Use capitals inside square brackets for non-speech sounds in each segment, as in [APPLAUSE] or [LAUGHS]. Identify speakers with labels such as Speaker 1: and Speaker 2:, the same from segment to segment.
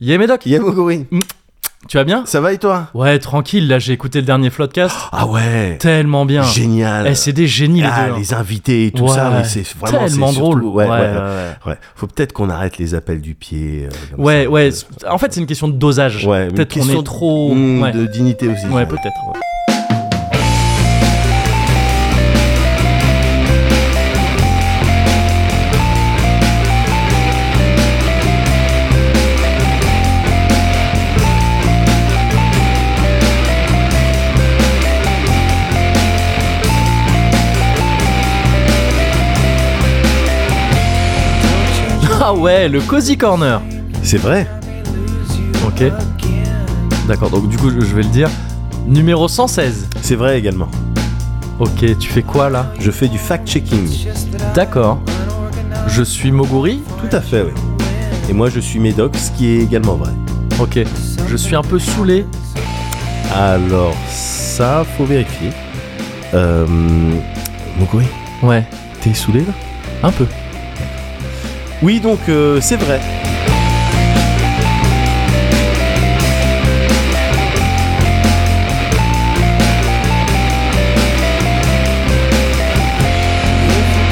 Speaker 1: Yé Médoc,
Speaker 2: Yamogorin,
Speaker 1: tu vas bien
Speaker 2: ça va et toi
Speaker 1: Ouais, tranquille, là j'ai écouté le dernier Floodcast.
Speaker 2: Ah ouais
Speaker 1: Tellement bien.
Speaker 2: Génial
Speaker 1: Eh, c'est des génies les
Speaker 2: Ah,
Speaker 1: deux. hein.
Speaker 2: les invités et tout
Speaker 1: Ouais.
Speaker 2: ça, mais c'est vraiment c'est
Speaker 1: Tellement
Speaker 2: surtout-
Speaker 1: drôle.
Speaker 2: ouais, ouais, ouais.
Speaker 1: ouais.
Speaker 2: Ouais. Faut peut-être qu'on arrête les appels du pied. euh, comme
Speaker 1: Ouais,
Speaker 2: ça.
Speaker 1: ouais, c'est- En fait, c'est une question de dosage.
Speaker 2: Ouais, une
Speaker 1: peut-être qu'on
Speaker 2: question
Speaker 1: est trop.
Speaker 2: Hmm,
Speaker 1: ouais.
Speaker 2: de dignité aussi.
Speaker 1: Ouais, peut-être. Ah ouais, le cozy corner.
Speaker 2: C'est vrai.
Speaker 1: Ok. D'accord, donc du coup, je je vais le dire. Numéro 116.
Speaker 2: C'est vrai également.
Speaker 1: Ok, tu fais quoi là
Speaker 2: Je fais du fact-checking.
Speaker 1: D'accord. Je suis Moguri
Speaker 2: Tout à fait, oui. Et moi, je suis Médoc, ce qui est également vrai.
Speaker 1: Ok. Je suis un peu saoulé.
Speaker 2: Alors, ça, faut vérifier. Euh. Mokoi,
Speaker 1: Ouais,
Speaker 2: t'es saoulé là
Speaker 1: un peu.
Speaker 2: Oui, donc euh, c'est vrai.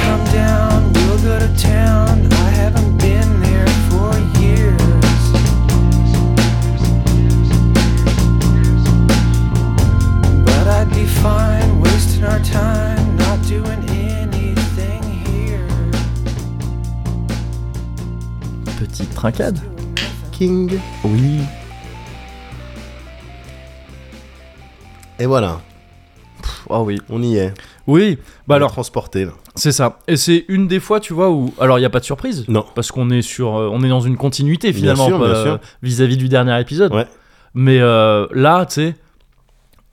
Speaker 3: Come down, we'll go to town. I haven't been there for years. But I'd be fine wasting our time, not doing anything here.
Speaker 1: Petite trincade.
Speaker 2: King.
Speaker 1: Oui.
Speaker 2: Et voilà,
Speaker 1: Ah oui.
Speaker 2: on y est.
Speaker 1: Oui,
Speaker 2: On
Speaker 1: bah
Speaker 2: est
Speaker 1: alors,
Speaker 2: transporté là.
Speaker 1: c'est ça. Et c'est une des fois, tu vois, où. Alors, il n'y a pas de surprise.
Speaker 2: Non.
Speaker 1: Parce qu'on est sur, euh, on est dans une continuité
Speaker 2: Bien
Speaker 1: finalement
Speaker 2: sûr,
Speaker 1: pas,
Speaker 2: bien sûr.
Speaker 1: euh, vis-à-vis du dernier épisode.
Speaker 2: Ouais.
Speaker 1: Mais euh, là, tu sais,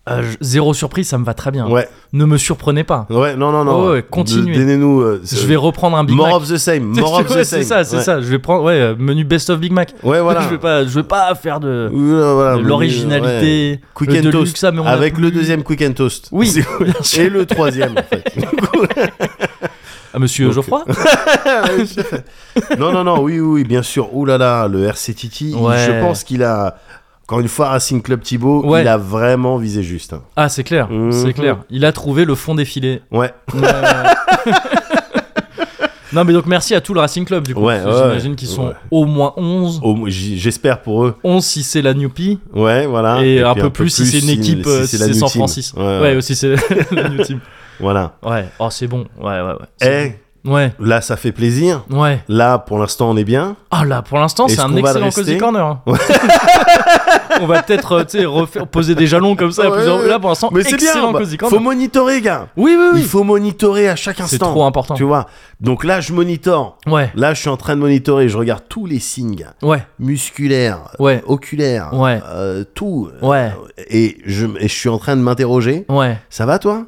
Speaker 1: euh, je- zéro surprise, ça me va très bien.
Speaker 2: Ouais,
Speaker 1: Ne me surprenez pas.
Speaker 2: ouais, non, non, non.
Speaker 1: Oh, Ouais, ouais, continuez.
Speaker 2: De- Donnez-nous. euh,
Speaker 1: Je vais reprendre un Big
Speaker 2: More
Speaker 1: Mac. [LAUGHS]
Speaker 2: of the same. More of
Speaker 1: Ouais,
Speaker 2: the same.
Speaker 1: c'est ça, c'est
Speaker 2: Ouais.
Speaker 1: ça. Je vais prendre ouais, euh, menu best of Big Mac.
Speaker 2: Ouais, voilà.
Speaker 1: [LAUGHS] je vais pas, je vais pas faire de,
Speaker 2: Ouh là, voilà,
Speaker 1: de
Speaker 2: Ah, mais- ouais.
Speaker 1: l'originalité,
Speaker 2: Quick
Speaker 1: le
Speaker 2: and
Speaker 1: deluxe,
Speaker 2: toast.
Speaker 1: ça, mais on a
Speaker 2: Avec le
Speaker 1: plus-
Speaker 2: deuxième quick and toast. [LAUGHS]
Speaker 1: Oui, [LAUGHS]
Speaker 2: C'est-
Speaker 1: bien sûr.
Speaker 2: Et le troisième, en
Speaker 1: [LAUGHS]
Speaker 2: fait.
Speaker 1: Ah, Monsieur
Speaker 2: Donc, euh,
Speaker 1: Geoffroy.
Speaker 2: non, non, non, oui, oui, oui, bien sûr. Ouh là là, le RC Titi, il-
Speaker 1: Ouais.
Speaker 2: je pense qu'il a, encore une fois, Racing Club Thibaut,
Speaker 1: Ouais.
Speaker 2: il a vraiment visé juste. hein.
Speaker 1: Ah, c'est clair,
Speaker 2: Mhm.
Speaker 1: c'est clair. Il a trouvé le fond des filets.
Speaker 2: Ouais,
Speaker 1: Ouais, ouais, ouais. [LAUGHS] non, mais donc merci à tout le Racing Club du coup.
Speaker 2: Ouais,
Speaker 1: parce que
Speaker 2: ouais,
Speaker 1: J'imagine
Speaker 2: ouais.
Speaker 1: qu'ils sont
Speaker 2: Ouais.
Speaker 1: au moins 11
Speaker 2: Au- j- j'espère pour eux.
Speaker 1: 11 si c'est la Newpie
Speaker 2: Ouais, voilà.
Speaker 1: et, un,
Speaker 2: Ah, puis
Speaker 1: peu plus si c'est une équipe, euh, si
Speaker 2: la
Speaker 1: c'est
Speaker 2: New
Speaker 1: San
Speaker 2: Team.
Speaker 1: Francisco.
Speaker 2: Ouais, ouais.
Speaker 1: Ouais, aussi c'est [LAUGHS] la New Team.
Speaker 2: Voilà.
Speaker 1: Ouais, oh c'est bon. Ouais, ouais, ouais. C'est
Speaker 2: Et
Speaker 1: bon. Ouais,
Speaker 2: là, ça fait plaisir.
Speaker 1: ouais.
Speaker 2: Là, pour l'instant, on est bien.
Speaker 1: Ah là, pour l'instant, c'est
Speaker 2: Est-ce
Speaker 1: un
Speaker 2: qu'on va le
Speaker 1: excellent
Speaker 2: rester
Speaker 1: cozy corner. hein. [LAUGHS] On va peut-être euh, tu sais, refaire- poser des jalons comme ça. à
Speaker 2: Ouais,
Speaker 1: plusieurs-
Speaker 2: ouais.
Speaker 1: Là, pour l'instant,
Speaker 2: Mais c'est bien.
Speaker 1: excellent
Speaker 2: bah,
Speaker 1: cozy corner.
Speaker 2: faut monitorer, gars.
Speaker 1: Oui, oui,
Speaker 2: Il
Speaker 1: oui.
Speaker 2: faut monitorer à chaque instant.
Speaker 1: C'est trop important.
Speaker 2: Tu vois. Donc là, je monitore.
Speaker 1: Ouais,
Speaker 2: Là, je suis en train de monitorer. Je regarde tous les signes, gars.
Speaker 1: ouais,
Speaker 2: musculaire,
Speaker 1: ouais,
Speaker 2: oculaire,
Speaker 1: Ouais.
Speaker 2: euh, tout. Euh,
Speaker 1: ouais,
Speaker 2: Et je, et je suis en train de m'interroger.
Speaker 1: ouais.
Speaker 2: Ça va toi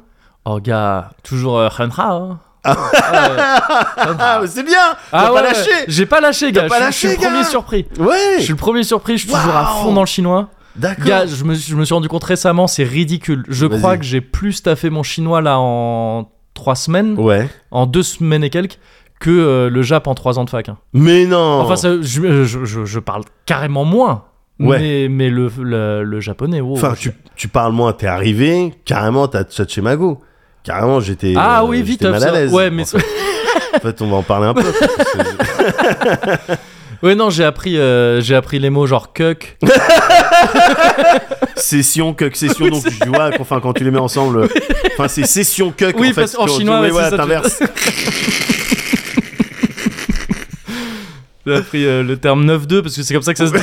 Speaker 1: Oh gars, toujours euh, Hanra. hein.
Speaker 2: [LAUGHS] Ah, mais c'est bien T'as
Speaker 1: Ah
Speaker 2: pas
Speaker 1: ouais,
Speaker 2: lâché
Speaker 1: ouais. J'ai pas lâché, gars.
Speaker 2: T'as pas
Speaker 1: je, suis- je
Speaker 2: lâché,
Speaker 1: suis le premier
Speaker 2: gars.
Speaker 1: surpris.
Speaker 2: Ouais
Speaker 1: Je suis le premier surpris. Je suis toujours à
Speaker 2: Waouh.
Speaker 1: fond dans le chinois.
Speaker 2: D'accord
Speaker 1: Gars, je me, je me suis rendu compte récemment, c'est ridicule. Je
Speaker 2: Vas-y.
Speaker 1: crois que j'ai plus taffé mon chinois là en trois semaines,
Speaker 2: Ouais.
Speaker 1: en deux semaines et quelques, que euh, le Jap en trois ans de fac. hein.
Speaker 2: Mais non
Speaker 1: Enfin, ça- je, euh, je- je- je parle carrément moins.
Speaker 2: Ouais.
Speaker 1: Mais, mais le, le, le japonais, wow.
Speaker 2: Enfin, tu, tu parles moins, t'es arrivé, carrément, t'as ça chez Mago. Carrément, j'étais
Speaker 1: Ah
Speaker 2: euh,
Speaker 1: oui, vite,
Speaker 2: j'étais mal à
Speaker 1: ça-
Speaker 2: l'aise.
Speaker 1: ouais, mais-
Speaker 2: En fait. En fait, on va en parler un
Speaker 1: [LAUGHS]
Speaker 2: peu. Parce
Speaker 1: Ouais, non, j'ai appris, euh, j'ai appris les mots genre cuck.
Speaker 2: que- session, cuck, session, donc tu vois, enfin, quand tu les mets ensemble, enfin, c'est session, cuck,
Speaker 1: Oui,
Speaker 2: en fait.
Speaker 1: parce- en
Speaker 2: tu- tu-
Speaker 1: chinois,
Speaker 2: oui,
Speaker 1: ouais,
Speaker 2: voilà,
Speaker 1: c'est ça, tu-
Speaker 2: t'inverses.
Speaker 1: J'ai appris euh, le terme 9-2 parce que c'est comme ça que
Speaker 2: [LAUGHS]
Speaker 1: ça se dit.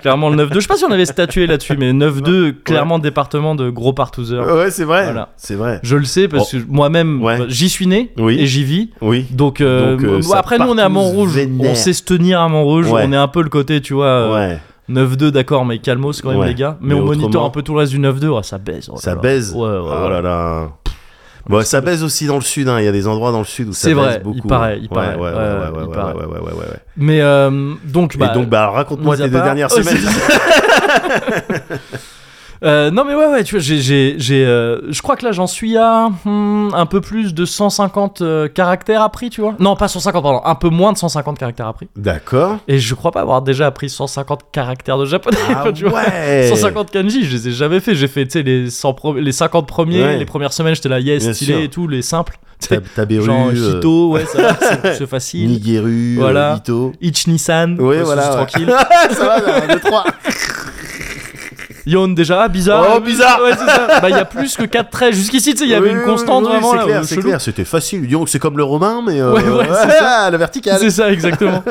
Speaker 1: clairement, le 9-2. Je sais pas si on avait statué là-dessus, mais 9-2, clairement, département de gros partouzeurs.
Speaker 2: Ouais, c'est vrai.
Speaker 1: Voilà.
Speaker 2: C'est vrai.
Speaker 1: Je le sais parce que moi-même,
Speaker 2: Euh. Oh. Ouais.
Speaker 1: euh, j'y suis né
Speaker 2: Oui.
Speaker 1: et j'y vis.
Speaker 2: Oui.
Speaker 1: Donc, euh,
Speaker 2: Donc, euh,
Speaker 1: bon,
Speaker 2: ça
Speaker 1: après, nous, on est à
Speaker 2: partouze
Speaker 1: Montrouge. On
Speaker 2: vénère.
Speaker 1: sait se tenir à Montrouge.
Speaker 2: Ouais.
Speaker 1: On est un peu le côté, tu vois, euh,
Speaker 2: ouais.
Speaker 1: 9-2, d'accord, mais calmos quand même,
Speaker 2: Ouais.
Speaker 1: les gars. Mais,
Speaker 2: Mais
Speaker 1: on monitor
Speaker 2: autrement-
Speaker 1: un peu tout le reste du 9-2. Ouais, ça baise. oh là
Speaker 2: Ça
Speaker 1: là.
Speaker 2: baise.
Speaker 1: Ouais, ouais,
Speaker 2: Oh
Speaker 1: ouais.
Speaker 2: là là. Bon, ça baise aussi dans le sud. hein. Il y a des endroits dans le sud où ça
Speaker 1: C'est
Speaker 2: baise
Speaker 1: vrai, il
Speaker 2: beaucoup.
Speaker 1: paraît, il
Speaker 2: Ouais,
Speaker 1: paraît.
Speaker 2: Ouais, ouais,
Speaker 1: Ouais,
Speaker 2: ouais,
Speaker 1: il
Speaker 2: ouais, ouais,
Speaker 1: paraît.
Speaker 2: ouais, ouais, ouais, ouais, ouais.
Speaker 1: Mais euh, donc, bah, [LAUGHS]
Speaker 2: Et donc, bah, raconte-moi
Speaker 1: mis à Oh,
Speaker 2: tes deux
Speaker 1: part-
Speaker 2: dernières
Speaker 1: Oh,
Speaker 2: semaines.
Speaker 1: Euh, non mais ouais ouais tu vois j'ai j'ai j'ai, euh, je crois que là j'en suis à hmm, un peu plus de 150 euh, caractères appris tu vois non pas 150 pardon un peu moins de 150 caractères appris [LAUGHS]
Speaker 2: D'accord.
Speaker 1: et je crois pas avoir déjà appris 150 caractères de japonais
Speaker 2: Ah
Speaker 1: tu vois
Speaker 2: ouais
Speaker 1: 150 kanji, je les ai jamais fait. J'ai fait, tu sais, les, 100 pro- les 50 premiers,
Speaker 2: Ouais.
Speaker 1: les premières semaines, j'étais là, yes,
Speaker 2: Bien
Speaker 1: stylé
Speaker 2: sûr.
Speaker 1: et tout, les simples. Tu sais,
Speaker 2: Tab- Taberu,
Speaker 1: Genre
Speaker 2: euh,
Speaker 1: Hito, ouais, ça va,
Speaker 2: [LAUGHS]
Speaker 1: c'est c'est facile.
Speaker 2: Nigeru,
Speaker 1: Voilà.
Speaker 2: euh,
Speaker 1: [LAUGHS]
Speaker 2: Ito.
Speaker 1: Ichni-san,
Speaker 2: Ouais,
Speaker 1: euh,
Speaker 2: voilà,
Speaker 1: c'est
Speaker 2: ouais. [LAUGHS]
Speaker 1: tranquille.
Speaker 2: ça va, ça va, deux, trois.
Speaker 1: Yon déjà, ah, bizarre.
Speaker 2: Oh, bizarre.
Speaker 1: Ouais, c'est ça. Bah, il y a plus que 4 traits. Jusqu'ici, tu sais, [LAUGHS] il y avait
Speaker 2: Oui,
Speaker 1: une
Speaker 2: oui,
Speaker 1: constante
Speaker 2: oui, oui,
Speaker 1: vraiment
Speaker 2: C'est
Speaker 1: là, euh,
Speaker 2: clair, c'est
Speaker 1: chelou.
Speaker 2: clair, c'était facile. Disons que c'est comme le romain, mais euh,
Speaker 1: Ouais, ouais, c'est
Speaker 2: ça, la verticale.
Speaker 1: C'est ça,
Speaker 2: [LAUGHS]
Speaker 1: exactement.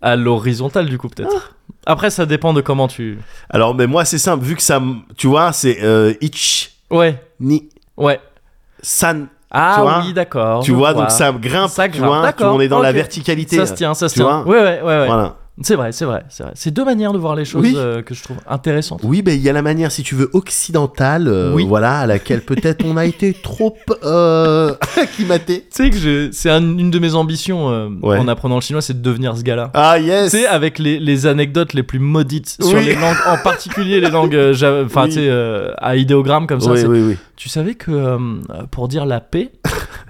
Speaker 1: à l'horizontale, du coup, peut-être. Après, ça dépend de comment tu.
Speaker 2: Alors, mais moi, c'est simple, vu que ça, m- tu vois, c'est euh, ich
Speaker 1: Ouais,
Speaker 2: ni
Speaker 1: ouais.
Speaker 2: san. Tu
Speaker 1: Ah
Speaker 2: vois
Speaker 1: oui, d'accord.
Speaker 2: Tu
Speaker 1: je
Speaker 2: vois, donc ça grimpe,
Speaker 1: Ça
Speaker 2: tu
Speaker 1: grimpe,
Speaker 2: vois, tu-
Speaker 1: d'accord,
Speaker 2: on est dans la
Speaker 1: ok.
Speaker 2: verticalité.
Speaker 1: Ça se tient, ça se
Speaker 2: tu
Speaker 1: tient.
Speaker 2: vois
Speaker 1: Ouais, ouais, ouais. ouais.
Speaker 2: Voilà.
Speaker 1: C'est vrai, c'est vrai, c'est vrai. C'est deux manières de voir les choses
Speaker 2: Oui.
Speaker 1: euh, que je trouve intéressantes.
Speaker 2: Oui, ben il y a la manière, si tu veux, occidentale, euh,
Speaker 1: Oui.
Speaker 2: voilà, à laquelle peut-être
Speaker 1: [LAUGHS]
Speaker 2: on a été trop euh, [LAUGHS] acclimaté.
Speaker 1: Tu sais que je- c'est un- une de mes ambitions euh,
Speaker 2: Ouais.
Speaker 1: en apprenant le chinois, c'est de devenir ce gars-là.
Speaker 2: Ah yes.
Speaker 1: Tu sais, avec les, les anecdotes les plus maudites sur
Speaker 2: Oui.
Speaker 1: les langues, en particulier les langues euh, ja- enfin,
Speaker 2: Oui.
Speaker 1: tu sais, euh, à idéogramme comme ça.
Speaker 2: oui,
Speaker 1: c'est-
Speaker 2: oui, [LAUGHS] oui.
Speaker 1: Tu savais que euh, pour dire la paix,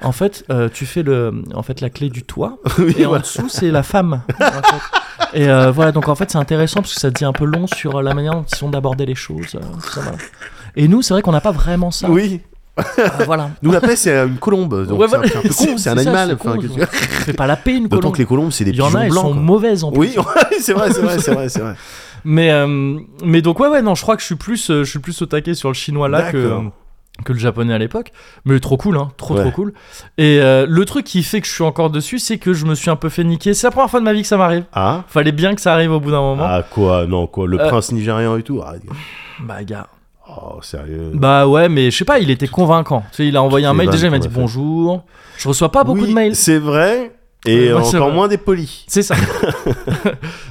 Speaker 1: en fait, euh, tu fais le, en fait la clé du toit
Speaker 2: Oui,
Speaker 1: et en
Speaker 2: voilà.
Speaker 1: dessous c'est la femme. en fait. Et euh, voilà, donc en fait c'est intéressant parce que ça dit un peu long sur la manière dont ils sont d'aborder les choses. euh, tout ça, voilà. Et nous, c'est vrai qu'on n'a pas vraiment ça.
Speaker 2: Oui.
Speaker 1: Ah, voilà.
Speaker 2: Nous la paix, c'est une colombe, donc
Speaker 1: Ouais,
Speaker 2: c'est un-
Speaker 1: voilà.
Speaker 2: c'est un peu con, c'est un
Speaker 1: ça,
Speaker 2: animal.
Speaker 1: [LAUGHS] c'est
Speaker 2: enfin,
Speaker 1: con,
Speaker 2: qu'est-ce que-
Speaker 1: ça. [LAUGHS] C'est pas la paix une
Speaker 2: D'autant
Speaker 1: colombe.
Speaker 2: que les colombes, c'est des
Speaker 1: Il y en
Speaker 2: pigeons
Speaker 1: a, elles
Speaker 2: blancs.
Speaker 1: sont
Speaker 2: quoi.
Speaker 1: mauvaises en plus.
Speaker 2: Oui, [LAUGHS] ouais, c'est vrai, c'est vrai, c'est vrai, c'est
Speaker 1: [LAUGHS]
Speaker 2: vrai.
Speaker 1: Mais, euh, mais donc ouais, ouais, non, je crois que je suis plus, euh, je suis plus au taquet sur le chinois là que,
Speaker 2: D'accord.
Speaker 1: que le japonais à l'époque. Mais trop cool, hein, trop trop
Speaker 2: Ouais.
Speaker 1: cool. Et euh, le truc qui fait que je suis encore dessus, c'est que je me suis un peu fait niquer. C'est la première fois de ma vie que ça m'arrive.
Speaker 2: Ah
Speaker 1: Fallait bien que ça arrive au bout d'un moment.
Speaker 2: Ah quoi Non quoi Le
Speaker 1: Euh.
Speaker 2: prince nigérian et tout Arrête.
Speaker 1: Bah gars.
Speaker 2: Oh sérieux
Speaker 1: Bah ouais, mais je sais pas, il était convainquant. Tu sais, il a envoyé un
Speaker 2: les
Speaker 1: mail
Speaker 2: vannes
Speaker 1: déjà, il m'a
Speaker 2: qu'on
Speaker 1: dit
Speaker 2: a fait.
Speaker 1: bonjour. Je reçois pas beaucoup
Speaker 2: Oui,
Speaker 1: de mails.
Speaker 2: C'est vrai et
Speaker 1: Ouais, ouais, c'est
Speaker 2: encore
Speaker 1: vrai.
Speaker 2: moins dépoli. [LAUGHS]
Speaker 1: C'est ça. [LAUGHS]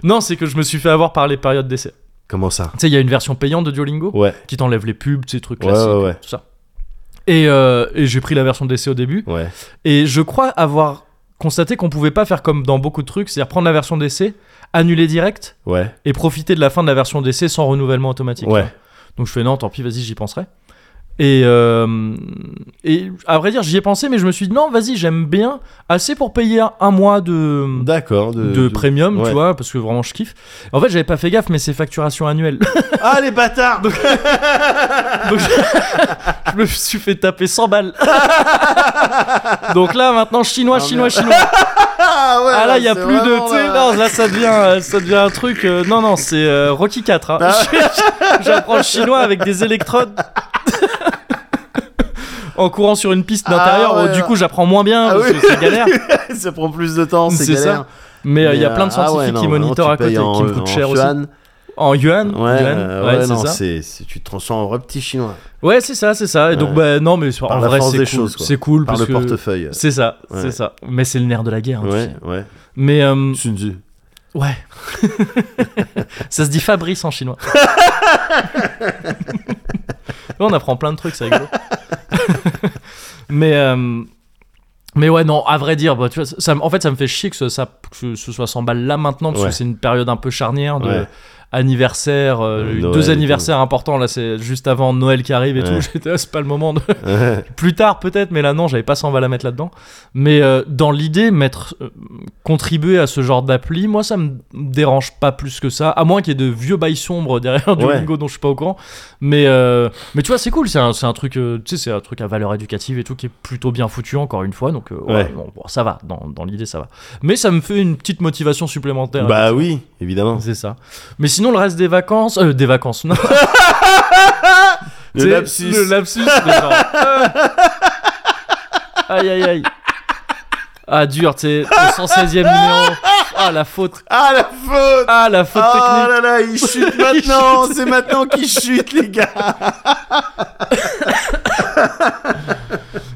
Speaker 1: non, c'est que je me suis fait avoir par les périodes d'essai.
Speaker 2: Comment ça
Speaker 1: Tu sais, il y a une version payante de Duolingo
Speaker 2: Ouais.
Speaker 1: qui t'enlève les pubs, ces trucs
Speaker 2: Ouais,
Speaker 1: classiques,
Speaker 2: ouais, ouais.
Speaker 1: tout ça. Et, euh, et j'ai pris la version d'essai au début.
Speaker 2: Ouais.
Speaker 1: Et je crois avoir constaté qu'on pouvait pas faire comme dans beaucoup de trucs, c'est-à-dire prendre la version d'essai, annuler direct
Speaker 2: Ouais.
Speaker 1: et profiter de la fin de la version d'essai sans renouvellement automatique.
Speaker 2: Ouais.
Speaker 1: tu vois. Donc je fais non, tant pis, vas-y, j'y penserai. Et, euh, et à vrai dire, j'y ai pensé, mais je me suis dit non, vas-y, j'aime bien assez pour payer un- un mois de,
Speaker 2: Mm. D'accord.
Speaker 1: de,
Speaker 2: De,
Speaker 1: premium,
Speaker 2: ouais.
Speaker 1: tu vois, parce que vraiment je kiffe. En fait, j'avais pas fait gaffe, mais c'est facturation annuelle. [LAUGHS]
Speaker 2: Ah les bâtards
Speaker 1: Donc, je... je me suis fait taper 100 balles. [LAUGHS] Donc là, maintenant, chinois,
Speaker 2: Ah,
Speaker 1: chinois,
Speaker 2: merde.
Speaker 1: chinois.
Speaker 2: Ah ouais.
Speaker 1: Ah là, il y a
Speaker 2: c'est
Speaker 1: plus de.
Speaker 2: vraiment, euh,
Speaker 1: tu sais,
Speaker 2: là.
Speaker 1: non, là, ça devient, euh, ça devient un truc. euh, non, non, c'est euh, Rocky 4. Hein. [LAUGHS]
Speaker 2: Ah.
Speaker 1: Je- J'apprends le chinois avec des
Speaker 2: [LAUGHS]
Speaker 1: électrodes. en courant sur une piste
Speaker 2: Ah
Speaker 1: d'intérieur.
Speaker 2: ouais,
Speaker 1: euh, du
Speaker 2: là.
Speaker 1: coup, j'apprends moins bien
Speaker 2: [LAUGHS] Ah
Speaker 1: parce
Speaker 2: oui.
Speaker 1: que c'est
Speaker 2: [LAUGHS]
Speaker 1: galère.
Speaker 2: ça prend plus de temps, c'est
Speaker 1: C'est ça.
Speaker 2: galère.
Speaker 1: Mais euh, il y a
Speaker 2: Mais,
Speaker 1: plein de
Speaker 2: euh, ah ouais,
Speaker 1: scientifiques
Speaker 2: non,
Speaker 1: qui
Speaker 2: vraiment,
Speaker 1: monitorent
Speaker 2: tu
Speaker 1: à côté
Speaker 2: payes en-
Speaker 1: qui me coûtent
Speaker 2: en
Speaker 1: cher aussi.
Speaker 2: yuan.
Speaker 1: En yuan,
Speaker 2: Ouais,
Speaker 1: yuan,
Speaker 2: euh, ouais,
Speaker 1: ouais, c'est
Speaker 2: non,
Speaker 1: ça.
Speaker 2: c'est c'est- tu te transformes en vrai petit chinois
Speaker 1: Ouais, c'est ça, c'est ça. Et donc,
Speaker 2: Ouais.
Speaker 1: bah, non, mais en
Speaker 2: Par la
Speaker 1: vrai,
Speaker 2: force
Speaker 1: c'est
Speaker 2: des
Speaker 1: cool.
Speaker 2: choses, quoi.
Speaker 1: C'est cool
Speaker 2: par
Speaker 1: parce
Speaker 2: le
Speaker 1: que
Speaker 2: portefeuille.
Speaker 1: c'est ça,
Speaker 2: Ouais.
Speaker 1: c'est ça. Mais c'est le nerf de la guerre. hein, tu
Speaker 2: Ouais,
Speaker 1: sais.
Speaker 2: ouais.
Speaker 1: Mais euh,
Speaker 2: Sun Tzu.
Speaker 1: ouais, [LAUGHS] ça se dit Fabrice en chinois. On apprend plein de trucs, c'est rigolo. [LAUGHS] mais euh, mais ouais, non, à vrai dire, bah, tu vois, ça, me- en fait, ça me fait chier que ce, ça, que ce soit 100 balles là maintenant parce
Speaker 2: Ouais.
Speaker 1: que c'est une période un peu charnière de. [LAUGHS]
Speaker 2: Ouais.
Speaker 1: anniversaire euh,
Speaker 2: Euh, Noël et
Speaker 1: deux
Speaker 2: tout.
Speaker 1: anniversaires importants là c'est juste avant Noël qui arrive et
Speaker 2: Ouais.
Speaker 1: tout [LAUGHS] j'étais ah, c'est pas le moment de
Speaker 2: Ouais.
Speaker 1: plus tard peut-être, mais là non, j'avais pas 100 balles à mettre là-dedans. Mais euh, dans l'idée, mettre, euh, contribuer à ce genre d'appli, moi ça me dérange pas plus que ça, à moins qu'il y ait de vieux bails sombres derrière du
Speaker 2: Ouais.
Speaker 1: lingo dont je suis pas au courant. Mais, euh, mais tu vois, c'est cool, c'est un, c'est un truc, euh, tu sais, c'est un truc à valeur éducative et tout qui est plutôt bien foutu encore une fois, donc euh, ouais,
Speaker 2: Ouais.
Speaker 1: bon, bon, ça va, dans, dans l'idée ça va. Mais ça me fait une petite motivation supplémentaire.
Speaker 2: Bah oui, évidemment.
Speaker 1: C'est ça. Mais sinon, le reste des vacances. euh, des vacances, non.
Speaker 2: Le
Speaker 1: T'sais,
Speaker 2: lapsus.
Speaker 1: Le lapsus, mais genre, euh. Aïe, aïe, aïe. Ah, dur, tu sais. Le 116 e numéro. Ah, la faute.
Speaker 2: Ah la faute
Speaker 1: Ah, la faute
Speaker 2: Oh
Speaker 1: technique.
Speaker 2: là là,
Speaker 1: [LAUGHS]
Speaker 2: il chute
Speaker 1: Il
Speaker 2: maintenant, c'est maintenant qu'il chute les gars.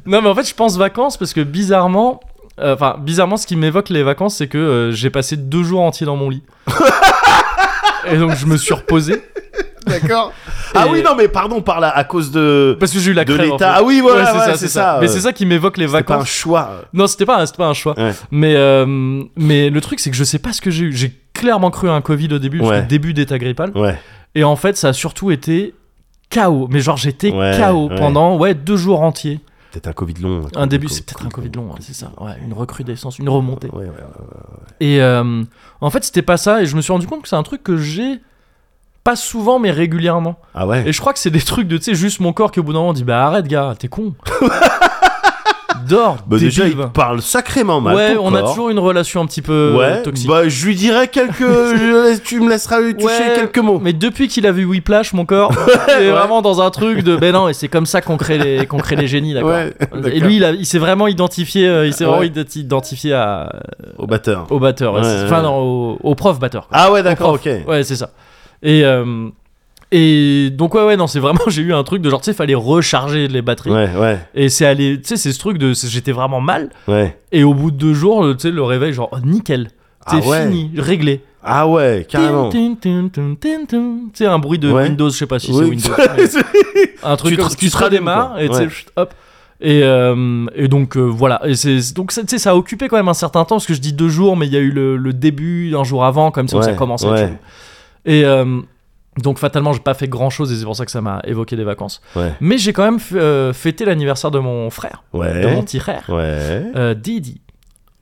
Speaker 1: Non, mais en fait, je pense vacances parce que bizarrement. euh, Enfin, bizarrement, ce qui m'évoque les vacances, c'est que euh, j'ai passé deux jours entiers dans
Speaker 2: [LAUGHS]
Speaker 1: mon lit. Et donc, je me suis reposé.
Speaker 2: D'accord. Ah
Speaker 1: Et-
Speaker 2: oui, non mais pardon par là à cause de
Speaker 1: Parce que j'ai eu la
Speaker 2: de
Speaker 1: crève. en
Speaker 2: l'état.
Speaker 1: fait.
Speaker 2: Ah oui, voilà,
Speaker 1: Ouais,
Speaker 2: ouais, c'est ça,
Speaker 1: Mais
Speaker 2: ouais.
Speaker 1: c'est ça qui m'évoque les
Speaker 2: C'était pas un
Speaker 1: vacances.
Speaker 2: choix.
Speaker 1: Non, c'était pas, un- c'était pas un choix.
Speaker 2: Ouais.
Speaker 1: Mais, euh, mais le truc, c'est que je sais pas ce que j'ai eu. J'ai clairement cru à un Covid au début, parce
Speaker 2: Ouais.
Speaker 1: que début d'état grippal.
Speaker 2: Ouais.
Speaker 1: Et en fait, ça a surtout été KO. Mais genre, j'étais
Speaker 2: Ouais,
Speaker 1: KO
Speaker 2: ouais.
Speaker 1: pendant ouais, deux jours entiers.
Speaker 2: Peut-être un Covid long.
Speaker 1: Un début, c'est peut-être un Covid long, ouais, c'est ça. Ouais, une recrudescence, une remontée.
Speaker 2: Ouais, ouais, ouais.
Speaker 1: Et euh, en fait, c'était pas ça. Et je me suis rendu compte que c'est un truc que j'ai pas souvent, mais régulièrement.
Speaker 2: Ah ouais
Speaker 1: Et je crois que c'est des trucs de, tu sais, juste mon corps qui au bout d'un moment dit Bah arrête, gars, t'es
Speaker 2: [LAUGHS]
Speaker 1: con. Dors,
Speaker 2: Bah déjà, il
Speaker 1: débile.
Speaker 2: te parle sacrément mal.
Speaker 1: Ouais,
Speaker 2: ton
Speaker 1: on a
Speaker 2: corps.
Speaker 1: toujours une relation un petit peu euh,
Speaker 2: ouais,
Speaker 1: toxique.
Speaker 2: bah je lui dirais quelques. je- tu me laisseras lui toucher
Speaker 1: Ouais,
Speaker 2: quelques mots.
Speaker 1: Mais depuis qu'il a vu Whiplash,
Speaker 2: [LAUGHS]
Speaker 1: mon corps est
Speaker 2: Ouais.
Speaker 1: vraiment dans un truc de ben non, et c'est comme ça qu'on crée les qu'on crée les génies, d'accord.
Speaker 2: Ouais,
Speaker 1: et
Speaker 2: d'accord.
Speaker 1: lui, il, a- il s'est vraiment identifié, euh, il s'est
Speaker 2: Ouais.
Speaker 1: vraiment identi- identifié à,
Speaker 2: Au batteur.
Speaker 1: au batteur,
Speaker 2: Ouais,
Speaker 1: c'est-
Speaker 2: ouais.
Speaker 1: enfin non, au, au prof batteur. quoi.
Speaker 2: Ah ouais, d'accord, ok.
Speaker 1: Ouais, c'est ça. Et euh, et donc ouais ouais non, c'est vraiment [LAUGHS] j'ai eu un truc de genre tu sais fallait recharger les batteries
Speaker 2: Ouais, ouais,
Speaker 1: et c'est allé tu sais c'est ce truc de c'est- j'étais vraiment mal
Speaker 2: ouais.
Speaker 1: et au bout de deux jours tu sais le réveil genre oh, nickel.
Speaker 2: Ah
Speaker 1: C'est
Speaker 2: ouais.
Speaker 1: fini, réglé.
Speaker 2: Ah ouais, carrément.
Speaker 1: Tin, tin, tin, tin, tin. Tu sais, un bruit de
Speaker 2: Ouais.
Speaker 1: Windows, je sais pas si c'est
Speaker 2: Oui. [LAUGHS]
Speaker 1: Windows. mais- un truc
Speaker 2: Tu te-
Speaker 1: comme ça,
Speaker 2: tu
Speaker 1: tu
Speaker 2: te
Speaker 1: te
Speaker 2: rallumes,
Speaker 1: redémarres
Speaker 2: quoi.
Speaker 1: et tu sais,
Speaker 2: Ouais.
Speaker 1: chut, hop et, euh, et donc euh, voilà et c'est donc ça, tu sais ça a occupé quand même un certain temps parce que je dis deux jours mais il y a eu le, le début un jour avant comme ça
Speaker 2: Ouais,
Speaker 1: ça commençait
Speaker 2: ouais.
Speaker 1: tu vois. et euh, donc fatalement j'ai pas fait grand chose et c'est pour ça que ça m'a évoqué des vacances
Speaker 2: Ouais.
Speaker 1: mais j'ai quand même f- euh, fêté l'anniversaire de mon frère de mon
Speaker 2: Ouais.
Speaker 1: petit frère
Speaker 2: Ouais.
Speaker 1: euh, Didi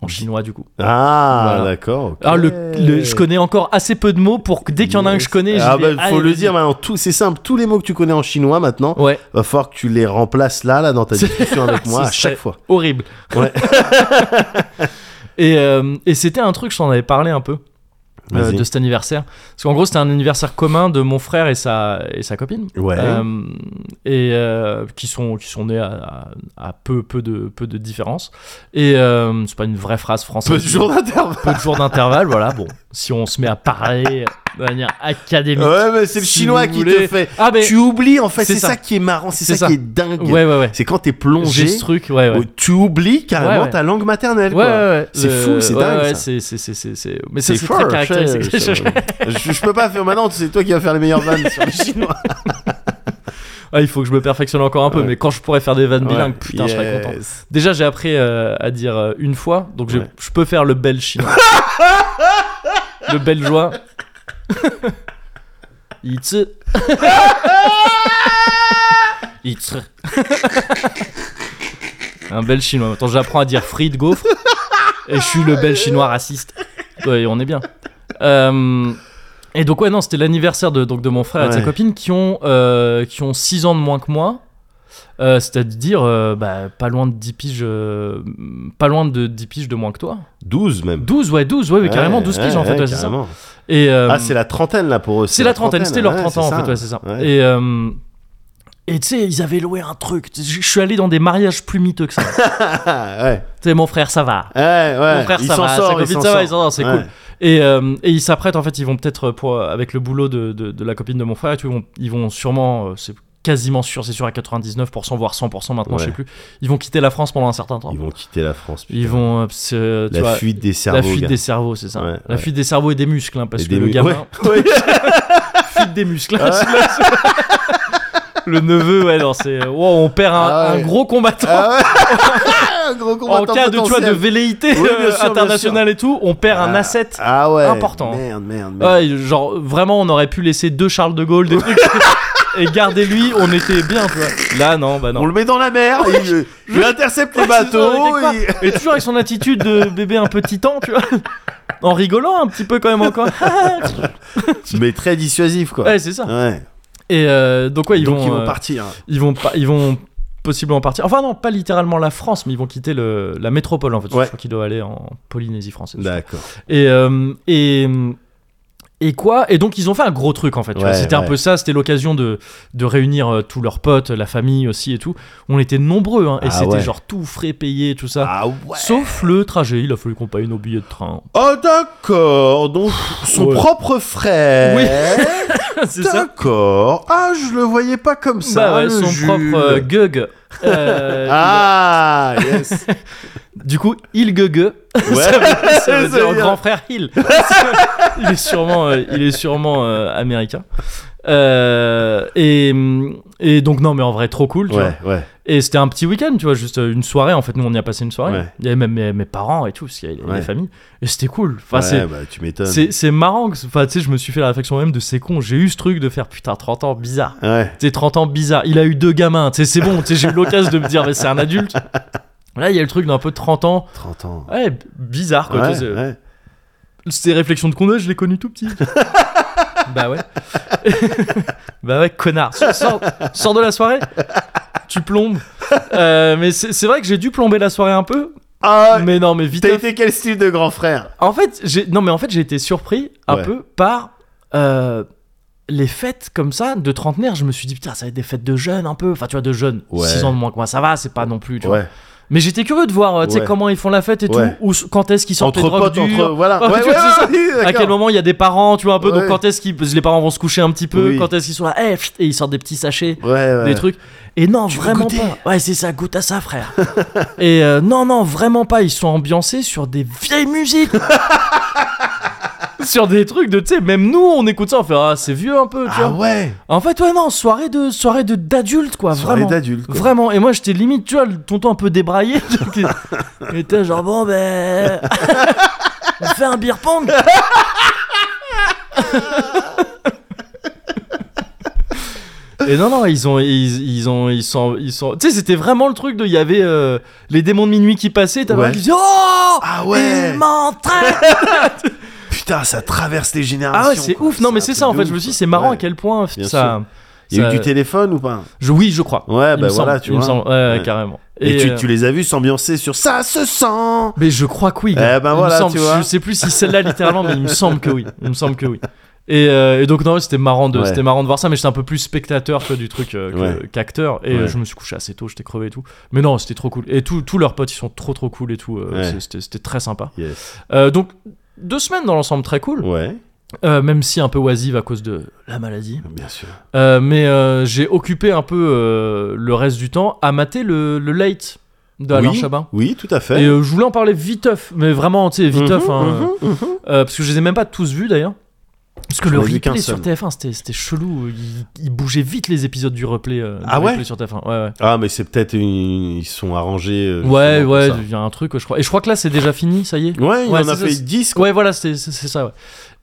Speaker 1: en chinois du coup
Speaker 2: Ah,
Speaker 1: Voilà.
Speaker 2: d'accord. ok.
Speaker 1: alors le, le- je connais encore assez peu de mots pour que dès qu'il y en a un que je connais
Speaker 2: Ah
Speaker 1: j'ai
Speaker 2: bah,
Speaker 1: dit,
Speaker 2: faut
Speaker 1: allez,
Speaker 2: le
Speaker 1: vas-y.
Speaker 2: dire maintenant. Tout, c'est simple. Tous les mots que tu connais en chinois maintenant,
Speaker 1: ouais
Speaker 2: va falloir que tu les remplaces là, là, dans ta
Speaker 1: C'est-
Speaker 2: discussion
Speaker 1: [LAUGHS]
Speaker 2: avec moi
Speaker 1: Ce
Speaker 2: à chaque
Speaker 1: serait-
Speaker 2: fois.
Speaker 1: horrible.
Speaker 2: [LAUGHS] Ouais.
Speaker 1: et euh, et c'était un truc, je t'en avais parlé un peu euh,
Speaker 2: Vas-y.
Speaker 1: de cet anniversaire. Parce qu'en gros, c'était un anniversaire commun de mon frère et sa, et sa copine.
Speaker 2: Ouais.
Speaker 1: Euh, et euh, qui, sont, qui sont nés à, à- à peu, peu, de, peu de différence. Et euh, c'est pas une vraie phrase
Speaker 2: Peu
Speaker 1: française.
Speaker 2: de jours d'intervalle.
Speaker 1: Peu de jours d'intervalle, voilà. Bon, si on se met à parler de manière académique.
Speaker 2: Ouais, mais c'est le
Speaker 1: Si
Speaker 2: chinois
Speaker 1: vous
Speaker 2: qui te
Speaker 1: voulez.
Speaker 2: fait.
Speaker 1: Ah, mais.
Speaker 2: Tu oublies en fait, c'est
Speaker 1: C'est
Speaker 2: ça.
Speaker 1: ça.
Speaker 2: qui est marrant, c'est ça,
Speaker 1: C'est ça.
Speaker 2: qui est dingue.
Speaker 1: Ouais, ouais, ouais.
Speaker 2: C'est quand t'es
Speaker 1: J'ai
Speaker 2: plongé,
Speaker 1: ce truc, ouais, ouais.
Speaker 2: où tu oublies carrément
Speaker 1: Ouais, ouais.
Speaker 2: ta langue maternelle.
Speaker 1: Ouais,
Speaker 2: quoi.
Speaker 1: ouais, ouais.
Speaker 2: C'est
Speaker 1: Le-
Speaker 2: fou, c'est
Speaker 1: ouais,
Speaker 2: dingue,
Speaker 1: ouais,
Speaker 2: ça.
Speaker 1: c'est- c'est- c'est- c'est- c'est- Mais ça,
Speaker 2: C'est
Speaker 1: c'est
Speaker 2: fort.
Speaker 1: très
Speaker 2: c'est-
Speaker 1: caractéristique. [LAUGHS]
Speaker 2: c'est- je, je peux pas faire maintenant, c'est toi qui vas faire les meilleurs vannes
Speaker 1: [LAUGHS]
Speaker 2: sur les chinois.
Speaker 1: Ah, il faut que je me perfectionne encore un peu,
Speaker 2: Ouais.
Speaker 1: mais quand je pourrais faire des vannes bilingues,
Speaker 2: Ouais.
Speaker 1: putain, je serais
Speaker 2: Yes.
Speaker 1: content. Déjà, j'ai appris euh, à dire euh, une fois, donc j'ai-
Speaker 2: Ouais.
Speaker 1: je peux faire le bel chinois. le bel [LAUGHS] joie. [LAUGHS] Itzu. Itzu. Un bel chinois. Attends, j'apprends à dire frites, gaufres. Et je suis le bel chinois raciste. Ouais, on est bien. Euh, et donc, ouais, non, c'était l'anniversaire de, donc, de mon frère et de sa
Speaker 2: Ouais.
Speaker 1: copine qui ont 6 ans de moins que moi. Euh, C'est-à-dire, euh, bah, pas loin de 10 piges, euh, pas loin de 10 piges de moins que toi.
Speaker 2: 12 même.
Speaker 1: 12, ouais, 12, ouais, mais carrément 12 piges en fait, ouais, c'est ça. Et, euh,
Speaker 2: Ah, c'est la trentaine là pour eux.
Speaker 1: c'est la trentaine, c'était leur
Speaker 2: ouais,
Speaker 1: 30 ans en
Speaker 2: c'est
Speaker 1: fait,
Speaker 2: ça.
Speaker 1: ouais, c'est ça.
Speaker 2: Ouais.
Speaker 1: Et, euh, et tu sais, ils avaient loué un truc. Tu sais, Je je suis allé dans des mariages plus miteux
Speaker 2: [LAUGHS]
Speaker 1: que ça. tu
Speaker 2: [LAUGHS] Ah, ouais.
Speaker 1: sais, mon frère, ça va.
Speaker 2: Ouais, ouais.
Speaker 1: Mon frère,
Speaker 2: il
Speaker 1: ça
Speaker 2: s'en
Speaker 1: va,
Speaker 2: sort,
Speaker 1: sa
Speaker 2: il
Speaker 1: copine,
Speaker 2: s'en
Speaker 1: ça va,
Speaker 2: sort.
Speaker 1: ils s'en sortent, c'est
Speaker 2: Ouais.
Speaker 1: cool. Et, euh, et ils s'apprêtent, en fait, ils vont peut-être, euh, pour- avec le boulot de, de- de la copine de mon frère, et tout, ils, vont, ils vont sûrement, euh, c'est quasiment sûr, c'est sûr à 99%, voire 100% maintenant, je
Speaker 2: Ouais.
Speaker 1: sais plus, ils vont quitter la France pendant un certain temps.
Speaker 2: Ils vont quitter la France.
Speaker 1: Ils
Speaker 2: putain.
Speaker 1: vont, euh, se- tu
Speaker 2: La
Speaker 1: vois,
Speaker 2: fuite des cerveaux.
Speaker 1: la fuite
Speaker 2: gars.
Speaker 1: des cerveaux, c'est ça.
Speaker 2: Ouais,
Speaker 1: la
Speaker 2: ouais.
Speaker 1: fuite des cerveaux et des muscles, hein, parce
Speaker 2: Et
Speaker 1: que
Speaker 2: des
Speaker 1: le
Speaker 2: mu-
Speaker 1: gamin,
Speaker 2: Ouais.
Speaker 1: [LAUGHS]
Speaker 2: Ouais.
Speaker 1: fuite des muscles. [LAUGHS] le neveu, ouais, non, c'est. euh, wow, on perd un,
Speaker 2: Ah ouais.
Speaker 1: un gros combattant.
Speaker 2: Ah ouais. [LAUGHS] Un gros
Speaker 1: en
Speaker 2: combattant
Speaker 1: cas de, tu vois, de
Speaker 2: potentiel.
Speaker 1: velléité
Speaker 2: Oui, bien
Speaker 1: euh,
Speaker 2: sûr, bien
Speaker 1: internationale et tout, on perd un
Speaker 2: Ah.
Speaker 1: asset.
Speaker 2: Ah ouais.
Speaker 1: important.
Speaker 2: Merde, merde, merde.
Speaker 1: Ouais, genre vraiment, on aurait pu laisser deux Charles de Gaulle, des
Speaker 2: [LAUGHS]
Speaker 1: trucs. et garder lui, on était bien, tu vois. Là, non, bah
Speaker 2: On
Speaker 1: non.
Speaker 2: le met dans la
Speaker 1: [LAUGHS]
Speaker 2: mer, il, il intercepte le
Speaker 1: Ouais, c'est ça, on
Speaker 2: bateau.
Speaker 1: est quelque
Speaker 2: il-
Speaker 1: Et toujours avec son attitude de bébé un peu titan, tu vois. En rigolant un petit peu quand
Speaker 2: [LAUGHS]
Speaker 1: même encore.
Speaker 2: Mais très dissuasif quoi.
Speaker 1: ouais, c'est ça.
Speaker 2: Ouais.
Speaker 1: Et euh, donc ouais, ils
Speaker 2: Donc
Speaker 1: vont,
Speaker 2: ils vont
Speaker 1: euh,
Speaker 2: partir.
Speaker 1: ils vont pas- ils vont possiblement partir. Enfin non, pas littéralement la France, mais ils vont quitter le, la métropole en fait.
Speaker 2: Ouais. Bah.
Speaker 1: Je crois qu'ils doivent aller en Polynésie française.
Speaker 2: D'accord.
Speaker 1: Et euh, et et quoi Et donc ils ont fait un gros truc en fait. tu vois.
Speaker 2: Ouais,
Speaker 1: C'était un
Speaker 2: ouais.
Speaker 1: peu ça. C'était l'occasion de de réunir euh, tous leurs potes, la famille aussi et tout. On était nombreux hein, et
Speaker 2: Ah
Speaker 1: c'était
Speaker 2: ouais.
Speaker 1: genre tout frais payé tout ça.
Speaker 2: Ah ouais.
Speaker 1: Sauf le trajet, il a fallu qu'on paye nos billets de
Speaker 2: [LAUGHS]
Speaker 1: train.
Speaker 2: Oh d'accord. Donc son
Speaker 1: Ouais.
Speaker 2: propre frère. [LAUGHS] Oui.
Speaker 1: C'est ça.
Speaker 2: d'accord. Ah je le voyais pas comme ça.
Speaker 1: Bah ouais,
Speaker 2: le
Speaker 1: son
Speaker 2: Jules.
Speaker 1: propre euh, Gug. euh,
Speaker 2: [LAUGHS] Ah
Speaker 1: [LAUGHS]
Speaker 2: yes.
Speaker 1: Du coup, il gueule.
Speaker 2: Ouais.
Speaker 1: ça veut, [LAUGHS] ça veut
Speaker 2: Ça
Speaker 1: dire
Speaker 2: veut dire-
Speaker 1: grand frère
Speaker 2: [LAUGHS]
Speaker 1: Hill. il est sûrement, euh, il est sûrement euh, américain. Euh, et, Et donc, non, mais en vrai, trop cool, tu vois.
Speaker 2: Ouais, ouais.
Speaker 1: Et c'était un petit week-end, tu vois, juste euh, une soirée. En fait, nous, on y a passé une soirée.
Speaker 2: Ouais.
Speaker 1: Il y avait même mes, mes parents et tout, parce qu'il y avait
Speaker 2: Ouais.
Speaker 1: les familles. Et c'était cool. Enfin,
Speaker 2: Ouais,
Speaker 1: c'est-
Speaker 2: bah, tu m'étonnes.
Speaker 1: c'est, c'est marrant. que- Enfin, tu sais, je me suis fait la réflexion même de ces cons. J'ai eu ce truc de faire putain, 30 ans, bizarre.
Speaker 2: Ouais.
Speaker 1: Tu sais, 30 ans, bizarre. Il a eu deux gamins. Tu sais, c'est bon. Tu sais, j'ai eu l'occasion de me dire, mais c'est un adulte. Là, il y a le truc d'un peu 30 ans.
Speaker 2: 30 ans.
Speaker 1: Ouais, b- bizarre, quoi. tu
Speaker 2: Ouais,
Speaker 1: sais, c'est-
Speaker 2: ouais.
Speaker 1: Ces réflexions de condé, je l'ai connu tout petit. [LAUGHS] bah ouais. [LAUGHS] bah ouais, connard. Sors, sors- sors de la soirée. Tu plombes. Euh, mais c'est c'est vrai que j'ai dû plomber la soirée un peu.
Speaker 2: Ah,
Speaker 1: mais non, mais vite.
Speaker 2: t'as été quel style de grand frère
Speaker 1: En fait, j'ai non, mais en fait, j'ai été surpris un
Speaker 2: Ouais.
Speaker 1: peu par euh, les fêtes comme ça de trentenaire. Je me suis dit putain, ça va être des fêtes de jeunes un peu. Enfin, tu vois, de jeunes.
Speaker 2: Ouais.
Speaker 1: 6 ans de moins que moi, ça va. C'est pas non plus. Tu vois.
Speaker 2: Ouais.
Speaker 1: Mais j'étais curieux de voir, euh, tu sais,
Speaker 2: Ouais.
Speaker 1: comment ils font la fête et
Speaker 2: Ouais.
Speaker 1: tout, ou s- quand est-ce qu'ils sortent
Speaker 2: Entre
Speaker 1: les drogues
Speaker 2: potes,
Speaker 1: dures.
Speaker 2: entre. Voilà.
Speaker 1: Ah,
Speaker 2: Ouais,
Speaker 1: tu
Speaker 2: ouais,
Speaker 1: vois, c'est ça.
Speaker 2: ouais,
Speaker 1: À quel
Speaker 2: d'accord.
Speaker 1: moment il y a des parents, tu vois un peu,
Speaker 2: Ouais.
Speaker 1: donc quand est-ce qu'ils, les parents vont se coucher un petit peu,
Speaker 2: Oui.
Speaker 1: quand est-ce qu'ils sont là, eh, pfft, et ils sortent des petits sachets,
Speaker 2: Ouais, ouais.
Speaker 1: des trucs. Et non,
Speaker 2: veux
Speaker 1: vraiment
Speaker 2: goûter
Speaker 1: pas. Ouais, c'est ça, goûte à ça, frère. [LAUGHS] et euh, non, non, vraiment pas. Ils sont ambiancés sur des vieilles musiques. [LAUGHS] sur des trucs de, tu sais, même nous, on écoute ça, on fait, ah, c'est vieux un peu, tu
Speaker 2: Ah
Speaker 1: vois.
Speaker 2: ouais.
Speaker 1: En fait, ouais, non, soirée de, soirée de d'adultes, quoi,
Speaker 2: Soirée
Speaker 1: Ah, vraiment.
Speaker 2: d'adulte. quoi.
Speaker 1: Vraiment, et moi j'étais limite, tu vois, le tonton un peu débraillé. [LAUGHS] qui était genre,
Speaker 2: [LAUGHS]
Speaker 1: bon ben. On fait un beer pong Et non, non, ils ont. Ils, ils ont. Ils sont. Ils sont... Tu sais, c'était vraiment le truc de. Il y avait euh, les démons de minuit qui passaient, t'avais
Speaker 2: Ouais.
Speaker 1: un qui disait, Oh
Speaker 2: Ah ouais.
Speaker 1: Il m'entraîne
Speaker 2: Putain, ça traverse les générations.
Speaker 1: Ah ouais, c'est
Speaker 2: quoi.
Speaker 1: ouf, non, mais
Speaker 2: un
Speaker 1: c'est
Speaker 2: truc
Speaker 1: ça en
Speaker 2: de
Speaker 1: fait,
Speaker 2: ouf,
Speaker 1: je me suis dit,
Speaker 2: quoi.
Speaker 1: c'est marrant
Speaker 2: Ouais.
Speaker 1: à quel point
Speaker 2: Bien
Speaker 1: ça.
Speaker 2: Il y a eu
Speaker 1: ça-
Speaker 2: du téléphone ou pas
Speaker 1: Je- Oui, je crois.
Speaker 2: Ouais,
Speaker 1: Il
Speaker 2: bah
Speaker 1: me
Speaker 2: voilà,
Speaker 1: semble,
Speaker 2: tu
Speaker 1: il me
Speaker 2: vois.
Speaker 1: semble, ouais,
Speaker 2: Ouais.
Speaker 1: carrément.
Speaker 2: Et, tu,
Speaker 1: euh,
Speaker 2: tu les as vus s'ambiancer sur ça se sent.
Speaker 1: Mais je crois que oui.
Speaker 2: Eh
Speaker 1: gars.
Speaker 2: ben
Speaker 1: Il me
Speaker 2: voilà,
Speaker 1: semble-
Speaker 2: tu vois.
Speaker 1: Je sais plus si celle-là
Speaker 2: [LAUGHS]
Speaker 1: littéralement, mais il me semble que oui. Il me semble que oui. Et, euh, et donc non, c'était marrant de,
Speaker 2: Ouais.
Speaker 1: c'était marrant de voir ça, mais j'étais un peu plus spectateur tu vois, du truc euh, que-
Speaker 2: Ouais.
Speaker 1: qu'acteur. Et
Speaker 2: Ouais.
Speaker 1: euh, je me suis couché assez tôt, j'étais crevé et tout. Mais non, c'était trop cool. Et tous tous leurs potes, ils sont trop trop cool et tout. euh,
Speaker 2: Ouais.
Speaker 1: c'est- c'était- C'était très sympa.
Speaker 2: Yes.
Speaker 1: Euh, donc deux semaines dans l'ensemble très cool,
Speaker 2: Ouais,
Speaker 1: Euh, même si un peu oisive à cause de la maladie.
Speaker 2: bien sûr.
Speaker 1: Euh, mais euh, j'ai occupé un peu euh, le reste du temps à mater le, le late d'Alain
Speaker 2: oui,
Speaker 1: Chabat.
Speaker 2: oui, tout à fait.
Speaker 1: Et euh, je voulais en parler viteuf, mais vraiment, tu sais, viteuf,
Speaker 2: Mhm,
Speaker 1: hein,
Speaker 2: mhm, mhm.
Speaker 1: euh, parce que je les ai même pas tous vus d'ailleurs. Parce que
Speaker 2: J'en
Speaker 1: le
Speaker 2: ai vu qu'un
Speaker 1: replay sur
Speaker 2: seul.
Speaker 1: TF1, c'était- c'était chelou. Ils il bougeaient vite les épisodes du replay, euh, du
Speaker 2: Ah ouais
Speaker 1: replay sur TF1. Ouais,
Speaker 2: Ah, mais c'est peut-être une... ils sont arrangés. euh,
Speaker 1: ouais, ouais,
Speaker 2: justement
Speaker 1: ouais,
Speaker 2: pour
Speaker 1: il y a un truc, je crois. Et je crois que là, c'est déjà fini, ça y est.
Speaker 2: ça. Ouais, il
Speaker 1: Ouais,
Speaker 2: en a
Speaker 1: c'est ça,
Speaker 2: fait
Speaker 1: c'est-
Speaker 2: 10 quoi.
Speaker 1: Ouais, voilà, c'est c'est- c'est ça, ouais.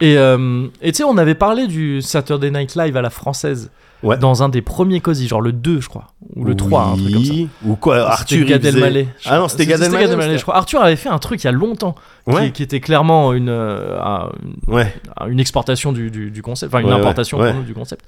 Speaker 1: Et euh, et tu sais, on avait parlé du Saturday Night Live à la française
Speaker 2: Ouais.
Speaker 1: dans un des premiers cosy, genre le 2, je crois, ou le 3, un truc comme ça.
Speaker 2: Oui, Ou quoi,
Speaker 1: C'était
Speaker 2: Arthur il
Speaker 1: Gad
Speaker 2: faisait-
Speaker 1: Elmaleh. je
Speaker 2: Ah non,
Speaker 1: crois.
Speaker 2: c'était Gad Elmaleh, ou
Speaker 1: je crois. Arthur avait fait un truc il y a longtemps. qui-
Speaker 2: Ouais,
Speaker 1: qui, était clairement une, euh, un- une-
Speaker 2: ouais,
Speaker 1: une exportation du, du- du concept, enfin une
Speaker 2: Ouais, ouais,
Speaker 1: importation
Speaker 2: ouais.
Speaker 1: pour nous du concept.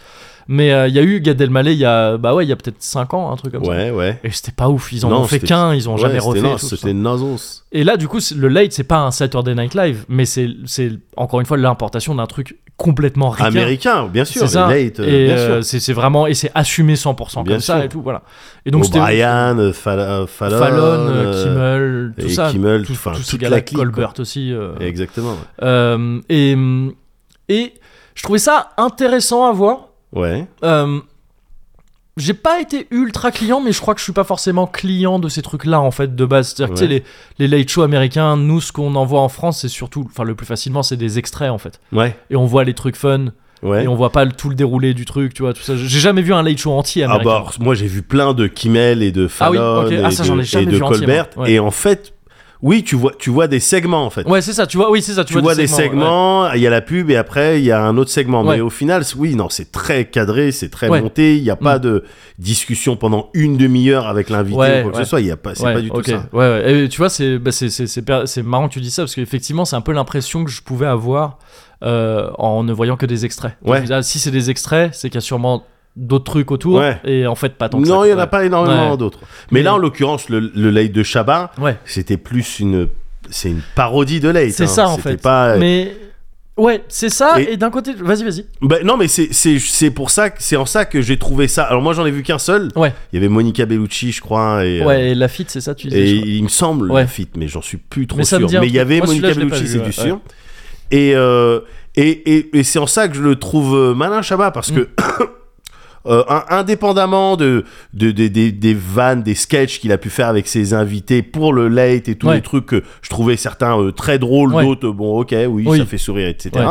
Speaker 1: Mais euh, il y a eu Gad Elmaleh il y a, bah ouais, il y a peut-être 5 ans, un truc comme ça.
Speaker 2: ouais, ouais.
Speaker 1: Et c'était pas ouf, ils en
Speaker 2: Non,
Speaker 1: ont fait
Speaker 2: c'était-
Speaker 1: qu'un, ils ont
Speaker 2: Ouais,
Speaker 1: jamais
Speaker 2: c'était
Speaker 1: refait.
Speaker 2: naze,
Speaker 1: tout, tout ça.
Speaker 2: C'était Nazos.
Speaker 1: Et là, du coup, c'est- le late, c'est pas un Saturday Night Live, mais c'est, c'est encore une fois l'importation d'un truc complètement ricain.
Speaker 2: Américain, bien sûr.
Speaker 1: C'est ça.
Speaker 2: les Late, euh,
Speaker 1: et
Speaker 2: bien
Speaker 1: euh,
Speaker 2: sûr.
Speaker 1: c'est, c'est vraiment, et c'est assumé 100%
Speaker 2: Bien
Speaker 1: comme ça
Speaker 2: sûr.
Speaker 1: et tout, voilà. Et donc c'était
Speaker 2: Brian, Fallon, Fallon,
Speaker 1: Fallon,
Speaker 2: euh,
Speaker 1: Kimmel, tout
Speaker 2: et
Speaker 1: ça.
Speaker 2: Kimmel,
Speaker 1: tout,
Speaker 2: enfin,
Speaker 1: tous ces
Speaker 2: toute
Speaker 1: gars-là,
Speaker 2: la clique, quoi.
Speaker 1: Colbert aussi. euh,
Speaker 2: Exactement. ouais.
Speaker 1: Euh, et, et je trouvais ça intéressant à voir.
Speaker 2: Ouais.
Speaker 1: Euh, j'ai pas été ultra client, mais je crois que je suis pas forcément client de ces trucs-là en fait de base. C'est-à-dire que tu sais,
Speaker 2: Ouais.
Speaker 1: les, les late shows américains, nous ce qu'on en voit en France, c'est surtout, enfin le plus facilement, c'est des extraits en fait.
Speaker 2: Ouais.
Speaker 1: Et on voit les trucs fun,
Speaker 2: Ouais. Ah
Speaker 1: et on voit pas le, tout le déroulé du truc, tu vois, tout ça. J'ai jamais vu un late show entier
Speaker 2: Ah
Speaker 1: américain.
Speaker 2: bah, moi j'ai vu plein de Kimmel et de
Speaker 1: Ah oui,
Speaker 2: Fallon
Speaker 1: ok.
Speaker 2: et,
Speaker 1: Ah, ça, j'en ai
Speaker 2: de,
Speaker 1: jamais
Speaker 2: et de
Speaker 1: vu entier,
Speaker 2: Colbert
Speaker 1: moi. Ouais.
Speaker 2: et en fait oui tu vois tu vois des segments en fait.
Speaker 1: Ouais, c'est ça. Tu vois, oui, c'est ça.
Speaker 2: Tu, vois des
Speaker 1: ouais.
Speaker 2: segments, il y a la pub et après il y a un autre segment.
Speaker 1: Ouais.
Speaker 2: Mais au final, c- oui, non, c'est très cadré, c'est très
Speaker 1: Ouais.
Speaker 2: monté. Il n'y a pas
Speaker 1: Mm.
Speaker 2: de discussion pendant une demi-heure avec l'invité
Speaker 1: Ouais,
Speaker 2: ou quoi que
Speaker 1: ouais.
Speaker 2: ce soit. Il y a pas, c'est
Speaker 1: Ouais,
Speaker 2: pas du
Speaker 1: ok.
Speaker 2: tout ça.
Speaker 1: Ouais, ouais. Et tu vois, c'est bah, c'est- c'est- c'est per- c'est marrant que tu dis ça parce qu'effectivement, c'est un peu l'impression que je pouvais avoir euh, en ne voyant que des extraits.
Speaker 2: Ouais.
Speaker 1: Je me disais, ah, si c'est des extraits, c'est qu'il y a sûrement d'autres trucs autour
Speaker 2: Ouais.
Speaker 1: et en fait pas tant que ça.
Speaker 2: non, il n'y en
Speaker 1: Ouais.
Speaker 2: a pas énormément
Speaker 1: Ouais.
Speaker 2: d'autres. Mais,
Speaker 1: Mais-
Speaker 2: là, en l'occurrence, le, le late de Chabat,
Speaker 1: Ouais.
Speaker 2: c'était plus une, c'est une parodie de late.
Speaker 1: C'est
Speaker 2: hein.
Speaker 1: ça en
Speaker 2: C'était
Speaker 1: fait.
Speaker 2: Pas...
Speaker 1: Mais ouais, c'est ça. Et,
Speaker 2: Et-
Speaker 1: d'un côté, vas-y, vas-y.
Speaker 2: Ben, non, mais c'est- c'est c'est pour ça, que- c'est en ça que j'ai trouvé ça. Alors moi, j'en ai vu qu'un seul.
Speaker 1: Ouais.
Speaker 2: Il y avait Monica Bellucci, je crois, et, euh,
Speaker 1: Ouais, et la fit, c'est ça, tu disais.
Speaker 2: et
Speaker 1: je crois.
Speaker 2: il me semble
Speaker 1: Ouais.
Speaker 2: la fit, mais j'en suis plus trop
Speaker 1: Mais ça me
Speaker 2: sûr.
Speaker 1: dit un
Speaker 2: Mais il y
Speaker 1: truc.
Speaker 2: avait
Speaker 1: Moi,
Speaker 2: Monica
Speaker 1: celui-là, je l'ai pas
Speaker 2: Bellucci,
Speaker 1: vu,
Speaker 2: c'est
Speaker 1: ouais,
Speaker 2: du sûr. Et, euh, et et, et c'est en ça que je le trouve euh, malin, Chabat, parce
Speaker 1: Mm.
Speaker 2: que. [COUGHS] euh, un- indépendamment de, de, des- des- des vannes, des sketchs qu'il a pu faire avec ses invités pour le late et tous
Speaker 1: Ouais.
Speaker 2: les trucs que je trouvais certains euh, très drôles,
Speaker 1: Ouais.
Speaker 2: d'autres, bon, ok, oui,
Speaker 1: Oui.
Speaker 2: ça fait sourire, etc.
Speaker 1: Ouais.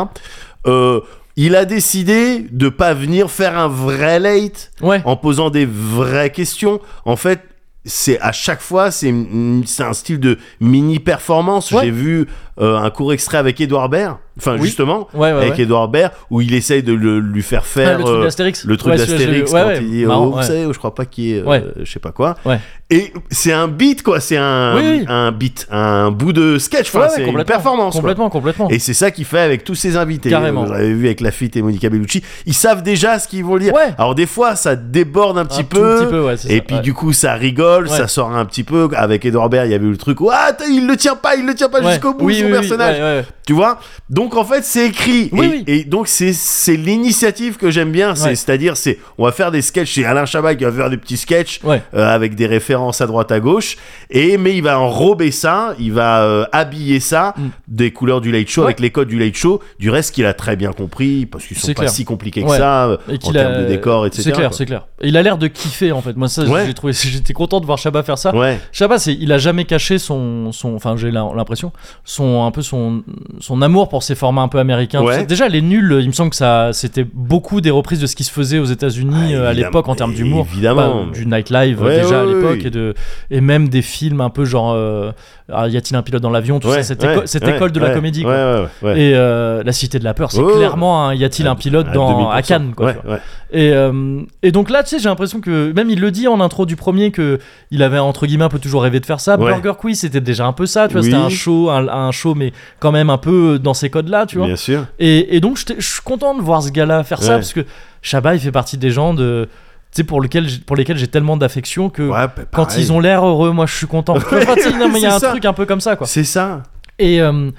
Speaker 2: Euh, il a décidé de pas venir faire un vrai late
Speaker 1: Ouais.
Speaker 2: en posant des vraies questions. En fait, c'est à chaque fois, c'est une- c'est un style de mini performance.
Speaker 1: Ouais.
Speaker 2: J'ai vu euh, un court extrait avec Edouard Baird, enfin
Speaker 1: Oui.
Speaker 2: justement,
Speaker 1: Ouais, ouais,
Speaker 2: avec
Speaker 1: ouais.
Speaker 2: Edouard Baird, où il essaye de le- lui faire
Speaker 1: Ah,
Speaker 2: faire
Speaker 1: le truc
Speaker 2: euh,
Speaker 1: d'Astérix.
Speaker 2: le truc
Speaker 1: Ouais, celui-là, j'ai vu.
Speaker 2: d'Astérix
Speaker 1: Ouais,
Speaker 2: quand
Speaker 1: ouais,
Speaker 2: il dit
Speaker 1: marrant,
Speaker 2: oh, vous
Speaker 1: ouais.
Speaker 2: savez, je crois pas qu'il y ait euh,
Speaker 1: Ouais.
Speaker 2: je sais pas quoi
Speaker 1: Ouais.
Speaker 2: et c'est un beat quoi c'est un
Speaker 1: Oui, oui.
Speaker 2: un beat un bout de sketch enfin
Speaker 1: Ouais, ouais,
Speaker 2: c'est une
Speaker 1: complètement,
Speaker 2: performance quoi.
Speaker 1: Complètement, complètement.
Speaker 2: et c'est ça qu'il fait avec tous ses invités
Speaker 1: Carrément.
Speaker 2: vous l'avez vu avec Lafitte et Monica Bellucci ils savent déjà ce qu'ils vont dire
Speaker 1: Ouais.
Speaker 2: alors des fois ça déborde un petit
Speaker 1: Un tout
Speaker 2: peu
Speaker 1: petit peu, ouais, c'est
Speaker 2: et
Speaker 1: ça,
Speaker 2: puis
Speaker 1: ouais.
Speaker 2: du coup ça rigole,
Speaker 1: Ouais.
Speaker 2: ça sort un petit peu. Avec Edouard Baird, il y avait eu le truc, ah t'as- il le tient pas, il le tient pas
Speaker 1: Ouais.
Speaker 2: jusqu'au bout
Speaker 1: Oui,
Speaker 2: son
Speaker 1: oui, oui,
Speaker 2: personnage.
Speaker 1: ouais, ouais.
Speaker 2: Tu vois Donc en fait, c'est écrit.
Speaker 1: Oui,
Speaker 2: et,
Speaker 1: oui.
Speaker 2: et donc c'est c'est l'initiative que j'aime bien. C'est-
Speaker 1: Ouais.
Speaker 2: C'est-à-dire, c'est on va faire des sketchs. C'est Alain Chabat qui va faire des petits sketchs
Speaker 1: Ouais.
Speaker 2: euh, avec des références à droite à gauche. Et mais il va enrober ça, il va euh, habiller ça
Speaker 1: Mm.
Speaker 2: des couleurs du late show
Speaker 1: Ouais.
Speaker 2: avec les codes du late show. Du reste, qu'il a très bien compris parce qu'ils sont
Speaker 1: C'est
Speaker 2: pas
Speaker 1: clair.
Speaker 2: si compliqués que
Speaker 1: Ouais.
Speaker 2: ça euh,
Speaker 1: Et
Speaker 2: en
Speaker 1: qu'il a-
Speaker 2: termes de décor, etc.
Speaker 1: C'est clair,
Speaker 2: quoi.
Speaker 1: c'est clair. Et il a l'air de kiffer en fait. Moi, ça,
Speaker 2: Ouais.
Speaker 1: j'ai trouvé. [LAUGHS] J'étais content de voir Chabat faire ça.
Speaker 2: Ouais,
Speaker 1: Chabat, c'est, il a jamais caché son, son enfin j'ai l'im- l'impression, son un peu son, son amour pour ces formats un peu américains.
Speaker 2: Ouais.
Speaker 1: Tu sais, Déjà les nuls, il me semble que ça, c'était beaucoup des reprises de ce qui se faisait aux États-Unis
Speaker 2: Ah,
Speaker 1: euh, à
Speaker 2: évidemment,
Speaker 1: l'époque en termes d'humour,
Speaker 2: évidemment.
Speaker 1: Bah, du nightlife euh,
Speaker 2: Ouais,
Speaker 1: déjà à
Speaker 2: ouais,
Speaker 1: l'époque
Speaker 2: ouais.
Speaker 1: et de et même des films un peu genre euh, ah, y a-t-il un pilote dans l'avion, tout ça,
Speaker 2: Ouais,
Speaker 1: cette,
Speaker 2: ouais,
Speaker 1: éco- cette
Speaker 2: ouais,
Speaker 1: école de la
Speaker 2: ouais,
Speaker 1: comédie.
Speaker 2: Ouais,
Speaker 1: quoi.
Speaker 2: ouais, ouais.
Speaker 1: Et euh, la cité de la peur, c'est
Speaker 2: Ouais, ouais.
Speaker 1: clairement un y a-t-il un pilote
Speaker 2: À
Speaker 1: dans, à
Speaker 2: 2000%.
Speaker 1: Cannes quoi. tu
Speaker 2: Ouais,
Speaker 1: vois.
Speaker 2: ouais.
Speaker 1: Et, euh, et donc là, tu sais, j'ai l'impression que même il le dit en intro du premier que il avait entre guillemets un peu toujours rêvé de faire ça.
Speaker 2: Ouais.
Speaker 1: Burger Quiz, c'était déjà un peu ça, tu vois,
Speaker 2: Oui.
Speaker 1: c'était un show, un, un show, mais quand même un peu dans ces codes-là, tu vois.
Speaker 2: Bien sûr.
Speaker 1: Et, et donc j'étais- je suis content de voir ce gars-là faire ça
Speaker 2: Ouais.
Speaker 1: parce que Chabat, il fait partie des gens de, tu sais, pour lequel, j'ai- pour lesquels j'ai tellement d'affection que
Speaker 2: Ouais, bah,
Speaker 1: Euh, quand
Speaker 2: pareil.
Speaker 1: ils ont l'air heureux, moi, je
Speaker 2: [LAUGHS]
Speaker 1: suis content. Enfin, tu sais, non, mais il y a
Speaker 2: c'est
Speaker 1: un
Speaker 2: ça.
Speaker 1: truc un peu comme ça, quoi.
Speaker 2: C'est ça.
Speaker 1: Et, euh,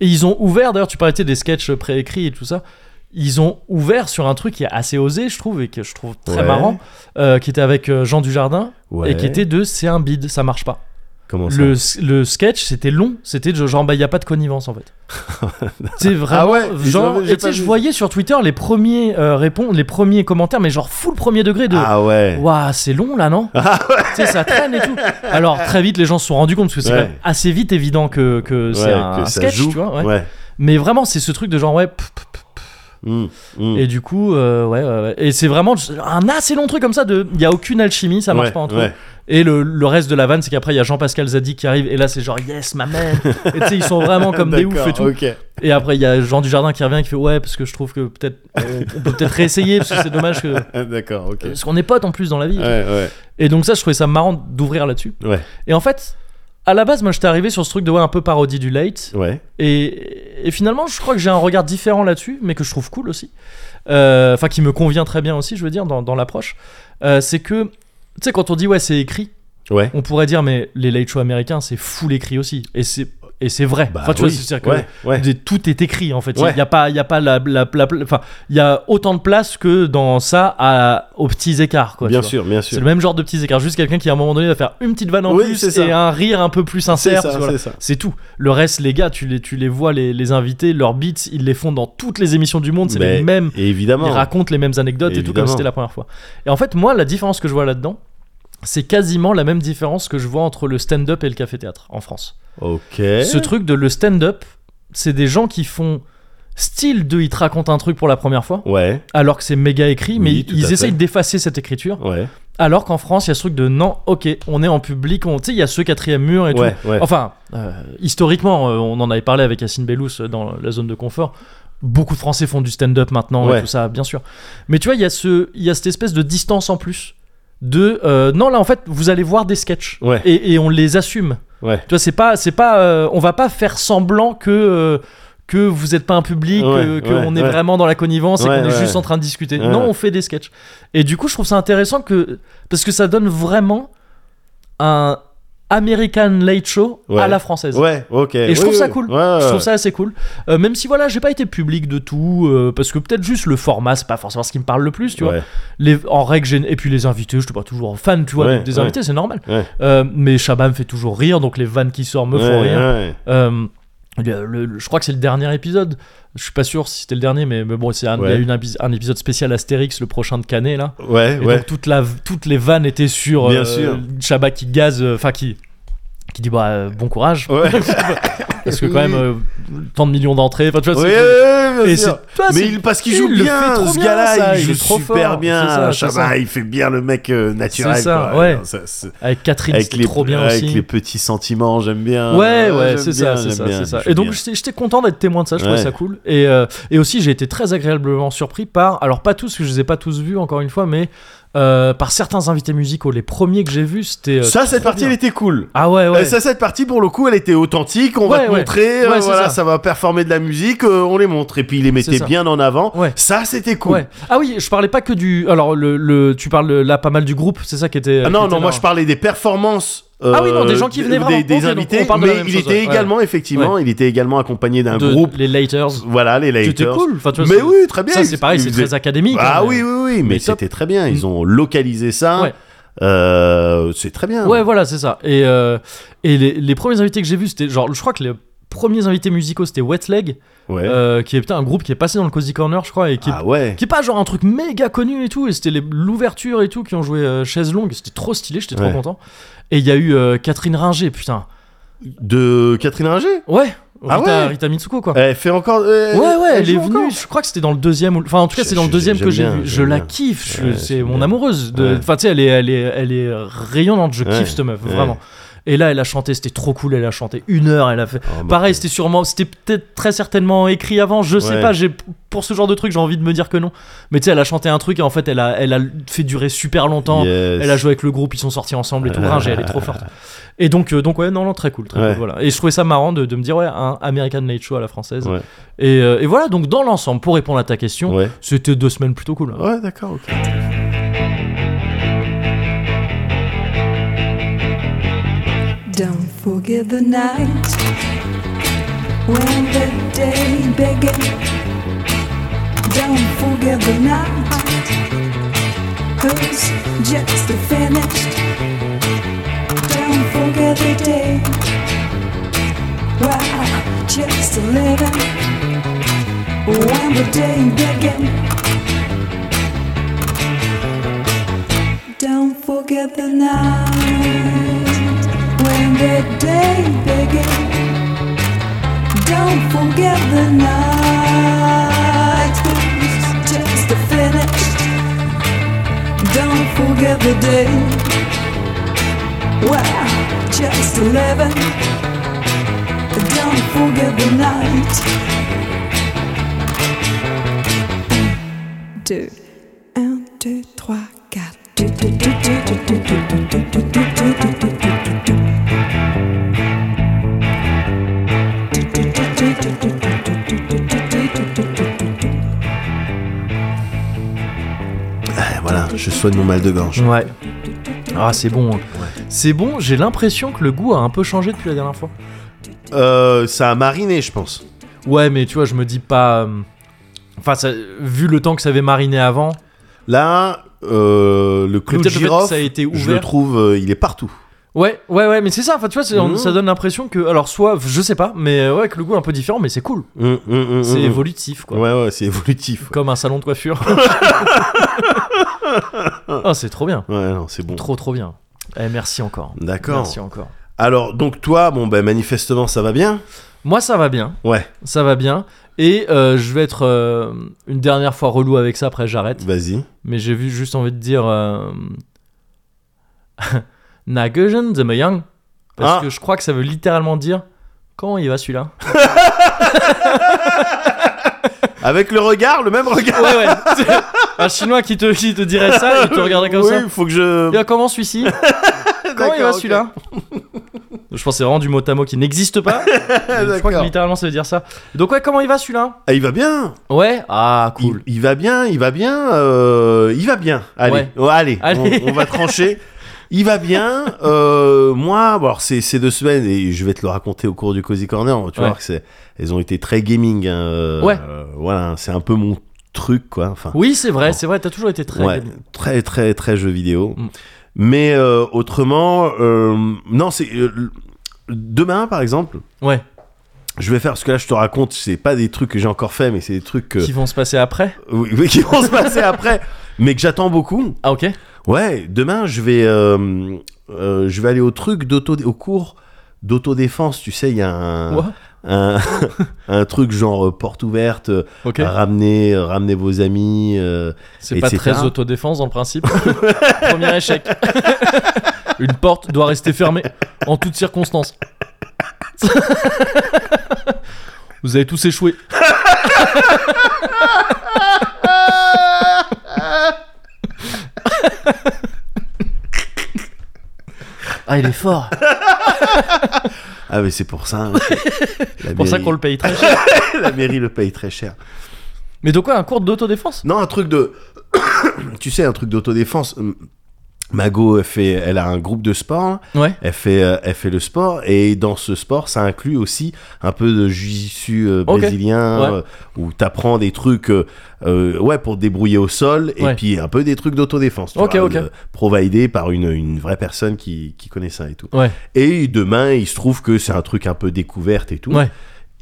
Speaker 1: et ils ont ouvert, d'ailleurs, tu parlais tu sais, des sketchs préécrits et tout ça. Ils ont ouvert sur un truc qui est assez osé, je trouve, et que je trouve très
Speaker 2: Ouais.
Speaker 1: marrant, euh, qui était avec euh, Jean Dujardin,
Speaker 2: Ouais.
Speaker 1: et qui était de C'est un bide, ça marche pas.
Speaker 2: Comment ça
Speaker 1: Le, le sketch, c'était long, c'était de genre, bah, il n'y a pas de connivence
Speaker 2: [LAUGHS]
Speaker 1: en fait. C'est vraiment.
Speaker 2: Ah ouais,
Speaker 1: genre,
Speaker 2: ils ont- j'ai
Speaker 1: et tu sais,
Speaker 2: pas
Speaker 1: je
Speaker 2: vu.
Speaker 1: voyais sur Twitter les premiers, euh, répons- les premiers commentaires, mais genre full premier degré de.
Speaker 2: Ah ouais. Ah
Speaker 1: Ouah, c'est long
Speaker 2: [LAUGHS]
Speaker 1: là, non Tu sais, ça traîne et tout. Alors, très vite, les gens se sont rendus compte, parce que c'est
Speaker 2: Ouais.
Speaker 1: quand même assez vite évident que, que c'est
Speaker 2: Ouais,
Speaker 1: un
Speaker 2: que ça
Speaker 1: sketch,
Speaker 2: joue.
Speaker 1: tu vois. ouais.
Speaker 2: Ouais.
Speaker 1: Mais vraiment, c'est ce truc de genre, ouais. pff, pff, pff.
Speaker 2: Mm, mm.
Speaker 1: Et du coup, euh, ouais, ouais, ouais. Et c'est vraiment un assez long truc comme ça de. Il n'y a aucune alchimie, ça marche
Speaker 2: Ouais,
Speaker 1: pas entre
Speaker 2: ouais.
Speaker 1: eux. Et le, le reste de la vanne, c'est qu'après, il y a Jean-Pascal Zadi qui arrive, et là, c'est genre, yes, ma mère Et tu sais, ils sont vraiment [LAUGHS] comme des oufs
Speaker 2: D'accord,
Speaker 1: et tout.
Speaker 2: ok.
Speaker 1: Et après, il y a Jean Dujardin qui revient et qui fait, ouais, parce que je trouve que peut-être. On peut peut-être réessayer, parce que c'est dommage que.
Speaker 2: Ah, D'accord, ok.
Speaker 1: Parce qu'on est potes en plus dans la vie.
Speaker 2: Ouais, ouais.
Speaker 1: Et donc ça, je trouvais ça marrant d'ouvrir là-dessus.
Speaker 2: Ouais,
Speaker 1: Et en fait, à la base, moi, j'étais arrivé sur ce truc de ouais, un peu parodie du late.
Speaker 2: ouais.
Speaker 1: Et, et finalement, je crois que j'ai un regard différent là-dessus, mais que je trouve cool aussi. Euh, Enfin, qui me convient très bien aussi, je veux dire, dans, dans l'approche. Euh, c'est que, tu sais, quand on dit ouais, c'est écrit,
Speaker 2: Ouais.
Speaker 1: on pourrait dire, mais les late shows américains, c'est full écrit aussi. Et c'est. Et c'est vrai.
Speaker 2: Bah
Speaker 1: Enfin, tu
Speaker 2: oui.
Speaker 1: vois, c'est-à-dire que
Speaker 2: ouais, ouais.
Speaker 1: des- tout est écrit en fait. Il
Speaker 2: Ouais.
Speaker 1: y a pas, il y a pas la, la, la- la- enfin, il y a autant de place que dans ça à, aux petits écarts quoi.
Speaker 2: bien
Speaker 1: bah, tu
Speaker 2: sûr,
Speaker 1: vois.
Speaker 2: bien
Speaker 1: C'est
Speaker 2: sûr.
Speaker 1: le même genre de petits écarts, juste quelqu'un qui à un moment donné va faire une petite vanne en
Speaker 2: Oui, c'est
Speaker 1: plus
Speaker 2: ça.
Speaker 1: et un rire un peu plus sincère. parce que voilà.
Speaker 2: ça.
Speaker 1: C'est tout. Le reste, les gars, tu les, tu les vois, les, les invités, leurs beats, ils les font dans toutes les émissions du monde, c'est
Speaker 2: Mais
Speaker 1: les mêmes.
Speaker 2: Évidemment.
Speaker 1: Ils racontent les mêmes anecdotes et tout comme
Speaker 2: Évidemment.
Speaker 1: c'était la première fois. Et en fait, moi, la différence que je vois là-dedans, c'est quasiment la même différence que je vois entre le stand-up et le café-théâtre en France
Speaker 2: Ok.
Speaker 1: ce truc de le stand-up, c'est des gens qui font style de ils te racontent un truc pour la première fois,
Speaker 2: Ouais,
Speaker 1: alors que c'est méga écrit, mais
Speaker 2: Oui, tout
Speaker 1: ils
Speaker 2: à fait.
Speaker 1: essayent d'effacer cette écriture.
Speaker 2: ouais,
Speaker 1: Alors qu'en France, il y a ce truc de non, ok, on est en public, on, tu sais, il y a ce quatrième mur et
Speaker 2: ouais,
Speaker 1: tout.
Speaker 2: ouais.
Speaker 1: Enfin, euh, historiquement, euh, on en avait parlé avec Yacine Bellous euh, dans la zone de confort. Beaucoup de Français font du stand-up maintenant et
Speaker 2: Ouais.
Speaker 1: tout ça, bien sûr. Mais tu vois, il y, a ce, il y a cette espèce de distance en plus. De euh, non, là en fait, vous allez voir des sketchs
Speaker 2: Ouais.
Speaker 1: et, et on les assume.
Speaker 2: Ouais.
Speaker 1: Tu vois, c'est pas, c'est pas, euh, on va pas faire semblant que euh, que vous êtes pas un public,
Speaker 2: Ouais,
Speaker 1: euh, que
Speaker 2: ouais,
Speaker 1: on est
Speaker 2: ouais.
Speaker 1: vraiment dans la connivence et
Speaker 2: Ouais,
Speaker 1: qu'on est
Speaker 2: ouais.
Speaker 1: juste en train de discuter.
Speaker 2: Ouais.
Speaker 1: Non, on fait des sketchs. Et du coup, je trouve ça intéressant que parce que ça donne vraiment un American Late Show à
Speaker 2: Ouais.
Speaker 1: la française.
Speaker 2: Ouais, ok.
Speaker 1: Et je
Speaker 2: Oui,
Speaker 1: trouve ça
Speaker 2: oui.
Speaker 1: cool.
Speaker 2: Ouais, ouais.
Speaker 1: Je trouve ça assez cool. Euh, même si voilà, j'ai pas été public de tout, euh, parce que peut-être juste le format, c'est pas forcément ce qui me parle le plus, tu vois
Speaker 2: Ouais.
Speaker 1: les, en règle gén- et puis les invités je suis pas toujours fan tu vois
Speaker 2: Ouais,
Speaker 1: des
Speaker 2: ouais.
Speaker 1: invités c'est normal
Speaker 2: Ouais.
Speaker 1: Euh, mais Chabat me fait toujours rire donc les vannes qui sortent me font
Speaker 2: Ouais,
Speaker 1: rire
Speaker 2: ouais.
Speaker 1: Euh, le- le- le- je crois que c'est le dernier épisode je suis pas sûr si c'était le dernier mais, mais bon c'est un, il y a
Speaker 2: Ouais.
Speaker 1: eu un, épi- un épisode spécial Astérix le prochain de Canet là
Speaker 2: Ouais,
Speaker 1: et
Speaker 2: ouais.
Speaker 1: donc toute la, toutes les vannes étaient sur euh,
Speaker 2: Bien sûr.
Speaker 1: Chabat qui gaze euh, enfin qui qui dit bah euh, bon courage [LAUGHS]
Speaker 2: Ouais.
Speaker 1: parce que quand même euh, tant de millions d'entrées enfin tu vois
Speaker 2: Ouais,
Speaker 1: c'est-
Speaker 2: ouais, ouais, bien
Speaker 1: et
Speaker 2: sûr.
Speaker 1: c'est- tu vois,
Speaker 2: Mais
Speaker 1: c'est-
Speaker 2: il, parce qu'il
Speaker 1: il
Speaker 2: joue
Speaker 1: le fait
Speaker 2: bien,
Speaker 1: trop
Speaker 2: ce
Speaker 1: bien,
Speaker 2: gars-là,
Speaker 1: ça,
Speaker 2: il
Speaker 1: il
Speaker 2: joue
Speaker 1: est trop
Speaker 2: super
Speaker 1: fort,
Speaker 2: bien.
Speaker 1: c'est ça, c'est
Speaker 2: Chabat,
Speaker 1: ça.
Speaker 2: il fait bien le mec euh, naturel.
Speaker 1: C'est ça,
Speaker 2: quoi.
Speaker 1: ouais.
Speaker 2: Non, ça, c'est-
Speaker 1: avec Catherine
Speaker 2: Avec
Speaker 1: c'était
Speaker 2: les,
Speaker 1: trop bien
Speaker 2: avec
Speaker 1: aussi
Speaker 2: les petits sentiments, j'aime bien.
Speaker 1: Ouais, ouais,
Speaker 2: j'aime
Speaker 1: c'est
Speaker 2: bien,
Speaker 1: ça, c'est
Speaker 2: j'aime
Speaker 1: ça,
Speaker 2: bien,
Speaker 1: c'est ça.
Speaker 2: j'aime
Speaker 1: Et donc
Speaker 2: bien.
Speaker 1: j'étais j'étais content d'être témoin de ça, je
Speaker 2: Ouais.
Speaker 1: trouvais ça cool. Et, euh, et aussi j'ai été très agréablement surpris par, alors pas tous, parce que je les ai pas tous vus encore une fois, mais euh, par certains invités musicaux. Les premiers que j'ai vus, c'était. euh,
Speaker 2: ça, cette
Speaker 1: trop
Speaker 2: partie,
Speaker 1: bien.
Speaker 2: elle était cool.
Speaker 1: Ah ouais, ouais.
Speaker 2: Euh, Ça, cette partie, pour le coup, elle était authentique. On va
Speaker 1: Ouais,
Speaker 2: te
Speaker 1: ouais.
Speaker 2: montrer, euh,
Speaker 1: Ouais, c'est
Speaker 2: voilà, ça.
Speaker 1: ça.
Speaker 2: va performer de la musique, euh, on les montre. Et puis, il les mettait
Speaker 1: ça.
Speaker 2: bien en avant.
Speaker 1: Ouais.
Speaker 2: Ça, c'était cool.
Speaker 1: Ouais. Ah oui, je parlais pas que du. Alors, le, le- tu parles là pas mal du groupe, c'est ça qui était.
Speaker 2: Ah
Speaker 1: qui
Speaker 2: non,
Speaker 1: était
Speaker 2: non, moi
Speaker 1: là.
Speaker 2: je parlais des performances. euh,
Speaker 1: Ah oui, non, des gens qui venaient
Speaker 2: des-
Speaker 1: vraiment.
Speaker 2: Des, des
Speaker 1: Ok, donc
Speaker 2: invités,
Speaker 1: on parle de la
Speaker 2: mais
Speaker 1: même
Speaker 2: il
Speaker 1: chose,
Speaker 2: était
Speaker 1: ouais.
Speaker 2: également, effectivement, il était également accompagné d'un
Speaker 1: De-
Speaker 2: groupe.
Speaker 1: Les Lighters.
Speaker 2: Voilà, les Lighters.
Speaker 1: C'était cool. Enfin, tu vois,
Speaker 2: Mais
Speaker 1: c'est-
Speaker 2: oui, très bien.
Speaker 1: Ça,
Speaker 2: ils-
Speaker 1: c'est pareil,
Speaker 2: ils
Speaker 1: c'est
Speaker 2: faisaient-
Speaker 1: très académique.
Speaker 2: Ah
Speaker 1: hein,
Speaker 2: oui,
Speaker 1: mais-
Speaker 2: oui, oui, mais,
Speaker 1: mais top.
Speaker 2: c'était très bien. Ils ont localisé ça.
Speaker 1: Ouais.
Speaker 2: Euh, c'est très bien.
Speaker 1: Ouais, voilà, c'est ça. Et, euh, et les, les premiers invités que j'ai vus, c'était genre, je crois que les premiers invités musicaux, c'était Wet Leg,
Speaker 2: Ouais.
Speaker 1: euh, qui est putain, un groupe qui est passé dans le Cozy Corner, je crois, et qui, est-
Speaker 2: ah ouais.
Speaker 1: qui est pas genre un truc méga connu et tout. Et c'était les- l'ouverture et tout qui ont joué euh, chaise longue. C'était trop stylé, j'étais
Speaker 2: Ouais.
Speaker 1: trop content. Et il y a eu euh, Catherine Ringer, putain.
Speaker 2: De Catherine Ringer
Speaker 1: Ouais,
Speaker 2: Ah
Speaker 1: Rita,
Speaker 2: ouais
Speaker 1: Rita Mitsuko, quoi.
Speaker 2: Elle fait encore. euh,
Speaker 1: Ouais, ouais, elle,
Speaker 2: joue
Speaker 1: est venue,
Speaker 2: encore.
Speaker 1: je crois que c'était dans le deuxième, ou- enfin en tout cas
Speaker 2: Je-
Speaker 1: c'est dans le
Speaker 2: je-
Speaker 1: deuxième
Speaker 2: j'aime
Speaker 1: que j'ai
Speaker 2: bien,
Speaker 1: vu. Je
Speaker 2: j'aime
Speaker 1: la
Speaker 2: bien.
Speaker 1: kiffe, je-
Speaker 2: Ouais,
Speaker 1: c'est
Speaker 2: j'aime
Speaker 1: mon
Speaker 2: bien.
Speaker 1: amoureuse. de-
Speaker 2: Ouais.
Speaker 1: Enfin tu sais, elle est, elle, est, elle est rayonnante, je
Speaker 2: Ouais,
Speaker 1: kiffe cette meuf,
Speaker 2: ouais.
Speaker 1: vraiment. Et là elle a chanté, c'était trop cool, elle a chanté une heure, elle a fait.
Speaker 2: Oh, bah,
Speaker 1: Pareil, c'était sûrement, c'était peut-être très certainement écrit avant, je sais
Speaker 2: Ouais.
Speaker 1: pas, j'ai pour ce genre de truc j'ai envie de me dire que non. Mais tu sais, elle a chanté un truc et en fait elle a, elle a fait durer super longtemps.
Speaker 2: yes.
Speaker 1: Elle a joué avec le groupe, ils sont sortis ensemble et tout. Ringer, elle est
Speaker 2: [LAUGHS]
Speaker 1: trop forte. Et donc, euh, donc ouais, non, non, très cool, très
Speaker 2: Ouais.
Speaker 1: cool, voilà. Et je trouvais ça marrant de, de me dire, ouais, un American Night Show à la française.
Speaker 2: Ouais.
Speaker 1: Et, euh, et voilà, donc dans l'ensemble, pour répondre à ta question,
Speaker 2: Ouais.
Speaker 1: c'était deux semaines plutôt cool.
Speaker 2: Ouais, d'accord, ok.
Speaker 4: Don't forget the night when the day began. Don't forget the night, cause just finished. Don't forget the day, we're just living. When the day began, don't forget the night when the day began. Don't forget the night, it's just finished. Don't forget the day, we're just living. Don't forget the night. Deux, un, deux, trois, quatre.
Speaker 2: Eh, voilà, je soigne mon mal de gorge.
Speaker 1: Ouais. Ah, c'est bon. hein. C'est bon, j'ai l'impression que le goût a un peu changé depuis la dernière fois.
Speaker 2: Euh, ça a mariné, je pense.
Speaker 1: Ouais, mais tu vois, je me dis pas. euh, Enfin, ça- vu le temps que ça avait mariné avant,
Speaker 2: Là, euh, le clou de
Speaker 1: peut-être le fait que
Speaker 2: girofle,
Speaker 1: ça a été
Speaker 2: je le
Speaker 1: ouvert.
Speaker 2: trouve, euh, il est partout.
Speaker 1: Ouais, ouais, ouais, mais c'est ça, enfin, tu vois, c'est- on-
Speaker 2: Mhm.
Speaker 1: ça donne l'impression que, alors, soit, je sais pas, mais euh, ouais, que le goût est un peu différent, mais c'est cool.
Speaker 2: Hum, hum, hum,
Speaker 1: C'est
Speaker 2: hum.
Speaker 1: évolutif, quoi.
Speaker 2: Ouais, ouais, c'est évolutif.
Speaker 1: Comme un salon
Speaker 2: [LAUGHS]
Speaker 1: de coiffure. Ah, c'est trop bien.
Speaker 2: Ouais, non, c'est bon.
Speaker 1: Trop, trop bien. Eh, merci encore.
Speaker 2: D'accord.
Speaker 1: Merci encore.
Speaker 2: Alors, donc toi, bon, ben manifestement, ça va bien.
Speaker 1: Moi, ça va bien.
Speaker 2: Ouais,
Speaker 1: Ça va bien. Et euh, je vais être euh, une dernière fois relou avec ça, après j'arrête.
Speaker 2: vas-y.
Speaker 1: Mais j'ai vu juste envie de dire. Euh... [LAUGHS] Nageusen de Meyang. Parce
Speaker 2: Ah.
Speaker 1: que je crois que ça veut littéralement dire. Quand il
Speaker 2: [LAUGHS]
Speaker 1: va celui-là
Speaker 2: Avec le regard, le même regard.
Speaker 1: Ouais, ouais. un chinois qui te, qui te dirait ça, il te regarderait comme
Speaker 2: oui,
Speaker 1: ça.
Speaker 2: faut que je.
Speaker 1: Il comment celui-ci Comment
Speaker 2: [LAUGHS]
Speaker 1: il
Speaker 2: D'accord,
Speaker 1: va
Speaker 2: ok.
Speaker 1: celui-là Je pense que c'est vraiment du mot à mot qui
Speaker 2: [LAUGHS]
Speaker 1: n'existe pas. je crois que
Speaker 2: D'accord.
Speaker 1: littéralement ça veut dire ça. Donc ouais, comment il va celui-là
Speaker 2: Ah, il va bien.
Speaker 1: Ouais. Ah
Speaker 2: Il-
Speaker 1: cool.
Speaker 2: Il, va bien, il va bien, euh, il va bien. Allez,
Speaker 1: Ouais.
Speaker 2: oh, allez,
Speaker 1: Allez.
Speaker 2: On, on va trancher. Il va bien. euh, moi, bon, alors, ces, ces deux semaines, et je vais te le raconter au cours du Cozy Corner, tu
Speaker 1: Ouais.
Speaker 2: vois que c'est, elles ont été très gaming. hein, euh,
Speaker 1: Ouais.
Speaker 2: euh, voilà, c'est un peu mon truc, quoi. Enfin,
Speaker 1: Oui, c'est vrai,
Speaker 2: Bon.
Speaker 1: c'est vrai. T'as toujours été très.
Speaker 2: ouais, très, très, très jeu vidéo.
Speaker 1: Mm.
Speaker 2: Mais euh, autrement, euh, non, c'est euh, l- demain, par exemple.
Speaker 1: Ouais.
Speaker 2: Je vais faire ce que là je te raconte, c'est pas des trucs que j'ai encore fait, mais c'est des trucs que-
Speaker 1: Qui vont se passer après
Speaker 2: [LAUGHS] oui, oui, qui vont se passer après, mais que j'attends beaucoup.
Speaker 1: Ah ok.
Speaker 2: Ouais, demain je vais, euh, euh, je vais aller au truc d'auto, au cours d'autodéfense, tu sais, il y a un,
Speaker 1: Ouah,
Speaker 2: un, [LAUGHS] un truc genre euh, porte ouverte, euh,
Speaker 1: ok.
Speaker 2: ramenez, euh, ramenez vos amis. euh,
Speaker 1: C'est pas
Speaker 2: etc.
Speaker 1: très autodéfense dans le principe. [LAUGHS] Premier échec. [LAUGHS] Une porte doit rester fermée en toutes circonstances. [LAUGHS] Vous avez tous échoué. Ah, il est fort.
Speaker 2: Ah, mais c'est pour ça. hein, que
Speaker 1: [LAUGHS]
Speaker 2: la
Speaker 1: C'est pour ça
Speaker 2: mairie-
Speaker 1: qu'on le paye très cher.
Speaker 2: [LAUGHS] la mairie le paye très cher.
Speaker 1: Mais de quoi un cours d'autodéfense
Speaker 2: Non, un truc de. [COUGHS] tu sais, un truc d'autodéfense. Mago, elle, fait, elle a un groupe de sport, là.
Speaker 1: Ouais.
Speaker 2: elle fait, euh, elle fait le sport, et dans ce sport, ça inclut aussi un peu de jiu-jitsu euh,
Speaker 1: Ok.
Speaker 2: brésilien,
Speaker 1: Ouais.
Speaker 2: euh, où t'apprends des trucs euh, euh, ouais, pour te débrouiller au sol, et
Speaker 1: Ouais.
Speaker 2: puis un peu des trucs d'autodéfense, tu
Speaker 1: Ok,
Speaker 2: vois,
Speaker 1: ok.
Speaker 2: euh, providés par une, une vraie personne qui, qui connaît ça et tout.
Speaker 1: Ouais.
Speaker 2: Et demain, il se trouve que c'est un truc un peu découverte et tout.
Speaker 1: Ouais.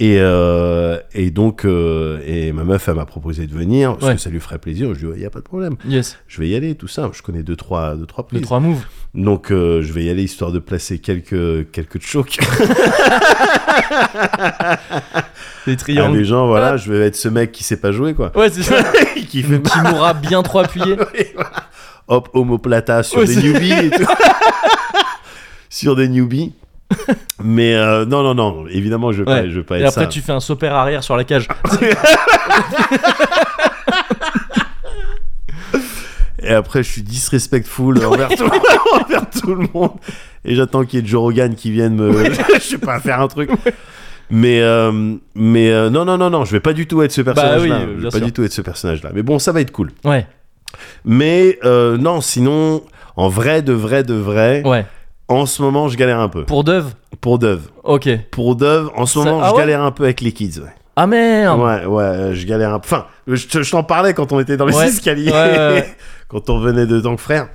Speaker 2: Et, euh, et donc, euh, et ma meuf, elle m'a proposé de venir, parce
Speaker 1: Ouais.
Speaker 2: que ça lui ferait plaisir. Je lui ai dit, il n'y a pas de problème,
Speaker 1: Yes.
Speaker 2: je vais y aller, tout ça. Je connais deux, trois, deux, trois
Speaker 1: Les
Speaker 2: prises.
Speaker 1: trois moves.
Speaker 2: Donc, euh, je vais y aller, histoire de placer quelques, quelques
Speaker 1: [LAUGHS]
Speaker 2: chocs
Speaker 1: Les
Speaker 2: à
Speaker 1: triangles.
Speaker 2: les gens. Voilà, je vais être ce mec qui sait pas jouer, quoi.
Speaker 1: Ah, Ouais, c'est ça.
Speaker 2: qui fait
Speaker 1: Ah. [LAUGHS] Qui mourra bien trop appuyé.
Speaker 2: Oui, voilà. Hop, homoplata sur
Speaker 1: Ouais,
Speaker 2: des
Speaker 1: c'est-
Speaker 2: newbies
Speaker 1: [LAUGHS]
Speaker 2: et tout. [LAUGHS] sur des newbies. Mais euh, non, non, non, évidemment, je ne
Speaker 1: Ouais.
Speaker 2: vais, pas- je vais pas
Speaker 1: Et
Speaker 2: être
Speaker 1: après,
Speaker 2: ça.
Speaker 1: tu fais un super arrière sur la cage.
Speaker 2: Et après, je suis disrespectful envers, tout, envers tout le monde. [LAUGHS] Et j'attends qu'il y ait Joe Rogan qui vienne me. [LAUGHS] je sais pas, faire un truc. Mais, euh, mais euh, non, non, non, non, je vais pas du tout être ce
Speaker 1: oui,
Speaker 2: personnage-là.
Speaker 1: euh,
Speaker 2: je
Speaker 1: bien
Speaker 2: vais pas
Speaker 1: sûr.
Speaker 2: du tout être ce personnage-là. Mais bon, ça va être cool.
Speaker 1: [LAUGHS] Ouais,
Speaker 2: Mais euh, non, sinon, en vrai, de vrai, de vrai,
Speaker 1: ouais.
Speaker 2: en ce moment, je galère un peu.
Speaker 1: Pour Dove
Speaker 2: Pour Dove.
Speaker 1: Ok.
Speaker 2: Pour Dove, en ce
Speaker 1: Ça-
Speaker 2: moment,
Speaker 1: ah
Speaker 2: je
Speaker 1: ouais
Speaker 2: galère un peu avec les kids. Ouais,
Speaker 1: Ah merde
Speaker 2: ouais, ouais, euh, je galère un peu. Enfin, je, te- je t'en parlais quand on était dans les
Speaker 1: Ouais.
Speaker 2: escaliers,
Speaker 1: Ouais, ouais, ouais.
Speaker 2: [LAUGHS] quand on venait de Tank Frère.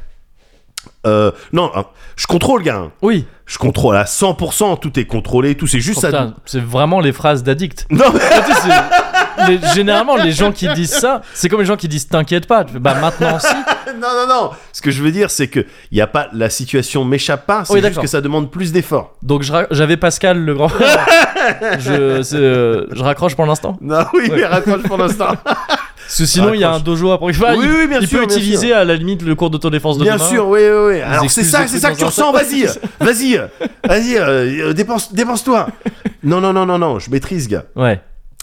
Speaker 2: Euh, non, hein, je contrôle, gars. hein.
Speaker 1: Oui.
Speaker 2: Je contrôle à 100%, tout est contrôlé, tout, c'est juste
Speaker 1: Oh,
Speaker 2: ça.
Speaker 1: putain, c'est vraiment les phrases d'addict.
Speaker 2: [LAUGHS] Non, mais-
Speaker 1: Tu sais, c'est- les- généralement, les gens qui disent ça, c'est comme les gens qui disent t'inquiète pas. Tu fais, Bah maintenant, si.
Speaker 2: non, non, non. Ce que je veux dire, c'est que y a pas, la situation m'échappe pas, c'est
Speaker 1: Oui,
Speaker 2: juste
Speaker 1: d'accord.
Speaker 2: que ça demande plus d'efforts.
Speaker 1: Donc je ra- j'avais Pascal, le
Speaker 2: [LAUGHS]
Speaker 1: grand frère. Je, c'est, euh, je raccroche pour l'instant.
Speaker 2: Non, [LAUGHS] oui,
Speaker 1: Ouais.
Speaker 2: mais raccroche pour
Speaker 1: [LAUGHS]
Speaker 2: l'instant.
Speaker 1: Parce que sinon, il y a un
Speaker 2: Raccroche.
Speaker 1: dojo après. Enfin,
Speaker 2: Oui,
Speaker 1: il,
Speaker 2: oui, bien
Speaker 1: il
Speaker 2: sûr,
Speaker 1: peut
Speaker 2: bien
Speaker 1: utiliser à la limite le cours d'autodéfense de
Speaker 2: Bien
Speaker 1: demain.
Speaker 2: sûr, oui, oui, oui. Alors c'est
Speaker 1: excuses
Speaker 2: ça,
Speaker 1: de
Speaker 2: c'est ça que tu
Speaker 1: dans un
Speaker 2: ressens.
Speaker 1: [LAUGHS]
Speaker 2: Vas-y, vas-y, vas-y, euh, euh, dépense, dépense-toi. Non, non, non, non, non. Je maîtrise, gars.
Speaker 1: Ouais.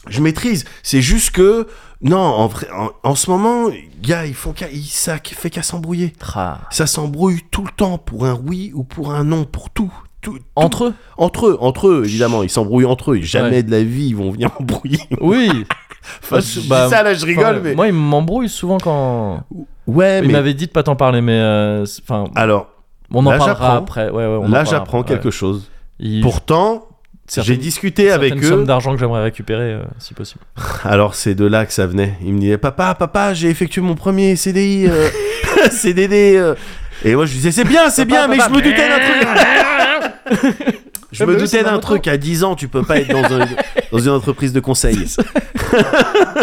Speaker 2: Je maîtrise. C'est juste que non, en, vrai- en, en ce moment, gars, il faut qu'à, il, ça fait qu'à s'embrouiller.
Speaker 1: Tra.
Speaker 2: Ça s'embrouille tout le temps pour un oui ou pour un non, pour tout. tout, tout.
Speaker 1: Entre eux
Speaker 2: entre eux, entre eux, évidemment, ils s'embrouillent entre eux. Jamais
Speaker 1: Ouais.
Speaker 2: de la vie, ils vont venir [LAUGHS] embrouiller.
Speaker 1: Oui.
Speaker 2: Enfin,
Speaker 1: Ouais,
Speaker 2: je dis
Speaker 1: bah,
Speaker 2: ça là, [LAUGHS] je rigole,
Speaker 1: Enfin,
Speaker 2: mais
Speaker 1: Moi, ils m'embrouillent souvent quand.
Speaker 2: ouais,
Speaker 1: Il
Speaker 2: mais
Speaker 1: m'avait dit de pas t'en parler, mais euh, c'est- enfin,
Speaker 2: alors
Speaker 1: on en
Speaker 2: là,
Speaker 1: parlera
Speaker 2: j'apprends.
Speaker 1: après. Ouais, ouais, on en
Speaker 2: là,
Speaker 1: parlera
Speaker 2: j'apprends
Speaker 1: après.
Speaker 2: quelque chose.
Speaker 1: Il-
Speaker 2: Pourtant,
Speaker 1: certaines-
Speaker 2: j'ai discuté avec
Speaker 1: certaines
Speaker 2: eux.
Speaker 1: sommes d'argent que j'aimerais récupérer, euh, si possible.
Speaker 2: Alors c'est de là que ça venait. Il me disait papa, papa, j'ai effectué mon premier CDI, euh, [LAUGHS] CDD. euh. Et moi je lui disais c'est bien, c'est bien,
Speaker 1: Papa,
Speaker 2: mais
Speaker 1: papa.
Speaker 2: je me doutais d'un truc.
Speaker 1: [LAUGHS]
Speaker 2: [LAUGHS] Je
Speaker 1: Eh ben
Speaker 2: me
Speaker 1: oui, c'est
Speaker 2: doutais
Speaker 1: ma
Speaker 2: d'un
Speaker 1: moto.
Speaker 2: truc. À 10 ans, tu peux pas être dans, un- dans une entreprise de conseil.
Speaker 1: [LAUGHS]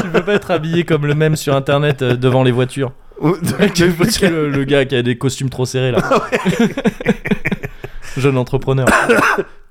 Speaker 1: tu peux pas être habillé comme le même sur internet euh, devant les voitures.
Speaker 2: [LAUGHS] Ou-
Speaker 1: Tu vois, c'est le, le gars qui a des costumes trop serrés là.
Speaker 2: Ah
Speaker 1: [LAUGHS] Jeune entrepreneur.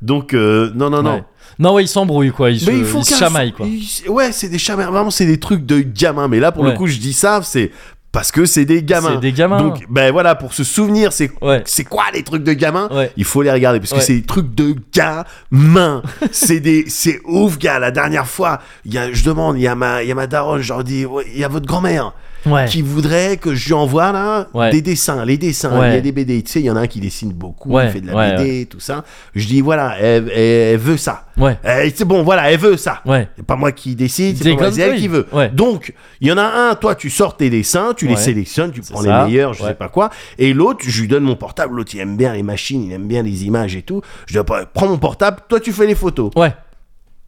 Speaker 2: Donc euh, non, non, non.
Speaker 1: Ouais. Non, ouais, ils s'embrouillent quoi. Ils se,
Speaker 2: Mais il
Speaker 1: ils
Speaker 2: faut
Speaker 1: se chamaillent quoi.
Speaker 2: Ouais, c'est des chamailles. Vraiment, c'est des trucs de gamins. Mais là, pour
Speaker 1: Ouais.
Speaker 2: le coup, je dis ça, c'est parce que c'est des gamins.
Speaker 1: C'est des gamins.
Speaker 2: Donc ben voilà, pour se souvenir, c'est
Speaker 1: Ouais.
Speaker 2: c'est quoi les trucs de gamins
Speaker 1: Ouais.
Speaker 2: Il faut les regarder parce que
Speaker 1: Ouais.
Speaker 2: c'est des trucs de
Speaker 1: [LAUGHS]
Speaker 2: gamins. c'est des, c'est ouf, gars. La dernière fois, il y a, je demande, il y a ma, il y a ma daronne, je leur dis, ouais, il y a votre grand-mère
Speaker 1: Ouais.
Speaker 2: qui voudrait que je lui envoie là
Speaker 1: Ouais.
Speaker 2: des dessins, les dessins,
Speaker 1: Ouais.
Speaker 2: il y a des BD. Tu sais, il y en a un qui dessine beaucoup,
Speaker 1: Ouais,
Speaker 2: il fait de la
Speaker 1: ouais,
Speaker 2: BD, tout ça. Je dis voilà, elle, elle- elle veut ça.
Speaker 1: Ouais.
Speaker 2: Elle- c'est bon, voilà, elle veut ça.
Speaker 1: Ouais.
Speaker 2: C'est pas moi qui décide,
Speaker 1: Des
Speaker 2: c'est pas moi,
Speaker 1: gosses,
Speaker 2: c'est elle
Speaker 1: oui.
Speaker 2: qui veut.
Speaker 1: Ouais.
Speaker 2: Donc, il y en a un, toi, tu sors tes dessins, tu les
Speaker 1: Ouais.
Speaker 2: sélectionnes, tu prends
Speaker 1: ça.
Speaker 2: les meilleurs, je
Speaker 1: Ouais.
Speaker 2: sais pas quoi. Et l'autre, je lui donne mon portable. L'autre, il aime bien les machines, il aime bien les images et tout. Je dis, bah, prends mon portable, toi, tu fais les photos.
Speaker 1: Ouais.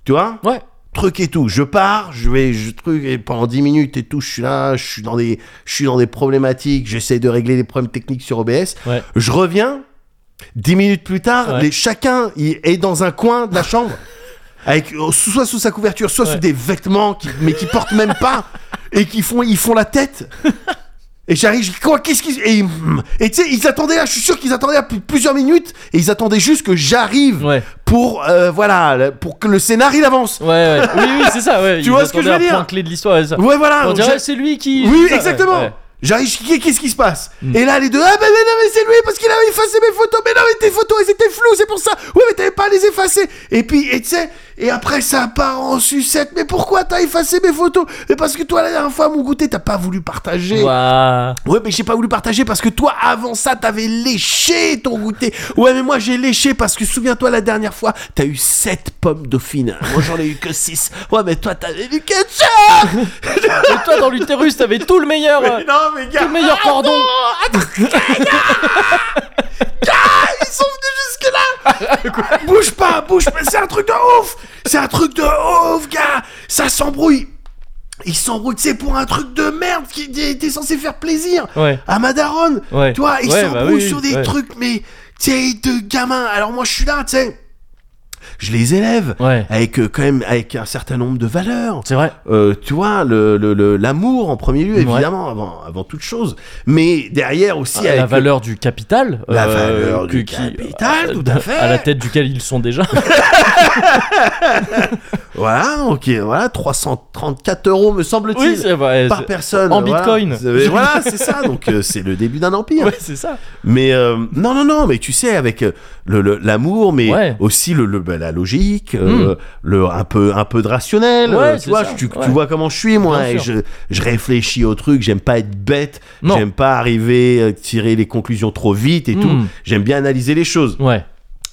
Speaker 2: Tu vois
Speaker 1: Ouais.
Speaker 2: Truc et tout. Je pars, je vais, je truc, et pendant 10 minutes et tout, je suis là, je suis dans des, je suis dans des problématiques, j'essaie de régler des problèmes techniques sur OBS.
Speaker 1: Ouais.
Speaker 2: Je reviens, 10 minutes plus tard,
Speaker 1: Ouais.
Speaker 2: les, chacun il est dans un coin de la chambre. [LAUGHS] Avec, euh, soit sous sa couverture, soit
Speaker 1: Ouais.
Speaker 2: sous des vêtements, qui, mais qui portent même
Speaker 1: [LAUGHS]
Speaker 2: pas, et qui font, ils font la tête. Et j'arrive, je dis quoi, qu'est-ce qu'ils. Et, ils- et tu sais, ils attendaient là, je suis sûr qu'ils attendaient là plus- plusieurs minutes, et ils attendaient juste que j'arrive
Speaker 1: Ouais.
Speaker 2: pour euh, voilà là, pour que le scénario il avance.
Speaker 1: Ouais, ouais. Oui, oui, c'est ça. Ouais.
Speaker 2: Tu
Speaker 1: Ils
Speaker 2: vois ce que je
Speaker 1: attendaient
Speaker 2: veux dire
Speaker 1: un point clé de l'histoire. c'est ça.
Speaker 2: Ouais voilà.
Speaker 1: On dirait
Speaker 2: j'a-
Speaker 1: ah, c'est lui qui.
Speaker 2: Oui,
Speaker 1: c'est ça,
Speaker 2: exactement.
Speaker 1: ouais, ouais.
Speaker 2: J'arrive, je- qu'est- qu'est-ce qui se passe
Speaker 1: Mm.
Speaker 2: Et là, les deux, ah bah, mais non, mais c'est lui parce qu'il avait effacé mes photos. Mais non, mais tes photos, elles étaient floues, c'est pour ça. Ouais, mais t'avais pas à les effacer. Et puis, et tu sais, et après, ça part en sucette. Mais pourquoi t'as effacé mes photos Mais parce que toi, la dernière fois, mon goûter, t'as pas voulu partager.
Speaker 1: Ouah.
Speaker 2: Ouais, mais j'ai pas voulu partager parce que toi, avant ça, t'avais léché ton goûter. Ouais, mais moi, j'ai léché parce que souviens-toi, la dernière fois, t'as eu 7 pommes dauphines. Moi, j'en ai eu que 6. Ouais, mais toi, t'avais du ketchup.
Speaker 1: [LAUGHS] Et toi, dans l'utérus, t'avais tout le meilleur. euh,
Speaker 2: Mais Ah non, mais gars.
Speaker 1: Tout le meilleur cordon.
Speaker 2: Ils sont venus jusque-là Bouge pas, bouge pas, c'est un truc de ouf C'est un truc de ouf, gars Ça s'embrouille Ils s'embrouillent, c'est pour un truc de merde qui était censé faire plaisir
Speaker 1: Ouais.
Speaker 2: à ma daronne
Speaker 1: Ouais.
Speaker 2: Toi, ils
Speaker 1: Ouais, bah
Speaker 2: s'embrouillent
Speaker 1: oui,
Speaker 2: sur des
Speaker 1: ouais.
Speaker 2: trucs, mais, tu sais, de gamins Alors moi, je suis là, tu sais je les élève
Speaker 1: Ouais. Ah,
Speaker 2: avec euh, quand même avec un certain nombre de valeurs
Speaker 1: C'est vrai.
Speaker 2: euh, tu vois, le- le- le- l'amour en premier lieu,
Speaker 1: Ouais. Ah,
Speaker 2: évidemment, avant, avant toute chose. Mais derrière aussi, avec
Speaker 1: la
Speaker 2: le-
Speaker 1: valeur du capital.
Speaker 2: La
Speaker 1: euh,
Speaker 2: valeur du
Speaker 1: qui- euh,
Speaker 2: capital, tout à fait.
Speaker 1: À la tête duquel ils sont déjà. [LAUGHS]
Speaker 2: Voilà, ok, voilà, 334 euros, me semble-t-il.
Speaker 1: oui, c'est vrai.
Speaker 2: par personne.
Speaker 1: en
Speaker 2: voilà.
Speaker 1: bitcoin.
Speaker 2: C'est- Voilà, c'est ça, donc euh, c'est le début d'un empire.
Speaker 1: [LAUGHS] Ouais, c'est ça.
Speaker 2: Mais euh, non, non, non, mais tu sais, avec euh, le- le- l'amour, mais
Speaker 1: Ouais. Hmm.
Speaker 2: aussi le, le- bah, la logique, euh, le, un, peu, un peu de rationnel.
Speaker 1: Ouais,
Speaker 2: euh,
Speaker 1: c'est
Speaker 2: tu, vois,
Speaker 1: ça,
Speaker 2: tu,
Speaker 1: ouais.
Speaker 2: tu vois comment je suis, moi.
Speaker 1: Bien
Speaker 2: et je,
Speaker 1: sûr.
Speaker 2: je réfléchis au truc, j'aime pas être bête,
Speaker 1: Non.
Speaker 2: j'aime pas arriver, euh, tirer les conclusions trop vite et tout.
Speaker 1: Mm.
Speaker 2: J'aime bien analyser les choses.
Speaker 1: Ouais,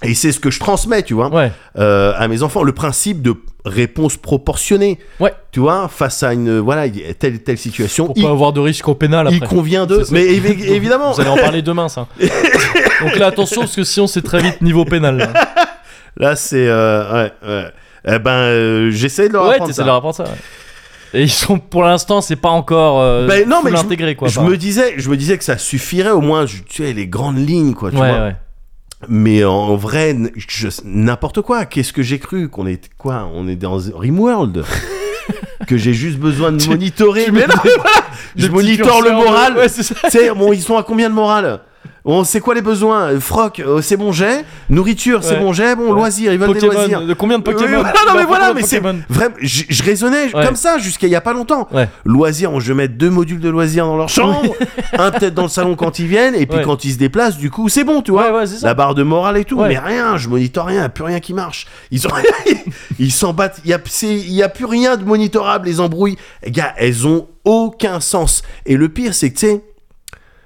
Speaker 2: Et c'est ce que je transmets, tu vois,
Speaker 1: ouais,
Speaker 2: euh, à mes enfants. Le principe de réponse proportionnée
Speaker 1: ouais.
Speaker 2: tu vois, face à une voilà y- telle telle situation,
Speaker 1: Pour
Speaker 2: il,
Speaker 1: pas avoir de risque au pénal
Speaker 2: il
Speaker 1: après.
Speaker 2: convient de.
Speaker 1: C'est ça.
Speaker 2: Mais évi- évidemment,
Speaker 1: Vous allez en parler demain,
Speaker 2: [LAUGHS]
Speaker 1: ça. Donc là, attention, parce que sinon, c'est très vite niveau pénal. là.
Speaker 2: là c'est euh, ouais, ouais. Eh ben, euh, j'essaie de leur
Speaker 1: Ouais,
Speaker 2: apprendre
Speaker 1: t'essaies
Speaker 2: ça.
Speaker 1: de leur apprendre ça. ouais. Et ils sont, pour l'instant, c'est pas encore euh,
Speaker 2: Ben, non, mais
Speaker 1: full
Speaker 2: je-
Speaker 1: intégré, quoi.
Speaker 2: je
Speaker 1: par-
Speaker 2: me disais, je me disais que ça suffirait au moins, je- tu sais, les grandes lignes quoi. Tu
Speaker 1: Ouais,
Speaker 2: vois.
Speaker 1: ouais.
Speaker 2: Mais en vrai, n- je- n'importe quoi. Qu'est-ce que j'ai cru qu'on était quoi On est dans
Speaker 1: [LAUGHS]
Speaker 2: Rimworld. que j'ai juste besoin de monitorer.
Speaker 1: tu
Speaker 2: mais [LAUGHS]
Speaker 1: mets
Speaker 2: non,
Speaker 1: des-
Speaker 2: voilà, je
Speaker 1: petits
Speaker 2: monitore le
Speaker 1: curseurs de-
Speaker 2: moral.
Speaker 1: Ouais, c'est ça.
Speaker 2: Tu sais, bon, ils sont à combien de morale on sait quoi les besoins Froc, euh, c'est bon jet. Nourriture, c'est
Speaker 1: Ouais.
Speaker 2: bon jet. Bon,
Speaker 1: Ouais.
Speaker 2: loisirs, ils veulent des
Speaker 1: Pokémon,
Speaker 2: loisirs.
Speaker 1: de combien de Pokémon Bah,
Speaker 2: Oui, voilà, [LAUGHS] non, mais
Speaker 1: Combien
Speaker 2: voilà,
Speaker 1: de
Speaker 2: mais c'est
Speaker 1: Pokémon
Speaker 2: vraiment. Je, je raisonnais
Speaker 1: Ouais.
Speaker 2: comme ça jusqu'à il y a pas longtemps.
Speaker 1: Ouais.
Speaker 2: Loisirs, on- je mets deux modules de loisirs dans leur chambre, [LAUGHS] un peut-être dans le salon quand ils viennent, et puis
Speaker 1: Ouais.
Speaker 2: quand ils se déplacent, du coup, c'est bon, tu vois.
Speaker 1: Ouais, ouais, c'est ça.
Speaker 2: La barre de morale et tout,
Speaker 1: Ouais.
Speaker 2: mais rien, je monitore rien, plus rien qui marche. Ils ont [LAUGHS] ils s'en battent, il y a c'est- il y a plus rien de monitorable les embrouilles. Gars, elles ont aucun sens. Et le pire c'est que tu sais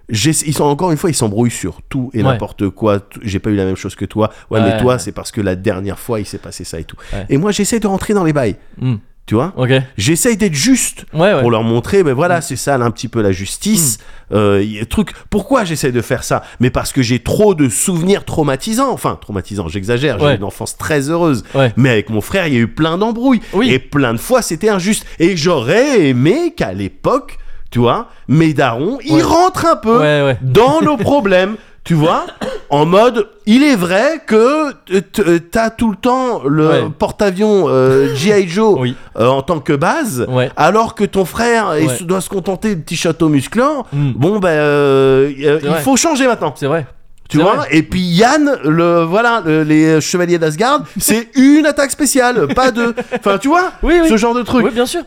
Speaker 2: j'essa- ils sont encore une fois ils s'embrouillent sur tout et
Speaker 1: Ouais.
Speaker 2: n'importe quoi Tout- j'ai pas eu la même chose que toi ouais, mais
Speaker 1: Ouais.
Speaker 2: toi c'est parce que la dernière fois il s'est passé ça et tout
Speaker 1: Ouais.
Speaker 2: et moi j'essaie de rentrer dans les bails
Speaker 1: Hmm.
Speaker 2: tu vois
Speaker 1: Ok. Ouais,
Speaker 2: j'essaie d'être juste
Speaker 1: ouais. Mm.
Speaker 2: pour leur montrer, mais voilà, c'est ça, là, un petit peu la justice. Euh, y a truc. Pourquoi j'essaie de faire ça Mais parce que j'ai trop de souvenirs traumatisants. Enfin, traumatisants, j'exagère. J'ai
Speaker 1: Ouais.
Speaker 2: eu une enfance très heureuse.
Speaker 1: Ouais.
Speaker 2: Mais avec mon frère, il y a eu plein d'embrouilles.
Speaker 1: Oui.
Speaker 2: Et plein de fois, c'était injuste. Et j'aurais aimé qu'à l'époque, tu vois, mes darons, ils
Speaker 1: Ouais.
Speaker 2: rentrent un peu
Speaker 1: Ouais, ouais.
Speaker 2: dans nos
Speaker 1: [LAUGHS]
Speaker 2: problèmes. Tu vois, en mode, il est vrai que t- t- t'as tout le temps le
Speaker 1: Ouais.
Speaker 2: porte-avions euh, G.I. Joe
Speaker 1: Oui.
Speaker 2: euh, en tant que base,
Speaker 1: Ouais.
Speaker 2: alors que ton frère il
Speaker 1: Ouais.
Speaker 2: se- doit se contenter de petits châteaux musclants.
Speaker 1: Mm.
Speaker 2: Bon, ben, euh, euh,
Speaker 1: C'est
Speaker 2: il
Speaker 1: vrai.
Speaker 2: faut changer maintenant.
Speaker 1: C'est vrai.
Speaker 2: Tu
Speaker 1: C'est
Speaker 2: vois
Speaker 1: vrai.
Speaker 2: Et puis Yann, le, voilà, le- les chevaliers
Speaker 1: [LAUGHS]
Speaker 2: d'Asgard, c'est une attaque spéciale, pas deux. Enfin, tu vois
Speaker 1: Oui, oui.
Speaker 2: Ce genre de truc.
Speaker 1: Oui, bien sûr.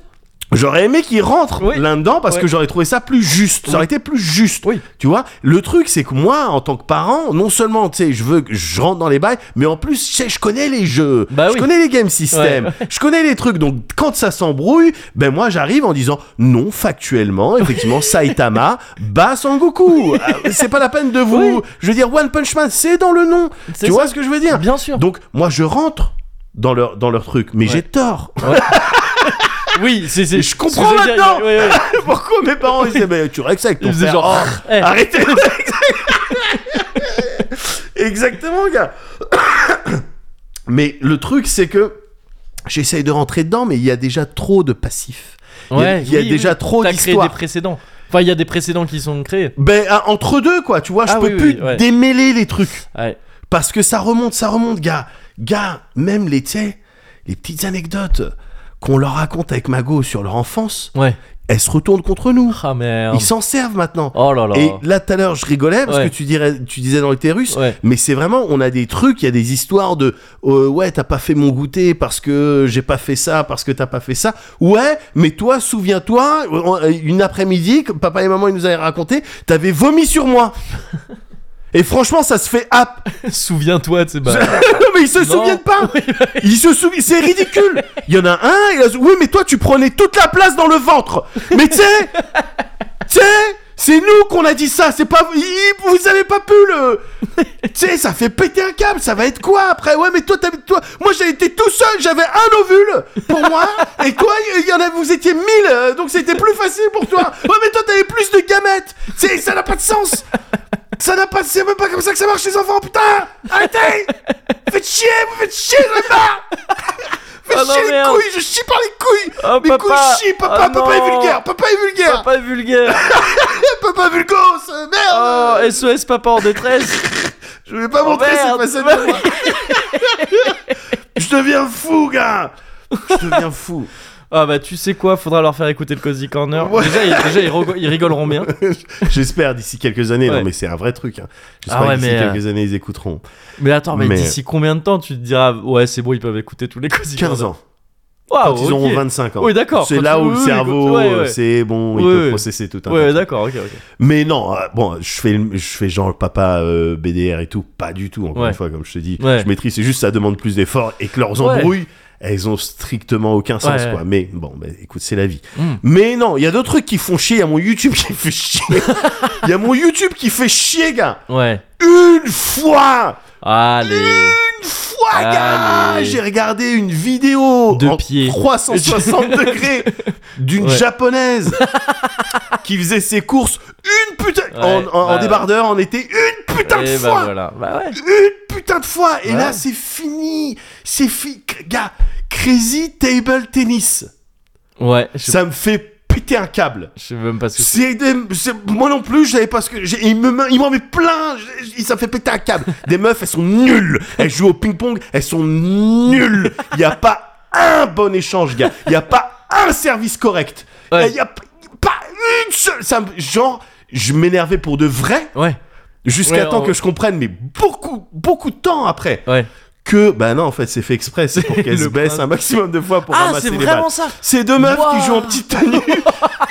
Speaker 2: J'aurais aimé qu'il rentre
Speaker 1: Oui.
Speaker 2: là-dedans parce
Speaker 1: Ouais.
Speaker 2: que j'aurais trouvé ça plus juste. Ça aurait été plus juste.
Speaker 1: Oui.
Speaker 2: Tu vois Le truc, c'est que moi, en tant que parent, non seulement, tu sais, je veux que je rentre dans les bails, mais en plus, je, sais, je connais les jeux.
Speaker 1: Bah
Speaker 2: je
Speaker 1: oui.
Speaker 2: connais les game systems. Je connais les trucs. Donc, quand ça s'embrouille, ben moi, j'arrive en disant non, factuellement, effectivement, Saitama
Speaker 1: [LAUGHS]
Speaker 2: bat Sangoku. Euh, c'est pas la peine de vous.
Speaker 1: Oui.
Speaker 2: Je veux dire, One Punch Man, c'est dans le nom. Tu
Speaker 1: C'est
Speaker 2: vois ce que je veux dire
Speaker 1: Bien sûr.
Speaker 2: Donc, moi, je rentre dans leur, dans leur truc, mais j'ai
Speaker 1: [LAUGHS]
Speaker 2: tort.
Speaker 1: Oui, c'est. c'est-
Speaker 2: Je comprends
Speaker 1: ce que je veux dire.
Speaker 2: maintenant. [LAUGHS]
Speaker 1: Ouais, ouais.
Speaker 2: Pourquoi mes parents
Speaker 1: [LAUGHS]
Speaker 2: ils disaient mais tu règles ça avec ton
Speaker 1: Ils faisaient
Speaker 2: frère
Speaker 1: genre, [LAUGHS]
Speaker 2: Oh,
Speaker 1: Eh.
Speaker 2: arrêtez [LAUGHS] Exactement gars [COUGHS] Mais le truc c'est que j'essaye de rentrer dedans mais il y a déjà trop de passifs. Il y a-
Speaker 1: Ouais,
Speaker 2: il y a
Speaker 1: oui,
Speaker 2: déjà
Speaker 1: oui.
Speaker 2: trop
Speaker 1: T'as créé des
Speaker 2: d'histoires.
Speaker 1: précédents. Enfin, il y a des précédents qui sont créés.
Speaker 2: Ben ah, entre deux quoi, tu vois, je
Speaker 1: Ah
Speaker 2: peux
Speaker 1: oui,
Speaker 2: plus
Speaker 1: oui, ouais.
Speaker 2: démêler les trucs
Speaker 1: Ouais.
Speaker 2: parce que ça remonte, ça remonte gars. Gars, même les tu sais, les petites anecdotes qu'on leur raconte avec Mago sur leur enfance,
Speaker 1: Ouais.
Speaker 2: elles se retournent contre nous.
Speaker 1: Ah merde.
Speaker 2: Ils s'en servent maintenant.
Speaker 1: Oh là là.
Speaker 2: Et là, tout à l'heure, je rigolais parce
Speaker 1: Ouais.
Speaker 2: que tu, dirais, tu disais dans l'utérus,
Speaker 1: Ouais.
Speaker 2: mais c'est vraiment, on a des trucs, il y a des histoires de euh, ouais, t'as pas fait mon goûter parce que j'ai pas fait ça, parce que t'as pas fait ça. Ouais, mais toi, souviens-toi, on- euh, une après-midi, que papa et maman ils nous avaient raconté, t'avais vomi sur
Speaker 1: [LAUGHS]
Speaker 2: moi. Et franchement, ça se fait app.
Speaker 1: [LAUGHS] Souviens-toi, tu sais, bah.
Speaker 2: [LAUGHS] non, mais ils se
Speaker 1: Non.
Speaker 2: souviennent pas. Ils se souviennent. C'est ridicule. Il y en a un. il a- Oui, mais toi, tu prenais toute la place dans le ventre. Mais tu sais, tu sais, c'est nous qu'on a dit ça. C'est pas Ils- vous avez pas pu le. tu sais, ça fait péter un câble. Ça va être quoi après Ouais, mais toi, t'as- toi, moi, j'ai été tout seul. J'avais un ovule pour moi. et toi, il y en a. Vous étiez mille. euh, donc c'était plus facile pour toi. Ouais, mais toi, t'avais plus de gamètes. Tu sais, ça n'a pas de sens. Ça n'a pas, c'est même pas comme ça que ça marche les enfants, putain Arrêtez Vous Faites chier, vous faites chier, je me barre Vous Faites
Speaker 1: Oh non,
Speaker 2: chier les
Speaker 1: merde.
Speaker 2: couilles, je chie par les couilles
Speaker 1: Oh,
Speaker 2: Mes
Speaker 1: papa.
Speaker 2: couilles chient, papa,
Speaker 1: Oh,
Speaker 2: papa est
Speaker 1: non.
Speaker 2: vulgaire, papa est vulgaire
Speaker 1: Papa vulgaire.
Speaker 2: [LAUGHS] Papa, vulgos, euh,
Speaker 1: Oh,
Speaker 2: merde
Speaker 1: SOS papa en détresse.
Speaker 2: Je vais pas montrer cette
Speaker 1: merde.
Speaker 2: facette de
Speaker 1: [LAUGHS]
Speaker 2: moi Je deviens fou, gars Je deviens fou
Speaker 1: Ah bah tu sais quoi, faudra leur faire écouter le Cozy Corner.
Speaker 2: Ouais.
Speaker 1: Déjà, ils, déjà, ils rigo- ils rigoleront bien.
Speaker 2: J'espère d'ici quelques années,
Speaker 1: Ouais.
Speaker 2: non mais c'est un vrai truc, hein. j'espère
Speaker 1: Ah ouais,
Speaker 2: que d'ici
Speaker 1: mais, euh,
Speaker 2: quelques années ils écouteront.
Speaker 1: Mais attends, mais,
Speaker 2: Mais-
Speaker 1: d'ici combien de temps tu te diras, ouais, c'est bon, ils peuvent écouter tous les Cozy
Speaker 2: 15
Speaker 1: Corner
Speaker 2: ans,
Speaker 1: Waouh,
Speaker 2: quand ils auront
Speaker 1: ok.
Speaker 2: 25 ans.
Speaker 1: Oui, d'accord.
Speaker 2: C'est
Speaker 1: Quand
Speaker 2: là
Speaker 1: tu-
Speaker 2: où le
Speaker 1: oui, oui,
Speaker 2: cerveau,
Speaker 1: écoute, ouais,
Speaker 2: euh,
Speaker 1: ouais.
Speaker 2: c'est bon, il
Speaker 1: Ouais,
Speaker 2: peut
Speaker 1: ouais.
Speaker 2: processer tout un tas de
Speaker 1: Ouais, d'accord, ok, ok.
Speaker 2: Mais non, euh, bon, je fais, le- je fais genre papa euh, BDR et tout, pas du tout, encore
Speaker 1: Ouais.
Speaker 2: une fois, comme je te dis.
Speaker 1: Ouais.
Speaker 2: Je maîtrise, c'est juste ça demande plus d'efforts et que leurs
Speaker 1: Ouais.
Speaker 2: embrouilles, elles ont strictement aucun sens,
Speaker 1: Ouais.
Speaker 2: quoi. Mais bon, bah, écoute, c'est la vie.
Speaker 1: Mm.
Speaker 2: Mais non, il y a d'autres trucs qui font chier, il y a mon YouTube qui [LAUGHS] fait chier. Il y a mon YouTube qui fait chier, gars.
Speaker 1: Ouais.
Speaker 2: Une fois,
Speaker 1: Allez.
Speaker 2: une fois, gars,
Speaker 1: Allez.
Speaker 2: j'ai regardé une vidéo
Speaker 1: De
Speaker 2: en
Speaker 1: pied. [LAUGHS]
Speaker 2: 360 degrés d'une
Speaker 1: Ouais. [LAUGHS]
Speaker 2: japonaise qui faisait ses courses une putain
Speaker 1: Ouais,
Speaker 2: en, en- en
Speaker 1: bah,
Speaker 2: débardeur en été une putain de
Speaker 1: Et
Speaker 2: fois
Speaker 1: bah voilà. Bah ouais.
Speaker 2: une putain de fois et
Speaker 1: Ouais.
Speaker 2: là c'est fini c'est fini gars crazy table tennis
Speaker 1: Ouais, je,
Speaker 2: ça me fait péter un câble
Speaker 1: je sais même pas ce que c'est.
Speaker 2: c'est des- c'est- moi non plus, je savais pas ce que. j'ai- Il me, il m'en met plein. j'ai- Il ça me fait péter un
Speaker 1: [LAUGHS]
Speaker 2: câble. Des meufs, elles sont nulles. Elles jouent au ping-pong, elles sont nulles. Il y a pas un bon échange, gars. Il y a pas un service correct. Il
Speaker 1: Ouais.
Speaker 2: y a pas pas une seule. Ça, me- genre, je m'énervais pour de vrai
Speaker 1: Ouais,
Speaker 2: jusqu'à
Speaker 1: Ouais,
Speaker 2: temps
Speaker 1: on-
Speaker 2: que je comprenne, mais beaucoup, beaucoup de temps après.
Speaker 1: ouais.
Speaker 2: Que bah non en fait c'est fait exprès c'est
Speaker 1: [LAUGHS]
Speaker 2: pour qu'elles
Speaker 1: Le
Speaker 2: se baissent
Speaker 1: prince.
Speaker 2: un maximum de fois pour
Speaker 1: ah,
Speaker 2: ramasser
Speaker 1: c'est
Speaker 2: les balles.
Speaker 1: vraiment ça.
Speaker 2: C'est deux meufs
Speaker 1: Wow.
Speaker 2: qui jouent en petite tenue.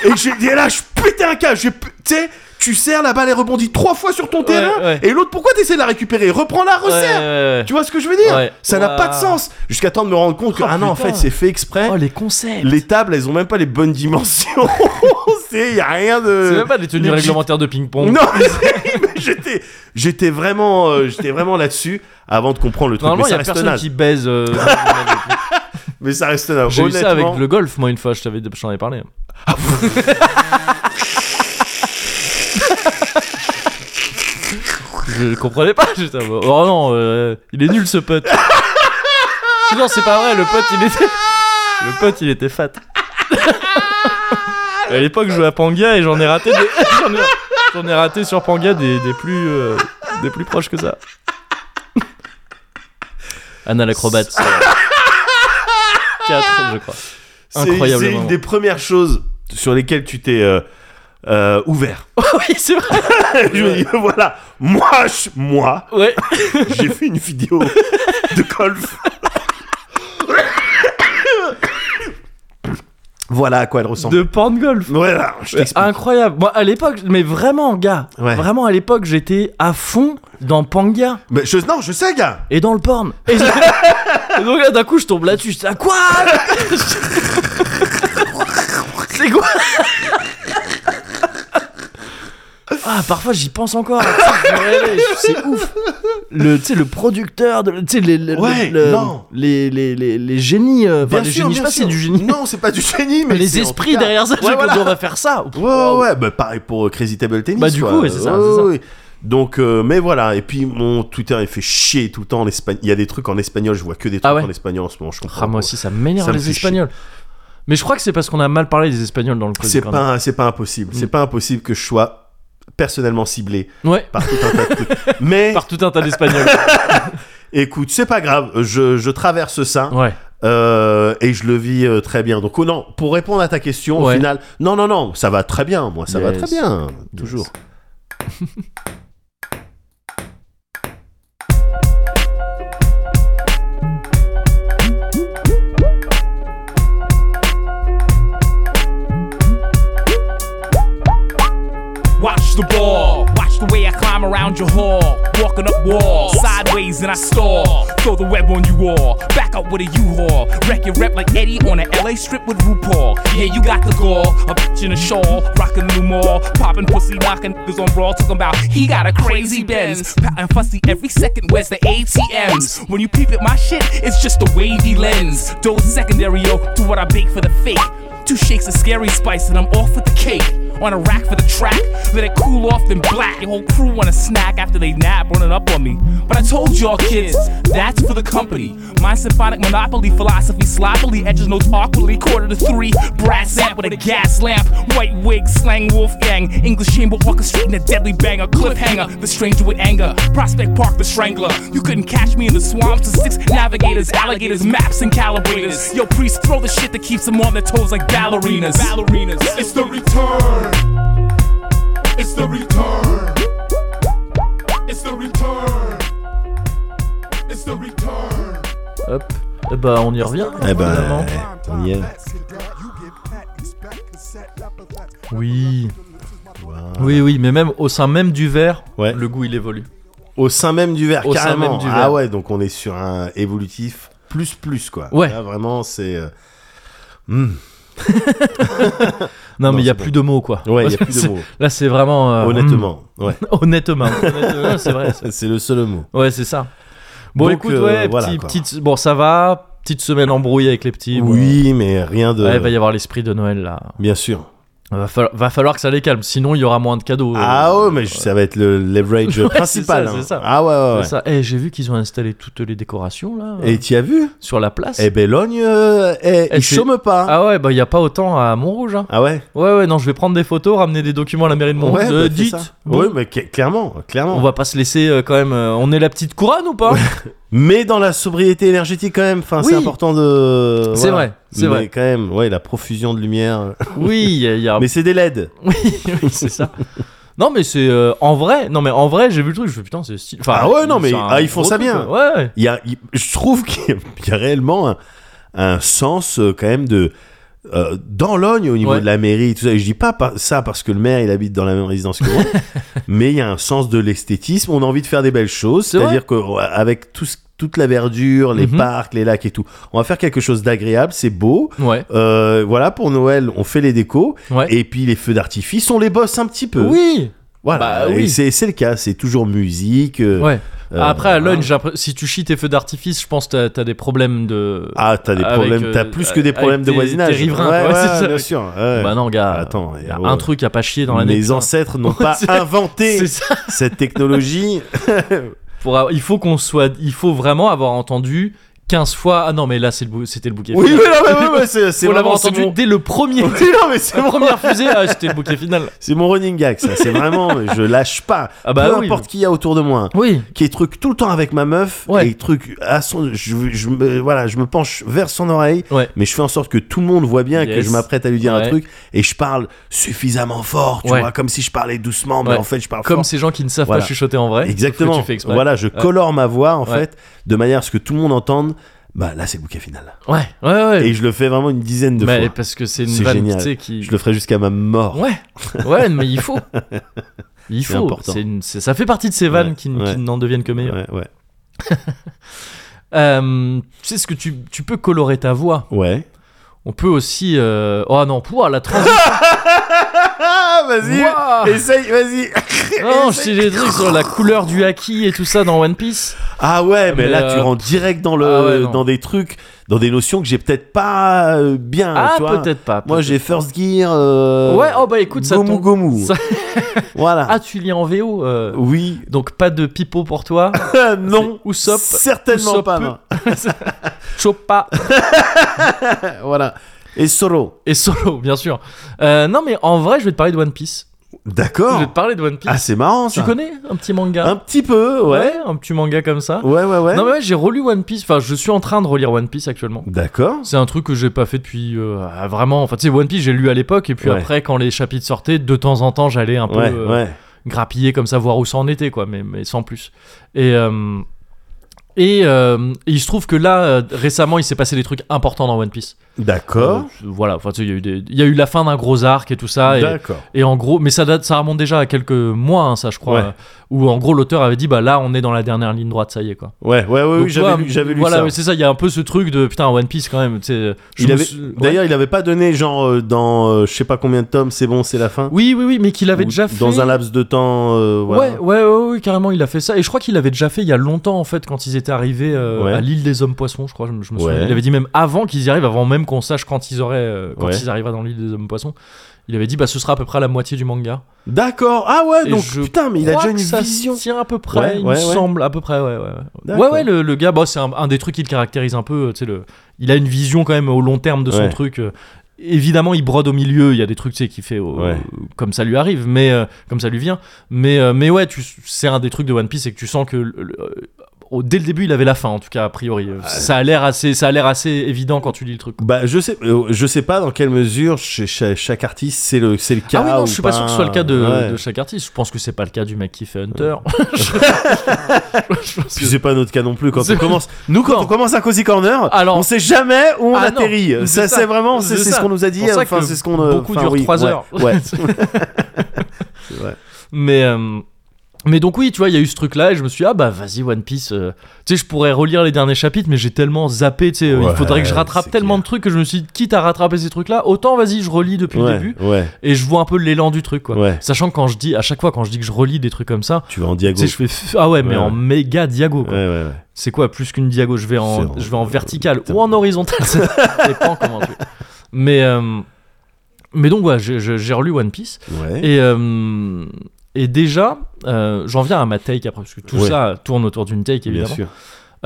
Speaker 2: et j'ai dit là, je pétais un câble. j'ai pu- Tu sais, tu serres, la balle elle rebondit trois fois sur ton terrain.
Speaker 1: ouais.
Speaker 2: Et l'autre, pourquoi t'essaies de la récupérer Reprends-la,
Speaker 1: Ouais,
Speaker 2: resserre.
Speaker 1: ouais, ouais.
Speaker 2: Tu vois ce que je veux dire
Speaker 1: Ouais.
Speaker 2: Ça n'a
Speaker 1: Wow.
Speaker 2: pas de sens. Jusqu'à temps de me rendre compte que,
Speaker 1: Oh,
Speaker 2: ah non, en fait,
Speaker 1: putain.
Speaker 2: c'est fait exprès.
Speaker 1: Oh, les concepts.
Speaker 2: les tables, elles ont même pas les bonnes dimensions. [LAUGHS] c'est, y a rien de.
Speaker 1: C'est même pas des tenues
Speaker 2: legit.
Speaker 1: réglementaires de ping-pong.
Speaker 2: Non, [LAUGHS] mais j'étais, j'étais vraiment, euh, j'étais vraiment là-dessus avant de comprendre le truc.
Speaker 1: Normalement,
Speaker 2: mais
Speaker 1: il y
Speaker 2: ça reste
Speaker 1: a personne
Speaker 2: naze.
Speaker 1: qui baise.
Speaker 2: [LAUGHS]
Speaker 1: euh, dans le domaine de-
Speaker 2: Mais ça reste naze.
Speaker 1: J'ai eu ça
Speaker 2: Honnêtement,
Speaker 1: avec le golf, moi, une fois, je t'avais, j'en avais parlé. je comprenais pas, j'étais en mode, Oh non, euh, il est nul ce pote. non, c'est pas vrai, le pote il était. Le pote il était fat. à l'époque, je jouais à Panga et j'en ai raté des. [LAUGHS] j'en, ai, j'en ai raté sur Panga des, des plus. euh, des plus proches que ça. Anna l'acrobate. 4, je crois.
Speaker 2: c'est- C'est
Speaker 1: incroyablement.
Speaker 2: une des premières choses sur lesquelles tu t'es euh, euh, ouvert.
Speaker 1: [LAUGHS]
Speaker 2: [LAUGHS]
Speaker 1: oui, c'est vrai.
Speaker 2: je me dis, voilà, moi, je- moi,
Speaker 1: Ouais.
Speaker 2: j'ai fait une vidéo de golf. voilà à quoi elle ressemble.
Speaker 1: De Ah. porn golf.
Speaker 2: Voilà, je t'explique.
Speaker 1: Incroyable. Moi, à l'époque, mais vraiment, gars.
Speaker 2: Ouais.
Speaker 1: Vraiment, à l'époque, j'étais à fond dans Panga
Speaker 2: Mais je- non, je sais, gars.
Speaker 1: et dans le porn. Et,
Speaker 2: [LAUGHS]
Speaker 1: et donc là, d'un coup, je tombe là-dessus. Je dis, ah, quoi C'est quoi Ah, parfois, j'y pense encore. Je me réveille, je- C'est ouf. Le, tu sais, le producteur, de, tu sais, les, les-
Speaker 2: Ouais,
Speaker 1: le-
Speaker 2: non.
Speaker 1: les, les, les, les génies. euh, Enfin,
Speaker 2: Bien
Speaker 1: les
Speaker 2: sûr,
Speaker 1: génies,
Speaker 2: bien
Speaker 1: je sais pas si
Speaker 2: sûr.
Speaker 1: c'est du génie.
Speaker 2: Non, c'est pas du génie, mais
Speaker 1: les
Speaker 2: c'est en
Speaker 1: esprits
Speaker 2: tout cas-
Speaker 1: derrière ça,
Speaker 2: Ouais,
Speaker 1: je
Speaker 2: voilà.
Speaker 1: on va faire ça.
Speaker 2: Ouais, ouais, ouais, bah pareil pour euh, Crazy Table Tennis.
Speaker 1: Bah, du
Speaker 2: quoi.
Speaker 1: coup, ouais, c'est ça,
Speaker 2: Ouais,
Speaker 1: c'est ça.
Speaker 2: ouais, ouais. Donc, euh, mais voilà, et puis mon Twitter il fait chier tout le temps en espagnol. Il y a des trucs en espagnol, je vois que des trucs
Speaker 1: Ah ouais.
Speaker 2: en espagnol en ce moment, je comprends.
Speaker 1: Ah, moi
Speaker 2: pas.
Speaker 1: aussi, ça
Speaker 2: Ça
Speaker 1: m'énerve
Speaker 2: me
Speaker 1: les
Speaker 2: fait chier.
Speaker 1: Espagnols. Mais je crois que c'est parce qu'on a mal parlé des Espagnols dans le Crazy
Speaker 2: C'est
Speaker 1: Corner.
Speaker 2: pas, c'est pas impossible. C'est pas impossible que je sois personnellement ciblé
Speaker 1: Mm. Ouais,
Speaker 2: par tout un tas de
Speaker 1: [LAUGHS]
Speaker 2: trucs. Mais [LAUGHS]
Speaker 1: par tout un tas d'Espagnols.
Speaker 2: écoute, c'est pas grave. Je, je traverse ça.
Speaker 1: ouais.
Speaker 2: euh, et je le vis euh, très bien. Donc, oh, non, pour répondre à ta question, au
Speaker 1: Ouais.
Speaker 2: final, non, non, non, ça va très bien, moi, ça va
Speaker 1: Yes.
Speaker 2: très bien, toujours.
Speaker 5: Watch the ball. Watch the way I climb around your hall. Walking up walls, sideways and I stall. Throw the web on you all. Back up with a U-Haul. Wreck your rep like Eddie on an LA strip with RuPaul. Yeah, you got the gall. A bitch in a shawl. Rocking new mall. Popping pussy, knocking niggas on raw. Talking about he got a crazy Benz. Patting fussy every second. Where's the ATMs? When you peep at my shit, it's just a wavy lens. Dose secondary, yo, to what I bake for the fake. Two shakes of scary spice and I'm off with the cake. On a rack for the track, let it cool off then black. Your whole crew want a snack after they nap, running up on me. But I told y'all kids, that's for the company. My symphonic monopoly philosophy sloppily edges notes awkwardly. Quarter to three, brass amp with a gas lamp. White wig, slang wolf gang. English chamber orchestra in a deadly banger. Cliffhanger, the stranger with anger. Prospect Park, the strangler. You couldn't catch me in the swamps of six navigators, alligators, maps, and calibrators. Yo, priest, throw the shit that keeps them on their toes like ballerinas. Ballerinas.
Speaker 6: It's the return. It's the return. It's the return. It's the return.
Speaker 1: Hop. Eh bah, on y revient.
Speaker 2: Eh ben,
Speaker 1: évidemment.
Speaker 2: on y est.
Speaker 1: Oui. Oui, oui, mais même au sein même du verre,
Speaker 2: Ouais.
Speaker 1: le goût il évolue.
Speaker 2: Au sein même du verre,
Speaker 1: Au sein
Speaker 2: carrément.
Speaker 1: même du
Speaker 2: Ah
Speaker 1: verre.
Speaker 2: ouais, donc on est sur un évolutif plus plus quoi.
Speaker 1: Ouais.
Speaker 2: Là, vraiment, c'est. euh,
Speaker 1: Non,
Speaker 2: Non,
Speaker 1: mais il y a
Speaker 2: c'est
Speaker 1: plus de mots quoi.
Speaker 2: Ouais, il y
Speaker 1: [LAUGHS]
Speaker 2: a plus de mots.
Speaker 1: Là, c'est vraiment. euh,
Speaker 2: Honnêtement, ouais.
Speaker 1: [LAUGHS] Honnêtement. Honnêtement,
Speaker 2: [LAUGHS]
Speaker 1: c'est vrai. c'est-
Speaker 2: C'est le seul mot.
Speaker 1: Ouais, c'est ça. Bon,
Speaker 2: Donc,
Speaker 1: écoute,
Speaker 2: euh,
Speaker 1: ouais,
Speaker 2: voilà,
Speaker 1: petit-
Speaker 2: quoi.
Speaker 1: petite, bon, ça va. Petite semaine embrouillée avec les petits. bon.
Speaker 2: Oui, euh. mais rien de.
Speaker 1: Ouais, il va y avoir l'esprit de Noël là.
Speaker 2: Bien sûr.
Speaker 1: Va falloir, va falloir que ça les calme, sinon il y aura moins de cadeaux. euh.
Speaker 2: ah ouais, mais ça va être le
Speaker 1: [LAUGHS]
Speaker 2: leverage principal.
Speaker 1: c'est ça,
Speaker 2: hein.
Speaker 1: c'est ça.
Speaker 2: Ah ouais, ouais,
Speaker 1: C'est
Speaker 2: ouais.
Speaker 1: ça. Eh, j'ai vu qu'ils ont installé toutes les décorations là
Speaker 2: Et tu as vu
Speaker 1: sur la place.
Speaker 2: Eh Bélogne, euh, eh,
Speaker 1: Eh,
Speaker 2: il
Speaker 1: c'est-
Speaker 2: chôme pas.
Speaker 1: Ah ouais, bah il y a pas autant à Montrouge. Hein.
Speaker 2: Ah ouais
Speaker 1: Ouais ouais, non, je vais prendre des photos, ramener des documents à la mairie de Montrouge.
Speaker 2: Ouais,
Speaker 1: Euh,
Speaker 2: bah, fais
Speaker 1: dites.
Speaker 2: ça.
Speaker 1: bon,
Speaker 2: Ouais, mais cl- clairement, clairement.
Speaker 1: On va pas se laisser euh, quand même. euh, on est la petite couronne ou pas
Speaker 2: Mais dans la sobriété énergétique quand même, enfin,
Speaker 1: Oui.
Speaker 2: c'est important de...
Speaker 1: C'est
Speaker 2: voilà.
Speaker 1: vrai, c'est
Speaker 2: Mais
Speaker 1: vrai. Ah.
Speaker 2: quand même, ouais, la profusion de lumière.
Speaker 1: [LAUGHS] Oui, il y a. il y a-
Speaker 2: Mais c'est des LED.
Speaker 1: [LAUGHS] Oui, oui, c'est ça. Non mais c'est euh, en vrai. Non mais en vrai, j'ai vu le truc. Je fais putain, c'est stylé. Enfin,
Speaker 2: Ah ouais, non, mais-
Speaker 1: c'est un
Speaker 2: ah, ils font
Speaker 1: gros
Speaker 2: ça
Speaker 1: truc,
Speaker 2: bien.
Speaker 1: quoi. Ouais. ouais.
Speaker 2: Il y a, il- je trouve qu'il y a [LAUGHS] réellement un, un sens euh, quand même de... euh, dans l'ogne au niveau
Speaker 1: Ouais.
Speaker 2: de la mairie et tout ça et je dis pas par- ça parce que le maire il habite dans la même résidence
Speaker 1: [LAUGHS]
Speaker 2: que moi mais il y a un sens de l'esthétisme on a envie de faire des belles choses
Speaker 1: C'est
Speaker 2: c'est à dire que ouais, avec tout ce- toute la verdure les
Speaker 1: Mhm.
Speaker 2: parcs les lacs et tout on va faire quelque chose d'agréable c'est beau
Speaker 1: Ouais.
Speaker 2: Euh, voilà pour Noël on fait les décos
Speaker 1: Ouais.
Speaker 2: Et puis les feux d'artifice, on les bosse un petit peu.
Speaker 1: Oui.
Speaker 2: Voilà.
Speaker 1: Bah oui.
Speaker 2: Et c'est c'est le cas. C'est toujours musique. euh,
Speaker 1: Ouais.
Speaker 2: euh,
Speaker 1: Après, à
Speaker 2: voilà.
Speaker 1: Lodge, j'ai l'impr- si tu chies tes feux d'artifice, je pense que t'as- t'as des problèmes de.
Speaker 2: Ah, t'as des
Speaker 1: Avec,
Speaker 2: problèmes.
Speaker 1: euh,
Speaker 2: t'as plus que des
Speaker 1: avec
Speaker 2: problèmes de
Speaker 1: tes-
Speaker 2: voisinage.
Speaker 1: tes riverains,
Speaker 2: Ouais,
Speaker 1: quoi,
Speaker 2: ouais,
Speaker 1: [LAUGHS] c'est ça.
Speaker 2: bien sûr. ouais. Ah,
Speaker 1: bah non, gars.
Speaker 2: Attends, oh
Speaker 1: y a
Speaker 2: ouais.
Speaker 1: un truc à pas chier dans l'année.
Speaker 2: Mes ancêtres
Speaker 1: [LAUGHS]
Speaker 2: n'ont pas
Speaker 1: C'est-
Speaker 2: inventé
Speaker 1: [LAUGHS] C'est ça.
Speaker 2: cette
Speaker 1: [LAUGHS]
Speaker 2: technologie.
Speaker 1: Pour avoir- il faut qu'on soit. Il faut vraiment avoir entendu 15 fois. Ah non, mais là, c'est le bou- c'était le bouquet.
Speaker 2: oui, oui,
Speaker 1: final.
Speaker 2: non, mais, oui,
Speaker 1: [LAUGHS]
Speaker 2: mais c'est c'est
Speaker 1: Faut
Speaker 2: vraiment-
Speaker 1: l'avoir
Speaker 2: c'est
Speaker 1: entendu [LAUGHS]
Speaker 2: mon- [LAUGHS]
Speaker 1: dès le premier.
Speaker 2: Oui, non, mais c'est
Speaker 1: La
Speaker 2: mon...
Speaker 1: [LAUGHS] première fusée, ah, c'était le bouquet final.
Speaker 2: c'est mon running gag, ça. C'est vraiment, je lâche pas.
Speaker 1: Ah bah
Speaker 2: Peu
Speaker 1: oui.
Speaker 2: importe qui y a autour de moi.
Speaker 1: Oui.
Speaker 2: qui est truc tout le temps avec ma meuf
Speaker 1: Ouais.
Speaker 2: et truc à son je, je me, voilà je me penche vers son oreille
Speaker 1: Ouais.
Speaker 2: mais je fais en sorte que tout le monde voit bien que
Speaker 1: Yes.
Speaker 2: je m'apprête à lui dire
Speaker 1: Ouais.
Speaker 2: un truc et je parle suffisamment fort tu
Speaker 1: Ouais.
Speaker 2: vois comme si je parlais doucement mais
Speaker 1: Ouais.
Speaker 2: en fait je parle
Speaker 1: Comme
Speaker 2: fort
Speaker 1: ces gens qui ne savent
Speaker 2: Voilà.
Speaker 1: pas chuchoter en vrai.
Speaker 2: exactement
Speaker 1: Parce que tu fais exprès.
Speaker 2: voilà je colore ma voix en
Speaker 1: Ouais.
Speaker 2: fait de manière à ce que tout le monde entende bah là c'est le bouquet final
Speaker 1: Ouais, ouais, ouais.
Speaker 2: et je le fais vraiment une dizaine de
Speaker 1: mais
Speaker 2: fois
Speaker 1: parce que c'est
Speaker 2: C'est
Speaker 1: une vanne,
Speaker 2: génial.
Speaker 1: tu sais, qui.
Speaker 2: je le ferai jusqu'à ma mort
Speaker 1: Ouais, ouais, mais
Speaker 2: [LAUGHS]
Speaker 1: il faut. Il
Speaker 2: C'est
Speaker 1: faut.
Speaker 2: important.
Speaker 1: C'est une- c'est- ça fait partie de ces vannes
Speaker 2: Ouais,
Speaker 1: qui,
Speaker 2: ouais.
Speaker 1: qui n'en deviennent que meilleures.
Speaker 2: ouais ouais,
Speaker 1: Euh, tu sais ce que tu, tu peux colorer ta voix.
Speaker 2: Ouais.
Speaker 1: On peut aussi. euh, Oh non, pouah, la transition.
Speaker 2: ah vas-y
Speaker 1: Ouah.
Speaker 2: essaye vas-y
Speaker 1: non, je sais des trucs sur la couleur du haki et tout ça dans One Piece.
Speaker 2: Ah ouais, mais,
Speaker 1: Mais,
Speaker 2: là tu
Speaker 1: euh,
Speaker 2: rentres direct dans le
Speaker 1: ah ouais, non.
Speaker 2: dans des trucs, dans des notions que j'ai peut-être pas euh, bien.
Speaker 1: Ah,
Speaker 2: tu vois.
Speaker 1: peut-être pas.
Speaker 2: Moi
Speaker 1: peut-être
Speaker 2: j'ai First Gear. euh,
Speaker 1: Ouais, oh bah écoute, ça
Speaker 2: Gomu
Speaker 1: tombe.
Speaker 2: Gomu.
Speaker 1: Ça-
Speaker 2: Voilà.
Speaker 1: Ah, tu lis en VO. euh,
Speaker 2: Oui.
Speaker 1: Donc pas de pipeau pour toi.
Speaker 2: [LAUGHS] non.
Speaker 1: c'est Usopp.
Speaker 2: Certainement
Speaker 1: Usopp.
Speaker 2: pas. non. [LAUGHS]
Speaker 1: Choppa
Speaker 2: voilà. Et Solo.
Speaker 1: et Solo, bien sûr. Euh, non, mais en vrai, je vais te parler de One Piece. Je
Speaker 2: D'accord.
Speaker 1: vais te parler de One Piece.
Speaker 2: Ah, c'est marrant ça.
Speaker 1: tu connais un petit manga
Speaker 2: Un petit peu, ouais.
Speaker 1: un petit manga comme ça.
Speaker 2: Ouais, ouais, ouais.
Speaker 1: Non mais ouais, j'ai relu One Piece. Enfin, je suis en train de relire One Piece actuellement.
Speaker 2: D'accord.
Speaker 1: C'est un truc que j'ai pas fait depuis euh, ah, vraiment. Enfin, tu sais, One Piece, j'ai lu à l'époque et puis
Speaker 2: Ouais.
Speaker 1: après, quand les chapitres sortaient, de temps en temps, j'allais un peu
Speaker 2: Ouais,
Speaker 1: euh,
Speaker 2: ouais.
Speaker 1: grappiller comme ça, voir où ça en était, quoi, mais, mais sans plus. Et euh, et euh, il se trouve que là, euh, récemment, il s'est passé des trucs importants dans One Piece.
Speaker 2: D'accord.
Speaker 1: Euh, voilà, enfin, tu sais, il y a eu des- il y a eu la fin d'un gros arc et tout ça. Ah, Et,
Speaker 2: D'accord.
Speaker 1: et en gros, mais ça date, ça remonte déjà à quelques mois, hein, ça, je crois,
Speaker 2: Ouais.
Speaker 1: euh, où en gros l'auteur avait dit, bah là, on est dans la dernière ligne droite, ça y est, quoi.
Speaker 2: Ouais, ouais, ouais,
Speaker 1: Donc,
Speaker 2: oui,
Speaker 1: tu vois,
Speaker 2: j'avais lu, j'avais lu
Speaker 1: voilà,
Speaker 2: ça.
Speaker 1: mais c'est ça, il y a un peu ce truc de putain, One Piece quand même. tu sais, je
Speaker 2: Il
Speaker 1: me
Speaker 2: avait-
Speaker 1: suis- ouais.
Speaker 2: D'ailleurs, il avait pas donné genre euh, dans euh, je sais pas combien de tomes, c'est bon, c'est la fin.
Speaker 1: Oui, oui, oui, mais qu'il avait
Speaker 2: Ou
Speaker 1: déjà fait.
Speaker 2: Dans un laps de temps, euh, voilà.
Speaker 1: ouais, ouais, ouais, ouais, carrément, il a fait ça. Et je crois qu'il l'avait déjà fait il y a longtemps, en fait, quand ils étaient arrivés euh,
Speaker 2: Ouais.
Speaker 1: à l'île des hommes-poissons, je crois. Je, me- je me souviens.
Speaker 2: Ouais.
Speaker 1: Il avait dit même avant qu'ils y arrivent, avant même qu'on sache quand ils auraient, euh, quand
Speaker 2: Ouais.
Speaker 1: ils arriveraient dans l'île des hommes-poissons. Il avait dit, bah, ce sera à peu près à la moitié du manga.
Speaker 2: D'accord. Ah ouais,
Speaker 1: Et
Speaker 2: donc
Speaker 1: je
Speaker 2: putain, mais il a
Speaker 1: crois
Speaker 2: déjà une
Speaker 1: que ça
Speaker 2: vision.
Speaker 1: se tient à peu près,
Speaker 2: Ouais,
Speaker 1: il
Speaker 2: ouais,
Speaker 1: me
Speaker 2: ouais.
Speaker 1: semble, à peu près, ouais, ouais, ouais. Ouais,
Speaker 2: D'accord.
Speaker 1: ouais, le, le gars, bah, c'est un, un des trucs qui le caractérise un peu, euh, tu sais, le, il a une vision quand même au long terme de son
Speaker 2: Ouais.
Speaker 1: truc. euh, Évidemment, il brode au milieu, il y a des trucs, tu sais, qu'il fait euh,
Speaker 2: Ouais.
Speaker 1: comme ça lui arrive, mais euh, comme ça lui vient. Mais, euh, mais ouais, tu, c'est un des trucs de One Piece, c'est que tu sens que... le- le- au- dès le début, il avait la fin, en tout cas, a priori. Euh, Ça a l'air assez, ça a l'air assez évident quand tu lis le truc.
Speaker 2: Bah, je sais, euh, je sais pas dans quelle mesure chez cha- chaque artiste c'est le, c'est le cas.
Speaker 1: ah oui, non,
Speaker 2: ou
Speaker 1: je suis pas sûr que ce soit le cas de,
Speaker 2: Ouais.
Speaker 1: de chaque artiste. Je pense que c'est pas le cas du mec qui fait Hunter. [LAUGHS] Je pense
Speaker 2: Puis
Speaker 1: que-
Speaker 2: c'est pas notre cas non plus quand
Speaker 1: [LAUGHS] C'est-
Speaker 2: on commence.
Speaker 1: Nous,
Speaker 2: Quand on commence à cozy corner,
Speaker 1: Alors-
Speaker 2: on sait jamais où on
Speaker 1: Ah non,
Speaker 2: atterrit.
Speaker 1: c'est
Speaker 2: ça,
Speaker 1: ça,
Speaker 2: c'est vraiment, c'est
Speaker 1: c'est
Speaker 2: c'est
Speaker 1: ça.
Speaker 2: ce qu'on nous a
Speaker 1: C'est
Speaker 2: dit.
Speaker 1: pour ça
Speaker 2: Enfin,
Speaker 1: que
Speaker 2: c'est ce qu'on. euh,
Speaker 1: beaucoup
Speaker 2: enfin,
Speaker 1: dure
Speaker 2: oui,
Speaker 1: 3
Speaker 2: ouais,
Speaker 1: heures. [LAUGHS]
Speaker 2: Ouais. vrai.
Speaker 1: Mais, euh, mais donc oui, tu vois, il y a eu ce truc-là et je me suis dit, ah bah vas-y One Piece, euh, tu sais, je pourrais relire les derniers chapitres, mais j'ai tellement zappé, tu sais, euh,
Speaker 2: Ouais,
Speaker 1: il faudrait que je rattrape
Speaker 2: c'est
Speaker 1: tellement
Speaker 2: clair.
Speaker 1: de trucs que je me suis dit, quitte à rattraper ces trucs-là, autant vas-y, je relis depuis
Speaker 2: ouais,
Speaker 1: le début
Speaker 2: ouais.
Speaker 1: et je vois un peu l'élan du truc, quoi.
Speaker 2: Ouais.
Speaker 1: Sachant que quand je dis, à chaque fois quand je dis que je relis des trucs comme ça,
Speaker 2: Tu vas en
Speaker 1: tu
Speaker 2: diagonale.
Speaker 1: sais, je fais, pff, ah ouais,
Speaker 2: Ouais.
Speaker 1: mais en méga diago,
Speaker 2: Ouais,
Speaker 1: quoi.
Speaker 2: ouais, ouais.
Speaker 1: C'est quoi plus qu'une diago Je vais en,
Speaker 2: C'est en-
Speaker 1: je vais en vertical
Speaker 2: putain.
Speaker 1: ou en horizontal. Ça dépend comment tu. Mais euh, mais donc voilà, j'ai- j'ai j'ai relu One Piece
Speaker 2: Ouais.
Speaker 1: et euh, et déjà euh, j'en viens à ma take après parce que tout
Speaker 2: Ouais.
Speaker 1: ça tourne autour d'une take
Speaker 2: Bien
Speaker 1: évidemment.
Speaker 2: sûr.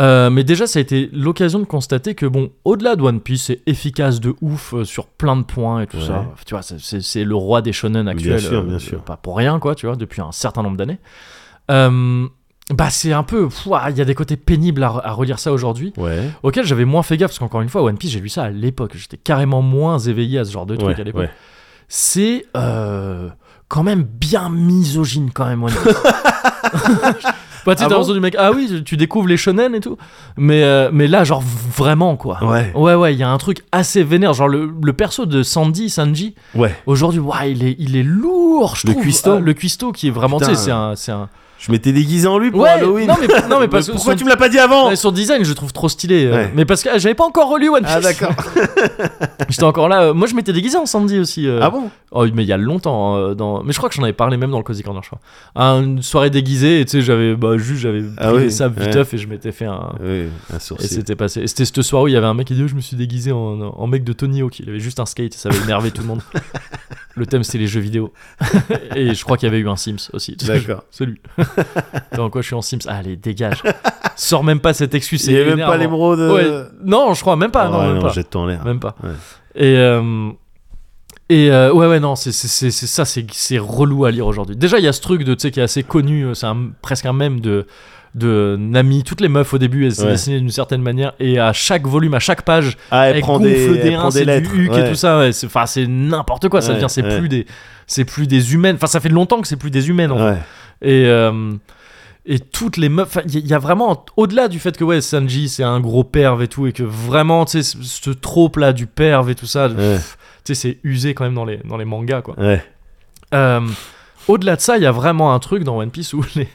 Speaker 1: Euh, mais déjà ça a été l'occasion de constater que bon au-delà de One Piece c'est efficace de ouf euh, sur plein de points et tout
Speaker 2: Ouais.
Speaker 1: ça. Tu vois c'est- c'est c'est le roi des shonen actuels.
Speaker 2: sûr,
Speaker 1: euh,
Speaker 2: bien sûr.
Speaker 1: Pas pour rien quoi tu vois depuis un certain nombre d'années. Euh, bah c'est un peu pff, ouah, il y a des côtés pénibles à, re- à relire ça aujourd'hui
Speaker 2: Ouais.
Speaker 1: auquel j'avais moins fait gaffe parce qu'encore une fois One Piece j'ai lu ça à l'époque j'étais carrément moins éveillé à ce genre de truc
Speaker 2: ouais,
Speaker 1: à l'époque
Speaker 2: ouais.
Speaker 1: c'est euh, quand même bien misogyne quand même One
Speaker 2: [LAUGHS]
Speaker 1: Piece bah tu sais,
Speaker 2: Ah
Speaker 1: t'as
Speaker 2: bon
Speaker 1: raison du mec ah oui tu- tu découvres les shonen et tout mais euh, mais là genre vraiment quoi
Speaker 2: Ouais.
Speaker 1: ouais ouais il y a un truc assez vénère genre le, le perso de Sandy Sanji
Speaker 2: Ouais.
Speaker 1: aujourd'hui ouais, il est il est lourd je
Speaker 2: Le
Speaker 1: trouve
Speaker 2: cuistot.
Speaker 1: Ah, le cuistot qui est vraiment tu sais
Speaker 2: Putain.
Speaker 1: c'est un c'est un
Speaker 2: Je m'étais déguisé en lui pour
Speaker 1: Ouais,
Speaker 2: Halloween.
Speaker 1: non, mais-
Speaker 2: [LAUGHS]
Speaker 1: non, mais parce que
Speaker 2: pourquoi
Speaker 1: son-
Speaker 2: tu me l'as pas dit avant
Speaker 1: Ouais, son design, je le trouve trop stylé. euh,
Speaker 2: Ouais.
Speaker 1: Mais parce que ah, j'avais pas encore relu One Piece.
Speaker 2: Ah d'accord.
Speaker 1: [LAUGHS] J'étais encore là. euh, moi, je m'étais déguisé en Sandy aussi. euh.
Speaker 2: Ah bon
Speaker 1: Oh, mais il y a longtemps. euh, dans... Mais je crois que j'en avais parlé même dans le Cozy Corner, je crois. À une soirée déguisée, et tu sais, j'avais bah, juste j'avais
Speaker 2: Ah
Speaker 1: pris
Speaker 2: oui,
Speaker 1: ça viteuf
Speaker 2: ouais.
Speaker 1: et je m'étais fait un.
Speaker 2: Oui, un
Speaker 1: Et
Speaker 2: sourcil.
Speaker 1: c'était passé. Et C'était cette soirée où il y avait un mec qui dit oh, Je me suis déguisé en, en mec de Tony Hawk. Il avait juste un skate et ça avait énervé tout
Speaker 2: [LAUGHS]
Speaker 1: le monde. Le thème, c'était les jeux vidéo. et je crois qu'il y avait eu un Sims aussi. [LAUGHS]
Speaker 2: D'accord.
Speaker 1: Celui. Dans quoi je suis en Sims Ah, Allez, dégage. Sors même pas cette excuse.
Speaker 2: Il y
Speaker 1: c'est
Speaker 2: avait même pas
Speaker 1: énervant.
Speaker 2: l'émeraude. euh,
Speaker 1: Ouais, non, je crois même pas.
Speaker 2: Ah,
Speaker 1: non,
Speaker 2: ouais,
Speaker 1: même
Speaker 2: non,
Speaker 1: pas.
Speaker 2: jette-toi en l'air.
Speaker 1: Même pas.
Speaker 2: Ouais.
Speaker 1: Et euh, et euh, ouais, ouais, non, c'est c'est- c'est- c'est ça, c'est c'est relou à lire aujourd'hui. Déjà, il y a ce truc de tu sais qui est assez connu, euh, c'est un- presque un même de de Nami. Toutes les meufs au début, elles se
Speaker 2: Ouais.
Speaker 1: dessinaient d'une certaine manière, et à chaque volume, à chaque page,
Speaker 2: Ah, elle
Speaker 1: elles
Speaker 2: prend
Speaker 1: gonflent
Speaker 2: des, elle
Speaker 1: des reins,
Speaker 2: prend des
Speaker 1: c'est
Speaker 2: lettres.
Speaker 1: du huc et
Speaker 2: ouais.
Speaker 1: tout ça. ouais, c'est enfin, c'est n'importe quoi. Ça
Speaker 2: Ouais,
Speaker 1: devient, c'est
Speaker 2: ouais.
Speaker 1: plus des c'est plus des humaines. Enfin, ça fait longtemps que c'est plus des humaines. En fait.
Speaker 2: Ouais.
Speaker 1: Et, euh, et toutes les meufs. Il y, y a vraiment, au-delà du fait que ouais, Sanji, c'est un gros perve et tout, et que vraiment, tu sais, ce- ce trope-là du perve et tout ça,
Speaker 2: Ouais.
Speaker 1: tu sais, c'est usé quand même dans les, dans les mangas, quoi.
Speaker 2: Ouais.
Speaker 1: Euh, au-delà de ça, il y a vraiment un truc dans One Piece où les.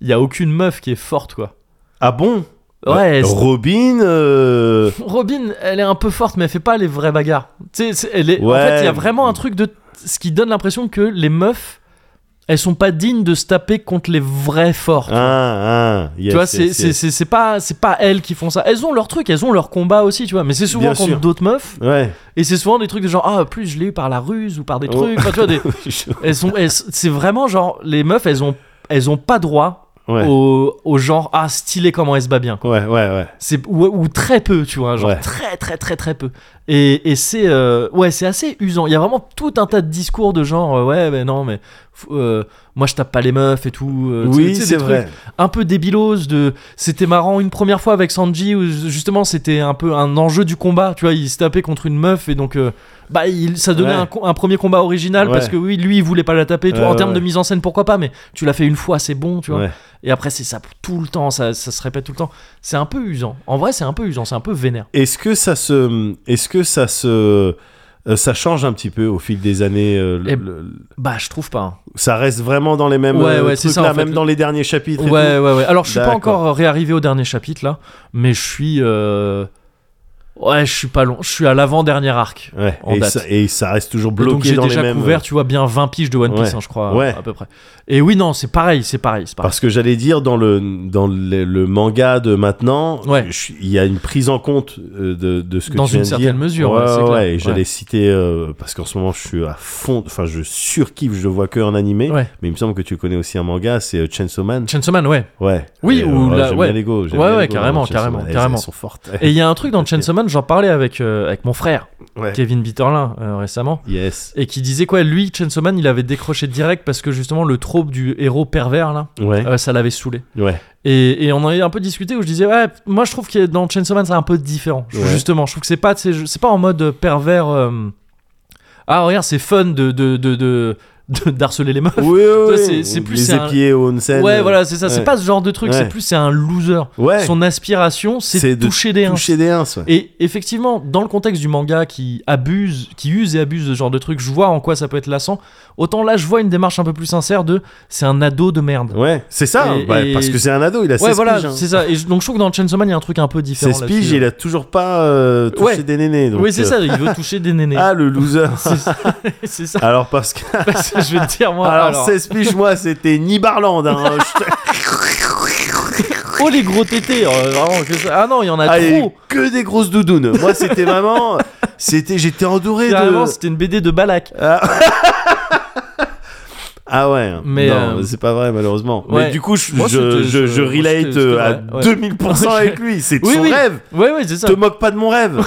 Speaker 1: Il y a aucune meuf qui est forte, quoi.
Speaker 2: Ah bon
Speaker 1: Ouais, c'est-
Speaker 2: Robin. euh,
Speaker 1: Robin, elle est un peu forte, mais elle fait pas les vrais bagarres. Tu sais, c'est- elle est... En
Speaker 2: Ouais.
Speaker 1: fait, il y a vraiment un truc de. Ce qui donne l'impression que les meufs, elles sont pas dignes de se taper contre les vrais forts.
Speaker 2: Ah, ah. yes,
Speaker 1: tu vois,
Speaker 2: yes,
Speaker 1: c'est-
Speaker 2: yes.
Speaker 1: c'est c'est- c'est pas, c'est pas elles qui font ça. Elles ont leur truc, elles ont leur combat aussi, tu vois. Mais c'est souvent
Speaker 2: Bien
Speaker 1: contre
Speaker 2: sûr.
Speaker 1: d'autres meufs. [LAUGHS]
Speaker 2: Ouais.
Speaker 1: Et c'est souvent des trucs de genre, ah, plus je l'ai eu par la ruse ou par des
Speaker 2: Oh.
Speaker 1: trucs. Enfin, tu vois, des- elles sont, elles- c'est vraiment genre, les meufs, elles ont, elles ont pas droit
Speaker 2: ouais.
Speaker 1: au, au genre, ah, stylé comment elle se bat bien, quoi.
Speaker 2: Ouais, ouais, ouais.
Speaker 1: C'est, ou, ou très peu, tu vois, genre
Speaker 2: Ouais.
Speaker 1: très, très, très, très peu. Et, et c'est euh, ouais, c'est assez usant. Il y a vraiment tout un tas de discours de genre euh, ouais, mais non, mais f- euh, moi je tape pas les meufs et tout. euh, tu sais, tu
Speaker 2: oui,
Speaker 1: sais, des
Speaker 2: c'est
Speaker 1: trucs
Speaker 2: vrai.
Speaker 1: Un peu débilose de c'était marrant une première fois avec Sanji où justement c'était un peu un enjeu du combat. Tu vois, il se tapait contre une meuf et donc euh, bah il, ça donnait
Speaker 2: Ouais.
Speaker 1: un, co- un premier combat original
Speaker 2: Ouais.
Speaker 1: parce que oui, lui il voulait pas la taper. tu vois.
Speaker 2: Ouais,
Speaker 1: en
Speaker 2: ouais,
Speaker 1: termes de
Speaker 2: ouais.
Speaker 1: mise en scène, pourquoi pas, mais tu l'as fait une fois, c'est bon, tu vois.
Speaker 2: Ouais.
Speaker 1: Et après, c'est ça tout le temps, ça, ça se répète tout le temps. C'est un peu usant. En vrai, c'est un peu usant, c'est un peu vénère.
Speaker 2: Est-ce que ça se, est-ce que ça se, euh, ça change un petit peu au fil des années. euh, le-
Speaker 1: Eh-
Speaker 2: le-
Speaker 1: Bah, je trouve pas. hein.
Speaker 2: ça reste vraiment dans les mêmes
Speaker 1: Ouais,
Speaker 2: euh,
Speaker 1: ouais, c'est
Speaker 2: trucs
Speaker 1: ça,
Speaker 2: là,
Speaker 1: en fait.
Speaker 2: même dans les derniers chapitres. et
Speaker 1: Ouais, ouais, ouais. Alors, je suis pas
Speaker 2: D'accord.
Speaker 1: encore réarrivé au dernier chapitre là, mais je suis. euh, Ouais, je suis pas long. Je suis à l'avant-dernier arc.
Speaker 2: tout. Ouais.
Speaker 1: En
Speaker 2: Et,
Speaker 1: date.
Speaker 2: ça, et ça reste toujours
Speaker 1: Et donc,
Speaker 2: bloqué
Speaker 1: j'ai
Speaker 2: dans
Speaker 1: déjà
Speaker 2: les mêmes. euh,
Speaker 1: couvert, tu vois, bien 20 piges de One Piece,
Speaker 2: Ouais.
Speaker 1: hein, je crois,
Speaker 2: Ouais.
Speaker 1: à peu près. Et oui, non, c'est pareil, c'est pareil, c'est pareil.
Speaker 2: Parce que j'allais dire dans le dans le, le manga de maintenant,
Speaker 1: Ouais.
Speaker 2: je suis- il y a une prise en compte euh, de, de ce que
Speaker 1: Dans
Speaker 2: tu viens
Speaker 1: une
Speaker 2: de
Speaker 1: certaine
Speaker 2: dire.
Speaker 1: mesure,
Speaker 2: Ouais,
Speaker 1: ouais, c'est
Speaker 2: ouais,
Speaker 1: clair.
Speaker 2: et
Speaker 1: Ouais.
Speaker 2: j'allais citer euh, parce qu'en ce moment je suis à fond, enfin je surkiffe, je vois que en animé,
Speaker 1: Ouais.
Speaker 2: mais il me semble que tu connais aussi un manga, c'est euh, Chainsaw Man.
Speaker 1: Chainsaw Man, ouais.
Speaker 2: Ouais.
Speaker 1: Oui,
Speaker 2: Et, euh,
Speaker 1: ou la-
Speaker 2: j'aime
Speaker 1: ouais.
Speaker 2: bien les go, j'aime
Speaker 1: Ouais,
Speaker 2: bien
Speaker 1: ouais,
Speaker 2: les go dans
Speaker 1: carrément,
Speaker 2: Chainsaw Man.
Speaker 1: carrément,
Speaker 2: Elles-
Speaker 1: carrément.
Speaker 2: Elles sont fortes.
Speaker 1: Et il y a un truc
Speaker 2: [LAUGHS]
Speaker 1: dans
Speaker 2: Ok.
Speaker 1: Chainsaw Man, j'en parlais avec, euh, avec mon frère,
Speaker 2: Ouais.
Speaker 1: Kevin Bitterlin, euh, récemment.
Speaker 2: Yes.
Speaker 1: Et qui disait quoi, lui, Chainsaw Man, il avait décroché direct parce que justement le trope du héros pervers là,
Speaker 2: Ouais.
Speaker 1: euh, ça l'avait saoulé.
Speaker 2: Ouais.
Speaker 1: Et, et on en a un peu discuté où je disais ouais moi je trouve que dans Chainsaw Man c'est un peu différent Je-
Speaker 2: Ouais.
Speaker 1: justement je trouve que c'est pas tu sais, je- c'est pas en mode pervers euh, ah regarde c'est fun de de de, de- de- d'harceler les meufs
Speaker 2: Oui,
Speaker 1: Toi,
Speaker 2: oui,
Speaker 1: c'est-
Speaker 2: oui.
Speaker 1: c'est plus,
Speaker 2: les
Speaker 1: c'est un-
Speaker 2: épiés au onsen.
Speaker 1: ouais
Speaker 2: euh,
Speaker 1: voilà c'est ça c'est
Speaker 2: ouais.
Speaker 1: pas ce genre de truc
Speaker 2: Ouais.
Speaker 1: c'est plus c'est un loser
Speaker 2: Ouais.
Speaker 1: son aspiration c'est,
Speaker 2: C'est
Speaker 1: de
Speaker 2: de
Speaker 1: toucher des uns
Speaker 2: toucher des uns. ouais.
Speaker 1: et effectivement, dans le contexte du manga qui abuse, qui use et abuse de ce genre de truc, je vois en quoi ça peut être lassant. Autant là, je vois une démarche un peu plus sincère de c'est un ado de merde.
Speaker 2: Ouais, c'est ça,
Speaker 1: Et-
Speaker 2: bah,
Speaker 1: et-
Speaker 2: parce que c'est un ado, il a 16
Speaker 1: Ouais, voilà,
Speaker 2: piges. hein.
Speaker 1: c'est ça. Et je- donc je trouve que dans Chainsaw Man, il y a un truc un peu différent.
Speaker 2: 16 piges,
Speaker 1: là-dessus. hein.
Speaker 2: il a toujours pas euh, touché
Speaker 1: Ouais.
Speaker 2: des nénés. donc,
Speaker 1: oui, c'est
Speaker 2: euh,
Speaker 1: ça, il veut toucher des nénés.
Speaker 2: Ah, le loser.
Speaker 1: [LAUGHS]
Speaker 2: [LAUGHS]
Speaker 1: C'est- c'est ça, [LAUGHS]
Speaker 2: alors, parce que.
Speaker 1: parce que je vais te dire, moi.
Speaker 2: alors,
Speaker 1: Alors, Ah,
Speaker 2: 16 piges, moi, c'était Nibarland.
Speaker 1: [LAUGHS]
Speaker 2: Hein. Je te-
Speaker 1: oh les gros tétés, euh, vraiment, que ça- Ah non, il y en a
Speaker 2: Ah, il y avait
Speaker 1: trop.
Speaker 2: que des grosses doudounes. Moi, c'était vraiment. C'était, J'étais endoré
Speaker 1: Carrément,
Speaker 2: de.
Speaker 1: c'était une BD de Balak.
Speaker 2: Ah ouais.
Speaker 1: Mais,
Speaker 2: non,
Speaker 1: euh,
Speaker 2: c'est pas vrai, malheureusement.
Speaker 1: ouais.
Speaker 2: Mais du coup, je,
Speaker 1: Moi,
Speaker 2: je,
Speaker 1: c'était-
Speaker 2: je, je
Speaker 1: moi, c'était-
Speaker 2: relate
Speaker 1: c'était
Speaker 2: euh, à
Speaker 1: vrai, ouais. [LAUGHS]
Speaker 2: 2000% avec lui. C'est de
Speaker 1: Oui,
Speaker 2: son
Speaker 1: oui.
Speaker 2: rêve.
Speaker 1: Ouais, ouais, c'est ça.
Speaker 2: Te moque pas de mon
Speaker 1: [LAUGHS]
Speaker 2: rêve.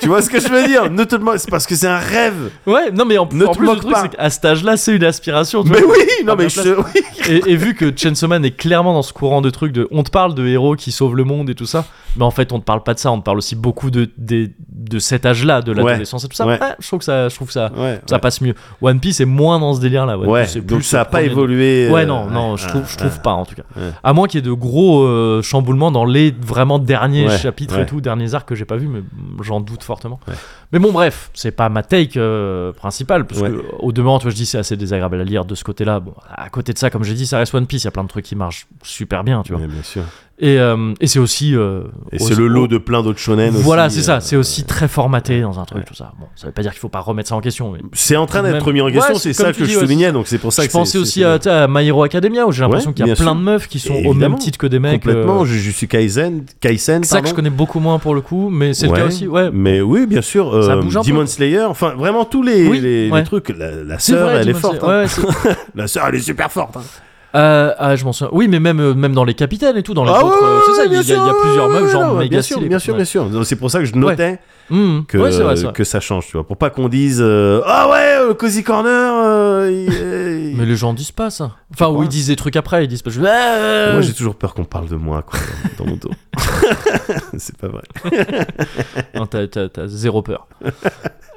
Speaker 2: tu vois ce que je veux dire Ne te moque. C'est parce que c'est un rêve.
Speaker 1: Ouais, non, mais en, en plus,
Speaker 2: Ne te
Speaker 1: le
Speaker 2: moque
Speaker 1: truc,
Speaker 2: pas.
Speaker 1: c'est qu'à cet âge-là, c'est une aspiration. tu
Speaker 2: Mais
Speaker 1: vois.
Speaker 2: oui, non,
Speaker 1: Ah,
Speaker 2: mais
Speaker 1: bien
Speaker 2: je. oui.
Speaker 1: et, et vu que Chainsaw Man est clairement dans ce courant de trucs de on te parle de héros qui sauvent le monde et tout ça, mais en fait on te parle pas de ça, on te parle aussi beaucoup de, des- de cet âge-là, de l'adolescence et tout ça.
Speaker 2: Ouais.
Speaker 1: Ouais, je trouve que ça, je trouve que ça,
Speaker 2: Ouais,
Speaker 1: ça passe mieux. One Piece est moins dans ce délire-là. One
Speaker 2: ouais,
Speaker 1: Piece est plus
Speaker 2: donc ça a
Speaker 1: ce
Speaker 2: pas
Speaker 1: premier-
Speaker 2: évolué. euh,
Speaker 1: Ouais, non, non,
Speaker 2: ouais,
Speaker 1: je
Speaker 2: ouais,
Speaker 1: trouve, je trouve pas en tout cas.
Speaker 2: ouais.
Speaker 1: À moins qu'il y ait de gros euh, chamboulements dans les vraiment derniers
Speaker 2: Ouais,
Speaker 1: chapitres et
Speaker 2: ouais.
Speaker 1: tout, derniers arcs que j'ai pas vu, mais mm, j'en doute fortement. Mais bon, bref, c'est pas ma take euh, principale, parce
Speaker 2: Ouais.
Speaker 1: que au demeurant, tu vois, je dis c'est assez désagréable à lire de ce côté-là. Bon, à côté de ça, comme j'ai dit, ça reste One Piece, il y a plein de trucs qui marchent super bien, tu vois.
Speaker 2: Mais bien sûr.
Speaker 1: Et, euh, et c'est aussi. euh,
Speaker 2: Et
Speaker 1: aussi-
Speaker 2: c'est le lot de plein d'autres shonen aussi,
Speaker 1: Voilà, c'est ça,
Speaker 2: euh,
Speaker 1: c'est aussi très formaté dans un truc, tout ça. Bon, ça veut pas dire qu'il faut pas remettre ça en question, mais
Speaker 2: C'est en train
Speaker 1: Même-
Speaker 2: d'être remis en question,
Speaker 1: Ouais,
Speaker 2: c'est
Speaker 1: c'est comme
Speaker 2: ça
Speaker 1: tu
Speaker 2: que
Speaker 1: dis,
Speaker 2: je
Speaker 1: ouais,
Speaker 2: soulignais, donc c'est pour ça
Speaker 1: je
Speaker 2: que c'est-
Speaker 1: pensais
Speaker 2: c'est-
Speaker 1: aussi à, tu sais, à My Hero Academia où j'ai l'impression
Speaker 2: Ouais,
Speaker 1: qu'il y a
Speaker 2: bien
Speaker 1: plein
Speaker 2: sûr.
Speaker 1: de meufs qui sont au
Speaker 2: Évidemment.
Speaker 1: même titre que des mecs.
Speaker 2: Complètement,
Speaker 1: euh,
Speaker 2: je, je suis Kaisen, Kaisen,
Speaker 1: C'est ça que
Speaker 2: pardon.
Speaker 1: je connais beaucoup moins pour le coup, mais c'est le
Speaker 2: Ouais,
Speaker 1: cas aussi. Ouais.
Speaker 2: Mais oui, bien sûr, euh,
Speaker 1: Ça bouge un peu.
Speaker 2: Demon Slayer, enfin vraiment tous les,
Speaker 1: Oui,
Speaker 2: les, les
Speaker 1: ouais.
Speaker 2: trucs. La, la
Speaker 1: C'est
Speaker 2: sœur,
Speaker 1: vrai,
Speaker 2: elle est
Speaker 1: Demon
Speaker 2: forte.
Speaker 1: Slayer.
Speaker 2: hein.
Speaker 1: Ouais, c'est-
Speaker 2: La sœur, elle est super forte. hein.
Speaker 1: Euh, ah, je m'en souviens. Oui, mais même, euh, même dans les capitaines et tout, dans les
Speaker 2: Ah
Speaker 1: autres.
Speaker 2: ouais,
Speaker 1: euh, c'est ça, il y,
Speaker 2: bien
Speaker 1: a- il y a- il y a
Speaker 2: sûr,
Speaker 1: plusieurs
Speaker 2: ouais,
Speaker 1: meufs,
Speaker 2: ouais,
Speaker 1: genre
Speaker 2: ouais,
Speaker 1: méga
Speaker 2: Bien sûr,
Speaker 1: stylés,
Speaker 2: bien
Speaker 1: quoi.
Speaker 2: sûr,
Speaker 1: Ouais.
Speaker 2: bien sûr. Donc, C'est pour ça que je notais
Speaker 1: Mhm.
Speaker 2: que,
Speaker 1: Ouais, c'est vrai, c'est vrai.
Speaker 2: que ça change, tu vois, pour pas qu'on dise euh, ah ouais, euh, Cozy Corner. euh, il- il-
Speaker 1: [LAUGHS] Mais les gens disent pas ça. Enfin, où
Speaker 2: crois
Speaker 1: ils disent des trucs après, ils disent pas. je- Ah,
Speaker 2: Moi, j'ai toujours peur qu'on parle de moi quoi, dans, dans mon dos. [LAUGHS] c'est pas vrai.
Speaker 1: Non, ah, t'as- T'as t'as zéro peur. [LAUGHS]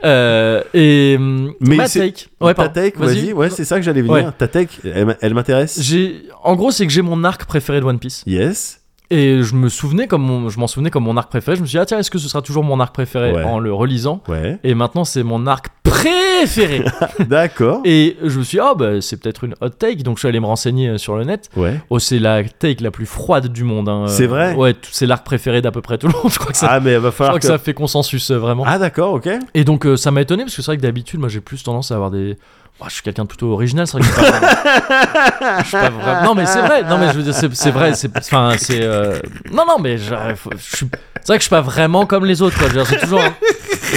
Speaker 1: Euh, et. hum,
Speaker 2: Mais
Speaker 1: ma
Speaker 2: c'est-
Speaker 1: take. Ouais,
Speaker 2: ta
Speaker 1: pardon.
Speaker 2: take, vas-y. ouais, c'est ça que j'allais venir.
Speaker 1: Ouais.
Speaker 2: Ta take, elle, m- elle m'intéresse.
Speaker 1: J'ai- En gros, c'est que j'ai mon arc préféré de One Piece.
Speaker 2: Yes.
Speaker 1: Et je me souvenais comme mon- je m'en souvenais comme mon arc préféré. Je me suis dit, ah tiens, est-ce que ce sera toujours mon arc préféré
Speaker 2: Ouais.
Speaker 1: en le relisant
Speaker 2: Ouais.
Speaker 1: Et maintenant, c'est mon arc
Speaker 2: [LAUGHS]
Speaker 1: préféré.
Speaker 2: D'accord.
Speaker 1: et je me suis dit, ah bah, c'est peut-être une hot take. Donc, je suis allé me renseigner euh, sur le net.
Speaker 2: Ouais.
Speaker 1: Oh, c'est la take la plus froide du monde. hein. Euh,
Speaker 2: C'est vrai
Speaker 1: Ouais, tout- c'est l'arc préféré d'à peu près tout le monde. je crois que ça,
Speaker 2: Ah, mais il va
Speaker 1: je crois
Speaker 2: falloir
Speaker 1: que ça fait consensus, euh, vraiment.
Speaker 2: Ah, d'accord, ok.
Speaker 1: Et donc, euh, ça m'a étonné parce que c'est vrai que d'habitude, moi, j'ai plus tendance à avoir des. Moi, je suis quelqu'un de plutôt original, c'est vrai que je suis pas vraiment- je suis pas vraiment- Non, mais c'est vrai. Non, mais je veux dire, c'est, c'est vrai. C'est, enfin, c'est. euh, Non, non, mais je, je suis. C'est vrai que je suis pas vraiment comme les autres. Quoi. Je veux dire, c'est toujours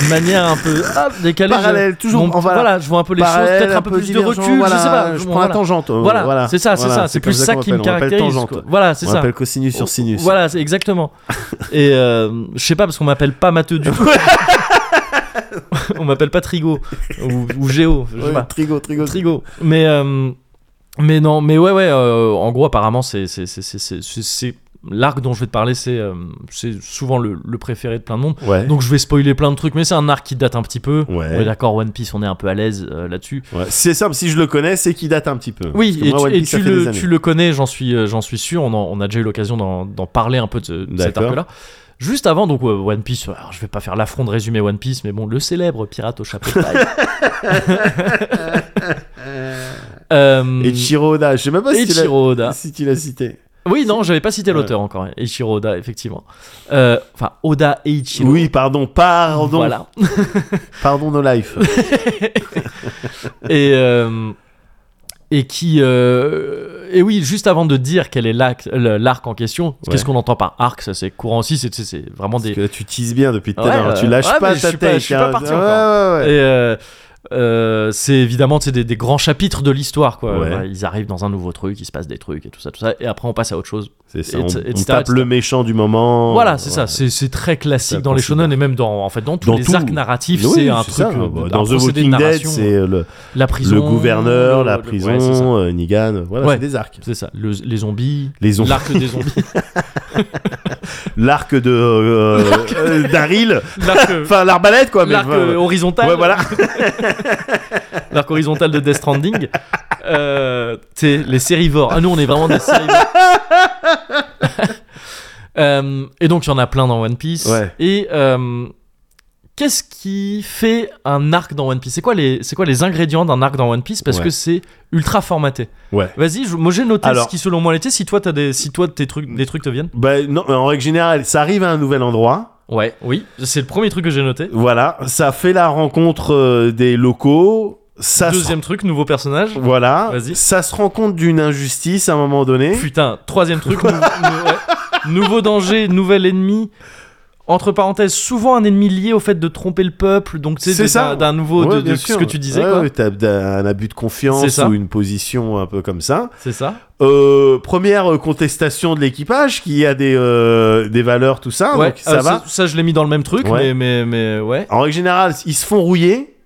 Speaker 1: une manière un peu hop, décalée. je-
Speaker 2: Parallèle, toujours,
Speaker 1: mon-
Speaker 2: en voilà.
Speaker 1: Voilà, je vois un peu les choses,
Speaker 2: Parallèle,
Speaker 1: peut-être un peu plus de
Speaker 2: divergent,
Speaker 1: recul.
Speaker 2: voilà,
Speaker 1: je sais pas.
Speaker 2: Je
Speaker 1: bon,
Speaker 2: prends la
Speaker 1: voilà.
Speaker 2: tangente. euh,
Speaker 1: Voilà,
Speaker 2: voilà.
Speaker 1: c'est ça, c'est
Speaker 2: Voilà,
Speaker 1: ça. C'est
Speaker 2: comme
Speaker 1: plus ça,
Speaker 2: qu'on
Speaker 1: qui me
Speaker 2: appelle, on appelle
Speaker 1: caractérise. quoi.
Speaker 2: tangente.
Speaker 1: Voilà, c'est
Speaker 2: On
Speaker 1: ça.
Speaker 2: appelle cosinus sur sinus. [LAUGHS]
Speaker 1: [LAUGHS] Voilà, c'est exactement. Et euh, je sais pas parce qu'on m'appelle pas matheux du tout. on m'appelle pas Trigo ou, ou Géo, je sais
Speaker 2: Ouais,
Speaker 1: pas.
Speaker 2: trigo, trigo,
Speaker 1: Trigo. Mais, euh, mais non, mais ouais, ouais, euh, en gros, apparemment, c'est. c'est- c'est- c'est- c'est- c'est- c'est- L'arc dont je vais te parler, c'est euh, c'est souvent le, le préféré de plein de monde.
Speaker 2: Ouais.
Speaker 1: Donc je vais spoiler plein de trucs, mais c'est un arc qui date un petit peu.
Speaker 2: Ouais.
Speaker 1: On est d'accord, One Piece, on est un peu à l'aise euh, là-dessus.
Speaker 2: Ouais, C'est simple, si je le connais, c'est qu'il date un petit peu.
Speaker 1: Oui,
Speaker 2: Parce que
Speaker 1: et,
Speaker 2: moi,
Speaker 1: tu,
Speaker 2: One
Speaker 1: et
Speaker 2: Piece, ça
Speaker 1: tu
Speaker 2: fait des
Speaker 1: le,
Speaker 2: années.
Speaker 1: tu le connais, j'en suis, euh, j'en suis sûr. On, en- on a déjà eu l'occasion d'en d'en parler un peu de, de cet
Speaker 2: D'accord.
Speaker 1: arc-là. Juste avant, donc euh, One Piece, alors, je vais pas faire l'affront de résumer One Piece, mais bon, le célèbre pirate au chapeau
Speaker 2: [LAUGHS]
Speaker 1: de paille. Euh,
Speaker 2: Et Chiroda, je sais même pas si tu l'as-
Speaker 1: Ichiro Oda.
Speaker 2: si tu l'as cité.
Speaker 1: Oui, non, j'avais pas cité l'auteur encore. hein. Ichiro Oda, effectivement. Euh, Enfin, Oda et Ichiro.
Speaker 2: Oui, pardon, pardon,
Speaker 1: Voilà.
Speaker 2: pardon no life.
Speaker 1: et euh, et qui euh, et oui juste avant de dire quel est l'arc le- l'arc en question qu'est-ce qu'on entend par arc ça c'est courant aussi c'est c'est- c'est vraiment
Speaker 2: Parce
Speaker 1: des
Speaker 2: que là, tu teases bien depuis tout à
Speaker 1: Ouais,
Speaker 2: l'heure. Tu
Speaker 1: euh,
Speaker 2: lâches
Speaker 1: ouais,
Speaker 2: pas
Speaker 1: mais je
Speaker 2: ta
Speaker 1: suis pas-
Speaker 2: tête.
Speaker 1: je suis pas
Speaker 2: hein.
Speaker 1: parti
Speaker 2: Ouais, ouais,
Speaker 1: encore.
Speaker 2: ouais.
Speaker 1: et euh, euh, c'est évidemment tu sais, des, des grands chapitres de l'histoire quoi
Speaker 2: Ouais.
Speaker 1: Voilà, ils arrivent dans un nouveau truc il se passe des trucs et tout ça tout ça et après on passe à autre chose
Speaker 2: C'est ça,
Speaker 1: et-
Speaker 2: on,
Speaker 1: et-
Speaker 2: on
Speaker 1: etc.,
Speaker 2: tape
Speaker 1: etc.
Speaker 2: le méchant du moment.
Speaker 1: voilà c'est
Speaker 2: Oh,
Speaker 1: ça
Speaker 2: Ouais.
Speaker 1: c'est c'est très classique
Speaker 2: Ça
Speaker 1: dans les
Speaker 2: considère.
Speaker 1: shonen et même dans en fait dans tous
Speaker 2: Dans
Speaker 1: les
Speaker 2: tout.
Speaker 1: arcs narratifs
Speaker 2: Oui,
Speaker 1: c'est un truc
Speaker 2: ça.
Speaker 1: euh,
Speaker 2: Bah,
Speaker 1: un
Speaker 2: Dans The
Speaker 1: procédé
Speaker 2: Walking Dead,
Speaker 1: de narration.
Speaker 2: c'est euh, le,
Speaker 1: la prison
Speaker 2: le gouverneur,
Speaker 1: le-
Speaker 2: la
Speaker 1: le- ouais,
Speaker 2: prison,
Speaker 1: c'est ça.
Speaker 2: euh, Negan. Voilà,
Speaker 1: Ouais.
Speaker 2: c'est des arcs.
Speaker 1: c'est ça, le- les zombies
Speaker 2: Les zombies.
Speaker 1: l'arc des zombies [LAUGHS]
Speaker 2: L'arc de euh,
Speaker 1: [LAUGHS]
Speaker 2: euh, Daryl.
Speaker 1: l'arc
Speaker 2: Enfin, l'arbalète, quoi. mais-
Speaker 1: l'arc
Speaker 2: ouais,
Speaker 1: euh, horizontal
Speaker 2: ouais,
Speaker 1: [LAUGHS]
Speaker 2: voilà.
Speaker 1: l'arc horizontal de Death Stranding
Speaker 2: [LAUGHS]
Speaker 1: euh, t'sais, les sérivores ah nous on est vraiment
Speaker 2: [LAUGHS]
Speaker 1: des sérivores Euh, et donc il y en a plein dans One Piece
Speaker 2: Ouais.
Speaker 1: et euh, qu'est-ce qui fait un arc dans One Piece c'est quoi les c'est quoi les ingrédients d'un arc dans One Piece parce
Speaker 2: Ouais.
Speaker 1: que c'est ultra formaté
Speaker 2: Ouais.
Speaker 1: vas-y je- moi j'ai noté
Speaker 2: Alors-
Speaker 1: ce qui selon moi l'était si toi t'as des si toi tes trucs des trucs te viennent
Speaker 2: Bah, non, mais en règle générale, ça arrive à un nouvel endroit.
Speaker 1: ouais oui c'est le premier truc que j'ai noté
Speaker 2: Voilà, ça fait la rencontre euh, des locaux. Ça se
Speaker 1: deuxième truc nouveau personnage
Speaker 2: Voilà.
Speaker 1: Vas-y.
Speaker 2: Ça se rend compte d'une injustice à un moment donné.
Speaker 1: Putain, troisième truc, nou- nou- ouais. nouveau danger, nouvel ennemi. Entre parenthèses, souvent un ennemi lié au fait de tromper le peuple, donc tu sais,
Speaker 2: C'est
Speaker 1: de-
Speaker 2: ça.
Speaker 1: d'un- d'un nouveau,
Speaker 2: Ouais,
Speaker 1: de, de
Speaker 2: bien
Speaker 1: ce
Speaker 2: sûr.
Speaker 1: que tu disais,
Speaker 2: Ouais,
Speaker 1: quoi.
Speaker 2: ouais, t'as d- un abus de
Speaker 1: C'est
Speaker 2: confiance
Speaker 1: ça.
Speaker 2: ou une position un peu comme ça.
Speaker 1: C'est ça.
Speaker 2: Euh, première euh, contestation de l'équipage qui a des, euh, des valeurs, tout ça.
Speaker 1: Ouais,
Speaker 2: donc ça
Speaker 1: euh,
Speaker 2: va.
Speaker 1: Ça, je l'ai mis dans le même truc,
Speaker 2: Ouais.
Speaker 1: mais, mais, mais ouais.
Speaker 2: En règle générale, ils se font rouiller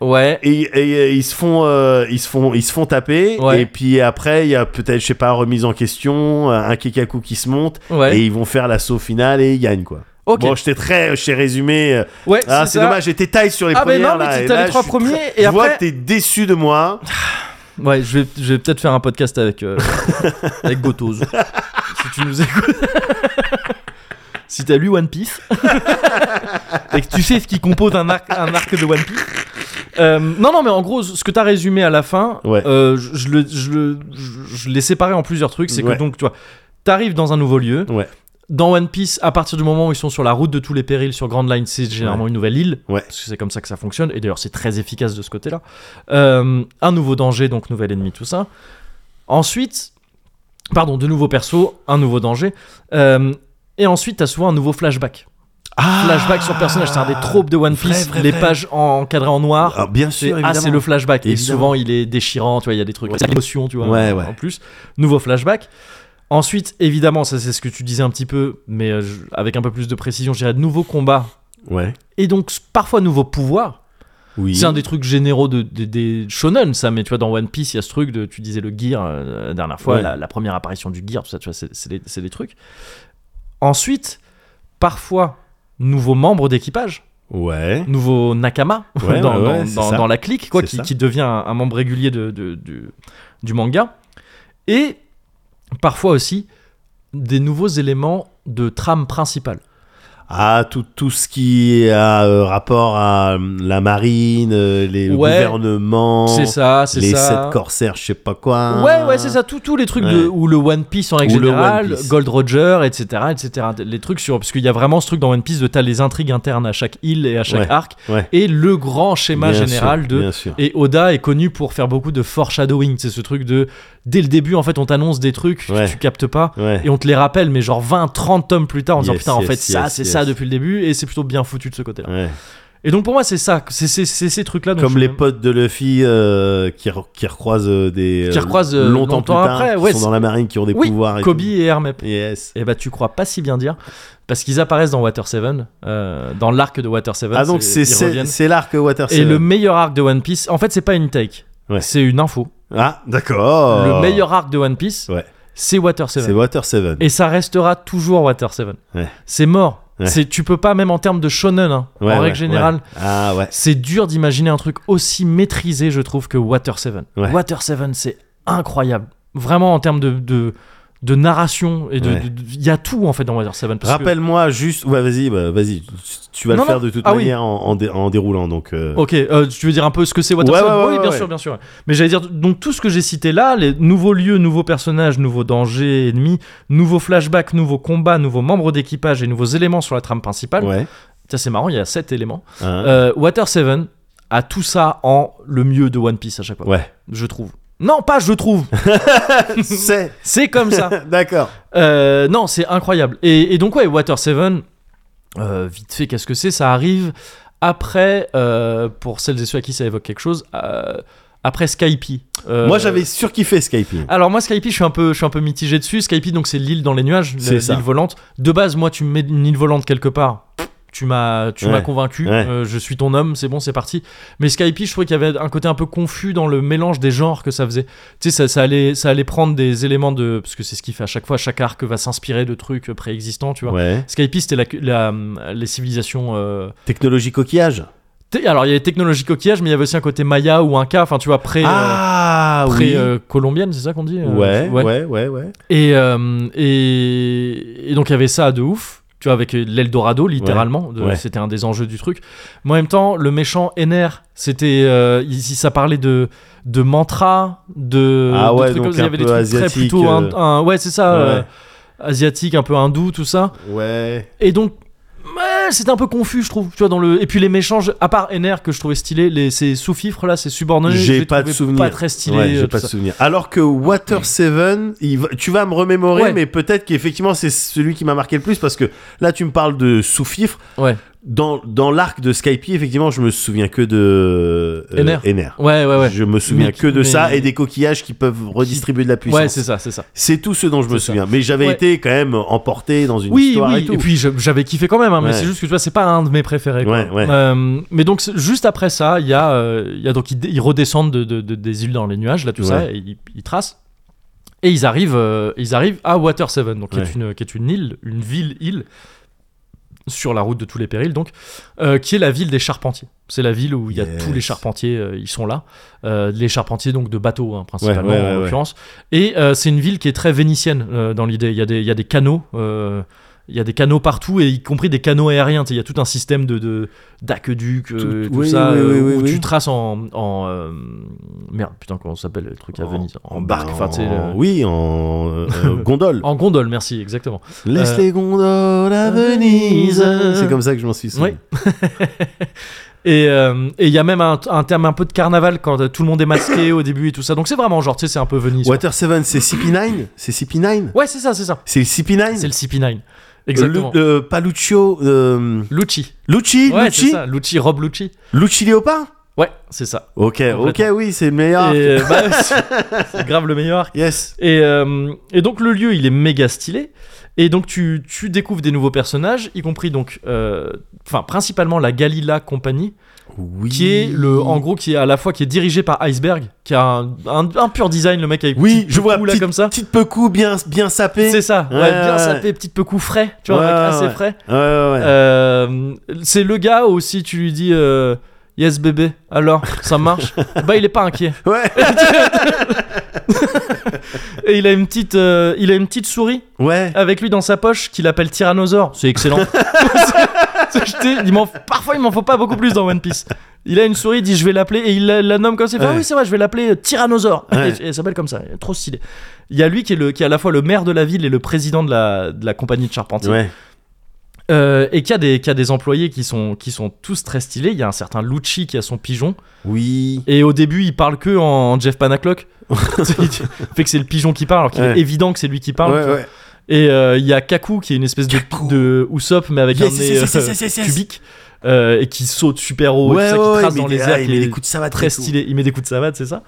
Speaker 1: Ouais.
Speaker 2: et, et, euh, ils se font euh, ils se font ils se font taper
Speaker 1: Ouais.
Speaker 2: et puis après il y a peut-être je sais pas remise en question, euh, un kekaku qui se monte
Speaker 1: Ouais.
Speaker 2: et ils vont faire l'assaut final et ils gagnent quoi.
Speaker 1: ok.
Speaker 2: Bon, j'étais très je t'ai résumé euh,
Speaker 1: ouais,
Speaker 2: Ah,
Speaker 1: c'est
Speaker 2: c'est
Speaker 1: ça.
Speaker 2: dommage, j'étais taille sur les
Speaker 1: Ah, mais
Speaker 2: premières.
Speaker 1: non, mais
Speaker 2: là,
Speaker 1: t'as
Speaker 2: et
Speaker 1: les
Speaker 2: là,
Speaker 1: trois
Speaker 2: je suis
Speaker 1: premiers,
Speaker 2: très-
Speaker 1: et
Speaker 2: Je vois
Speaker 1: après-
Speaker 2: que t'es déçu de moi.
Speaker 1: Ouais, je vais, je vais peut-être faire un podcast avec, euh, avec Gotoz. si tu nous écoutes. si t'as lu One Piece. et que tu sais ce qui compose un arc, un arc de One Piece. Euh, non, non, mais en gros, ce que t'as résumé à la fin,
Speaker 2: Ouais.
Speaker 1: euh, je, je le- je le- je- je l'ai séparé en plusieurs trucs. C'est
Speaker 2: Ouais.
Speaker 1: que donc, tu vois, t'arrives dans un nouveau lieu.
Speaker 2: Ouais.
Speaker 1: Dans One Piece, à partir du moment où ils sont sur la route de tous les périls sur Grand Line, c'est généralement une nouvelle île.
Speaker 2: Ouais.
Speaker 1: Parce que c'est comme ça que ça fonctionne. Et d'ailleurs, c'est très efficace de ce côté-là. Euh, un nouveau danger, donc nouvel ennemi, tout ça. Ensuite, pardon, de nouveaux persos, un nouveau danger. Euh, et ensuite, t'as souvent un nouveau flashback. flashback sur personnage, c'est un des tropes de One
Speaker 2: Ah. Vrai,
Speaker 1: Piece.
Speaker 2: vrai,
Speaker 1: les
Speaker 2: vrai.
Speaker 1: pages en- encadrées en noir.
Speaker 2: Ah, bien
Speaker 1: C'est-
Speaker 2: sûr,
Speaker 1: ah, c'est le flashback. Et
Speaker 2: Évidemment.
Speaker 1: souvent, il est déchirant, tu vois, il y a des trucs, c'est l'émotion, tu vois,
Speaker 2: Ouais,
Speaker 1: en-
Speaker 2: ouais.
Speaker 1: en plus. Nouveau flashback. Ensuite, évidemment, ça c'est ce que tu disais un petit peu, mais euh, je- avec un peu plus de précision, je dirais de nouveaux combats.
Speaker 2: Ouais.
Speaker 1: Et donc, s- parfois, nouveaux pouvoirs.
Speaker 2: Oui.
Speaker 1: C'est un des trucs généraux de, de- des shonen, ça, mais tu vois, dans One Piece, il y a ce truc de, tu disais le gear euh, la dernière fois,
Speaker 2: Ouais.
Speaker 1: la, la première apparition du gear, tout ça, tu vois, c'est- c'est des, c'est des trucs. Ensuite, parfois, nouveaux membres d'équipage,
Speaker 2: Ouais.
Speaker 1: nouveau Nakama
Speaker 2: Ouais,
Speaker 1: [LAUGHS]
Speaker 2: ouais,
Speaker 1: dans,
Speaker 2: ouais,
Speaker 1: dans-
Speaker 2: c'est
Speaker 1: dans-
Speaker 2: ça.
Speaker 1: dans la clique, quoi,
Speaker 2: C'est
Speaker 1: qui,
Speaker 2: ça.
Speaker 1: qui devient un, un membre régulier de, de- du, du manga. Et parfois aussi, des nouveaux éléments de trame principale.
Speaker 2: Ah, tout, tout ce qui a euh, rapport à euh, la marine, euh, les le
Speaker 1: Ouais.
Speaker 2: gouvernements,
Speaker 1: C'est ça, c'est
Speaker 2: Oh, les
Speaker 1: ça.
Speaker 2: sept corsaires, je sais pas quoi.
Speaker 1: Ouais, ouais, c'est ça, tous tous les trucs de,
Speaker 2: Ouais.
Speaker 1: ou le One Piece en règle
Speaker 2: Ou le
Speaker 1: générale,
Speaker 2: One Piece.
Speaker 1: Gold Roger, etc., etc. Les trucs sur. Parce qu'il y a vraiment ce truc dans One Piece de t'as les intrigues internes à chaque île et à chaque
Speaker 2: Ouais,
Speaker 1: arc,
Speaker 2: ouais.
Speaker 1: et le grand schéma
Speaker 2: Bien
Speaker 1: général
Speaker 2: sûr,
Speaker 1: de.
Speaker 2: Bien sûr.
Speaker 1: Et Oda est connu pour faire beaucoup de foreshadowing, c'est ce truc de. Dès le début, en fait, on t'annonce des trucs
Speaker 2: Ouais.
Speaker 1: que tu captes pas.
Speaker 2: Ouais.
Speaker 1: Et on te les rappelle, mais genre 20, 30 tomes plus tard, en disant
Speaker 2: Yes,
Speaker 1: putain, en
Speaker 2: yes,
Speaker 1: fait, ça,
Speaker 2: yes,
Speaker 1: c'est
Speaker 2: yes.
Speaker 1: ça depuis le début, et c'est plutôt bien foutu de ce côté-là.
Speaker 2: Ouais.
Speaker 1: Et donc pour moi, c'est ça, c'est c'est- c'est ces trucs-là. dont
Speaker 2: Comme
Speaker 1: Ah, je-
Speaker 2: les potes de Luffy euh, qui, re- qui recroisent euh, des.
Speaker 1: Qui
Speaker 2: euh,
Speaker 1: recroisent, euh,
Speaker 2: longtemps,
Speaker 1: longtemps
Speaker 2: plus tard,
Speaker 1: après,
Speaker 2: qui
Speaker 1: ouais,
Speaker 2: sont
Speaker 1: c'est-
Speaker 2: dans la marine, qui ont des
Speaker 1: Oui,
Speaker 2: pouvoirs. et
Speaker 1: Kobe
Speaker 2: tout.
Speaker 1: et Hermep.
Speaker 2: Yes.
Speaker 1: Eh bah tu crois pas si bien dire, parce qu'ils apparaissent dans Water 7, euh, dans l'arc de Water 7.
Speaker 2: Ah, donc c'est-
Speaker 1: ils
Speaker 2: c'est
Speaker 1: reviennent.
Speaker 2: c'est l'arc Water
Speaker 1: Et
Speaker 2: Seven.
Speaker 1: le meilleur arc de One Piece, en fait c'est pas une take,
Speaker 2: Ouais.
Speaker 1: c'est une info.
Speaker 2: Ah, d'accord.
Speaker 1: Le meilleur arc de One Piece,
Speaker 2: Ouais.
Speaker 1: c'est Water 7.
Speaker 2: C'est Water Seven.
Speaker 1: Et ça restera toujours Water 7.
Speaker 2: Ouais.
Speaker 1: C'est mort.
Speaker 2: Ouais.
Speaker 1: C'est, tu peux pas, même en termes de shonen, hein,
Speaker 2: Ouais,
Speaker 1: en
Speaker 2: ouais,
Speaker 1: règle générale,
Speaker 2: ouais. Ah, ouais.
Speaker 1: c'est dur d'imaginer un truc aussi maîtrisé, je trouve, que Water 7.
Speaker 2: Ouais.
Speaker 1: Water 7, c'est incroyable. Vraiment en termes de, de, de narration, et de,
Speaker 2: Ouais.
Speaker 1: de- de- il y a tout en fait dans Water 7. parce que-
Speaker 2: Rappelle-moi juste. Ouais, vas-y, bah, vas-y. Tu- Tu vas
Speaker 1: Non,
Speaker 2: le faire
Speaker 1: non.
Speaker 2: de toute
Speaker 1: Ah oui.
Speaker 2: manière en, en dé- en déroulant. Donc, euh,
Speaker 1: Ok, euh, tu veux dire un peu ce que c'est Water
Speaker 2: Ouais,
Speaker 1: 7
Speaker 2: ouais, ouais,
Speaker 1: Oui,
Speaker 2: ouais,
Speaker 1: bien
Speaker 2: ouais.
Speaker 1: sûr, bien sûr. Mais j'allais dire, donc tout ce que j'ai cité là, les nouveaux lieux, nouveaux personnages, nouveaux dangers, ennemis, nouveaux flashbacks, nouveaux combats, nouveaux membres d'équipage et nouveaux éléments sur la trame principale.
Speaker 2: ouais.
Speaker 1: Tiens, c'est marrant, il y a 7 éléments.
Speaker 2: Hein.
Speaker 1: Euh, Water 7 a tout ça en le mieux de One Piece à chaque fois, [LAUGHS]
Speaker 2: Ouais.
Speaker 1: je trouve. Non, pas
Speaker 2: [LAUGHS]
Speaker 1: je trouve,
Speaker 2: c'est.
Speaker 1: c'est comme ça.
Speaker 2: D'accord.
Speaker 1: Euh, non, c'est incroyable. Et, et donc, ouais, Water 7, vite fait, qu'est-ce que c'est Ça arrive après, euh, pour celles et ceux à qui ça évoque quelque chose, euh, après Skype. Euh, ah,
Speaker 2: Moi, j'avais surkiffé Skyping.
Speaker 1: Alors moi Skype, je suis un peu, je suis un peu mitigé dessus. Skype, donc c'est l'île dans les nuages,
Speaker 2: C'est
Speaker 1: le-
Speaker 2: ça.
Speaker 1: l'île volante. De base, moi, tu me mets une île volante quelque part. Tu m'as, tu
Speaker 2: Ouais.
Speaker 1: m'as convaincu.
Speaker 2: Ouais.
Speaker 1: Euh, je suis ton homme. C'est bon, c'est parti. Mais Skype, je trouvais qu'il y avait un côté un peu confus dans le mélange des genres que ça faisait. Tu sais, ça, ça allait, ça allait prendre des éléments de, parce que c'est ce qu'il fait à chaque fois. Chaque arc va s'inspirer de trucs préexistants, tu vois.
Speaker 2: Ouais.
Speaker 1: Skype, c'était la, la- les civilisations. euh,
Speaker 2: Technologie coquillage.
Speaker 1: t- Alors, il y avait technologie coquillage, mais il y avait aussi un côté maya ou inca. Enfin, tu vois, pré, euh,
Speaker 2: ah,
Speaker 1: pré,
Speaker 2: oui.
Speaker 1: euh, colombienne, c'est ça qu'on dit. euh,
Speaker 2: ouais, ouais, ouais, ouais.
Speaker 1: Et, euh, et, et donc il y avait ça de ouf, tu vois, avec l'Eldorado, littéralement. de-
Speaker 2: ouais.
Speaker 1: C'était un des enjeux du truc. Mais en même temps, le méchant NR, c'était. euh, il- si ça parlait de, de mantra, de.
Speaker 2: Ah
Speaker 1: de
Speaker 2: ouais,
Speaker 1: trucs
Speaker 2: donc
Speaker 1: comme ça. il y avait
Speaker 2: un
Speaker 1: des
Speaker 2: peu
Speaker 1: trucs très
Speaker 2: asiatique,
Speaker 1: plutôt.
Speaker 2: euh.
Speaker 1: hin- hein, ouais, c'est ça.
Speaker 2: Ouais.
Speaker 1: euh, asiatique, un peu hindou, tout ça.
Speaker 2: Ouais.
Speaker 1: Et donc. ouais, c'était un peu confus, je trouve. Tu vois, dans le... Et puis les méchants, je- à part NR que je trouvais stylé, les... ces sous-fifres là, ces subordonnés, je
Speaker 2: J'ai
Speaker 1: les
Speaker 2: pas de
Speaker 1: trouvais
Speaker 2: souvenir.
Speaker 1: Pas très stylé.
Speaker 2: Ouais,
Speaker 1: euh,
Speaker 2: j'ai
Speaker 1: tout
Speaker 2: pas de
Speaker 1: ça.
Speaker 2: souvenir. Alors que Water 7, il va- tu vas me remémorer,
Speaker 1: Ouais.
Speaker 2: mais peut-être qu'effectivement c'est celui qui m'a marqué le plus parce que là tu me parles de sous-fifre.
Speaker 1: Ouais.
Speaker 2: Dans, dans l'arc de Skype, effectivement, je me souviens que de euh,
Speaker 1: NR. ouais, ouais, ouais.
Speaker 2: Je me souviens
Speaker 1: Mais-
Speaker 2: que de
Speaker 1: mais-
Speaker 2: ça et des coquillages qui peuvent redistribuer de la puissance.
Speaker 1: Ouais, c'est ça, c'est ça.
Speaker 2: C'est tout ce dont je me
Speaker 1: C'est ça.
Speaker 2: souviens. Mais j'avais
Speaker 1: Ouais.
Speaker 2: été quand même emporté dans une
Speaker 1: oui,
Speaker 2: histoire
Speaker 1: oui.
Speaker 2: et tout.
Speaker 1: puis je- j'avais kiffé quand même, hein, mais
Speaker 2: Ouais.
Speaker 1: c'est juste que tu vois, c'est pas un de mes préférés. quoi.
Speaker 2: Ouais, ouais.
Speaker 1: Euh, mais donc c'est- juste après ça, il y a, euh, il y a donc ils, dé- ils redescendent de, de- de- des îles dans les nuages, là tout ça, et ils, ils tracent. Et ils arrivent, euh, ils arrivent à Water Seven, donc qui,
Speaker 2: Ouais.
Speaker 1: est une, qui est une île, une ville-île sur la route de tous les périls, donc euh, qui est la ville des charpentiers. C'est la ville où il y a
Speaker 2: Yes.
Speaker 1: tous les charpentiers, euh, ils sont là, Euh, les charpentiers donc de bateaux hein, principalement
Speaker 2: Ouais, ouais, ouais,
Speaker 1: en
Speaker 2: ouais.
Speaker 1: l'occurrence. Et euh, c'est une ville qui est très vénitienne euh, dans l'idée. Il y, a des- il y a des canaux. euh, il y a des canaux partout, et y compris des canaux aériens. Tu sais, Il y a tout un système de, de- d'aqueducs, euh,
Speaker 2: Tout-
Speaker 1: tout
Speaker 2: oui,
Speaker 1: ça,
Speaker 2: oui,
Speaker 1: euh,
Speaker 2: oui, oui,
Speaker 1: où tu
Speaker 2: oui.
Speaker 1: traces en. en, euh, merde, putain, comment ça s'appelle le truc à Venise En barque, enfin, tu sais, le-
Speaker 2: Oui, en
Speaker 1: [LAUGHS]
Speaker 2: euh, gondole.
Speaker 1: En gondole, merci, exactement.
Speaker 2: Laisse
Speaker 1: Euh,
Speaker 2: les gondoles à Venise. C'est comme ça que je m'en suis souvenu.
Speaker 1: [LAUGHS] Et euh, et il y a même un, un terme un peu de carnaval quand euh, tout le monde est masqué au début et tout ça. Donc c'est vraiment genre, tu sais, c'est un peu Venise. quoi.
Speaker 2: Water 7, c'est CP9 C'est CP9
Speaker 1: Ouais, c'est ça, c'est ça.
Speaker 2: C'est CP9
Speaker 1: C'est le CP9. Exactement.
Speaker 2: Le, le- pas Lucio. euh,
Speaker 1: Lucci.
Speaker 2: Lucci
Speaker 1: Ouais, c'est
Speaker 2: Lucci
Speaker 1: ça. Lucci, Rob Lucci.
Speaker 2: Lucci Léopard
Speaker 1: Ouais, c'est ça.
Speaker 2: Ok, ok,
Speaker 1: Complètement.
Speaker 2: oui, c'est le meilleur.
Speaker 1: Et, euh, bah, [LAUGHS] c'est c'est grave le meilleur arc.
Speaker 2: Yes.
Speaker 1: Et, euh, et donc le lieu, il est méga stylé. Et donc tu, tu découvres des nouveaux personnages, y compris donc, euh, enfin principalement la Galila Company,
Speaker 2: Oui.
Speaker 1: qui est le, en gros, qui est à la fois qui est dirigé par Iceberg, qui a un, un- un pur design, le mec avec
Speaker 2: Oui,
Speaker 1: petite
Speaker 2: je vois,
Speaker 1: peau, là,
Speaker 2: petite,
Speaker 1: comme ça.
Speaker 2: petite pecou bien, bien sapée.
Speaker 1: C'est ça, ouais,
Speaker 2: Ouais,
Speaker 1: bien
Speaker 2: ouais,
Speaker 1: sapé, petit peu coup frais, tu vois,
Speaker 2: Ouais,
Speaker 1: un mec
Speaker 2: ouais,
Speaker 1: assez frais.
Speaker 2: Ouais, ouais, ouais.
Speaker 1: Euh, c'est le gars aussi, tu lui dis. euh, Yes bébé, alors ça marche
Speaker 2: [LAUGHS]
Speaker 1: Bah il est pas inquiet.
Speaker 2: Ouais,
Speaker 1: Et il a une petite, euh, il a une petite souris
Speaker 2: ouais.
Speaker 1: avec lui dans sa poche qu'il appelle Tyrannosaure.
Speaker 2: [LAUGHS]
Speaker 1: C'est excellent. C'est- je t'ai- il m'en- parfois, il m'en faut pas beaucoup plus dans One Piece. Il a une souris, il dit je vais l'appeler, et il la, la nomme comme ça. Il fait,
Speaker 2: Ouais.
Speaker 1: Ah oui, c'est vrai, je vais l'appeler Tyrannosaure.
Speaker 2: Ouais.
Speaker 1: Et, et elle s'appelle comme ça, trop stylé. Il y a lui qui est, le, qui est à la fois le maire de la ville et le président de la, de la compagnie de charpentiers.
Speaker 2: Ouais.
Speaker 1: Euh, et qui a, des, qui a des employés qui sont, qui sont tous très stylés. Il y a un certain Lucci qui a son pigeon.
Speaker 2: Oui.
Speaker 1: Et au début, il parle que en Jeff
Speaker 2: [LAUGHS]
Speaker 1: Panaclock. [LAUGHS] fait que c'est le pigeon qui parle, alors qu'il
Speaker 2: Ouais.
Speaker 1: est évident que c'est lui qui parle. tu
Speaker 2: Ouais,
Speaker 1: vois.
Speaker 2: ouais.
Speaker 1: Et euh, il y a Kaku qui est une espèce de, de Usopp mais avec
Speaker 2: Yes,
Speaker 1: un
Speaker 2: yes,
Speaker 1: nez
Speaker 2: yes,
Speaker 1: euh,
Speaker 2: yes, yes, yes, yes.
Speaker 1: cubique. euh, et qui saute super haut, et tout ça, qui trace
Speaker 2: il met
Speaker 1: dans
Speaker 2: des-
Speaker 1: les
Speaker 2: ah,
Speaker 1: airs,
Speaker 2: il
Speaker 1: qui
Speaker 2: met
Speaker 1: est
Speaker 2: des coups de savate
Speaker 1: très
Speaker 2: et tout.
Speaker 1: stylé. Il met des coups de savate, c'est ça.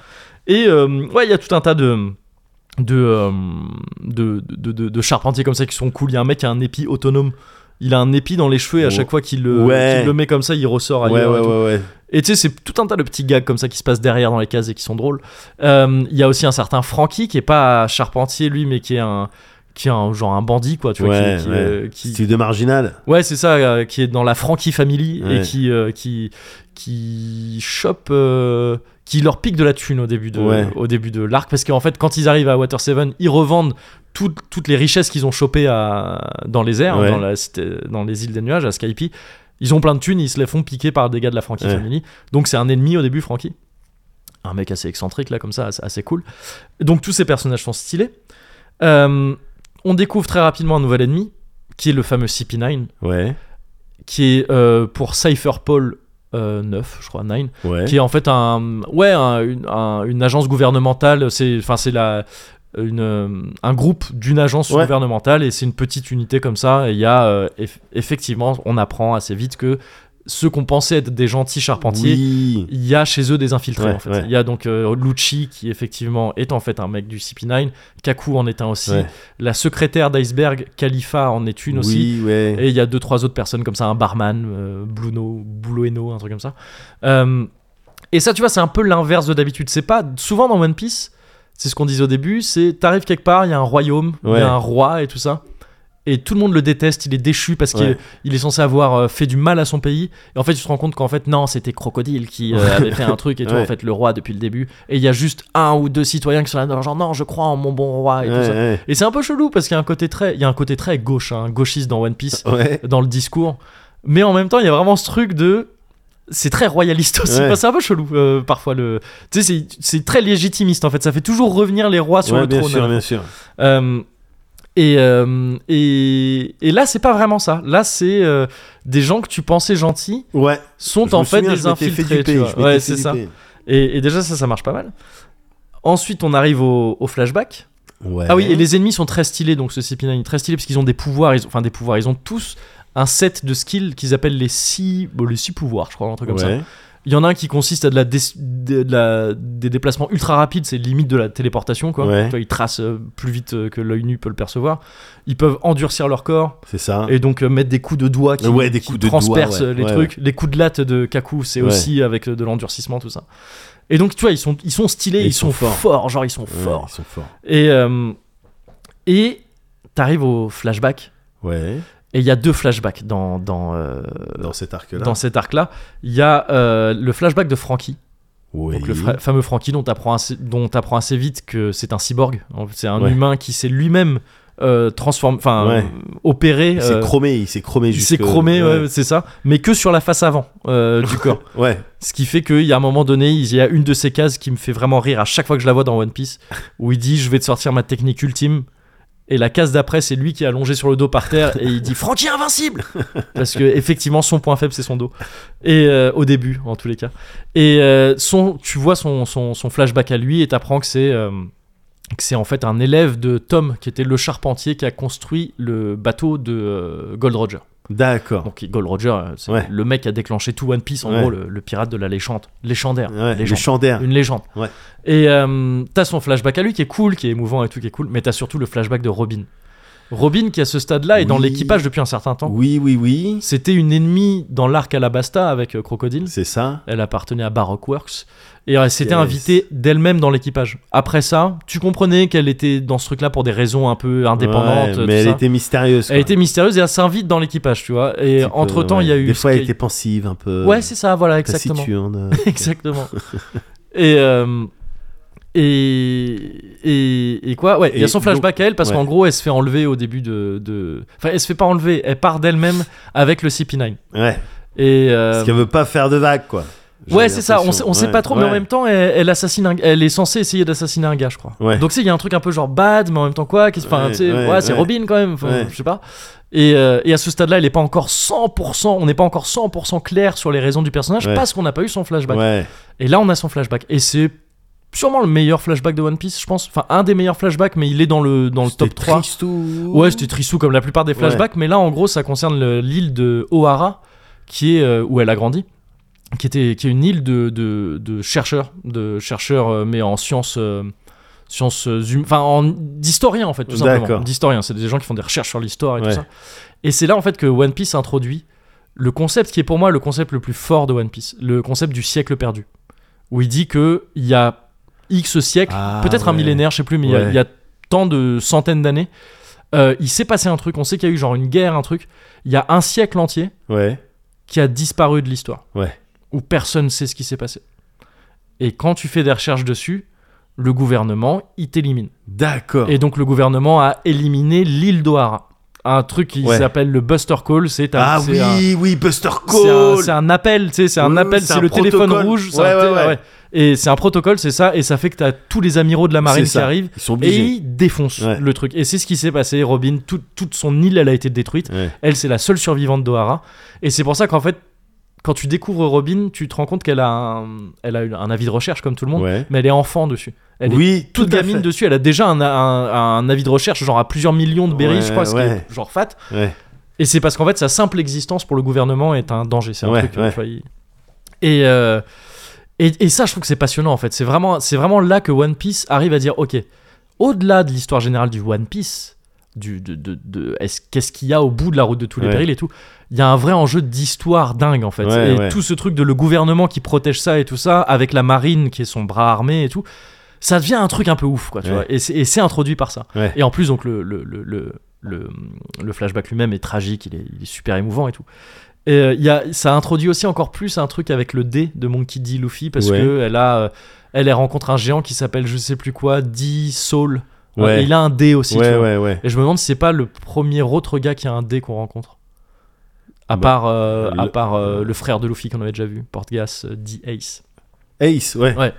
Speaker 1: Et euh, ouais, il y a tout un tas de de, euh, de, de, de- de charpentiers comme ça qui sont cool. Il y a un mec qui a un épi autonome. Il a un épi dans les cheveux et à
Speaker 2: Ouais.
Speaker 1: chaque fois qu'il le,
Speaker 2: Oh. Ouais.
Speaker 1: qu'il le met comme ça, il ressort
Speaker 2: Ouais, ouais,
Speaker 1: ailleurs. et
Speaker 2: ouais,
Speaker 1: tout.
Speaker 2: ouais,
Speaker 1: Et tu sais, c'est tout un tas de petits gags comme ça qui se passent derrière dans les cases et qui sont drôles. Euh, Il y a aussi un certain Frankie qui est pas charpentier lui, mais qui est un qui est un genre un bandit quoi, tu vois, qui-
Speaker 2: Ouais,
Speaker 1: qui,
Speaker 2: ouais.
Speaker 1: euh, qui-
Speaker 2: Style de marginal.
Speaker 1: ouais, c'est ça, euh, qui est dans la Frankie Family et
Speaker 2: Ouais.
Speaker 1: qui euh, qui qui chope. euh, qui leur pique de la thune au début de,
Speaker 2: Ouais.
Speaker 1: au début de l'arc parce qu'en fait quand ils arrivent à Water Seven ils revendent tout- toutes les richesses qu'ils ont chopées à, dans les airs
Speaker 2: Ouais.
Speaker 1: dans, la cité- dans les îles des nuages à Skype ils ont plein de thunes ils se les font piquer par des gars de la Frankie
Speaker 2: Ouais.
Speaker 1: Family donc c'est un ennemi au début Frankie un mec assez excentrique là comme ça assez, assez cool donc tous ces personnages sont stylés Euh, on découvre très rapidement un nouvel ennemi qui est le fameux CP9
Speaker 2: Ouais,
Speaker 1: qui est euh, pour Cypher Paul 9 je crois 9
Speaker 2: ouais.
Speaker 1: qui est en fait un ouais un- une, un- une agence gouvernementale c'est enfin c'est la une, euh, un groupe d'une agence
Speaker 2: Ouais.
Speaker 1: gouvernementale et c'est une petite unité comme ça et il y a euh, eff- effectivement on apprend assez vite que ceux qu'on pensait être des gentils charpentiers
Speaker 2: Oui.
Speaker 1: il y a chez eux des infiltrés
Speaker 2: Ouais,
Speaker 1: en fait.
Speaker 2: ouais.
Speaker 1: Il y a donc euh, Lucci qui effectivement est en fait un mec du CP9, Kaku en est un aussi,
Speaker 2: Ouais.
Speaker 1: la secrétaire d'Iceberg, Khalifa en est une aussi,
Speaker 2: Oui, ouais.
Speaker 1: et il y a deux, trois autres personnes comme ça, un barman, euh, Bluno, Blueno, un truc comme ça. Euh, et ça, tu vois, c'est un peu l'inverse de d'habitude. C'est pas souvent dans One Piece, c'est ce qu'on disait au début, c'est t'arrives quelque part, il y a un royaume, il y
Speaker 2: Ouais.
Speaker 1: a un roi et tout ça. Et tout le monde le déteste, il est déchu parce qu'il
Speaker 2: Ouais.
Speaker 1: est- il est censé avoir euh, fait du mal à son pays. Et en fait, tu te rends compte qu'en fait, non, c'était Crocodile qui euh, avait fait un truc et
Speaker 2: [LAUGHS]
Speaker 1: tout.
Speaker 2: Ouais.
Speaker 1: En fait, le roi depuis le début. Et il y a juste un ou deux citoyens qui sont là, genre, non, je crois en mon bon roi et tout ça.
Speaker 2: Ouais,
Speaker 1: Et c'est un peu chelou parce qu'il y a un côté très, il y a un côté très gauche, hein, gauchiste dans One Piece,
Speaker 2: ouais. Ouais.
Speaker 1: dans le discours. Mais en même temps, il y a vraiment ce truc de, c'est très royaliste aussi.
Speaker 2: Ouais.
Speaker 1: Enfin, c'est un peu chelou euh, parfois le, tu sais, c'est- c'est très légitimiste en fait. Ça fait toujours revenir les rois sur
Speaker 2: Ouais,
Speaker 1: le
Speaker 2: bien
Speaker 1: trône.
Speaker 2: sûr, bien sûr.
Speaker 1: Euh, et, euh, et, et là, c'est pas vraiment ça. Là, c'est euh, des gens que tu pensais gentils
Speaker 2: Ouais.
Speaker 1: sont
Speaker 2: Je
Speaker 1: en
Speaker 2: me
Speaker 1: fait
Speaker 2: souviens,
Speaker 1: des
Speaker 2: je m'étais fait
Speaker 1: infiltrés.
Speaker 2: duper,
Speaker 1: tu
Speaker 2: je
Speaker 1: vois.
Speaker 2: m'étais
Speaker 1: Ouais,
Speaker 2: fait
Speaker 1: c'est ça.
Speaker 2: duper.
Speaker 1: Et, et déjà, ça, ça marche pas mal. Ensuite, on arrive au, au flashback.
Speaker 2: Ouais.
Speaker 1: Ah oui, et les ennemis sont très stylés, donc ce CP9 est très stylé parce qu'ils ont des pouvoirs, ils ont- enfin des pouvoirs, ils ont tous un set de skills qu'ils appellent les six, bon, les six pouvoirs, je crois, un truc comme ça.
Speaker 2: Ouais.
Speaker 1: Il y en a un qui consiste à de la dé- de- de la- des déplacements ultra rapides, c'est limite de la téléportation, quoi.
Speaker 2: Ouais.
Speaker 1: Tu vois, ils tracent euh, plus vite euh, que l'œil nu peut le percevoir. Ils peuvent endurcir leur corps
Speaker 2: C'est ça.
Speaker 1: et donc euh, mettre des coups de doigts qui,
Speaker 2: Ah. Ouais, des
Speaker 1: qui
Speaker 2: coups de doigts,
Speaker 1: transpercent
Speaker 2: ouais.
Speaker 1: les
Speaker 2: Ouais,
Speaker 1: trucs. Les coups de latte de Kaku, c'est
Speaker 2: Ouais.
Speaker 1: aussi avec euh, de l'endurcissement, tout ça. Et donc, tu vois, ils sont, ils sont stylés,
Speaker 2: Et
Speaker 1: ils, sont, forts. genre ils sont
Speaker 2: Ouais,
Speaker 1: forts.
Speaker 2: Ils sont forts.
Speaker 1: Et euh, et t'arrives au flashback.
Speaker 2: Ouais.
Speaker 1: Et il y a deux flashbacks dans dans euh,
Speaker 2: Dans cet arc-là.
Speaker 1: dans cet arc-là. Il y a euh, le flashback de Frankie,
Speaker 2: Oui.
Speaker 1: donc le fra- fameux Frankie dont t'apprends assez, dont t'apprends assez vite que c'est un cyborg. En fait, C'est un
Speaker 2: Ouais.
Speaker 1: humain qui s'est lui-même euh, transformé, enfin
Speaker 2: Ouais.
Speaker 1: euh, opéré.
Speaker 2: Il s'est
Speaker 1: euh,
Speaker 2: chromé, il s'est chromé
Speaker 1: il s'est
Speaker 2: jusque-
Speaker 1: chromé, ouais,
Speaker 2: ouais.
Speaker 1: c'est ça, mais que sur la face avant
Speaker 2: [LAUGHS]
Speaker 1: euh, du corps.
Speaker 2: Ouais.
Speaker 1: Ce qui fait qu'il y a un moment donné, il y a une de ces cases qui me fait vraiment rire à chaque fois que je la vois dans One Piece, où il dit Je vais te sortir ma technique ultime. Et la case d'après, c'est lui qui est allongé sur le dos par terre et il dit Frankie invincible Parce que effectivement, son point faible, c'est son dos. Et euh, au début, en tous les cas. Et euh, son, tu vois son, son, son flashback à lui et t'apprends que c'est. euh, que c'est en fait un élève de Tom qui était le charpentier qui a construit le bateau de euh, Gold Roger.
Speaker 2: D'accord.
Speaker 1: Donc Gold Roger, euh, c'est
Speaker 2: Ouais.
Speaker 1: le mec qui a déclenché tout One Piece, en
Speaker 2: Ouais.
Speaker 1: gros, le, le pirate de la léchante, légendaire,
Speaker 2: Ouais, les
Speaker 1: légende.
Speaker 2: chandaires.
Speaker 1: une légende.
Speaker 2: Ouais.
Speaker 1: Et euh, t'as son flashback à lui qui est cool, qui est émouvant et tout, qui est cool, mais t'as surtout le flashback de Robin. Robin qui à ce stade-là est dans
Speaker 2: Oui.
Speaker 1: l'équipage depuis un certain temps.
Speaker 2: Oui, oui, oui.
Speaker 1: C'était une ennemie dans l'arc Alabasta avec euh, Crocodile.
Speaker 2: C'est ça.
Speaker 1: Elle appartenait à Baroque Works et elle s'était
Speaker 2: Yes.
Speaker 1: invitée d'elle-même dans l'équipage. Après ça, tu comprenais qu'elle était dans ce truc-là pour des raisons un peu indépendantes.
Speaker 2: Ouais,
Speaker 1: tout
Speaker 2: mais elle
Speaker 1: ça.
Speaker 2: était mystérieuse.
Speaker 1: Elle
Speaker 2: quoi.
Speaker 1: était mystérieuse et elle s'invite dans l'équipage, tu vois. Et
Speaker 2: Un petit peu,
Speaker 1: entre temps, il y a
Speaker 2: ouais.
Speaker 1: eu.
Speaker 2: Des
Speaker 1: ce
Speaker 2: fois, elle
Speaker 1: qui-
Speaker 2: était pensive un peu.
Speaker 1: Ouais, c'est ça, voilà, exactement. [LAUGHS]
Speaker 2: Taciturne. [LAUGHS]
Speaker 1: exactement. et, euh, et. Et. et quoi Ouais, il y a
Speaker 2: Et
Speaker 1: son flashback à elle parce
Speaker 2: ouais.
Speaker 1: qu'en gros, elle se fait enlever au début de, de. Enfin, elle se fait pas enlever, elle part d'elle-même avec le CP9.
Speaker 2: Ouais.
Speaker 1: Et. euh,
Speaker 2: Parce qu'elle veut pas faire de vagues, quoi. J'ai
Speaker 1: Ouais, c'est ça, on, sait-
Speaker 2: l'impression.
Speaker 1: on sait
Speaker 2: Ouais,
Speaker 1: pas trop, mais en
Speaker 2: ouais.
Speaker 1: même temps, elle, elle assassine un- elle est censée essayer d'assassiner un gars, je crois.
Speaker 2: Ouais.
Speaker 1: Donc, tu sais, il y a un truc un peu genre bad, mais en même temps, quoi qu'est-ce- Enfin,
Speaker 2: Ouais,
Speaker 1: tu sais, ouais,
Speaker 2: ouais,
Speaker 1: c'est
Speaker 2: ouais.
Speaker 1: Robin quand même, enfin,
Speaker 2: Ouais.
Speaker 1: je sais pas. Et, euh, et à ce stade-là, elle est pas encore 100%, on n'est pas encore 100% clair sur les raisons du personnage
Speaker 2: Ouais.
Speaker 1: parce qu'on n'a pas eu son flashback.
Speaker 2: Ouais.
Speaker 1: Et là, on a son flashback. Et c'est sûrement le meilleur flashback de One Piece, je pense. Enfin, un des meilleurs flashbacks, mais il est dans le, dans le top 3.
Speaker 2: Triste ou...
Speaker 1: Ouais, c'était trissou comme la plupart des flashbacks, mais là en gros ça concerne le- l'île de O'Hara qui est euh, où elle a grandi, qui était qui est une île de, de, de chercheurs, de chercheurs euh, mais en sciences euh, sciences hum- enfin en d'historiens en fait tout simplement,
Speaker 2: D'accord.
Speaker 1: d'historiens, c'est des gens qui font des recherches sur l'histoire et
Speaker 2: Ouais.
Speaker 1: tout ça. Et c'est là en fait que One Piece introduit le concept qui est pour moi le concept le plus fort de One Piece, le concept du siècle perdu, où il dit que il y a X siècles,
Speaker 2: Ah,
Speaker 1: peut-être un
Speaker 2: ouais.
Speaker 1: millénaire, je sais plus, mais il y a-
Speaker 2: Ouais.
Speaker 1: il y a tant de centaines d'années, euh, il s'est passé un truc, on sait qu'il y a eu genre une guerre, un truc, il y a un siècle entier
Speaker 2: Ouais.
Speaker 1: qui a disparu de l'histoire.
Speaker 2: Ouais.
Speaker 1: Où personne sait ce qui s'est passé. Et quand tu fais des recherches dessus, le gouvernement, il t'élimine.
Speaker 2: D'accord.
Speaker 1: Et donc le gouvernement a éliminé l'île d'Ohara. Un truc qui
Speaker 2: Ouais.
Speaker 1: s'appelle le Buster Call, c'est un,
Speaker 2: Ah
Speaker 1: c'est
Speaker 2: oui,
Speaker 1: un-
Speaker 2: oui, Buster
Speaker 1: c'est un,
Speaker 2: Call.
Speaker 1: c'est un appel, tu sais, c'est un
Speaker 2: Oui,
Speaker 1: appel,
Speaker 2: c'est
Speaker 1: c'est
Speaker 2: un
Speaker 1: le téléphone
Speaker 2: protocole.
Speaker 1: rouge. c'est
Speaker 2: Ouais,
Speaker 1: un
Speaker 2: ouais,
Speaker 1: té-
Speaker 2: ouais.
Speaker 1: Et c'est un protocole, c'est ça, et ça fait que t'as tous les amiraux de la marine
Speaker 2: C'est
Speaker 1: qui
Speaker 2: ça.
Speaker 1: arrivent.
Speaker 2: Ils sont
Speaker 1: Et
Speaker 2: obligés.
Speaker 1: il défonce
Speaker 2: Ouais.
Speaker 1: le truc. Et c'est ce qui s'est passé. Robin, tout- toute son île, elle a été détruite.
Speaker 2: Ouais.
Speaker 1: Elle, c'est la seule survivante d'Ohara. Et c'est pour ça qu'en fait, quand tu découvres Robin, tu te rends compte qu'elle a un, elle a une- un avis de recherche comme tout le monde,
Speaker 2: Ouais.
Speaker 1: mais elle est enfant dessus. Elle est
Speaker 2: oui,
Speaker 1: toute
Speaker 2: à
Speaker 1: gamine
Speaker 2: fait.
Speaker 1: dessus. Elle a déjà un, un- un avis de recherche, genre à plusieurs millions de berries,
Speaker 2: Ouais,
Speaker 1: je crois, ce qui
Speaker 2: ouais.
Speaker 1: est genre fat.
Speaker 2: Ouais.
Speaker 1: Et c'est parce qu'en fait, sa simple existence pour le gouvernement est un danger. C'est un
Speaker 2: Ouais,
Speaker 1: truc, euh,
Speaker 2: ouais.
Speaker 1: tu vois, il- Et, euh, et, et ça, je trouve que c'est passionnant, en fait. C'est vraiment, c'est vraiment là que One Piece arrive à dire, OK, au-delà de l'histoire générale du One Piece, du, de, de, de- est-ce- qu'est-ce qu'il y a au bout de la route de tous les
Speaker 2: Ouais.
Speaker 1: périls et tout, il y a un vrai enjeu d'histoire dingue, en fait.
Speaker 2: Ouais,
Speaker 1: et
Speaker 2: ouais.
Speaker 1: tout ce truc de le gouvernement qui protège ça et tout ça, avec la marine qui est son bras armé et tout, ça devient un truc un peu ouf, quoi, tu
Speaker 2: Ouais.
Speaker 1: vois. Et c'est- et c'est introduit par ça.
Speaker 2: Ouais.
Speaker 1: Et en plus, donc, le, le, le, le, le- le flashback lui-même est tragique, il est, il est super émouvant et tout. Et euh, il y a, ça introduit aussi encore plus un truc avec le D de Monkey D. Luffy, parce
Speaker 2: Ouais.
Speaker 1: que elle a. euh, elle, elle rencontre un géant qui s'appelle je sais plus quoi, D. Soul.
Speaker 2: Ouais.
Speaker 1: Et il a un D aussi. tu
Speaker 2: ouais,
Speaker 1: vois.
Speaker 2: ouais, ouais.
Speaker 1: Et je me demande si c'est pas le premier autre gars qui a un D qu'on rencontre. À
Speaker 2: Bah,
Speaker 1: part, euh, à
Speaker 2: le-
Speaker 1: part euh, le frère de Luffy qu'on avait déjà vu, Portgas, euh, D. Ace.
Speaker 2: Ace, ouais.
Speaker 1: Ouais.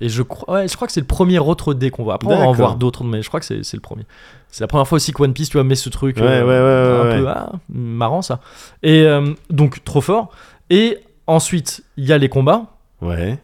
Speaker 1: Et je crois, ouais, je crois que c'est le premier autre dé qu'on voit. Après, on va en
Speaker 2: D'accord.
Speaker 1: voir d'autres, mais je crois que c'est c'est le premier. C'est la première fois aussi que One Piece, tu vois, met ce truc euh,
Speaker 2: Ouais, ouais, ouais,
Speaker 1: un
Speaker 2: ouais,
Speaker 1: peu ah, marrant, ça. Et euh, donc, trop fort. Et ensuite, il y a les combats.
Speaker 2: Ouais.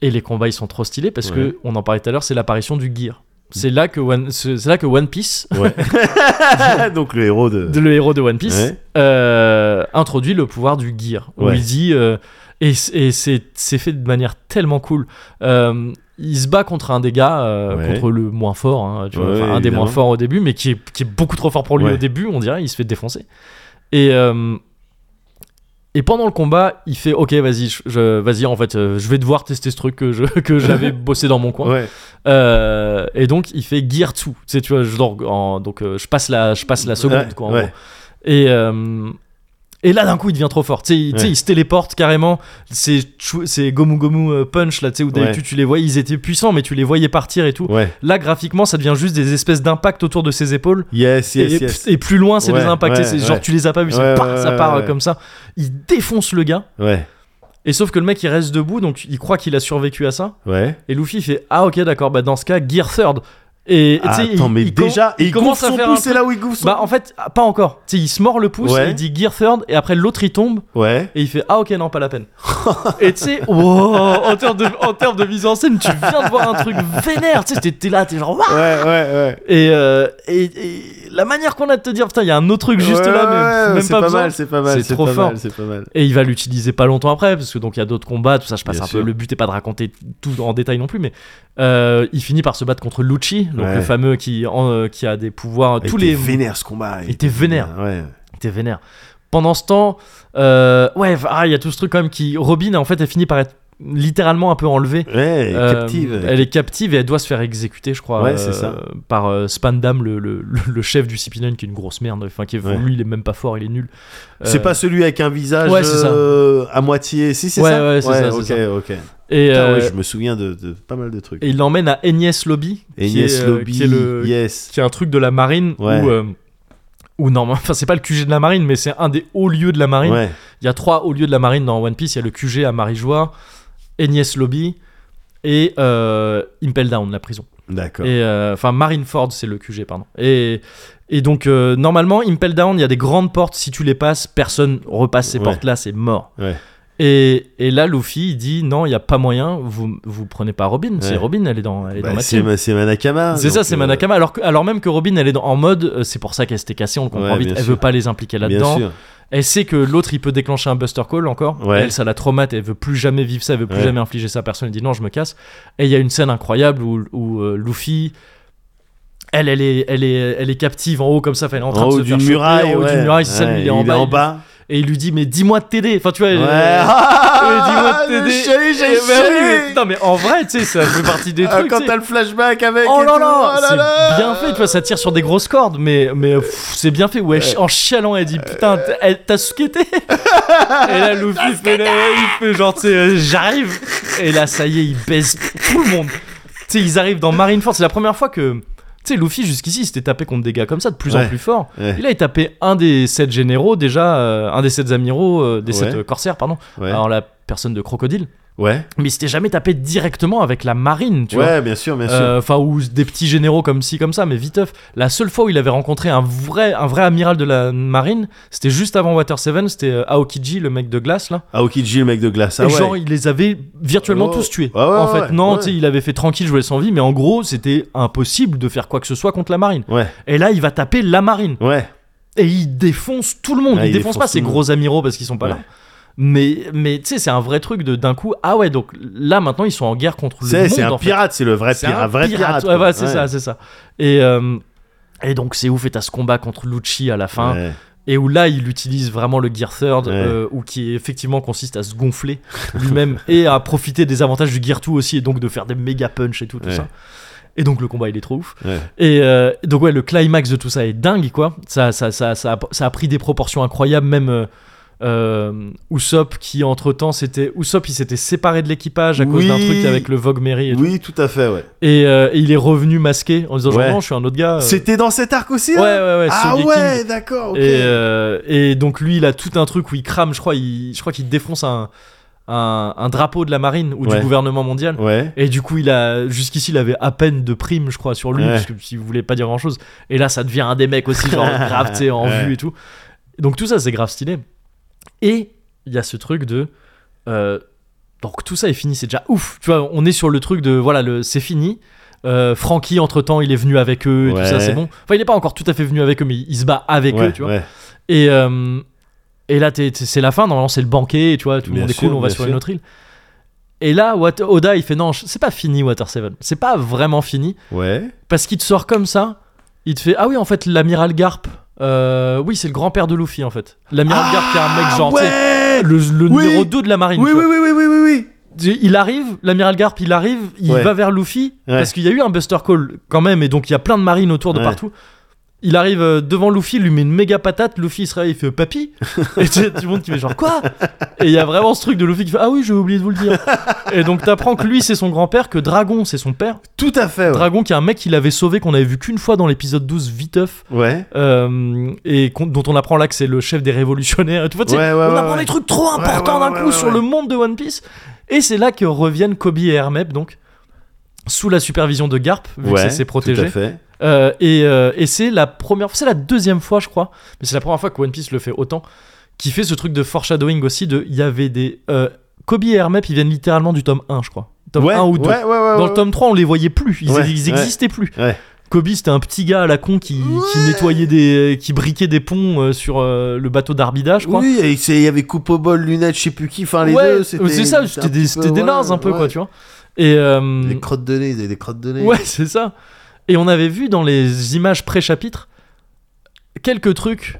Speaker 1: Et les combats, ils sont trop stylés parce
Speaker 2: Ouais. Mm.
Speaker 1: que, on en parlait tout à l'heure, c'est l'apparition du Gear. C'est là, que One- c'est c'est là que One Piece, [LAUGHS]
Speaker 2: Ouais. [LAUGHS] Donc le héros de.
Speaker 1: le héros de One Piece,
Speaker 2: Ouais.
Speaker 1: euh, introduit le pouvoir du gear. Où
Speaker 2: Ouais.
Speaker 1: il dit. euh, et c- et c'est c'est fait de manière tellement cool. Euh, il se bat contre un des gars, euh,
Speaker 2: Ouais.
Speaker 1: contre le moins fort, hein, tu vois,
Speaker 2: Ouais,
Speaker 1: enfin, un des
Speaker 2: évidemment.
Speaker 1: moins forts au début, mais qui est, qui est beaucoup trop fort pour lui
Speaker 2: Ouais.
Speaker 1: au début, on dirait, il se fait défoncer. Et. euh, et pendant le combat, il fait OK, vas-y, je, je- vas-y, en fait, euh, je vais devoir tester ce truc que je- [LAUGHS]
Speaker 2: [LAUGHS]
Speaker 1: que j'avais bossé dans mon coin.
Speaker 2: Ouais.
Speaker 1: Euh, et donc il fait Gear 2 tu sais tu vois je, dors en- donc euh, je passe la je passe la seconde
Speaker 2: Ouais,
Speaker 1: quoi en
Speaker 2: ouais.
Speaker 1: gros. et euh, et là d'un coup il devient trop fort tu sais il- tu sais,
Speaker 2: Ouais.
Speaker 1: il se téléporte carrément c'est c'est Gomu Gomu euh, punch là tu sais où d'habitude tu les voyais ils étaient puissants mais tu les voyais partir et tout
Speaker 2: Ouais.
Speaker 1: là graphiquement ça devient juste des espèces d'impacts autour de ses épaules
Speaker 2: Yes, yes,
Speaker 1: et,
Speaker 2: yes.
Speaker 1: et plus loin c'est
Speaker 2: Ouais,
Speaker 1: des impacts
Speaker 2: ouais,
Speaker 1: tu sais, c'est genre
Speaker 2: ouais.
Speaker 1: tu les as pas vus c'est
Speaker 2: Ouais,
Speaker 1: paf,
Speaker 2: ouais,
Speaker 1: ça
Speaker 2: ouais,
Speaker 1: part euh,
Speaker 2: ouais.
Speaker 1: comme ça il défonce le gars
Speaker 2: Ouais.
Speaker 1: et sauf que le mec il reste debout donc il croit qu'il a survécu à ça
Speaker 2: Ouais.
Speaker 1: et Luffy fait Ah, ok, d'accord, bah dans ce cas, Gear Third. Et, et tu sais,
Speaker 2: Ah, Attends,
Speaker 1: il-
Speaker 2: mais
Speaker 1: il com-
Speaker 2: déjà,
Speaker 1: il,
Speaker 2: il
Speaker 1: commence
Speaker 2: gonfle
Speaker 1: à
Speaker 2: son
Speaker 1: faire un
Speaker 2: pouce, c'est
Speaker 1: truc-
Speaker 2: là où il gonfle son
Speaker 1: Bah en fait, ah, pas encore. Tu sais, il se mord le pouce,
Speaker 2: Ouais.
Speaker 1: et il dit Gear Third, et après l'autre il tombe,
Speaker 2: Ouais.
Speaker 1: et il fait Ah, ok, non, pas
Speaker 2: [LAUGHS]
Speaker 1: la peine. et tu sais, wow, en termes de, en termes de mise en scène, tu viens de voir un truc vénère, tu sais, t'es- t'es là, t'es genre Waouh
Speaker 2: Ouais, ouais, ouais.
Speaker 1: et, euh, et, et la manière qu'on a de te dire, putain, il y a un autre truc juste
Speaker 2: Ouais,
Speaker 1: là,
Speaker 2: ouais,
Speaker 1: mais
Speaker 2: ouais,
Speaker 1: même
Speaker 2: c'est
Speaker 1: pas,
Speaker 2: pas,
Speaker 1: besoin.
Speaker 2: mal, c'est pas mal,
Speaker 1: C'est
Speaker 2: c'est
Speaker 1: trop
Speaker 2: pas
Speaker 1: fort.
Speaker 2: mal, c'est pas mal.
Speaker 1: Et il va l'utiliser pas longtemps après, parce que donc il y a d'autres combats, tout ça, je passe
Speaker 2: Bien
Speaker 1: un
Speaker 2: sûr.
Speaker 1: peu. Le but est pas de raconter tout en détail non plus, mais euh, il finit par se battre contre Lucci, donc
Speaker 2: Ouais.
Speaker 1: le fameux qui, en, euh, qui a des pouvoirs.
Speaker 2: Il
Speaker 1: tous
Speaker 2: était
Speaker 1: les.
Speaker 2: vénère ce combat.
Speaker 1: Il était vénère.
Speaker 2: Ouais.
Speaker 1: il était vénère. Pendant ce temps, euh, ouais, ah, il y a tout ce truc quand même qui. Robin, en fait, elle finit par être littéralement un peu enlevée.
Speaker 2: Ouais,
Speaker 1: Euh,
Speaker 2: captive.
Speaker 1: Elle est captive et elle doit se faire exécuter, je crois,
Speaker 2: Ouais, c'est ça.
Speaker 1: par euh, Spandam, le, le- le- le chef du Cipinone, qui est une grosse merde. Enfin, qui est,
Speaker 2: Ouais.
Speaker 1: lui, il est même pas fort, il est nul.
Speaker 2: C'est
Speaker 1: Euh,
Speaker 2: pas celui avec un visage
Speaker 1: ouais, c'est ça.
Speaker 2: euh, à moitié. Si, c'est
Speaker 1: Ouais,
Speaker 2: ça.
Speaker 1: ouais, c'est ça,
Speaker 2: Ok,
Speaker 1: c'est
Speaker 2: ok.
Speaker 1: Et,
Speaker 2: Putain,
Speaker 1: euh,
Speaker 2: ouais, je me souviens de, de pas mal de trucs.
Speaker 1: et il l'emmène à Agnès Lobby, qui,
Speaker 2: Agnès
Speaker 1: est, euh,
Speaker 2: Lobby,
Speaker 1: qui est le,
Speaker 2: yes.
Speaker 1: qui est un truc de la marine
Speaker 2: Ouais.
Speaker 1: où, euh, où normalement, [LAUGHS] enfin c'est pas le QG de la marine, mais c'est un des hauts lieux de la marine.
Speaker 2: Ouais,
Speaker 1: Il y a trois hauts lieux de la marine dans One Piece. Il y a le QG à Marijois, Agnès Lobby et euh, Impel Down, la prison.
Speaker 2: d'accord.
Speaker 1: Et euh, enfin Marineford, c'est le QG, pardon. Et et donc euh, normalement Impel Down, il y a des grandes portes. Si tu les passes, personne repasse ces
Speaker 2: Ouais.
Speaker 1: portes-là, c'est mort.
Speaker 2: Ouais.
Speaker 1: Et, et là, Luffy il dit non, il y a pas moyen. Vous vous prenez pas Robin. C'est
Speaker 2: Ouais.
Speaker 1: Robin, elle est dans, elle est
Speaker 2: Bah,
Speaker 1: dans ma
Speaker 2: c'est
Speaker 1: team.
Speaker 2: ma- c'est Manakama.
Speaker 1: C'est ça,
Speaker 2: donc,
Speaker 1: c'est
Speaker 2: euh,
Speaker 1: Manakama. Alors, que- alors même que Robin, elle est dans- en mode, euh, c'est pour ça qu'elle s'était cassée, on le comprend
Speaker 2: Ouais,
Speaker 1: vite,
Speaker 2: bien
Speaker 1: elle
Speaker 2: sûr.
Speaker 1: veut pas les impliquer
Speaker 2: Bien
Speaker 1: là-dedans.
Speaker 2: sûr.
Speaker 1: Elle sait que l'autre il peut déclencher un Buster Call encore.
Speaker 2: Ouais.
Speaker 1: Elle, ça la traumate, elle veut plus jamais vivre ça, elle veut plus
Speaker 2: Ouais.
Speaker 1: jamais infliger ça à personne. Elle dit non, je me casse. Et il y a une scène incroyable où, où, euh, Luffy. Elle, elle est, elle, est, elle est captive en haut comme ça, enfin, elle est en train
Speaker 2: En
Speaker 1: de
Speaker 2: haut
Speaker 1: se
Speaker 2: d'une
Speaker 1: faire choper,
Speaker 2: muraille,
Speaker 1: en haut
Speaker 2: ouais.
Speaker 1: d'une muraille, c'est ça, lui,
Speaker 2: Ouais,
Speaker 1: il est en bas, il-
Speaker 2: bas.
Speaker 1: et il lui dit mais dis-moi de t'aider, enfin tu vois, elle-
Speaker 2: Ouais.
Speaker 1: [LAUGHS]
Speaker 2: Ah,
Speaker 1: dis-moi de
Speaker 2: Le
Speaker 1: t'aider.
Speaker 2: chéri, j'ai
Speaker 1: Eh ben oui,
Speaker 2: chéri.
Speaker 1: [LAUGHS] mais- non mais en vrai, tu sais, ça fait partie des
Speaker 2: Ah,
Speaker 1: trucs.
Speaker 2: Quand
Speaker 1: tu sais.
Speaker 2: t'as le flashback avec.
Speaker 1: Oh
Speaker 2: et
Speaker 1: là
Speaker 2: tout,
Speaker 1: là,
Speaker 2: oh là là.
Speaker 1: c'est bien fait, tu vois, ça tire sur des grosses cordes, mais, mais pff, c'est bien fait. Ouais, en chialant, elle dit putain, t- elle- t'as [LAUGHS] sketté Et là, Luffy il fait, là, il fait genre, tu sais, euh, j'arrive. Et là, ça y est, il baise tout le monde. Tu sais, ils arrivent dans Marineford, c'est la première fois que. Tu sais, Luffy jusqu'ici, il s'était tapé contre des gars comme ça de plus
Speaker 2: Ouais.
Speaker 1: en plus fort.
Speaker 2: Ouais.
Speaker 1: Et là, il tapait un des sept généraux, déjà, euh, un des sept amiraux, euh, des sept
Speaker 2: Ouais.
Speaker 1: euh, corsaires, pardon,
Speaker 2: Ouais.
Speaker 1: alors la personne de crocodile.
Speaker 2: Ouais.
Speaker 1: Mais il s'était jamais tapé directement avec la marine, tu vois.
Speaker 2: Ouais, bien sûr, bien sûr.
Speaker 1: Euh, Enfin, ou des petits généraux comme ci, comme ça, mais viteuf. La seule fois où il avait rencontré un vrai, un vrai amiral de la marine, c'était juste avant Water Seven, c'était euh, Aokiji, le mec de glace, là.
Speaker 2: Aokiji, le mec de glace. Ah
Speaker 1: et
Speaker 2: ouais.
Speaker 1: genre, il les avait virtuellement
Speaker 2: Oh.
Speaker 1: tous tués.
Speaker 2: Ouais, ouais,
Speaker 1: en
Speaker 2: ouais,
Speaker 1: fait, non,
Speaker 2: ouais.
Speaker 1: tu sais, il avait fait tranquille jouer sans vie, mais en gros, c'était impossible de faire quoi que ce soit contre la marine.
Speaker 2: Ouais.
Speaker 1: Et là, il va taper la marine.
Speaker 2: Ouais.
Speaker 1: Et il défonce tout le monde.
Speaker 2: Ouais,
Speaker 1: il,
Speaker 2: il
Speaker 1: défonce,
Speaker 2: défonce
Speaker 1: pas
Speaker 2: tout
Speaker 1: ses
Speaker 2: le monde.
Speaker 1: gros amiraux parce qu'ils sont pas
Speaker 2: Ouais.
Speaker 1: là. Mais, mais tu sais, c'est un vrai truc de d'un coup. Ah ouais, donc là maintenant ils sont en guerre contre le
Speaker 2: C'est
Speaker 1: monde.
Speaker 2: c'est un
Speaker 1: en fait.
Speaker 2: pirate, c'est le vrai
Speaker 1: C'est
Speaker 2: pirate. Un vrai pirate.
Speaker 1: ouais,
Speaker 2: quoi.
Speaker 1: voilà, c'est
Speaker 2: Ouais.
Speaker 1: ça, c'est ça. Et, euh, et donc, c'est ouf, et t'as ce combat contre Lucci à la fin,
Speaker 2: Ouais.
Speaker 1: et où là, il utilise vraiment le Gear Third,
Speaker 2: Ouais.
Speaker 1: euh, ou qui effectivement consiste à se gonfler lui-même [LAUGHS] et à profiter des avantages du Gear 2 aussi, et donc de faire des méga punch et tout, tout
Speaker 2: Ouais.
Speaker 1: ça. Et donc, le combat, il est trop ouf.
Speaker 2: Ouais.
Speaker 1: Et euh, donc, ouais, le climax de tout ça est dingue, quoi. Ça, ça, ça, ça, a- ça a pris des proportions incroyables, même. euh, euh, Usopp qui entre temps s'était Usopp il s'était séparé de l'équipage à cause
Speaker 2: Oui.
Speaker 1: d'un truc avec le Vogue Mary et tout.
Speaker 2: Oui, tout à fait, ouais.
Speaker 1: Et, euh, et il est revenu masqué en disant genre,
Speaker 2: Ouais.
Speaker 1: non, je suis un autre gars. euh.
Speaker 2: C'était dans cet arc aussi
Speaker 1: Ouais,
Speaker 2: là
Speaker 1: ouais, ouais.
Speaker 2: Ah
Speaker 1: Sogeking.
Speaker 2: ouais, d'accord, ok.
Speaker 1: Et, euh, et donc lui, il a tout un truc où il crame, je crois, il, je crois qu'il défonce un, un, un drapeau de la marine ou du
Speaker 2: Ouais.
Speaker 1: gouvernement mondial.
Speaker 2: Ouais.
Speaker 1: Et du coup, il a jusqu'ici, il avait à peine de primes, je crois, sur lui,
Speaker 2: Ouais.
Speaker 1: parce que si vous voulez pas dire grand chose. Et là, ça devient un des mecs aussi,
Speaker 2: [LAUGHS]
Speaker 1: genre grave, tu sais, en
Speaker 2: Ouais.
Speaker 1: vue et tout. Donc tout ça, c'est grave stylé. Et il y a ce truc de. euh, donc tout ça est fini, c'est déjà ouf. Tu vois, on est sur le truc de voilà, le, c'est fini. Euh, Frankie, entre temps, il est venu avec eux et tout
Speaker 2: Ouais.
Speaker 1: ça, c'est bon. Enfin, il est pas encore tout à fait venu avec eux, mais il, il se bat avec
Speaker 2: ouais,
Speaker 1: eux, tu vois.
Speaker 2: ouais.
Speaker 1: Et, euh, et là, t'es- t'es- c'est la fin, normalement, c'est le banquet, tu vois, tout le
Speaker 2: Bien
Speaker 1: monde est
Speaker 2: sûr,
Speaker 1: cool, on va
Speaker 2: bien
Speaker 1: sur
Speaker 2: sûr.
Speaker 1: une autre île. Et là, Wat- Oda, il fait non, c'est pas fini, Water Seven. C'est pas vraiment fini.
Speaker 2: Ouais.
Speaker 1: Parce qu'il te sort comme ça, il te fait ah oui, en fait, l'amiral Garp, euh, oui, c'est le grand-père de Luffy, en fait. L'amiral Garp, qui est un mec genre, tu sais,
Speaker 2: Ah ouais
Speaker 1: le, le
Speaker 2: Oui.
Speaker 1: numéro 2 de la marine.
Speaker 2: oui,
Speaker 1: tu
Speaker 2: oui,
Speaker 1: vois.
Speaker 2: oui, oui, oui, oui, oui.
Speaker 1: Il arrive, l'amiral Garp, il arrive, il
Speaker 2: Ouais.
Speaker 1: va vers Luffy,
Speaker 2: Ouais.
Speaker 1: parce qu'il y a eu un Buster Call quand même, et donc il y a plein de marines autour de
Speaker 2: Ouais.
Speaker 1: partout. Il arrive euh, devant Luffy, lui met une méga patate, Luffy il se réveille, il
Speaker 2: [LAUGHS]
Speaker 1: fait Papy Et tu sais, tout le monde qui fait genre quoi Et il y a vraiment ce truc de Luffy qui fait Ah oui, j'ai oublié de vous le dire. Et donc t'apprends que lui c'est son grand-père, que Dragon c'est son père.
Speaker 2: Tout à fait, ouais.
Speaker 1: Dragon qui est un mec qu'il avait sauvé, qu'on avait vu qu'une fois dans l'épisode 12, viteuf,
Speaker 2: ouais.
Speaker 1: euh, et qu'on- dont on apprend là que c'est le chef des révolutionnaires. Et tout. Tu sais,
Speaker 2: Ouais, ouais,
Speaker 1: on
Speaker 2: ouais,
Speaker 1: apprend
Speaker 2: ouais.
Speaker 1: des trucs trop importants
Speaker 2: ouais,
Speaker 1: d'un
Speaker 2: ouais,
Speaker 1: coup
Speaker 2: ouais,
Speaker 1: sur
Speaker 2: ouais.
Speaker 1: le monde de One Piece. Et c'est là que reviennent Kobe et Hermep, donc, sous la supervision de Garp, vu
Speaker 2: ouais,
Speaker 1: que c'est ses
Speaker 2: Tout
Speaker 1: protégés.
Speaker 2: à fait.
Speaker 1: Euh, et euh, et c'est la première, c'est la deuxième fois, je crois, mais c'est la première fois que One Piece le fait autant, qui fait ce truc de foreshadowing aussi. De, il y avait des euh, Kobe et Hermep, ils viennent littéralement du tome 1, je crois, tome
Speaker 2: ouais,
Speaker 1: 1 ou 2.
Speaker 2: Ouais, ouais, ouais,
Speaker 1: Dans
Speaker 2: Ah ouais,
Speaker 1: le tome 3, on les voyait plus, ils,
Speaker 2: Ouais,
Speaker 1: ils
Speaker 2: ouais.
Speaker 1: existaient plus.
Speaker 2: Ouais.
Speaker 1: Kobe, c'était un petit gars à la con qui, qui nettoyait des, qui briquait des ponts euh, sur euh, le bateau d'Arbida, je crois.
Speaker 2: Oui, et c'est- il y avait coupe au bol, lunettes, je sais plus qui, enfin Ah, les
Speaker 1: Ouais, euh,
Speaker 2: deux, c'était.
Speaker 1: c'est ça,
Speaker 2: un
Speaker 1: c'était des,
Speaker 2: petit
Speaker 1: c'était
Speaker 2: peu,
Speaker 1: des
Speaker 2: voilà,
Speaker 1: nazes un peu,
Speaker 2: ouais.
Speaker 1: quoi, tu vois. Et, euh,
Speaker 2: Les crottes de nez, ils avaient des crottes de nez.
Speaker 1: ouais, [LAUGHS] c'est ça. Et on avait vu dans les images pré-chapitre quelques trucs.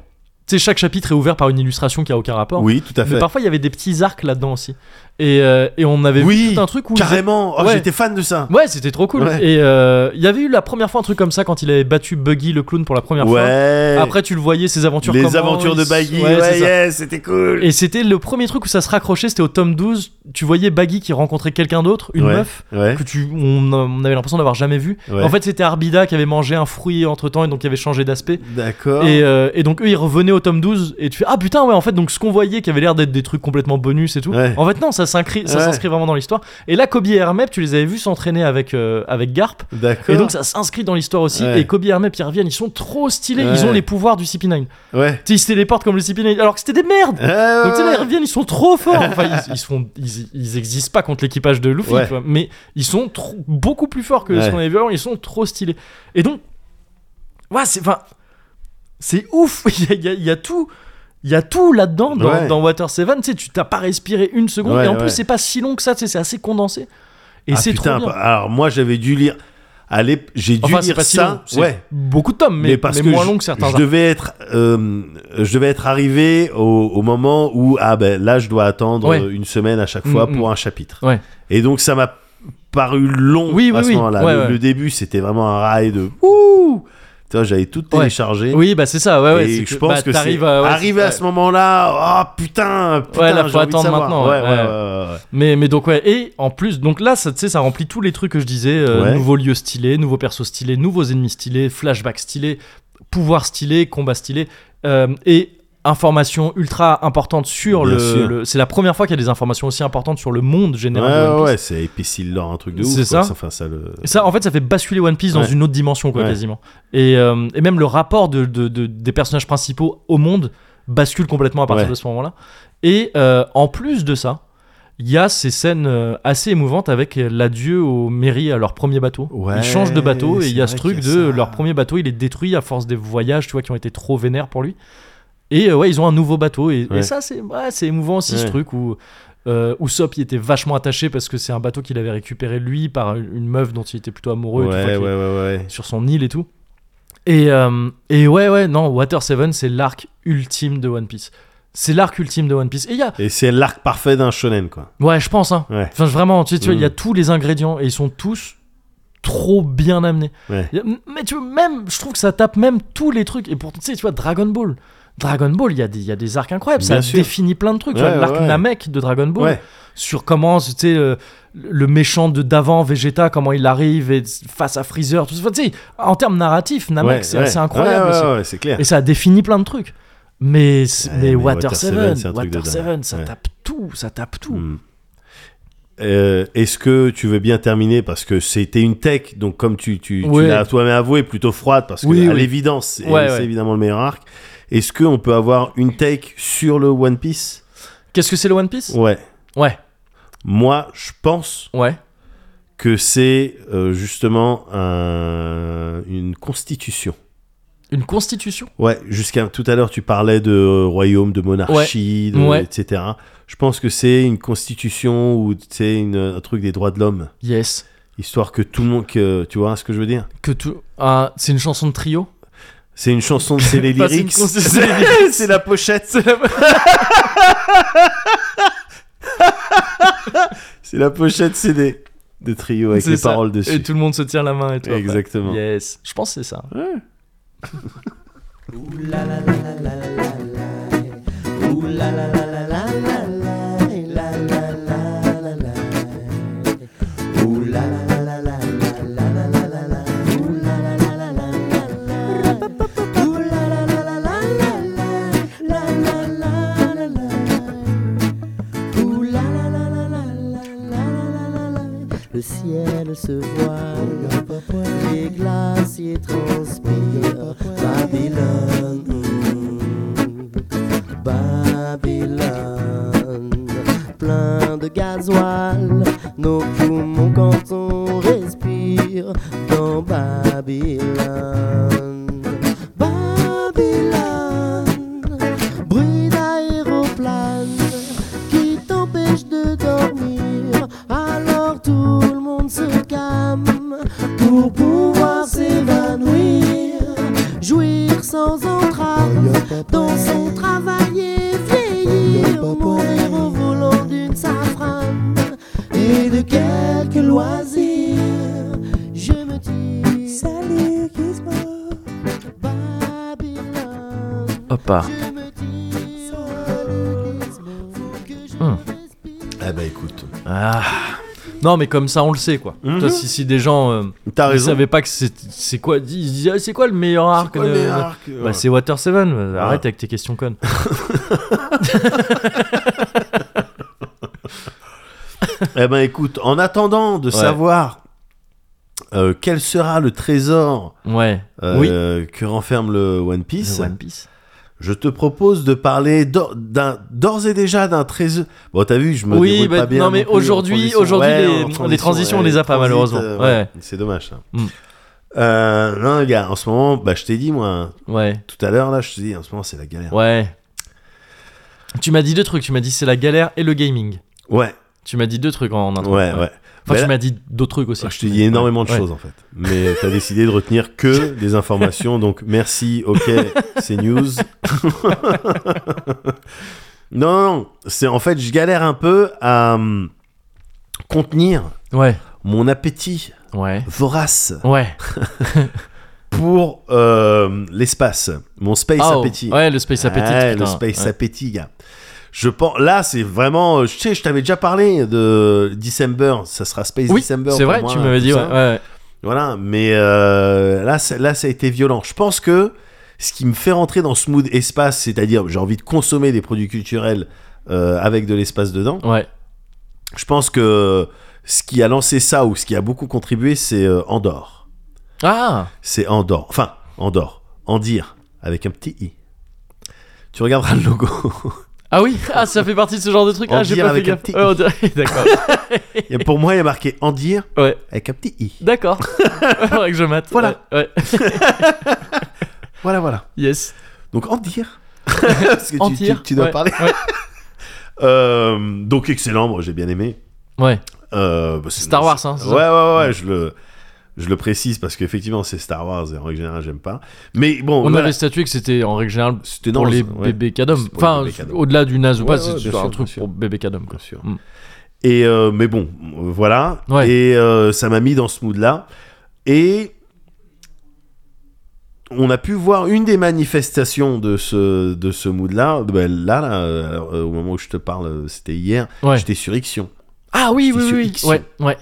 Speaker 1: Tu sais, chaque chapitre est ouvert par une illustration qui a aucun rapport.
Speaker 2: Oui, tout à
Speaker 1: Mais
Speaker 2: fait.
Speaker 1: parfois, il y avait des petits arcs là-dedans aussi. Et, euh, et on avait vu
Speaker 2: Oui,
Speaker 1: tout un truc où. ils
Speaker 2: Carrément. Oh,
Speaker 1: Ouais.
Speaker 2: j'étais fan de ça.
Speaker 1: Ouais, c'était trop cool.
Speaker 2: Ouais.
Speaker 1: Et euh, il y avait eu la première fois un truc comme ça quand il avait battu Buggy le clown pour la première fois.
Speaker 2: Ouais.
Speaker 1: Après, tu le voyais, ses aventures.
Speaker 2: les
Speaker 1: comment
Speaker 2: aventures
Speaker 1: ils-
Speaker 2: de Baggy.
Speaker 1: Ouais,
Speaker 2: Ouais,
Speaker 1: c'est ça.
Speaker 2: yes, c'était cool.
Speaker 1: Et c'était le premier truc où ça se raccrochait, c'était au tome 12. Tu voyais Baggy qui rencontrait quelqu'un d'autre, une
Speaker 2: Ouais.
Speaker 1: meuf,
Speaker 2: Ouais.
Speaker 1: que tu, on, on avait l'impression d'avoir jamais vue.
Speaker 2: Ouais.
Speaker 1: En fait, c'était Arbida qui avait mangé un fruit entre temps et donc qui avait changé d'aspect.
Speaker 2: D'accord.
Speaker 1: Et, euh, et donc eux ils revenaient au tome 12 et tu fais ah putain ouais en fait donc ce qu'on voyait qui avait l'air d'être des trucs complètement bonus et tout
Speaker 2: Ouais.
Speaker 1: en fait non ça s'inscrit ça
Speaker 2: Ouais.
Speaker 1: s'inscrit vraiment dans l'histoire et là Kobe et Hermep tu les avais vus s'entraîner avec euh, avec Garp
Speaker 2: D'accord.
Speaker 1: et donc ça s'inscrit dans l'histoire aussi
Speaker 2: Ouais.
Speaker 1: et Kobe et Hermep ils reviennent ils sont trop stylés
Speaker 2: Ouais.
Speaker 1: ils ont les pouvoirs du CP9
Speaker 2: Ouais. Ah.
Speaker 1: tu sais, ils se téléportent comme le CP9 alors que c'était des merdes
Speaker 2: Ouais, ouais,
Speaker 1: donc tu sais, là,
Speaker 2: ouais.
Speaker 1: ils reviennent, ils sont trop forts. Enfin, ils, ils sont, ils, ils existent pas contre l'équipage de Luffy,
Speaker 2: Ouais.
Speaker 1: tu vois, mais ils sont trop- beaucoup plus forts que ce
Speaker 2: Ouais.
Speaker 1: qu'on avait vu avant. Ils sont trop stylés. [LAUGHS] Et donc, ouais, c'est, enfin, c'est ouf. Il y, a- il y a- il y a tout. Il il y a tout là-dedans dans,
Speaker 2: Ouais.
Speaker 1: dans Water Seven. Tu sais, tu t'as pas respiré une seconde
Speaker 2: Ouais,
Speaker 1: et en
Speaker 2: ouais.
Speaker 1: plus c'est pas si long que ça. Tu sais, c'est assez condensé et
Speaker 2: Ah,
Speaker 1: c'est trop
Speaker 2: putain,
Speaker 1: bien.
Speaker 2: pa- Alors moi j'avais dû lire. Allez, j'ai dû
Speaker 1: Enfin, c'est
Speaker 2: lire
Speaker 1: pas si long.
Speaker 2: ça.
Speaker 1: C'est
Speaker 2: ouais.
Speaker 1: Beaucoup de tomes, mais,
Speaker 2: mais parce
Speaker 1: mais
Speaker 2: que
Speaker 1: moins
Speaker 2: je,
Speaker 1: long que certains.
Speaker 2: je
Speaker 1: arcs.
Speaker 2: devais être euh, je devais être arrivé au, au moment où ah ben là je dois attendre
Speaker 1: Ouais.
Speaker 2: euh, une semaine à chaque fois
Speaker 1: Mm,
Speaker 2: pour un chapitre
Speaker 1: Ouais.
Speaker 2: et donc ça m'a paru long
Speaker 1: Oui,
Speaker 2: à
Speaker 1: oui,
Speaker 2: ce
Speaker 1: oui.
Speaker 2: moment-là
Speaker 1: Ouais,
Speaker 2: le,
Speaker 1: ouais.
Speaker 2: le début c'était vraiment un rail de ouh tu vois j'avais tout
Speaker 1: Ouais.
Speaker 2: téléchargé
Speaker 1: Oui, bah c'est ça. Ouais, ouais.
Speaker 2: et
Speaker 1: c'est
Speaker 2: je pense
Speaker 1: bah,
Speaker 2: que c'est
Speaker 1: t'arrives à- ouais,
Speaker 2: arrivé
Speaker 1: c'est-
Speaker 2: à ce moment-là ah putain putain
Speaker 1: Ouais, là,
Speaker 2: j'ai
Speaker 1: faut
Speaker 2: envie de
Speaker 1: attendre
Speaker 2: savoir.
Speaker 1: maintenant, ouais,
Speaker 2: ouais, ouais,
Speaker 1: ouais.
Speaker 2: ouais, ouais.
Speaker 1: Mais, mais donc ouais, et en plus, donc là, ça, tu sais, ça remplit tous les trucs que je disais, euh,
Speaker 2: Ouais.
Speaker 1: nouveaux lieux stylés, nouveaux persos stylés, nouveaux ennemis stylés, flashbacks stylés, pouvoir stylé, combat stylé, euh, et informations ultra importantes sur
Speaker 2: Bien
Speaker 1: le...
Speaker 2: sûr.
Speaker 1: le- c'est la première fois qu'il y a des informations aussi importantes sur le monde général. de One
Speaker 2: Ouais,
Speaker 1: Piece.
Speaker 2: ouais, c'est épicile lore, un truc de ouf.
Speaker 1: C'est
Speaker 2: quoi.
Speaker 1: ça.
Speaker 2: Enfin, ça le...
Speaker 1: Et Euh, Ça, en fait, ça fait basculer One Piece dans
Speaker 2: Ouais.
Speaker 1: une autre dimension, quoi,
Speaker 2: Ouais.
Speaker 1: quasiment. Et, euh, et même le rapport de, de- de- des personnages principaux au monde bascule complètement à partir
Speaker 2: Ouais.
Speaker 1: de ce moment-là. Et euh, en plus de ça, il y a ces scènes euh, assez émouvantes avec euh, l'adieu aux mairies à leur premier bateau.
Speaker 2: Ouais,
Speaker 1: ils changent de bateau et il y a
Speaker 2: c'est
Speaker 1: ce
Speaker 2: vrai
Speaker 1: truc
Speaker 2: qu'il y a
Speaker 1: de
Speaker 2: ça.
Speaker 1: leur premier bateau, il est détruit à force des voyages, tu vois, qui ont été trop vénères pour lui. Et euh, ouais, ils ont un nouveau bateau. Et, et
Speaker 2: Ouais.
Speaker 1: ça, c'est ouais, c'est émouvant aussi, ce
Speaker 2: Ouais.
Speaker 1: truc où euh, Usopp y était vachement attaché parce que c'est un bateau qu'il avait récupéré lui par une meuf dont il était plutôt amoureux et tout, enfin,
Speaker 2: ouais, ouais,
Speaker 1: qui-
Speaker 2: ouais, ouais.
Speaker 1: sur son île et tout. Et, euh, et ouais, ouais, non, Water Seven, c'est l'arc ultime de One Piece. C'est l'arc ultime de One Piece. Et il y a,
Speaker 2: Et c'est l'arc parfait d'un shonen, quoi.
Speaker 1: ouais, je pense, hein.
Speaker 2: Ouais.
Speaker 1: Enfin, vraiment, tu sais, tu vois, il y a
Speaker 2: Mm.
Speaker 1: tous les ingrédients et ils sont tous trop bien amenés.
Speaker 2: Ouais.
Speaker 1: Il y a- Mais tu vois, même, je trouve que ça tape même tous les trucs. Et pourtant, tu sais, tu vois, Dragon Ball. Dragon Ball, il y, a des- il y a des arcs incroyables.
Speaker 2: Bien
Speaker 1: ça
Speaker 2: sûr.
Speaker 1: définit plein de trucs. Tu
Speaker 2: Ouais,
Speaker 1: vois,
Speaker 2: ouais,
Speaker 1: L'arc
Speaker 2: ouais.
Speaker 1: Namek de Dragon Ball
Speaker 2: Ouais.
Speaker 1: sur comment c'était le, le méchant de d'avant Vegeta comment il arrive et face à Freezer tout ça Enfin, tu sais en termes narratifs Namek
Speaker 2: ouais,
Speaker 1: c'est
Speaker 2: ouais.
Speaker 1: assez incroyable
Speaker 2: Ouais, ouais,
Speaker 1: aussi.
Speaker 2: ouais, ouais, c'est clair.
Speaker 1: et ça a défini plein de trucs mais, c'est-
Speaker 2: Ouais,
Speaker 1: mais,
Speaker 2: mais
Speaker 1: Water,
Speaker 2: Water
Speaker 1: Seven,
Speaker 2: Seven, c'est un truc
Speaker 1: Water
Speaker 2: de dingue.
Speaker 1: Seven ça
Speaker 2: Ouais.
Speaker 1: tape tout ça tape tout
Speaker 2: Hmm. Euh, Est-ce que tu veux bien terminer parce que c'était une tech, donc comme tu, tu, tu
Speaker 1: Ouais.
Speaker 2: l'as toi-même avoué, plutôt froide parce que
Speaker 1: Oui,
Speaker 2: à
Speaker 1: oui.
Speaker 2: l'évidence, c'est
Speaker 1: Ouais,
Speaker 2: c'est
Speaker 1: ouais.
Speaker 2: évidemment le meilleur arc. Est-ce qu'on peut avoir une take sur le One Piece
Speaker 1: qu'est-ce que c'est le One Piece
Speaker 2: Ouais.
Speaker 1: ouais
Speaker 2: Moi, je pense
Speaker 1: ouais
Speaker 2: que c'est euh, justement un- une constitution.
Speaker 1: une constitution
Speaker 2: Ouais, jusqu'à tout à l'heure, tu parlais de euh, royaume, de monarchie, de-
Speaker 1: Ouais.
Speaker 2: etc. Je pense que c'est une constitution ou tu sais, une- un truc des droits de l'homme,
Speaker 1: yes
Speaker 2: histoire que tout le monde, que, tu vois ce que je veux dire
Speaker 1: que tout ah, c'est une chanson de trio
Speaker 2: C'est une chanson, de- c'est les
Speaker 1: [LAUGHS] Enfin, c'est une
Speaker 2: lyrics,
Speaker 1: constitution-
Speaker 2: [LAUGHS] c'est- c'est la pochette, c'est la pochette CD de trio avec
Speaker 1: C'est
Speaker 2: les
Speaker 1: ça.
Speaker 2: paroles dessus.
Speaker 1: et tout le monde se tient la main et tout après.
Speaker 2: Exactement.
Speaker 1: yes je pense que c'est ça
Speaker 7: Le ciel se voile, les glaciers transpirent. Babylone, mm, Babylone, plein de gasoil. Nos poumons quand on respire dans Babylone. Babylone, bruit d'aéroplane qui t'empêche de dormir. Alors tout le monde se calme pour pouvoir s'évanouir, jouir sans entrave dans son travail et vieillir, mourir au volant d'une safrane et de quelques loisirs. Je me dis, salut Gizmo, Babylone.
Speaker 1: hop là.
Speaker 7: Je me dis, salut Gizmo, faut que je
Speaker 1: Hmm.
Speaker 7: respire.
Speaker 2: Ah bah écoute,
Speaker 1: Ah. Non, mais comme ça, on le sait, quoi.
Speaker 2: Mhm.
Speaker 1: Toi, si, si des gens euh,
Speaker 2: t'as
Speaker 1: ne
Speaker 2: raison.
Speaker 1: savaient pas que c'est c'est quoi, ils se disaient, Ah, c'est quoi le meilleur
Speaker 2: C'est
Speaker 1: arc
Speaker 2: quoi le
Speaker 1: de-
Speaker 2: meilleur arc Ah.
Speaker 1: Bah, c'est Water Seven. Bah, Arrête avec tes questions connes.
Speaker 2: Eh ben écoute, en attendant de
Speaker 1: Ouais.
Speaker 2: savoir euh, quel sera le trésor
Speaker 1: Ouais. oui.
Speaker 2: euh, que renferme le One Piece,
Speaker 1: Le One Piece.
Speaker 2: je te propose de parler d'or- d'un- d'ores et déjà d'un trésor. Bon, t'as vu, je me
Speaker 1: Oui,
Speaker 2: débrouille
Speaker 1: bah,
Speaker 2: pas bien.
Speaker 1: non, mais
Speaker 2: plus en
Speaker 1: aujourd'hui-
Speaker 2: transition.
Speaker 1: aujourd'hui, les-
Speaker 2: en
Speaker 1: les transitions, on les a pas, malheureusement.
Speaker 2: euh,
Speaker 1: Ouais.
Speaker 2: C'est dommage. ça.
Speaker 1: Mm.
Speaker 2: Euh, non, les gars, en ce moment, bah, je t'ai dit, moi,
Speaker 1: Ouais.
Speaker 2: tout à l'heure, là, je t'ai dit, en ce moment, c'est la galère.
Speaker 1: Ouais. Tu m'as dit deux trucs. Tu m'as dit c'est la galère et le gaming.
Speaker 2: Ouais,
Speaker 1: Tu m'as dit deux trucs en intro.
Speaker 2: ouais, ouais. Mais
Speaker 1: Enfin, tu
Speaker 2: là- Ah,
Speaker 1: m'as dit d'autres trucs aussi.
Speaker 2: Je te dis énormément de
Speaker 1: Ouais.
Speaker 2: choses en fait. Mais
Speaker 1: [LAUGHS]
Speaker 2: t'as décidé de retenir que des informations. Donc merci, ok, c'est news. [LAUGHS] non, non, non. C'est en fait, je galère un peu à hum, contenir
Speaker 1: Ouais,
Speaker 2: mon appétit
Speaker 1: ouais,
Speaker 2: vorace
Speaker 1: ouais.
Speaker 2: pour euh, l'espace. Mon space
Speaker 1: Ah, oh.
Speaker 2: appétit.
Speaker 1: Ouais, le space appetite.
Speaker 2: Ouais,
Speaker 1: putain.
Speaker 2: le space
Speaker 1: Ouais.
Speaker 2: appétit, gars. Je pense, là, c'est vraiment, euh, je sais, je t'avais déjà parlé de December, ça sera Space
Speaker 1: Oui,
Speaker 2: December.
Speaker 1: c'est
Speaker 2: pour
Speaker 1: vrai.
Speaker 2: moi,
Speaker 1: tu m'avais
Speaker 2: tout
Speaker 1: dit ouais.
Speaker 2: ça.
Speaker 1: ouais.
Speaker 2: Voilà, mais euh, là, ça- là, ça a été violent. Je pense que ce qui me fait rentrer dans ce mood espace, c'est-à-dire j'ai envie de consommer des produits culturels euh, avec de l'espace dedans,
Speaker 1: ouais.
Speaker 2: je pense que ce qui a lancé ça ou ce qui a beaucoup contribué, c'est euh, Andorre.
Speaker 1: Ah.
Speaker 2: C'est Andorre. Enfin, Andorre. Andir, avec un petit i. Tu regarderas le logo.
Speaker 1: Ah oui, ah ça fait partie de ce genre de truc.
Speaker 2: On
Speaker 1: Ah j'ai
Speaker 2: dirait
Speaker 1: pas fait
Speaker 2: avec un
Speaker 1: gaffe.
Speaker 2: petit i.
Speaker 1: Ouais, on dirait- [LAUGHS] D'accord.
Speaker 2: Il y a- Pour moi, il y a marqué Andir
Speaker 1: Ouais.
Speaker 2: avec un petit i.
Speaker 1: [LAUGHS] D'accord. Faudrait que je mate.
Speaker 2: Voilà.
Speaker 1: Ouais. ouais.
Speaker 2: Voilà, voilà.
Speaker 1: Yes.
Speaker 2: Donc Andir. [LAUGHS] Parce que tu- tu,
Speaker 1: Antir.
Speaker 2: tu dois
Speaker 1: Ouais.
Speaker 2: parler. [LAUGHS]
Speaker 1: Ouais.
Speaker 2: Euh, donc excellent, moi j'ai bien aimé.
Speaker 1: Ouais.
Speaker 2: Euh, bah, c'est-
Speaker 1: Star Wars, hein, c'est
Speaker 2: Ouais, ouais, ouais, je le, je le précise parce qu'effectivement, c'est Star Wars et en règle générale, j'aime pas. Mais bon,
Speaker 1: On
Speaker 2: voilà,
Speaker 1: avait statué que c'était en règle générale
Speaker 2: c'était
Speaker 1: pour
Speaker 2: dans
Speaker 1: les
Speaker 2: ouais.
Speaker 1: bébés cadom.
Speaker 2: C'est pour les
Speaker 1: Enfin,
Speaker 2: bébés cadom.
Speaker 1: au-delà du naze ou
Speaker 2: Ouais,
Speaker 1: pas,
Speaker 2: ouais,
Speaker 1: c'est
Speaker 2: bien
Speaker 1: un
Speaker 2: sûr, bien
Speaker 1: truc
Speaker 2: sûr.
Speaker 1: pour bébé cadom. Quoi.
Speaker 2: Bien sûr.
Speaker 1: Mm.
Speaker 2: Et euh, mais bon, euh, voilà.
Speaker 1: Ouais.
Speaker 2: Et euh, ça m'a mis dans ce mood-là. Et on a pu voir une des manifestations de ce, de ce mood-là. Ben, là, là, euh, au moment où je te parle, euh, c'était hier.
Speaker 1: Ouais.
Speaker 2: J'étais sur Ixion.
Speaker 1: Ah oui,
Speaker 2: J'étais
Speaker 1: oui,
Speaker 2: sur
Speaker 1: oui.
Speaker 2: Ixion.
Speaker 1: Ouais, ouais.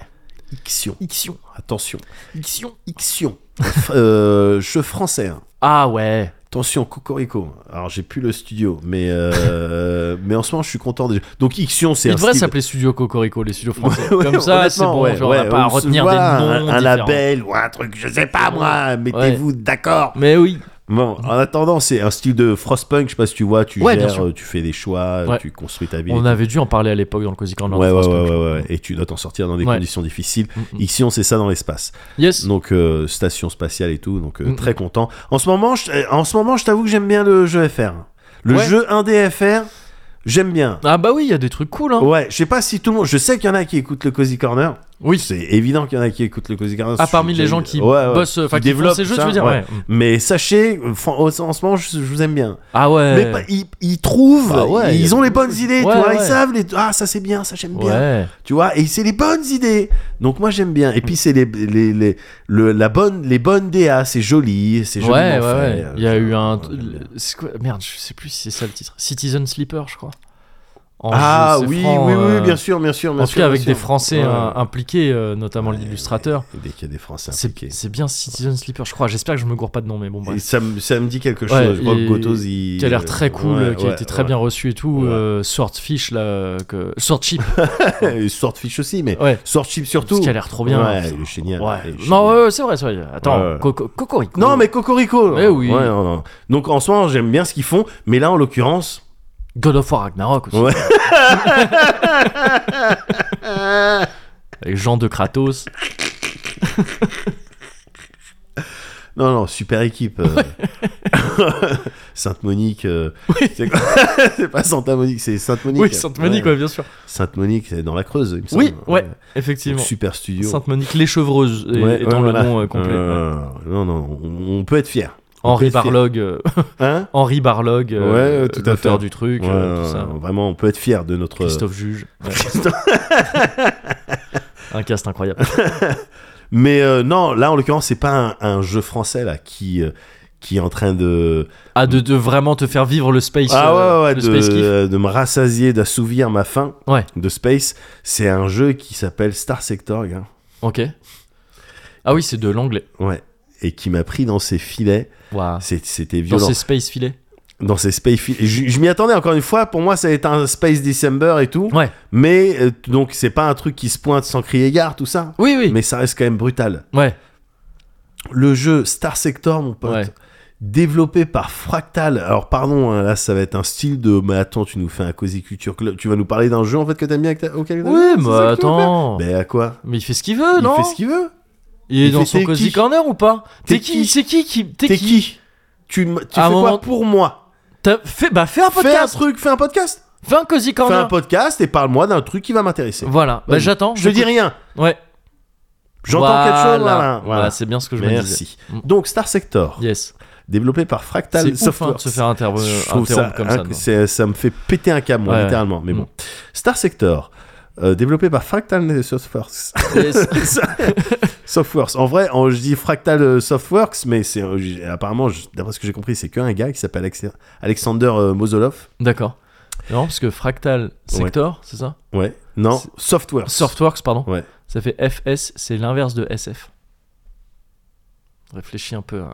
Speaker 2: Ixion.
Speaker 1: Ixion.
Speaker 2: Attention.
Speaker 1: Ixion. [LAUGHS]
Speaker 2: Ixion. F- euh, jeu français. hein.
Speaker 1: Ah ouais.
Speaker 2: Attention, Cocorico. Alors, j'ai plus le studio, mais, euh, [LAUGHS] mais en ce moment, je suis content. Déjà. Donc, Ixion, c'est
Speaker 1: Il
Speaker 2: un
Speaker 1: devrait
Speaker 2: style-
Speaker 1: s'appeler Studio Cocorico, les studios français.
Speaker 2: [LAUGHS] Ouais,
Speaker 1: Comme ça, c'est
Speaker 2: honnêtement,
Speaker 1: bon,
Speaker 2: ouais,
Speaker 1: genre, on
Speaker 2: ouais,
Speaker 1: n'a pas à
Speaker 2: ou ce-
Speaker 1: retenir
Speaker 2: voilà,
Speaker 1: des
Speaker 2: un-
Speaker 1: noms
Speaker 2: Un,
Speaker 1: différents.
Speaker 2: label ou un truc, je sais pas moi, mettez-vous d'accord.
Speaker 1: Mais oui.
Speaker 2: Bon, en attendant, c'est un style de frostpunk, je sais pas si tu vois, tu
Speaker 1: Ouais, bien
Speaker 2: gères,
Speaker 1: sûr.
Speaker 2: euh, tu fais des choix,
Speaker 1: Ouais.
Speaker 2: tu construis ta vie.
Speaker 1: On avait dû en parler à l'époque dans le Cozy Corner.
Speaker 2: Ouais, ouais, ouais,
Speaker 1: Fast Punk.
Speaker 2: ouais, ouais. et tu dois t'en sortir dans des
Speaker 1: Ouais.
Speaker 2: conditions difficiles.
Speaker 1: Mm, mm.
Speaker 2: Ixion, c'est ça dans l'espace.
Speaker 1: Yes.
Speaker 2: Donc, euh, station spatiale et tout, donc euh,
Speaker 1: Mm.
Speaker 2: très content. En ce moment, je, euh, en ce moment, je t'avoue que j'aime bien le jeu FR. Le
Speaker 1: Ouais.
Speaker 2: jeu 1D FR, j'aime bien.
Speaker 1: Ah bah oui, il y a des trucs cool. Hein.
Speaker 2: Ouais, je sais pas si tout le monde. Je sais qu'il y en a qui écoutent le Cozy Corner.
Speaker 1: Oui.
Speaker 2: C'est évident qu'il y en a qui écoutent le Cozy Corner.
Speaker 1: Ah, parmi
Speaker 2: J'ai-
Speaker 1: les gens qui
Speaker 2: Ouais, ouais.
Speaker 1: bossent, enfin qui,
Speaker 2: développent
Speaker 1: développent ces jeux,
Speaker 2: ça,
Speaker 1: tu veux dire
Speaker 2: ouais.
Speaker 1: ouais.
Speaker 2: Mais sachez, euh, fran- en en ce moment, je, je vous aime bien.
Speaker 1: Ah ouais.
Speaker 2: Mais pas- ils, ils trouvent,
Speaker 1: Bah ouais, y a
Speaker 2: ils ont
Speaker 1: des
Speaker 2: les bonnes idées, tu
Speaker 1: Ouais,
Speaker 2: vois. Ils
Speaker 1: ouais.
Speaker 2: savent, les... ah, ça c'est bien, ça j'aime bien.
Speaker 1: Ouais.
Speaker 2: Tu vois, et c'est les bonnes idées. Donc moi j'aime bien. Et puis c'est les, les, les- le- la bonne, les bonnes DA, c'est joli, c'est
Speaker 1: Ouais,
Speaker 2: joliment
Speaker 1: ouais,
Speaker 2: fait.
Speaker 1: ouais.
Speaker 2: Euh,
Speaker 1: Il y a eu un.
Speaker 2: ouais, j'aime bien.
Speaker 1: c'est quoi- Merde, je sais plus si c'est ça le titre. Citizen Sleeper, je crois. En
Speaker 2: Ah
Speaker 1: jeu, c'est
Speaker 2: oui,
Speaker 1: franc,
Speaker 2: oui,
Speaker 1: euh,
Speaker 2: oui, bien sûr, bien sûr. Bien
Speaker 1: En tout
Speaker 2: sûr,
Speaker 1: cas,
Speaker 2: bien
Speaker 1: avec
Speaker 2: sûr.
Speaker 1: des Français
Speaker 2: Ouais.
Speaker 1: euh, impliqués, euh, notamment
Speaker 2: Ouais,
Speaker 1: l'illustrateur.
Speaker 2: ouais. Dès qu'il y a des Français impliqués.
Speaker 1: C'est c'est bien Citizen Sleeper, je crois. J'espère que je me gourre pas de nom, mais bon,
Speaker 2: Et
Speaker 1: bref.
Speaker 2: ça, me, ça me dit quelque
Speaker 1: Ouais,
Speaker 2: chose. Je crois
Speaker 1: et-
Speaker 2: que Gotos, il.
Speaker 1: Qui a l'air très cool,
Speaker 2: Ouais,
Speaker 1: qui a
Speaker 2: ouais,
Speaker 1: été très
Speaker 2: ouais.
Speaker 1: bien reçu et tout.
Speaker 2: Ouais.
Speaker 1: euh, Swordfish, là. euh, Que...
Speaker 2: [LAUGHS]
Speaker 1: Swordship,
Speaker 2: Et Swordfish aussi, mais.
Speaker 1: ouais.
Speaker 2: Swordship surtout.
Speaker 1: Ce qui a l'air trop bien.
Speaker 2: Ouais, il est génial.
Speaker 1: Ouais.
Speaker 2: il est génial.
Speaker 1: Non, ouais, ouais, c'est vrai, c'est vrai. Attends,
Speaker 2: Ouais, ouais.
Speaker 1: Coco- Cocorico.
Speaker 2: Non, mais Cocorico.
Speaker 1: Mais Eh oui.
Speaker 2: Ouais, non, non. Donc en ce moment, j'aime bien ce qu'ils font, mais là, en l'occurrence.
Speaker 1: [LAUGHS] God of War Ragnarok aussi.
Speaker 2: Ouais.
Speaker 1: Avec Jean de Kratos.
Speaker 2: Non, non, super équipe.
Speaker 1: [LAUGHS]
Speaker 2: euh. Sainte-Monique. euh, C'est quoi [LAUGHS] C'est pas Sainte-Monique, c'est Sainte-Monique.
Speaker 1: Oui, Sainte-Monique, ouais,
Speaker 2: Ouais.
Speaker 1: bien sûr.
Speaker 2: Sainte-Monique, c'est dans la Creuse, il me semble.
Speaker 1: Oui, ouais, effectivement.
Speaker 2: Super studio.
Speaker 1: Sainte-Monique, les chevreuses et-
Speaker 2: Ouais,
Speaker 1: étant
Speaker 2: ouais,
Speaker 1: le
Speaker 2: voilà.
Speaker 1: nom euh, complet. ouais.
Speaker 2: Euh, Non, non, on, on peut être fier.
Speaker 1: Henri
Speaker 2: Parlot.
Speaker 1: Barlog, euh, [LAUGHS]
Speaker 2: Hein
Speaker 1: Henri Barlog, euh,
Speaker 2: Ouais, tout à
Speaker 1: l'auteur
Speaker 2: fait.
Speaker 1: du truc,
Speaker 2: Ouais,
Speaker 1: euh, tout
Speaker 2: ouais,
Speaker 1: ça.
Speaker 2: ouais, Vraiment, on peut être fier de notre.
Speaker 1: Christophe Juge. ouais. [LAUGHS] Un cast incroyable.
Speaker 2: Mais euh, non, là en l'occurrence, c'est pas un, un jeu français là qui euh, qui est en train de
Speaker 1: Ah, de, de vraiment te faire vivre le space.
Speaker 2: ah
Speaker 1: euh,
Speaker 2: ouais, ouais,
Speaker 1: le space kiff.
Speaker 2: de, de me rassasier, d'assouvir ma faim
Speaker 1: Ouais.
Speaker 2: de space. C'est un jeu qui s'appelle Star Sector, gars.
Speaker 1: Ok. Ah oui, c'est de l'anglais.
Speaker 2: Ouais. Et qui m'a pris dans ses filets.
Speaker 1: Waouh.
Speaker 2: C'est- C'était
Speaker 1: Ah. Dans
Speaker 2: violent.
Speaker 1: ces space filets.
Speaker 2: Dans ses space filets. Je, je m'y attendais encore une fois. Pour moi, ça a été un Space December et tout.
Speaker 1: Ouais.
Speaker 2: Mais euh, donc, c'est pas un truc qui se pointe sans crier gare, tout ça.
Speaker 1: Oui, oui.
Speaker 2: Mais ça reste quand même brutal.
Speaker 1: Ouais.
Speaker 2: le jeu Star Sector, mon pote,
Speaker 1: Ouais.
Speaker 2: développé par Fractal. Alors, pardon, hein, là, ça va être un style de. Mais attends, tu nous fais un Cozy Culture Club. Tu vas nous parler d'un jeu, en fait, que t'aimes bien avec auquel t'aimes
Speaker 1: Oui,
Speaker 2: bien C'est ça que
Speaker 1: mais
Speaker 2: tu veux
Speaker 1: bah, attends.
Speaker 2: faire Mais à quoi
Speaker 1: Mais il fait ce qu'il veut,
Speaker 2: Il
Speaker 1: non
Speaker 2: fait ce qu'il veut.
Speaker 1: Il est
Speaker 2: il
Speaker 1: dans
Speaker 2: fait
Speaker 1: son
Speaker 2: t'es
Speaker 1: cozy
Speaker 2: qui
Speaker 1: corner ou pas T'es
Speaker 2: T'es
Speaker 1: qui
Speaker 2: qui
Speaker 1: C'est qui qui T'es
Speaker 2: T'es
Speaker 1: qui
Speaker 2: qui Tu, me- tu
Speaker 1: À un
Speaker 2: fais
Speaker 1: moment-
Speaker 2: quoi pour moi
Speaker 1: T'as fait bah fais un
Speaker 2: Fais un
Speaker 1: podcast.
Speaker 2: truc, fais un podcast
Speaker 1: Fais un cozy
Speaker 2: Fais
Speaker 1: corner.
Speaker 2: un podcast et parle-moi d'un truc qui va m'intéresser.
Speaker 1: Voilà, bah,
Speaker 2: Vas-y.
Speaker 1: j'attends.
Speaker 2: Je te dis
Speaker 1: j'écoute.
Speaker 2: rien.
Speaker 1: Ouais.
Speaker 2: J'entends quelque chose. Voilà. Voilà.
Speaker 1: Bah, c'est bien ce que je me disais.
Speaker 2: Merci.
Speaker 1: Mm.
Speaker 2: Donc Star Sector,
Speaker 1: Yes.
Speaker 2: développé par
Speaker 1: C'est
Speaker 2: Fractal
Speaker 1: ouf hein,
Speaker 2: Software.
Speaker 1: de se faire interro-
Speaker 2: Je trouve
Speaker 1: interrompre
Speaker 2: ça,
Speaker 1: comme ça.
Speaker 2: inc-
Speaker 1: non.
Speaker 2: c'est- ça me fait péter un câble, moi,
Speaker 1: Ouais, ouais.
Speaker 2: littéralement. Mais
Speaker 1: Mm.
Speaker 2: bon. Star Sector, euh, développé par Fractal Softworks. [LAUGHS]
Speaker 1: Yes.
Speaker 2: Softworks. En vrai, en- je dis Fractal euh, Softworks, mais c'est euh, j'ai- apparemment, je- d'après ce que j'ai compris, c'est qu'un gars qui s'appelle Alex- Alexander euh, Mozolov.
Speaker 1: D'accord. Non, parce que Fractal Sector, c'est ça
Speaker 2: Ouais. Non,
Speaker 1: C'est-
Speaker 2: Softworks.
Speaker 1: Softworks, pardon.
Speaker 2: Ouais.
Speaker 1: Ça fait FS, c'est l'inverse de SF. Réfléchis un peu. à-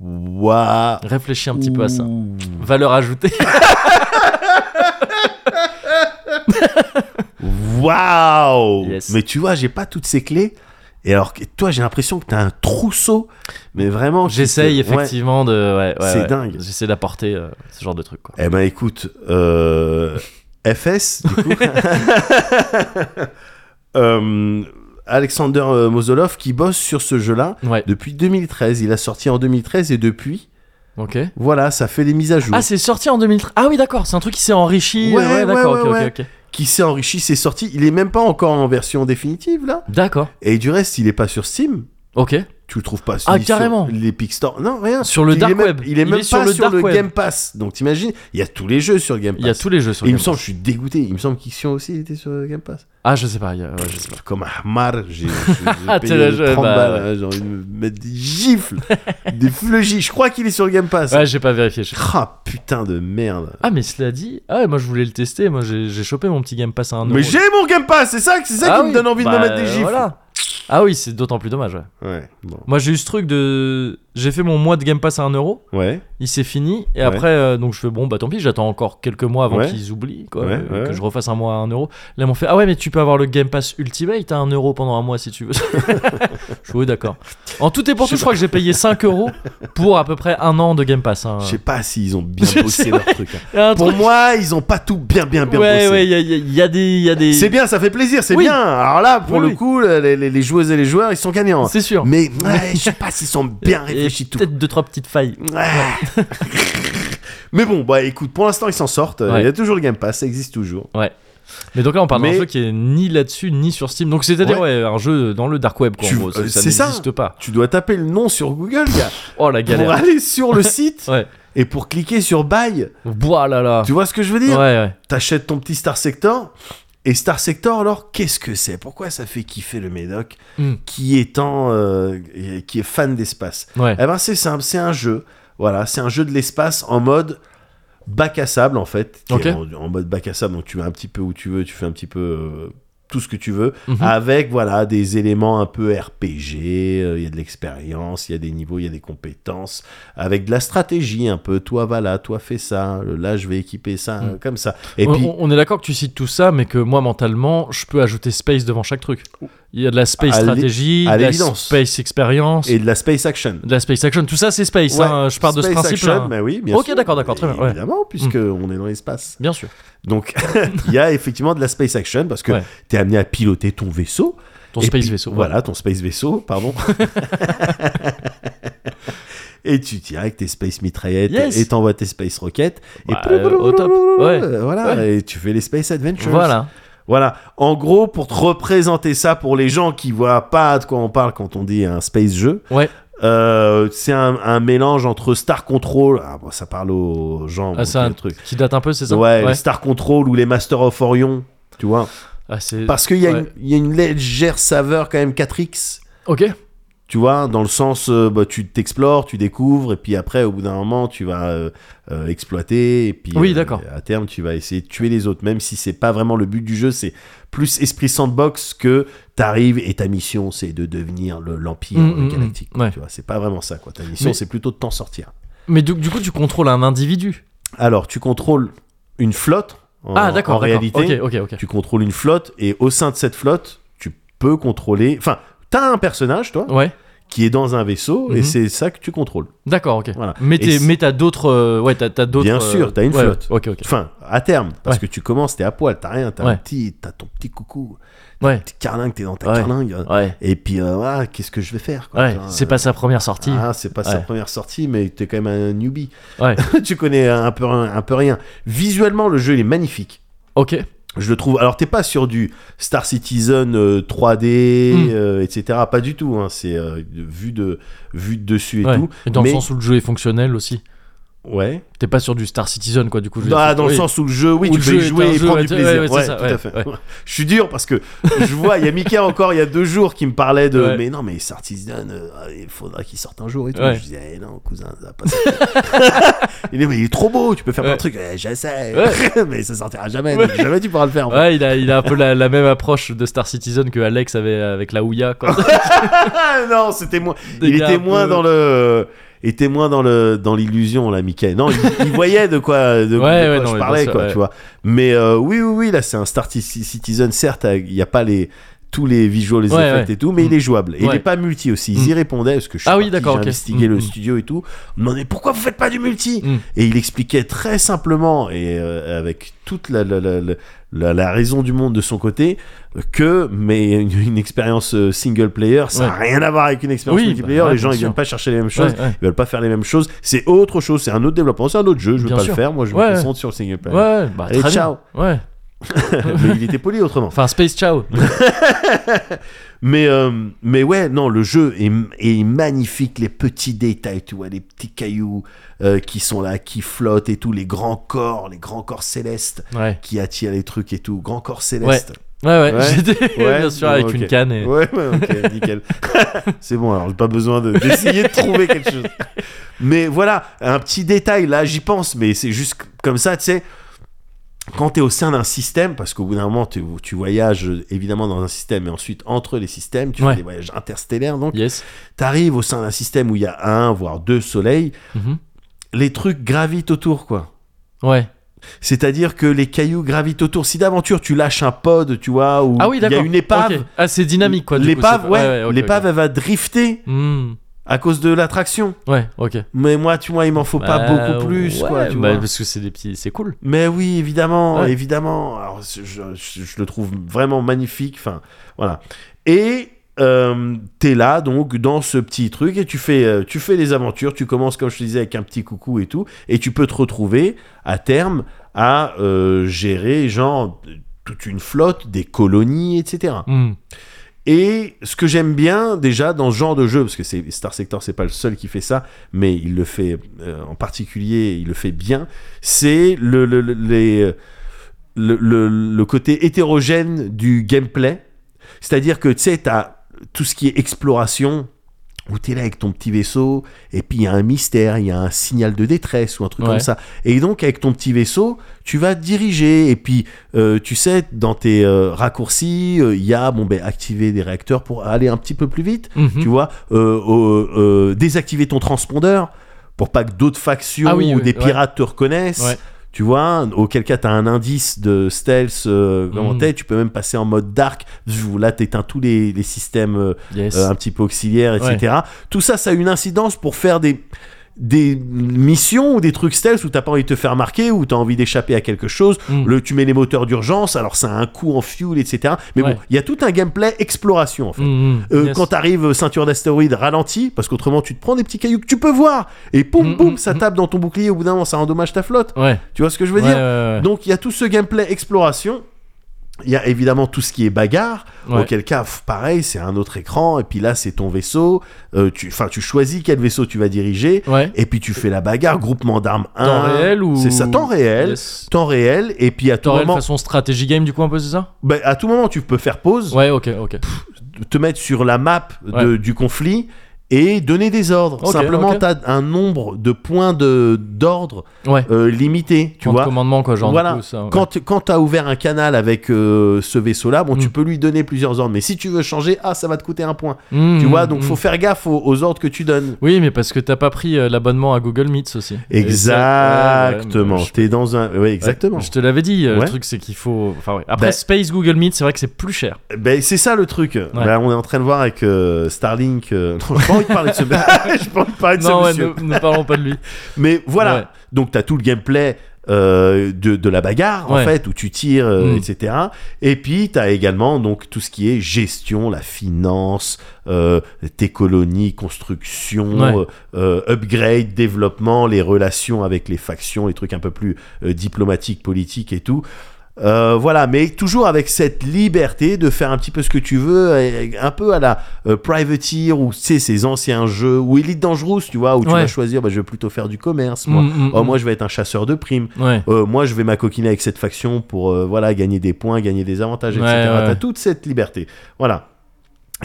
Speaker 2: Waouh.
Speaker 1: Réfléchis un petit peu à ça. Valeur ajoutée.
Speaker 2: Waouh
Speaker 1: Yes.
Speaker 2: Mais tu vois, j'ai pas toutes ces clés. Et alors que toi, j'ai l'impression que t'as un trousseau. Mais vraiment. qui
Speaker 1: J'essaye
Speaker 2: te- Ouais.
Speaker 1: effectivement de. ouais, ouais,
Speaker 2: C'est
Speaker 1: ouais.
Speaker 2: dingue.
Speaker 1: J'essaie d'apporter euh, ce genre de truc. Quoi.
Speaker 2: Eh ben écoute, euh, FS, du
Speaker 1: [LAUGHS]
Speaker 2: coup. Euh, Alexander euh, Mozolov qui bosse sur ce jeu-là
Speaker 1: Ouais.
Speaker 2: depuis 2013. Il a sorti en 2013 et depuis,
Speaker 1: Ok.
Speaker 2: voilà, ça fait les mises à jour.
Speaker 1: Ah, c'est sorti en 2013. Ah oui, d'accord. C'est un truc qui s'est enrichi.
Speaker 2: Ouais,
Speaker 1: euh,
Speaker 2: ouais,
Speaker 1: d'accord.
Speaker 2: ouais,
Speaker 1: ok,
Speaker 2: ouais.
Speaker 1: ok, ok.
Speaker 2: qui s'est enrichi, c'est sorti. Il est même pas encore en version définitive là.
Speaker 1: D'accord.
Speaker 2: Et du reste, il est pas sur Steam.
Speaker 1: Ok.
Speaker 2: Tu le trouves pas sur,
Speaker 1: Ah,
Speaker 2: ni sur
Speaker 1: carrément.
Speaker 2: l'Epic Store. Non, rien.
Speaker 1: Sur le
Speaker 2: Il est
Speaker 1: dark
Speaker 2: même-
Speaker 1: web.
Speaker 2: Il est
Speaker 1: Il
Speaker 2: même
Speaker 1: est sur
Speaker 2: pas
Speaker 1: le
Speaker 2: sur
Speaker 1: dark
Speaker 2: le
Speaker 1: web.
Speaker 2: Game Pass. Donc t'imagines, il y a tous les jeux sur Game Pass.
Speaker 1: Il y a tous les jeux sur
Speaker 2: Et Bah, il
Speaker 1: Game
Speaker 2: me semble,
Speaker 1: Pass.
Speaker 2: je suis dégoûté. Il me semble qu'Ixion aussi il était sur le Game Pass.
Speaker 1: [LAUGHS] Ah, je sais pas. il y a- ouais, je sais pas.
Speaker 2: Comme Ahmar, j'ai j'ai-
Speaker 1: [LAUGHS] Ah,
Speaker 2: j'ai
Speaker 1: t'es là,
Speaker 2: payé
Speaker 1: je-
Speaker 2: 30
Speaker 1: bah,
Speaker 2: balles,
Speaker 1: ouais.
Speaker 2: hein, j'ai envie de me mettre des
Speaker 1: [LAUGHS]
Speaker 2: gifles, des flogis. Je crois qu'il est sur le Game Pass.
Speaker 1: Ouais, j'ai pas vérifié. je sais pas.
Speaker 2: Ah putain de merde.
Speaker 1: Ah, mais cela dit, ah, ouais, moi je voulais le tester. Moi j'ai j'ai chopé mon petit Game Pass à un Ah
Speaker 2: Mais j'ai mon Game Pass, c'est ça, c'est ça qui me donne envie de me mettre des gifles.
Speaker 1: Bah, Voilà. Ah oui, c'est d'autant plus dommage. ouais.
Speaker 2: Ouais, bon.
Speaker 1: Moi j'ai eu ce truc de. J'ai fait mon mois de Game Pass à 1 euro.
Speaker 2: ouais,
Speaker 1: il s'est fini et
Speaker 2: Ouais.
Speaker 1: après euh, donc je fais bon bah tant pis j'attends encore quelques mois avant
Speaker 2: Ouais.
Speaker 1: qu'ils oublient quoi,
Speaker 2: Ouais,
Speaker 1: euh,
Speaker 2: ouais,
Speaker 1: que
Speaker 2: ouais.
Speaker 1: je refasse un mois à un euro là ils m'ont fait ah ouais mais tu peux avoir le Game Pass Ultimate à un euro pendant un mois si tu veux [LAUGHS] je suis d'accord en tout et pour
Speaker 2: Je
Speaker 1: tout
Speaker 2: sais
Speaker 1: je crois que j'ai payé 5 euros pour à peu près un an de Game Pass hein.
Speaker 2: je sais pas s'ils
Speaker 1: [LAUGHS]
Speaker 2: ont bien
Speaker 1: Je sais,
Speaker 2: bossé leur truc. hein.
Speaker 1: Et un
Speaker 2: Pour
Speaker 1: truc-
Speaker 2: moi, ils ont pas tout bien, bien, bien
Speaker 1: ouais
Speaker 2: bossé.
Speaker 1: ouais il y, a- il y a- il y a des il y a des
Speaker 2: C'est bien, ça fait plaisir, c'est
Speaker 1: Oui.
Speaker 2: bien. Alors là, pour
Speaker 1: Oui,
Speaker 2: le
Speaker 1: oui.
Speaker 2: coup, les, les- les joueuses et les joueurs, ils sont gagnants.
Speaker 1: c'est sûr
Speaker 2: hein. Mais ouais, je sais pas s'ils ont bien
Speaker 1: Et
Speaker 2: réfléchi tout.
Speaker 1: peut-être deux trois petites failles
Speaker 2: Ah. [LAUGHS] Mais bon, bah écoute, pour l'instant ils s'en sortent.
Speaker 1: Ouais.
Speaker 2: Il y a toujours le Game Pass, ça existe toujours.
Speaker 1: mais donc là on parle d'un
Speaker 2: Mais-
Speaker 1: jeu qui est ni là-dessus ni sur Steam donc c'est-à-dire ouais. un jeu dans le dark web quoi en
Speaker 2: Tu-
Speaker 1: gros,
Speaker 2: euh,
Speaker 1: ça
Speaker 2: c'est ça.
Speaker 1: n'existe pas
Speaker 2: Tu dois taper le nom sur Google, gars,
Speaker 1: oh la
Speaker 2: pour
Speaker 1: galère
Speaker 2: aller sur le site
Speaker 1: ouais
Speaker 2: et pour cliquer sur Buy.
Speaker 1: Ouah là là
Speaker 2: Tu vois ce que je veux
Speaker 1: ouais
Speaker 2: dire
Speaker 1: ouais
Speaker 2: T'achètes ton petit Star Sector. Et Star Sector, alors, qu'est-ce que c'est Pourquoi ça fait kiffer le Médoc
Speaker 1: Hmm.
Speaker 2: qui, est en, euh, qui est fan d'espace
Speaker 1: Ouais.
Speaker 2: Eh ben c'est simple, c'est un jeu. Voilà, c'est un jeu de l'espace en mode bac à sable en fait. qui
Speaker 1: Ok.
Speaker 2: est En, en mode bac à sable, donc tu vas un petit peu où tu veux, tu fais un petit peu euh, tout ce que tu veux,
Speaker 1: Mhm.
Speaker 2: avec voilà des éléments un peu RPG. euh, Il y a de l'expérience, il y a des niveaux, il y a des compétences, avec de la stratégie un peu. Toi va là, toi fais ça. euh, Là je vais équiper ça
Speaker 1: Mm.
Speaker 2: euh, comme ça. Et
Speaker 1: on,
Speaker 2: puis
Speaker 1: on- on est d'accord que tu cites tout ça, mais que moi, mentalement, je peux ajouter space devant chaque truc. Il y a de la space
Speaker 2: À l'é-
Speaker 1: stratégie,
Speaker 2: à
Speaker 1: de la
Speaker 2: l'évidence.
Speaker 1: space expérience,
Speaker 2: et de la space action.
Speaker 1: de la space action. Tout ça, c'est space.
Speaker 2: Ouais,
Speaker 1: hein, Je pars de ce
Speaker 2: space
Speaker 1: principe.
Speaker 2: action, bah oui, bien
Speaker 1: Ok,
Speaker 2: sûr.
Speaker 1: d'accord, d'accord, très bien, ouais. Mhm.
Speaker 2: Évidemment, puisque on est dans l'espace.
Speaker 1: Bien sûr.
Speaker 2: Donc, [LAUGHS] il y a effectivement de la space action parce que
Speaker 1: Ouais.
Speaker 2: tu es amené à piloter ton vaisseau.
Speaker 1: Ton
Speaker 2: Et
Speaker 1: space
Speaker 2: puis,
Speaker 1: vaisseau.
Speaker 2: Voilà, ton space vaisseau, pardon.
Speaker 1: [LAUGHS]
Speaker 2: et tu tiens avec tes space mitraillettes
Speaker 1: Yes.
Speaker 2: et t'envoies tes space rockets.
Speaker 1: Bah,
Speaker 2: et
Speaker 1: euh, au top. Ouais.
Speaker 2: Voilà, et tu fais les space adventures.
Speaker 1: Voilà.
Speaker 2: Voilà. En gros, pour te représenter ça pour les gens qui voient pas de quoi on parle quand on dit un space jeu.
Speaker 1: Ouais.
Speaker 2: euh, c'est un, un mélange entre Star Control, ah, bon, ça parle aux gens,
Speaker 1: Ah,
Speaker 2: bon,
Speaker 1: c'est un
Speaker 2: le truc.
Speaker 1: Qui date un peu, c'est ça
Speaker 2: Ouais, hein. les Star Control ou les Master of Orion, tu vois.
Speaker 1: Ah, c'est-
Speaker 2: Parce qu'il y, a
Speaker 1: ouais.
Speaker 2: une- il y a une légère saveur quand même 4X,
Speaker 1: Ok.
Speaker 2: tu vois, dans le sens, euh, bah, tu t'explores, tu découvres, et puis après, au bout d'un moment, tu vas euh, euh, exploiter, et puis
Speaker 1: Oui,
Speaker 2: euh,
Speaker 1: d'accord.
Speaker 2: à terme, tu vas essayer de tuer les autres, même si c'est pas vraiment le but du jeu, c'est plus esprit sandbox que t'arrives et ta mission, c'est de devenir le- l'Empire
Speaker 1: Mm, mm,
Speaker 2: galactique.
Speaker 1: mm, ouais.
Speaker 2: Tu vois, c'est pas vraiment ça, quoi. Ta mission,
Speaker 1: Mais-
Speaker 2: c'est plutôt de t'en sortir.
Speaker 1: Mais du, du coup, tu contrôles un individu.
Speaker 2: Alors, tu contrôles une flotte. En,
Speaker 1: ah, d'accord.
Speaker 2: en
Speaker 1: d'accord.
Speaker 2: réalité,
Speaker 1: Ok, ok, ok.
Speaker 2: tu contrôles une flotte et au sein de cette flotte, tu peux contrôler. Enfin, t'as un personnage, toi,
Speaker 1: Ouais.
Speaker 2: qui est dans un vaisseau et
Speaker 1: Mhm.
Speaker 2: c'est ça que tu contrôles.
Speaker 1: D'accord, ok.
Speaker 2: Voilà.
Speaker 1: Mais
Speaker 2: Et
Speaker 1: t'es-
Speaker 2: c'est-
Speaker 1: mais t'as d'autres. euh, ouais, t'as t'as d'autres.
Speaker 2: Bien
Speaker 1: euh,
Speaker 2: sûr, t'as une
Speaker 1: ouais,
Speaker 2: flotte.
Speaker 1: Ok, ok.
Speaker 2: Enfin, à terme, parce
Speaker 1: Ouais.
Speaker 2: que tu commences, t'es à poil, t'as rien, t'as un
Speaker 1: Ouais.
Speaker 2: petit, t'as ton petit coucou,
Speaker 1: Ouais.
Speaker 2: petit carlingue, t'es dans ta
Speaker 1: Ouais.
Speaker 2: carlingue.
Speaker 1: Ouais.
Speaker 2: Et puis, euh, ah, qu'est-ce que je vais faire quoi,
Speaker 1: Ouais.
Speaker 2: tu vois,
Speaker 1: C'est
Speaker 2: euh,
Speaker 1: pas sa première sortie.
Speaker 2: Ah, c'est pas sa
Speaker 1: Ouais.
Speaker 2: première sortie, mais t'es quand même un newbie.
Speaker 1: Ouais.
Speaker 2: [LAUGHS] tu connais un peu, un peu rien. Visuellement, le jeu il est magnifique.
Speaker 1: Ok.
Speaker 2: Je le trouve. Alors, t'es pas sur du Star Citizen euh, 3D,
Speaker 1: Mm.
Speaker 2: euh, etc. Pas du tout. hein. C'est euh, vu de vue de dessus et
Speaker 1: Ouais.
Speaker 2: tout.
Speaker 1: Et dans
Speaker 2: mais...
Speaker 1: le sens où le jeu est fonctionnel aussi.
Speaker 2: ouais.
Speaker 1: T'es pas sur du Star Citizen, quoi, du coup. je veux
Speaker 2: Ah,
Speaker 1: dire,
Speaker 2: dans le
Speaker 1: oui.
Speaker 2: sens où le jeu, oui,
Speaker 1: Où
Speaker 2: tu
Speaker 1: le
Speaker 2: peux
Speaker 1: jeu
Speaker 2: y
Speaker 1: est
Speaker 2: jouer
Speaker 1: un
Speaker 2: et
Speaker 1: jeu,
Speaker 2: prendre
Speaker 1: ouais,
Speaker 2: du
Speaker 1: tu-
Speaker 2: plaisir.
Speaker 1: ouais, ouais, c'est
Speaker 2: Ouais,
Speaker 1: ça,
Speaker 2: tout
Speaker 1: ouais,
Speaker 2: à fait. [LAUGHS]
Speaker 1: ouais.
Speaker 2: Je suis dur parce que je vois, il y a Mika encore il y a deux jours qui me parlait de
Speaker 1: Ouais.
Speaker 2: mais non, mais Star Citizen, euh, il faudra qu'il sorte un jour et tout.
Speaker 1: Ouais.
Speaker 2: Je disais, eh non, cousin, ça va pas sortir. [LAUGHS] Il est, mais il est trop beau, tu peux faire plein de trucs. Eh, j'essaie, [LAUGHS] mais ça sortira jamais. donc Jamais tu pourras le faire. en fait.
Speaker 1: Ouais, il a, il a un peu la, la même approche de Star Citizen que Alex avait avec la Ouya. Quoi.
Speaker 2: Ah [LAUGHS] non, c'était moins.
Speaker 1: Des
Speaker 2: il
Speaker 1: gars
Speaker 2: était
Speaker 1: un
Speaker 2: moins
Speaker 1: peu-
Speaker 2: dans le. était moins dans le dans l'illusion là, Mickey. Non, il, il voyait de quoi de, de quoi
Speaker 1: ouais, non,
Speaker 2: je
Speaker 1: mais
Speaker 2: parlais
Speaker 1: bien sûr,
Speaker 2: quoi,
Speaker 1: ouais.
Speaker 2: tu vois. Mais euh, oui, oui, oui, là c'est un Star Ci- Citizen. Certes, euh, il n'y a pas les tous les visuals, les
Speaker 1: Ouais,
Speaker 2: effets
Speaker 1: ouais.
Speaker 2: et tout, mais
Speaker 1: Mm.
Speaker 2: il est jouable. Et Il
Speaker 1: Ouais.
Speaker 2: n'est pas multi aussi. Ils y répondaient parce que je suis
Speaker 1: Ah oui,
Speaker 2: parti,
Speaker 1: d'accord,
Speaker 2: j'ai
Speaker 1: ok.
Speaker 2: investigué
Speaker 1: Mm,
Speaker 2: le
Speaker 1: mm.
Speaker 2: studio et tout. On me demandait pourquoi vous faites pas du multi.
Speaker 1: Mm.
Speaker 2: Et il expliquait très simplement et euh, avec toute la, la, la- la- la- la raison du monde de son côté euh, que mais une, une expérience euh, single player ça n'a
Speaker 1: Ouais.
Speaker 2: rien à voir avec une expérience
Speaker 1: Oui,
Speaker 2: multiplayer
Speaker 1: bah,
Speaker 2: les
Speaker 1: ouais,
Speaker 2: gens
Speaker 1: bien
Speaker 2: ils viennent
Speaker 1: sûr.
Speaker 2: pas chercher les mêmes choses
Speaker 1: Ouais, ouais.
Speaker 2: ils veulent pas faire les mêmes choses c'est autre chose c'est un autre développement c'est un autre jeu je veux
Speaker 1: Bien
Speaker 2: pas le
Speaker 1: sûr.
Speaker 2: faire moi je
Speaker 1: Ouais,
Speaker 2: me
Speaker 1: ouais.
Speaker 2: concentre sur le single player
Speaker 1: Ouais, bah,
Speaker 2: Allez,
Speaker 1: très
Speaker 2: ciao.
Speaker 1: bien. Ouais.
Speaker 2: [LAUGHS] mais il était poli autrement
Speaker 1: Enfin, Space Ciao.
Speaker 2: Mais, euh, mais ouais, non, le jeu est, est magnifique, les petits détails, tu vois, les petits cailloux euh, qui sont là, qui flottent et tout, les grands corps, les grands corps célestes
Speaker 1: Ouais.
Speaker 2: qui attirent les trucs et tout, grands corps célestes.
Speaker 1: Ouais, ouais.
Speaker 2: Ouais.
Speaker 1: J'étais,
Speaker 2: Ouais,
Speaker 1: [LAUGHS] bien sûr,
Speaker 2: bon,
Speaker 1: avec
Speaker 2: ok.
Speaker 1: une canne. Et...
Speaker 2: Ouais, ouais,
Speaker 1: [LAUGHS]
Speaker 2: ok, nickel. C'est bon, alors j'ai pas besoin de- d'essayer de, trouver quelque chose. Mais voilà, un petit détail, là j'y pense, mais c'est juste comme ça, tu sais. Quand t'es au sein d'un système, parce qu'au bout d'un moment, t'es- tu voyages euh, évidemment dans un système et ensuite entre les systèmes, tu
Speaker 1: Ouais.
Speaker 2: fais des voyages interstellaires, donc
Speaker 1: Yes.
Speaker 2: t'arrives au sein d'un système où il y a un, voire deux soleils,
Speaker 1: Mhm.
Speaker 2: les trucs gravitent autour, quoi.
Speaker 1: Ouais.
Speaker 2: C'est-à-dire que les cailloux gravitent autour. Si d'aventure tu lâches un pod, tu vois, ou
Speaker 1: Ah oui,
Speaker 2: il y a
Speaker 1: d'accord.
Speaker 2: une épave,
Speaker 1: Ok. Ah, c'est dynamique, quoi. du coup,
Speaker 2: L'épave,
Speaker 1: c'est
Speaker 2: ouais,
Speaker 1: pas- ouais, ok,
Speaker 2: l'épave,
Speaker 1: ok.
Speaker 2: elle va drifter
Speaker 1: Hmm.
Speaker 2: à cause de l'attraction.
Speaker 1: Ouais, ok.
Speaker 2: Mais moi, tu vois, il m'en faut pas
Speaker 1: Bah,
Speaker 2: beaucoup plus,
Speaker 1: ouais,
Speaker 2: quoi, tu
Speaker 1: bah,
Speaker 2: vois.
Speaker 1: Parce que c'est des petits. C'est cool.
Speaker 2: Mais oui, évidemment,
Speaker 1: Ouais.
Speaker 2: évidemment. Alors, je, je- je le trouve vraiment magnifique. Enfin, voilà. Et euh, t'es là, donc, dans ce petit truc, et tu fais, euh, tu fais les aventures. Tu commences, comme je te disais, avec un petit coucou et tout. Et tu peux te retrouver, à terme, à euh, gérer, genre, toute une flotte, des colonies, etc.
Speaker 1: Hmm.
Speaker 2: Et ce que j'aime bien déjà dans ce genre de jeu, parce que c'est- Star Sector, c'est pas le seul qui fait ça, mais il le fait euh, en particulier, il le fait bien, c'est le, le, le- les- le, le- le côté hétérogène du gameplay. C'est-à-dire que tu sais, t'as tout ce qui est exploration, où t'es là avec ton petit vaisseau, et puis il y a un mystère, il y a un signal de détresse ou un truc
Speaker 1: Ouais.
Speaker 2: comme ça. Et donc avec ton petit vaisseau, tu vas te diriger, et puis euh, tu sais, dans tes euh, raccourcis, euh, il y a bon ben activer des réacteurs pour aller un petit peu plus vite,
Speaker 1: Mhm.
Speaker 2: tu vois, euh, euh, euh, désactiver ton transpondeur pour pas que d'autres factions
Speaker 1: Ah oui,
Speaker 2: ou
Speaker 1: oui,
Speaker 2: des
Speaker 1: ouais.
Speaker 2: pirates te reconnaissent.
Speaker 1: Ouais.
Speaker 2: Tu vois, auquel cas t'as un indice de stealth euh, comment
Speaker 1: Mhm.
Speaker 2: t'es, tu peux même passer en mode dark. Zou, Là t'éteins tous les, les systèmes euh,
Speaker 1: Yes.
Speaker 2: euh, un petit peu auxiliaires, etc. Tout ça, ça a une incidence pour faire des des missions ou des trucs stealth où t'as pas envie de te faire marquer ou t'as envie d'échapper à quelque chose
Speaker 1: Mm.
Speaker 2: le tu mets les moteurs d'urgence alors ça a un coût en fuel etc mais
Speaker 1: Ouais.
Speaker 2: bon il y a tout un gameplay exploration en fait
Speaker 1: Hmm, hmm.
Speaker 2: Euh,
Speaker 1: Yes.
Speaker 2: quand t'arrives euh, ceinture d'astéroïdes ralenti parce qu'autrement tu te prends des petits cailloux que tu peux voir et boum
Speaker 1: Mm,
Speaker 2: boum
Speaker 1: mm,
Speaker 2: ça
Speaker 1: mm.
Speaker 2: tape dans ton bouclier au bout d'un moment ça endommage ta flotte
Speaker 1: Ouais.
Speaker 2: tu vois ce que je veux
Speaker 1: Ouais,
Speaker 2: dire
Speaker 1: ouais, ouais.
Speaker 2: donc il y a tout ce gameplay exploration. Il y a évidemment tout ce qui est bagarre,
Speaker 1: Ouais.
Speaker 2: auquel cas, pff, pareil, c'est un autre écran, et puis là, c'est ton vaisseau, Euh, tu, enfin, tu choisis quel vaisseau tu vas diriger,
Speaker 1: Ouais.
Speaker 2: et puis tu fais la bagarre, groupement d'armes 1.
Speaker 1: Temps réel ou.
Speaker 2: C'est ça, temps réel,
Speaker 1: Yes.
Speaker 2: temps réel, et puis à tout,
Speaker 1: Temps réel
Speaker 2: moment,
Speaker 1: façon stratégie game, du coup, un peu, c'est ça
Speaker 2: bah, à tout moment, tu peux faire pause,
Speaker 1: Ouais, ok, ok.
Speaker 2: te mettre sur la map de- du conflit, et donner des ordres.
Speaker 1: Ok,
Speaker 2: Simplement,
Speaker 1: ok.
Speaker 2: tu as un nombre de points de- d'ordre
Speaker 1: Ouais.
Speaker 2: euh, limité, tu
Speaker 1: Point de
Speaker 2: vois.
Speaker 1: commandement, quoi, genre.
Speaker 2: voilà.
Speaker 1: Du coup, ça, ouais.
Speaker 2: Quand, tu- quand tu as ouvert un canal avec euh, ce vaisseau-là, bon, tu
Speaker 1: Mm.
Speaker 2: peux lui donner plusieurs ordres. Mais si tu veux changer, ah, ça va te coûter un point.
Speaker 1: Hmm,
Speaker 2: tu vois,
Speaker 1: hmm,
Speaker 2: donc
Speaker 1: hmm.
Speaker 2: faut faire gaffe aux, aux ordres que tu donnes.
Speaker 1: Oui, mais parce que t'as pas pris euh, l'abonnement à Google Meets aussi. Et ça- ouais, ouais, mais
Speaker 2: Exactement.
Speaker 1: je-
Speaker 2: T'es dans un. Oui, exactement.
Speaker 1: Ouais, Je te l'avais dit, euh,
Speaker 2: Ouais.
Speaker 1: le truc c'est qu'il faut. Enfin, ouais. Après,
Speaker 2: Bah-
Speaker 1: Space
Speaker 2: [LAUGHS]
Speaker 1: Google Meet, c'est vrai que c'est plus cher.
Speaker 2: Ben, c'est ça le truc. Ben, on est en train de voir avec euh, [LAUGHS] Starlink. euh, non, je pense pas envie de
Speaker 1: [LAUGHS]
Speaker 2: parler de ce, j'ai pas envie de parler de ce
Speaker 1: Non, ouais,
Speaker 2: monsieur.
Speaker 1: ne, ne parlons pas de lui.
Speaker 2: Mais [LAUGHS] voilà,
Speaker 1: Ouais.
Speaker 2: donc t'as tout le gameplay euh, de, de la bagarre, en
Speaker 1: Ouais.
Speaker 2: fait, où tu tires, euh,
Speaker 1: Mm.
Speaker 2: etc. Et puis t'as également donc tout ce qui est gestion, la finance, euh, tes colonies, construction,
Speaker 1: Ouais.
Speaker 2: euh, euh, upgrade, développement, les relations avec les factions, les trucs un peu plus euh, diplomatiques, politiques et tout. Euh, voilà, mais toujours avec cette liberté de faire un petit peu ce que tu veux, euh, un peu à la euh, Privateer ou tu sais, ces anciens jeux, ou Elite Dangerous, tu vois, où tu
Speaker 1: Ouais.
Speaker 2: vas choisir, bah, je vais plutôt faire du commerce, moi.
Speaker 1: Mm, mm,
Speaker 2: oh,
Speaker 1: mm.
Speaker 2: moi, je vais être un chasseur de primes.
Speaker 1: Ouais.
Speaker 2: Euh, moi, je vais m'acoquiner avec cette faction pour euh, voilà gagner des points, gagner des avantages, etc.
Speaker 1: Ouais, ouais, ouais.
Speaker 2: T'as toute cette liberté, voilà.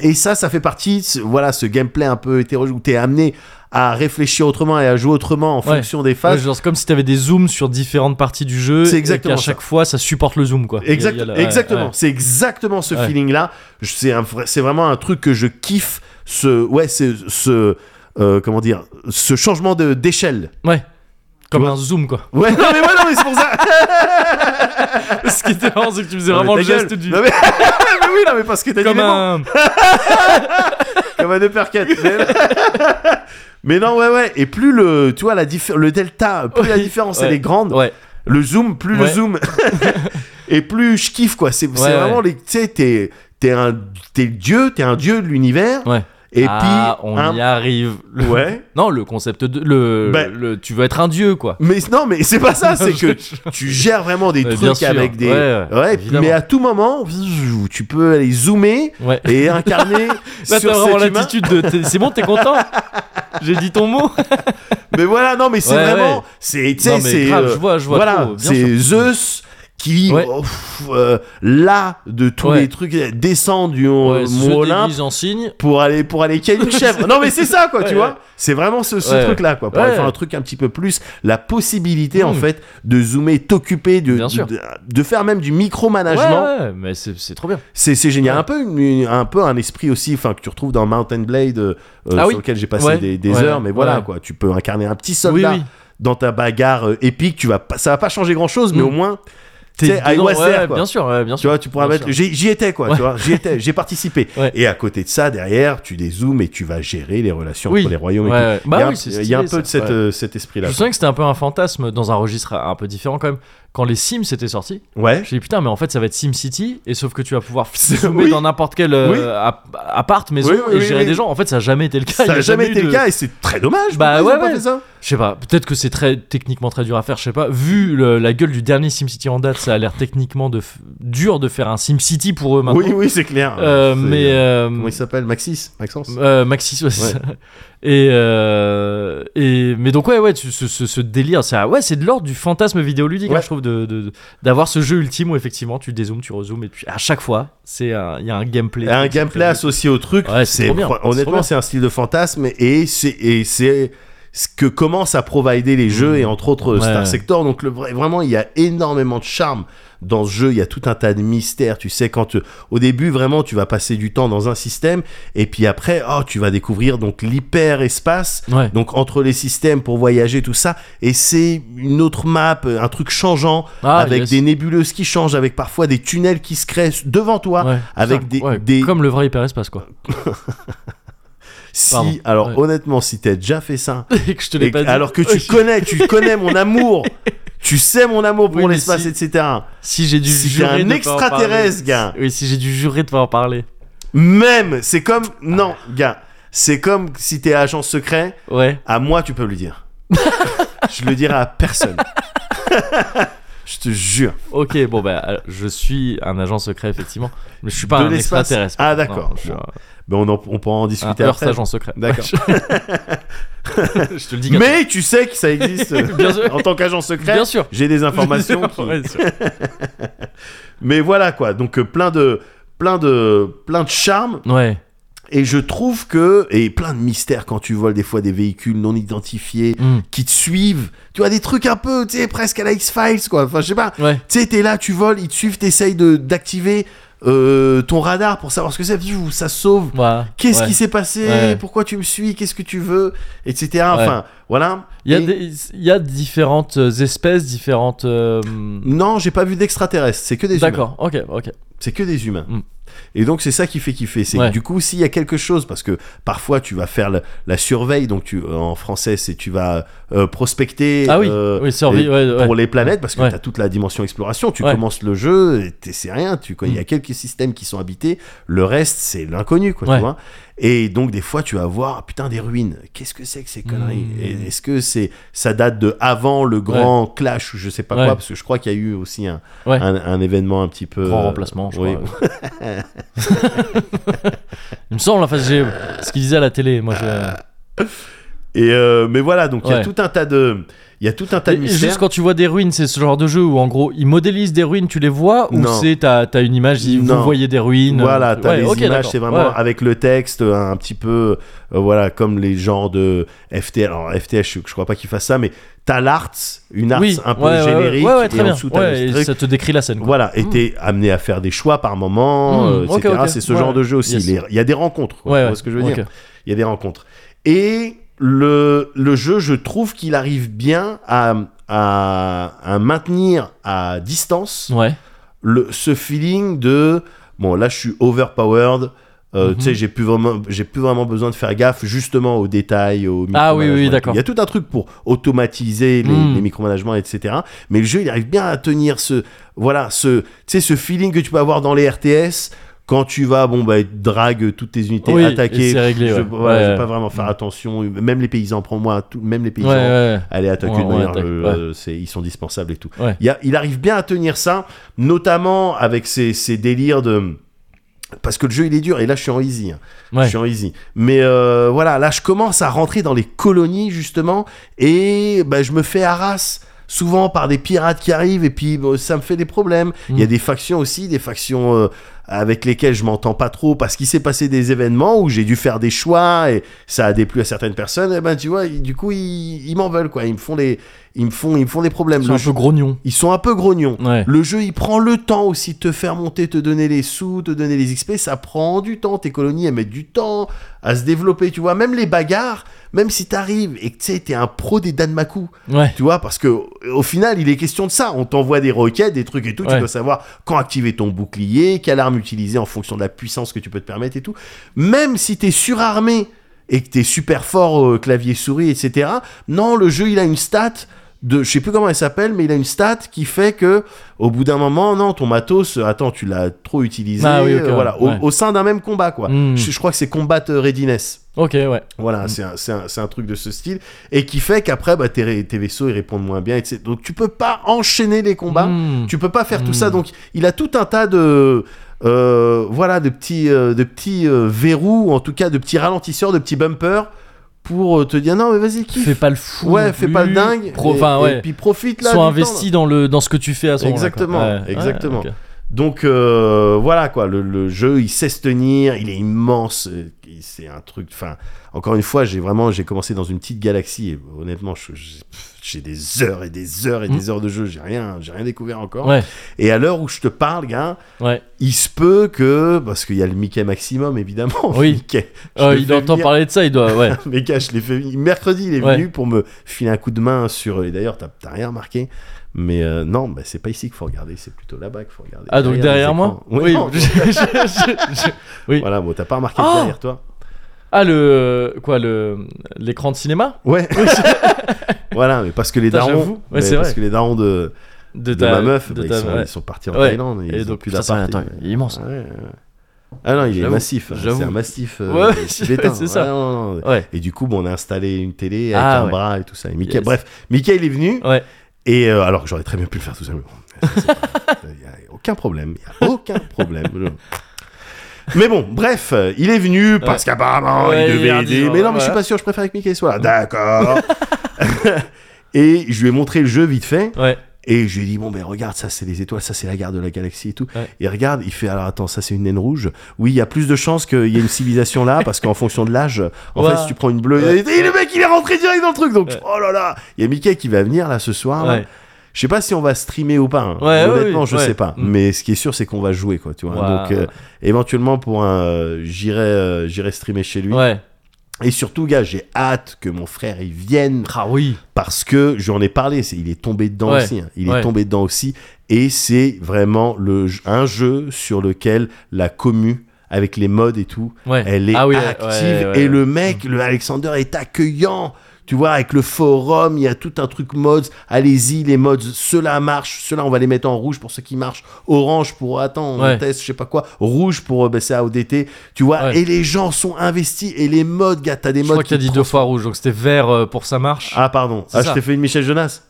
Speaker 2: Et ça, ça fait partie, ce- voilà, ce gameplay un peu hétérogène où t'es amené à réfléchir autrement et à jouer autrement en fonction des
Speaker 1: Ouais,
Speaker 2: phases.
Speaker 1: genre, c'est comme si t'avais des zooms sur différentes parties du jeu.
Speaker 2: C'est exactement
Speaker 1: Et qu'à
Speaker 2: ça.
Speaker 1: chaque fois, ça supporte le zoom, quoi. Il y a-
Speaker 2: Exact-
Speaker 1: il y a la- ouais,
Speaker 2: exactement.
Speaker 1: ouais.
Speaker 2: C'est exactement ce
Speaker 1: Ouais.
Speaker 2: feeling-là. Je- C'est un vrai- c'est vraiment un truc que je kiffe. Ce, ouais, c'est ce, euh, comment dire, ce changement de d'échelle.
Speaker 1: Ouais. Comme
Speaker 2: vois
Speaker 1: un
Speaker 2: [LAUGHS]
Speaker 1: zoom, quoi.
Speaker 2: Ouais. Non mais ouais, non mais c'est pour ça.
Speaker 1: Ce qui était marrant, [LAUGHS] c'est que tu faisais
Speaker 2: Non, mais
Speaker 1: vraiment
Speaker 2: ta
Speaker 1: le geste
Speaker 2: gueule.
Speaker 1: du.
Speaker 2: Non mais, [LAUGHS] mais oui, non mais parce que t'as dit
Speaker 1: Comme
Speaker 2: les mots.
Speaker 1: un.
Speaker 2: comme un uppercut. Mais... [LAUGHS] mais non, ouais, ouais. Et plus le, tu vois, la diff- le delta, plus la
Speaker 1: Ouais.
Speaker 2: différence
Speaker 1: Ouais.
Speaker 2: elle est grande.
Speaker 1: Ouais.
Speaker 2: Le zoom, plus le
Speaker 1: Ouais. [LAUGHS]
Speaker 2: zoom. Et plus je kiffe quoi. C'est c'est
Speaker 1: ouais.
Speaker 2: vraiment les, tu sais, t'es, t'es un, t'es le dieu, t'es un dieu de l'univers.
Speaker 1: Ouais.
Speaker 2: Et
Speaker 1: ah,
Speaker 2: puis,
Speaker 1: on
Speaker 2: un-
Speaker 1: y arrive. Le-
Speaker 2: [LAUGHS] ouais.
Speaker 1: Non, le concept de. Le,
Speaker 2: Ben-
Speaker 1: le- Tu veux être un dieu, quoi.
Speaker 2: Mais non, mais c'est pas ça, [LAUGHS] c'est
Speaker 1: Je- [LAUGHS]
Speaker 2: que tu gères vraiment des
Speaker 1: Mais bien
Speaker 2: trucs
Speaker 1: sûr,
Speaker 2: avec des.
Speaker 1: ouais, ouais, évidemment.
Speaker 2: mais à tout moment, tu peux aller zoomer
Speaker 1: Ouais.
Speaker 2: et incarner
Speaker 1: [LAUGHS] Là,
Speaker 2: sur
Speaker 1: t'as vraiment
Speaker 2: cet humain.
Speaker 1: l'attitude de. t'es- C'est bon,
Speaker 2: [LAUGHS]
Speaker 1: t'es content J'ai dit ton mot
Speaker 2: Mais voilà, non, mais c'est
Speaker 1: Ouais,
Speaker 2: vraiment.
Speaker 1: ouais.
Speaker 2: C'est, tu
Speaker 1: Non,
Speaker 2: sais,
Speaker 1: mais
Speaker 2: c'est.
Speaker 1: grave,
Speaker 2: euh,
Speaker 1: je vois, je vois
Speaker 2: Voilà,
Speaker 1: trop, bien
Speaker 2: c'est Zeus qui,
Speaker 1: Ouais.
Speaker 2: oh, pff, euh, là, de tous
Speaker 1: Ouais.
Speaker 2: les trucs, descend du mon
Speaker 1: Ouais, se
Speaker 2: Olympe
Speaker 1: déguise en signe.
Speaker 2: pour aller pour aller ken une
Speaker 1: [LAUGHS]
Speaker 2: chèvre. Non mais c'est ça quoi, tu
Speaker 1: Ouais, ouais.
Speaker 2: vois. C'est vraiment ce,
Speaker 1: Ouais,
Speaker 2: truc là quoi. Pour
Speaker 1: ouais.
Speaker 2: aller faire un truc un petit peu plus, la possibilité en
Speaker 1: Mm.
Speaker 2: fait de zoomer, t'occuper de,
Speaker 1: Bien sûr.
Speaker 2: de de faire même du
Speaker 1: Ouais,
Speaker 2: micromanagement.
Speaker 1: ouais, mais c'est c'est trop bien.
Speaker 2: C'est c'est génial.
Speaker 1: Ouais.
Speaker 2: Un peu une- une- un peu un esprit aussi, enfin que tu retrouves dans Mountain Blade, euh, euh,
Speaker 1: Ah oui.
Speaker 2: sur lequel j'ai passé
Speaker 1: Ouais.
Speaker 2: des, des
Speaker 1: Ouais.
Speaker 2: heures. Mais voilà
Speaker 1: Ouais.
Speaker 2: quoi, tu peux incarner un petit
Speaker 1: Oui,
Speaker 2: soldat
Speaker 1: oui.
Speaker 2: dans ta bagarre euh, épique. Tu vas pas, ça va pas changer grand chose, mais
Speaker 1: Mm.
Speaker 2: au moins
Speaker 1: T'es
Speaker 2: Tu sais, I
Speaker 1: dedans,
Speaker 2: was
Speaker 1: ouais,
Speaker 2: there, quoi.
Speaker 1: bien sûr, ouais, bien
Speaker 2: Tu
Speaker 1: sûr.
Speaker 2: vois, tu pourras
Speaker 1: Bien
Speaker 2: mettre.
Speaker 1: sûr.
Speaker 2: J'y j'y étais, quoi.
Speaker 1: Ouais.
Speaker 2: Tu vois, j'y étais, j'ai participé.
Speaker 1: [LAUGHS] Ouais.
Speaker 2: Et à côté de ça, derrière, tu dézoomes et tu vas gérer les relations
Speaker 1: Oui.
Speaker 2: entre les royaumes et
Speaker 1: Ouais,
Speaker 2: tout.
Speaker 1: ouais.
Speaker 2: il y a,
Speaker 1: Bah
Speaker 2: un-
Speaker 1: oui, c'est
Speaker 2: il y a un
Speaker 1: stylé,
Speaker 2: peu de
Speaker 1: ça.
Speaker 2: cette,
Speaker 1: Ouais.
Speaker 2: euh, cet
Speaker 1: Je
Speaker 2: esprit-là.
Speaker 1: me souviens que c'était un peu un fantasme dans un registre un peu différent quand même. Quand les Sims étaient sortis, [LAUGHS]
Speaker 2: Ouais.
Speaker 1: j'ai dit putain, mais en fait ça va être SimCity, et sauf que tu vas pouvoir
Speaker 2: [LAUGHS] C'est-
Speaker 1: zoomer
Speaker 2: oui.
Speaker 1: dans n'importe quel euh,
Speaker 2: Oui.
Speaker 1: app- appart, maison,
Speaker 2: Oui, oui,
Speaker 1: et
Speaker 2: oui,
Speaker 1: gérer
Speaker 2: oui.
Speaker 1: des gens. En fait, ça n'a jamais été le cas.
Speaker 2: Ça
Speaker 1: Il y a
Speaker 2: n'a jamais été
Speaker 1: eu
Speaker 2: le
Speaker 1: de-
Speaker 2: cas et c'est très dommage. pourquoi
Speaker 1: Bah
Speaker 2: ils
Speaker 1: ouais,
Speaker 2: ont pas
Speaker 1: ouais.
Speaker 2: fait ça
Speaker 1: Je sais pas, peut-être que c'est très techniquement très dur à faire, je sais pas. Vu le- la gueule du dernier SimCity en date, ça a l'air techniquement de f- dur de faire un SimCity pour eux maintenant.
Speaker 2: Oui, oui, c'est clair.
Speaker 1: Bah Euh,
Speaker 2: C'est-
Speaker 1: mais euh,
Speaker 2: Comment il s'appelle Maxis Maxence
Speaker 1: Euh, Maxis, ouais, c'est
Speaker 2: Ouais.
Speaker 1: ça. Et, euh, et mais donc ouais ouais tu- ce, ce- ce délire ça ouais c'est de l'ordre du fantasme vidéoludique hein,
Speaker 2: Ouais.
Speaker 1: je trouve de de- de- d'avoir ce jeu ultime où effectivement tu dézoomes tu rezoomes et puis à chaque fois c'est un- il y a un gameplay
Speaker 2: Un
Speaker 1: C'est
Speaker 2: gameplay
Speaker 1: très-
Speaker 2: associé au truc.
Speaker 1: Ouais, c'est trop bien,
Speaker 2: fr-
Speaker 1: c'est trop
Speaker 2: Honnêtement,
Speaker 1: bien.
Speaker 2: c'est un style de fantasme et c'est et c'est ce que commencent à provider les jeux et entre autres euh,
Speaker 1: Ouais.
Speaker 2: Star Sector. Donc le vrai- vraiment, il y a énormément de charme dans ce jeu. Il y a tout un tas de mystères. Tu sais, quand tu- au début vraiment, tu vas passer du temps dans un système et puis après, oh, tu vas découvrir donc l'hyper espace.
Speaker 1: ouais
Speaker 2: Donc entre les systèmes pour voyager tout ça et c'est une autre map, un truc changeant
Speaker 1: Ah,
Speaker 2: avec
Speaker 1: yes.
Speaker 2: des nébuleuses qui changent, avec parfois des tunnels qui se créent devant toi,
Speaker 1: Ouais.
Speaker 2: avec
Speaker 1: Putain,
Speaker 2: des,
Speaker 1: ouais,
Speaker 2: des-
Speaker 1: comme le vrai hyperespace quoi [LAUGHS]
Speaker 2: si
Speaker 1: Pardon.
Speaker 2: alors
Speaker 1: Ouais.
Speaker 2: honnêtement si t'as déjà fait ça
Speaker 1: et que je te l'ai
Speaker 2: et-
Speaker 1: pas dit
Speaker 2: alors que
Speaker 1: [LAUGHS]
Speaker 2: tu connais tu connais mon amour tu sais mon amour pour
Speaker 1: Oui, mais
Speaker 2: l'espace
Speaker 1: si-
Speaker 2: etc
Speaker 1: si j'ai dû
Speaker 2: si t'es
Speaker 1: jurer
Speaker 2: un
Speaker 1: de pas en parler.
Speaker 2: extraterrestre, gars.
Speaker 1: oui si j'ai dû jurer de pas en parler
Speaker 2: même c'est comme non gars c'est comme si t'es agent secret
Speaker 1: ouais
Speaker 2: à moi tu peux le
Speaker 1: [LAUGHS]
Speaker 2: dire je le dirai à personne je te jure
Speaker 1: ok bon bah alors, je suis un agent secret effectivement mais je suis pas
Speaker 2: De
Speaker 1: un
Speaker 2: l'espace.
Speaker 1: extraterrestre
Speaker 2: Ah,
Speaker 1: Non,
Speaker 2: d'accord.
Speaker 1: je suis un-
Speaker 2: ben on, en- on pourra en
Speaker 1: Un
Speaker 2: discuter
Speaker 1: Earth
Speaker 2: après
Speaker 1: agent secret. [LAUGHS]
Speaker 2: D'accord.
Speaker 1: je te le dis.
Speaker 2: mais tu sais que ça existe
Speaker 1: [LAUGHS]
Speaker 2: [LAUGHS]
Speaker 1: Bien sûr.
Speaker 2: en tant qu'agent secret
Speaker 1: Bien sûr.
Speaker 2: j'ai des informations qui-
Speaker 1: Ouais, sûr.
Speaker 2: mais voilà quoi donc euh, plein de plein de plein de charme
Speaker 1: Ouais.
Speaker 2: Et je trouve que. Et plein de mystères quand tu voles des fois des véhicules non identifiés
Speaker 1: Mm.
Speaker 2: qui te suivent. Tu vois, des trucs un peu, tu sais, presque à la X-Files, quoi. Enfin, je sais pas.
Speaker 1: Ouais.
Speaker 2: Tu sais, t'es là, tu voles, ils te suivent, t'essayes de- d'activer euh, ton radar pour savoir ce que c'est. Pfiou, Ça sauve.
Speaker 1: Voilà.
Speaker 2: Qu'est-ce
Speaker 1: Ouais.
Speaker 2: qui s'est passé
Speaker 1: Ouais.
Speaker 2: Pourquoi tu me suis Qu'est-ce que tu veux Etc. Enfin, voilà.
Speaker 1: Il y, a
Speaker 2: Et-
Speaker 1: des- il y a différentes espèces, différentes. euh,
Speaker 2: Non, j'ai pas vu d'extraterrestres. C'est que des humains.
Speaker 1: D'accord. Ok. Ok.
Speaker 2: C'est que des humains.
Speaker 1: Mm.
Speaker 2: Et donc c'est ça qui fait kiffer. C'est que
Speaker 1: Ouais.
Speaker 2: du coup s'il y a quelque chose, parce que parfois tu vas faire la, la surveille, donc tu euh, en français c'est tu vas euh, prospecter.
Speaker 1: Ah oui,
Speaker 2: euh,
Speaker 1: oui, survie,
Speaker 2: et-
Speaker 1: ouais, ouais.
Speaker 2: Pour les planètes, parce que
Speaker 1: Ouais.
Speaker 2: tu as toute la dimension exploration, tu
Speaker 1: Ouais.
Speaker 2: commences le jeu, et t'es- c'est rien, tu, quoi. il y a
Speaker 1: Mm.
Speaker 2: quelques systèmes qui sont habités, le reste c'est l'inconnu, quoi, tu
Speaker 1: Ouais.
Speaker 2: vois. Et donc des fois tu vas voir, ah, putain, des ruines, qu'est-ce que c'est que ces conneries
Speaker 1: Mm.
Speaker 2: Et Est-ce que c'est ça date de avant le grand clash ou je sais pas
Speaker 1: Ouais.
Speaker 2: quoi, parce que je crois qu'il y a eu aussi un,
Speaker 1: Ouais.
Speaker 2: un, un événement un petit peu... euh,
Speaker 1: Grand remplacement, je
Speaker 2: oui. [LAUGHS]
Speaker 1: crois. [LAUGHS] Il me semble, enfin, j'ai ce qu'il disait à la télé. Moi, je...
Speaker 2: Euh, Et euh, mais voilà, donc il y a
Speaker 1: Ouais.
Speaker 2: tout un tas de, il y a tout un tas
Speaker 1: Et
Speaker 2: de
Speaker 1: juste
Speaker 2: mystères.
Speaker 1: quand tu vois des ruines, c'est ce genre de jeu où en gros ils modélisent des ruines, tu les vois ou
Speaker 2: Non.
Speaker 1: c'est t'as t'as une image, ils-
Speaker 2: Non.
Speaker 1: vous voyez des ruines.
Speaker 2: Voilà,
Speaker 1: euh,
Speaker 2: t'as
Speaker 1: ouais,
Speaker 2: les
Speaker 1: ok,
Speaker 2: images,
Speaker 1: d'accord.
Speaker 2: c'est vraiment
Speaker 1: Ouais.
Speaker 2: avec le texte un petit peu, euh, voilà, comme les genres de FTL. Alors FTL, je, je crois pas qu'ils fassent ça, mais t'as l'art, une art
Speaker 1: oui,
Speaker 2: un peu
Speaker 1: ouais, ouais,
Speaker 2: générique,
Speaker 1: ouais, ouais,
Speaker 2: et
Speaker 1: très
Speaker 2: en
Speaker 1: bien.
Speaker 2: dessous t'as
Speaker 1: Ouais,
Speaker 2: le
Speaker 1: et
Speaker 2: truc.
Speaker 1: ça te décrit la scène. quoi.
Speaker 2: Voilà, et t'es amené à faire des choix par moment,
Speaker 1: Mm,
Speaker 2: euh,
Speaker 1: ok,
Speaker 2: etc.
Speaker 1: ok.
Speaker 2: C'est ce
Speaker 1: Ouais.
Speaker 2: genre de jeu aussi.
Speaker 1: Yes.
Speaker 2: Les- Il y a des rencontres, quoi,
Speaker 1: Ouais,
Speaker 2: tu vois
Speaker 1: ouais.
Speaker 2: ce que je veux dire.
Speaker 1: Ok.
Speaker 2: il y a des rencontres. Et le, le jeu, je trouve qu'il arrive bien à, à, à maintenir à distance
Speaker 1: Ouais.
Speaker 2: le, ce feeling de bon, là, je suis overpowered. euh,
Speaker 1: Mhm.
Speaker 2: Tu sais, j'ai plus vraiment, j'ai plus vraiment besoin de faire gaffe justement aux détails, aux
Speaker 1: Ah oui, oui,
Speaker 2: micromanagements et tout.
Speaker 1: d'accord.
Speaker 2: Il y a tout un truc pour automatiser les,
Speaker 1: Mm.
Speaker 2: les micromanagements, etc. Mais le jeu, il arrive bien à tenir ce, voilà, ce, tu sais, ce feeling que tu peux avoir dans les RTS quand tu vas, bon, bah, drague toutes tes unités,
Speaker 1: Oui, et
Speaker 2: attaquer,
Speaker 1: c'est réglé.
Speaker 2: je,
Speaker 1: ouais.
Speaker 2: voilà,
Speaker 1: Ouais,
Speaker 2: je vais
Speaker 1: ouais. Mhm.
Speaker 2: pas vraiment faire attention. Même les paysans, prends-moi, tout- même les
Speaker 1: Ouais,
Speaker 2: paysans,
Speaker 1: ouais.
Speaker 2: allez attaquer
Speaker 1: Ouais,
Speaker 2: de
Speaker 1: on
Speaker 2: manière,
Speaker 1: attaque,
Speaker 2: euh, c'est- ils sont dispensables et tout.
Speaker 1: Ouais.
Speaker 2: Il, y a- il arrive bien à tenir ça, notamment avec ces, ces délires de. Parce que le jeu il est dur et là je suis en easy, hein.
Speaker 1: ouais.
Speaker 2: je suis en easy. Mais euh, voilà, là je commence à rentrer dans les colonies justement et bah, je me fais harasse souvent par des pirates qui arrivent et puis bon, ça me fait des problèmes. Il
Speaker 1: Mm.
Speaker 2: y a des factions aussi, des factions euh, avec lesquelles je m'entends pas trop parce qu'il s'est passé des événements où j'ai dû faire des choix et ça a déplu à certaines personnes. Et ben tu vois, ils- du coup ils, ils m'en veulent quoi, ils me font des, ils me font, ils me font des problèmes.
Speaker 1: Ils sont
Speaker 2: Le
Speaker 1: un peu grognons.
Speaker 2: ils sont un peu grognons.
Speaker 1: Ouais.
Speaker 2: Le jeu, il prend le temps aussi de te faire monter, te donner les sous, te donner les XP. Ça prend du temps. Tes colonies, elles mettent du temps à se développer. Tu vois, même les bagarres, même si t'arrives et que tu sais, t'es un pro des Danmaku,
Speaker 1: Ouais.
Speaker 2: tu vois, parce que au final, il est question de ça. On t'envoie des requêtes, des trucs et tout.
Speaker 1: Ouais.
Speaker 2: Tu dois savoir quand activer ton bouclier, quelle arme utiliser en fonction de la puissance que tu peux te permettre et tout. Même si t'es surarmé et que t'es super fort au clavier souris, etc. Non, le jeu, il a une stat de, je sais plus comment elle s'appelle, mais il a une stat qui fait que, au bout d'un moment, non, ton matos, euh, attends, tu l'as trop utilisé.
Speaker 1: Ah oui, ok,
Speaker 2: euh, voilà, au-
Speaker 1: ouais.
Speaker 2: au, sein d'un même combat, quoi.
Speaker 1: Mm.
Speaker 2: Je, je crois que c'est combat euh, readiness.
Speaker 1: Ok, ouais.
Speaker 2: Voilà, c'est un, c'est un- c'est un truc de ce style. Et qui fait qu'après, bah, tes, ré- tes vaisseaux, ils répondent moins bien. etc. Donc, tu peux pas enchaîner les combats.
Speaker 1: Mm.
Speaker 2: Tu peux pas faire
Speaker 1: Mm.
Speaker 2: tout ça. Donc, il a tout un tas de. euh, voilà, de petits, euh, de petits euh, verrous, en tout cas de petits ralentisseurs, de petits bumpers pour euh, te dire non, mais vas-y, kiffe.
Speaker 1: Fais pas le fou.
Speaker 2: ouais,
Speaker 1: non
Speaker 2: fais
Speaker 1: plus.
Speaker 2: pas le dingue.
Speaker 1: Pro-
Speaker 2: et,
Speaker 1: Enfin,
Speaker 2: et
Speaker 1: ouais.
Speaker 2: puis profite là.
Speaker 1: Sois
Speaker 2: du temps.
Speaker 1: investi dans le dans ce que tu fais à ce moment-là. quoi.
Speaker 2: Exactement,
Speaker 1: Ouais. Ouais,
Speaker 2: exactement.
Speaker 1: ok.
Speaker 2: Donc euh, voilà quoi, le, le jeu il sait se tenir, il est immense, euh, il- c'est un truc. Enfin, encore une fois, j'ai vraiment j'ai commencé dans une petite galaxie. Et honnêtement, je- j'ai j'ai des heures et des heures et des heures de jeu, j'ai rien, j'ai rien découvert encore.
Speaker 1: Mm. Ouais.
Speaker 2: Et à l'heure où je te parle, gars,
Speaker 1: Ouais.
Speaker 2: il se peut que parce qu'il y a le Mickey maximum évidemment. [LAUGHS]
Speaker 1: Oui.
Speaker 2: Mickey, je
Speaker 1: Euh,
Speaker 2: le
Speaker 1: il
Speaker 2: fais
Speaker 1: entend
Speaker 2: venir.
Speaker 1: parler de ça, il doit. Ouais.
Speaker 2: [LAUGHS] Mais gars, je l'ai fait venir. Mercredi, il est
Speaker 1: Ouais.
Speaker 2: venu pour me filer un coup de main sur. Et d'ailleurs, t'as t'as rien remarqué. Mais euh, non, bah, c'est pas ici qu'il faut regarder, c'est plutôt là-bas qu'il faut regarder.
Speaker 1: Ah donc
Speaker 2: les
Speaker 1: derrière moi
Speaker 2: écrans. Oui. non,
Speaker 1: [LAUGHS] je- je- je- je- oui.
Speaker 2: Voilà, bon, t'as pas remarqué
Speaker 1: Oh
Speaker 2: derrière toi.
Speaker 1: Ah le quoi le l'écran de cinéma
Speaker 2: Ouais. [LAUGHS] voilà, mais parce que les
Speaker 1: Putain,
Speaker 2: darons.
Speaker 1: j'avoue. Ouais,
Speaker 2: mais
Speaker 1: c'est
Speaker 2: parce
Speaker 1: vrai.
Speaker 2: que les darons de,
Speaker 1: de,
Speaker 2: de
Speaker 1: ta
Speaker 2: ma meuf,
Speaker 1: de
Speaker 2: bah,
Speaker 1: ta-
Speaker 2: ils, sont,
Speaker 1: ouais.
Speaker 2: ils sont partis en
Speaker 1: Ouais.
Speaker 2: Thaïlande.
Speaker 1: Et
Speaker 2: ils ont
Speaker 1: donc
Speaker 2: plus
Speaker 1: putain, c'est-
Speaker 2: d'appart.
Speaker 1: attends, il est immense.
Speaker 2: Ouais, ouais. Ah non, il est
Speaker 1: J'avoue,
Speaker 2: massif. hein,
Speaker 1: j'avoue.
Speaker 2: C'est un mastiff. euh,
Speaker 1: [LAUGHS] Ouais,
Speaker 2: tibétain.
Speaker 1: c'est ça.
Speaker 2: Ouais, non, non, non.
Speaker 1: Ouais.
Speaker 2: Et du coup, bon, on a installé une télé avec
Speaker 1: Ah,
Speaker 2: un
Speaker 1: ouais.
Speaker 2: bras et tout ça. Et Mickey,
Speaker 1: Yes.
Speaker 2: Bref, Mickey, il est venu.
Speaker 1: Ouais.
Speaker 2: Et euh, alors que j'aurais très bien pu le faire tout seul. mais bon, ça, c'est
Speaker 1: [LAUGHS]
Speaker 2: pas- Il n'y a aucun problème. Il n'y a aucun problème. Je- Mais bon, bref, euh, il est venu parce qu'apparemment
Speaker 1: Ouais,
Speaker 2: il
Speaker 1: il y a
Speaker 2: devait
Speaker 1: un
Speaker 2: aider.
Speaker 1: disant,
Speaker 2: mais non, mais
Speaker 1: ouais.
Speaker 2: je suis pas sûr, je préfère que Mickey soit là.
Speaker 1: [LAUGHS]
Speaker 2: D'accord. [LAUGHS] et je lui ai montré le jeu vite fait.
Speaker 1: Ouais.
Speaker 2: Et je lui ai dit, bon, ben regarde, ça c'est les étoiles, ça c'est la gare de la galaxie et tout.
Speaker 1: Ouais.
Speaker 2: Et regarde, il fait, alors attends, ça c'est une naine rouge. Oui, il y a plus de chances qu'il y ait une civilisation là, parce qu'en fonction de l'âge, en
Speaker 1: Ouais.
Speaker 2: fait, si tu prends une bleue.
Speaker 1: Ouais.
Speaker 2: Et, et le mec, il est rentré direct dans le truc. Donc,
Speaker 1: Ouais.
Speaker 2: oh là là, il y a Mickey qui va venir là ce soir. là.
Speaker 1: Ouais.
Speaker 2: Je sais pas si on va streamer ou pas. hein.
Speaker 1: Ouais, ouais,
Speaker 2: Honnêtement,
Speaker 1: ouais,
Speaker 2: je
Speaker 1: ouais.
Speaker 2: sais pas.
Speaker 1: Mm.
Speaker 2: Mais ce qui est sûr, c'est qu'on va jouer, quoi. Tu vois.
Speaker 1: Waouh.
Speaker 2: Donc, euh, éventuellement, pour un, euh, j'irai, euh, j'irai streamer chez lui.
Speaker 1: Ouais.
Speaker 2: Et surtout, gars, j'ai hâte que mon frère il vienne
Speaker 1: Ah oui.
Speaker 2: parce que j'en ai parlé. c'est- il est tombé dedans
Speaker 1: Ouais,
Speaker 2: aussi. hein. Il
Speaker 1: ouais.
Speaker 2: est tombé dedans aussi. Et c'est vraiment le, un jeu sur lequel la commu avec les modes et tout,
Speaker 1: Ouais.
Speaker 2: [LAUGHS] elle est
Speaker 1: Ah oui, ouais,
Speaker 2: active
Speaker 1: ouais, ouais,
Speaker 2: et
Speaker 1: ouais.
Speaker 2: le mec, le Alexander est accueillant. Tu vois, avec le forum, il y a tout un truc mods. Allez-y, les mods, ceux-là marchent. Ceux-là, on va les mettre en rouge pour ceux qui marchent. Orange pour, attends, on
Speaker 1: Ouais.
Speaker 2: teste, je sais pas quoi. Rouge pour, euh, bah, c'est AODT. Tu vois,
Speaker 1: Ouais.
Speaker 2: et les gens sont investis. Et les mods, gars, t'as des
Speaker 1: Je
Speaker 2: mods
Speaker 1: crois qu'il a
Speaker 2: qui
Speaker 1: dit deux fois rouge, donc c'était vert euh, pour ça marche.
Speaker 2: Ah, pardon.
Speaker 1: C'est
Speaker 2: Ah,
Speaker 1: ça.
Speaker 2: je t'ai fait une Michel Jonas.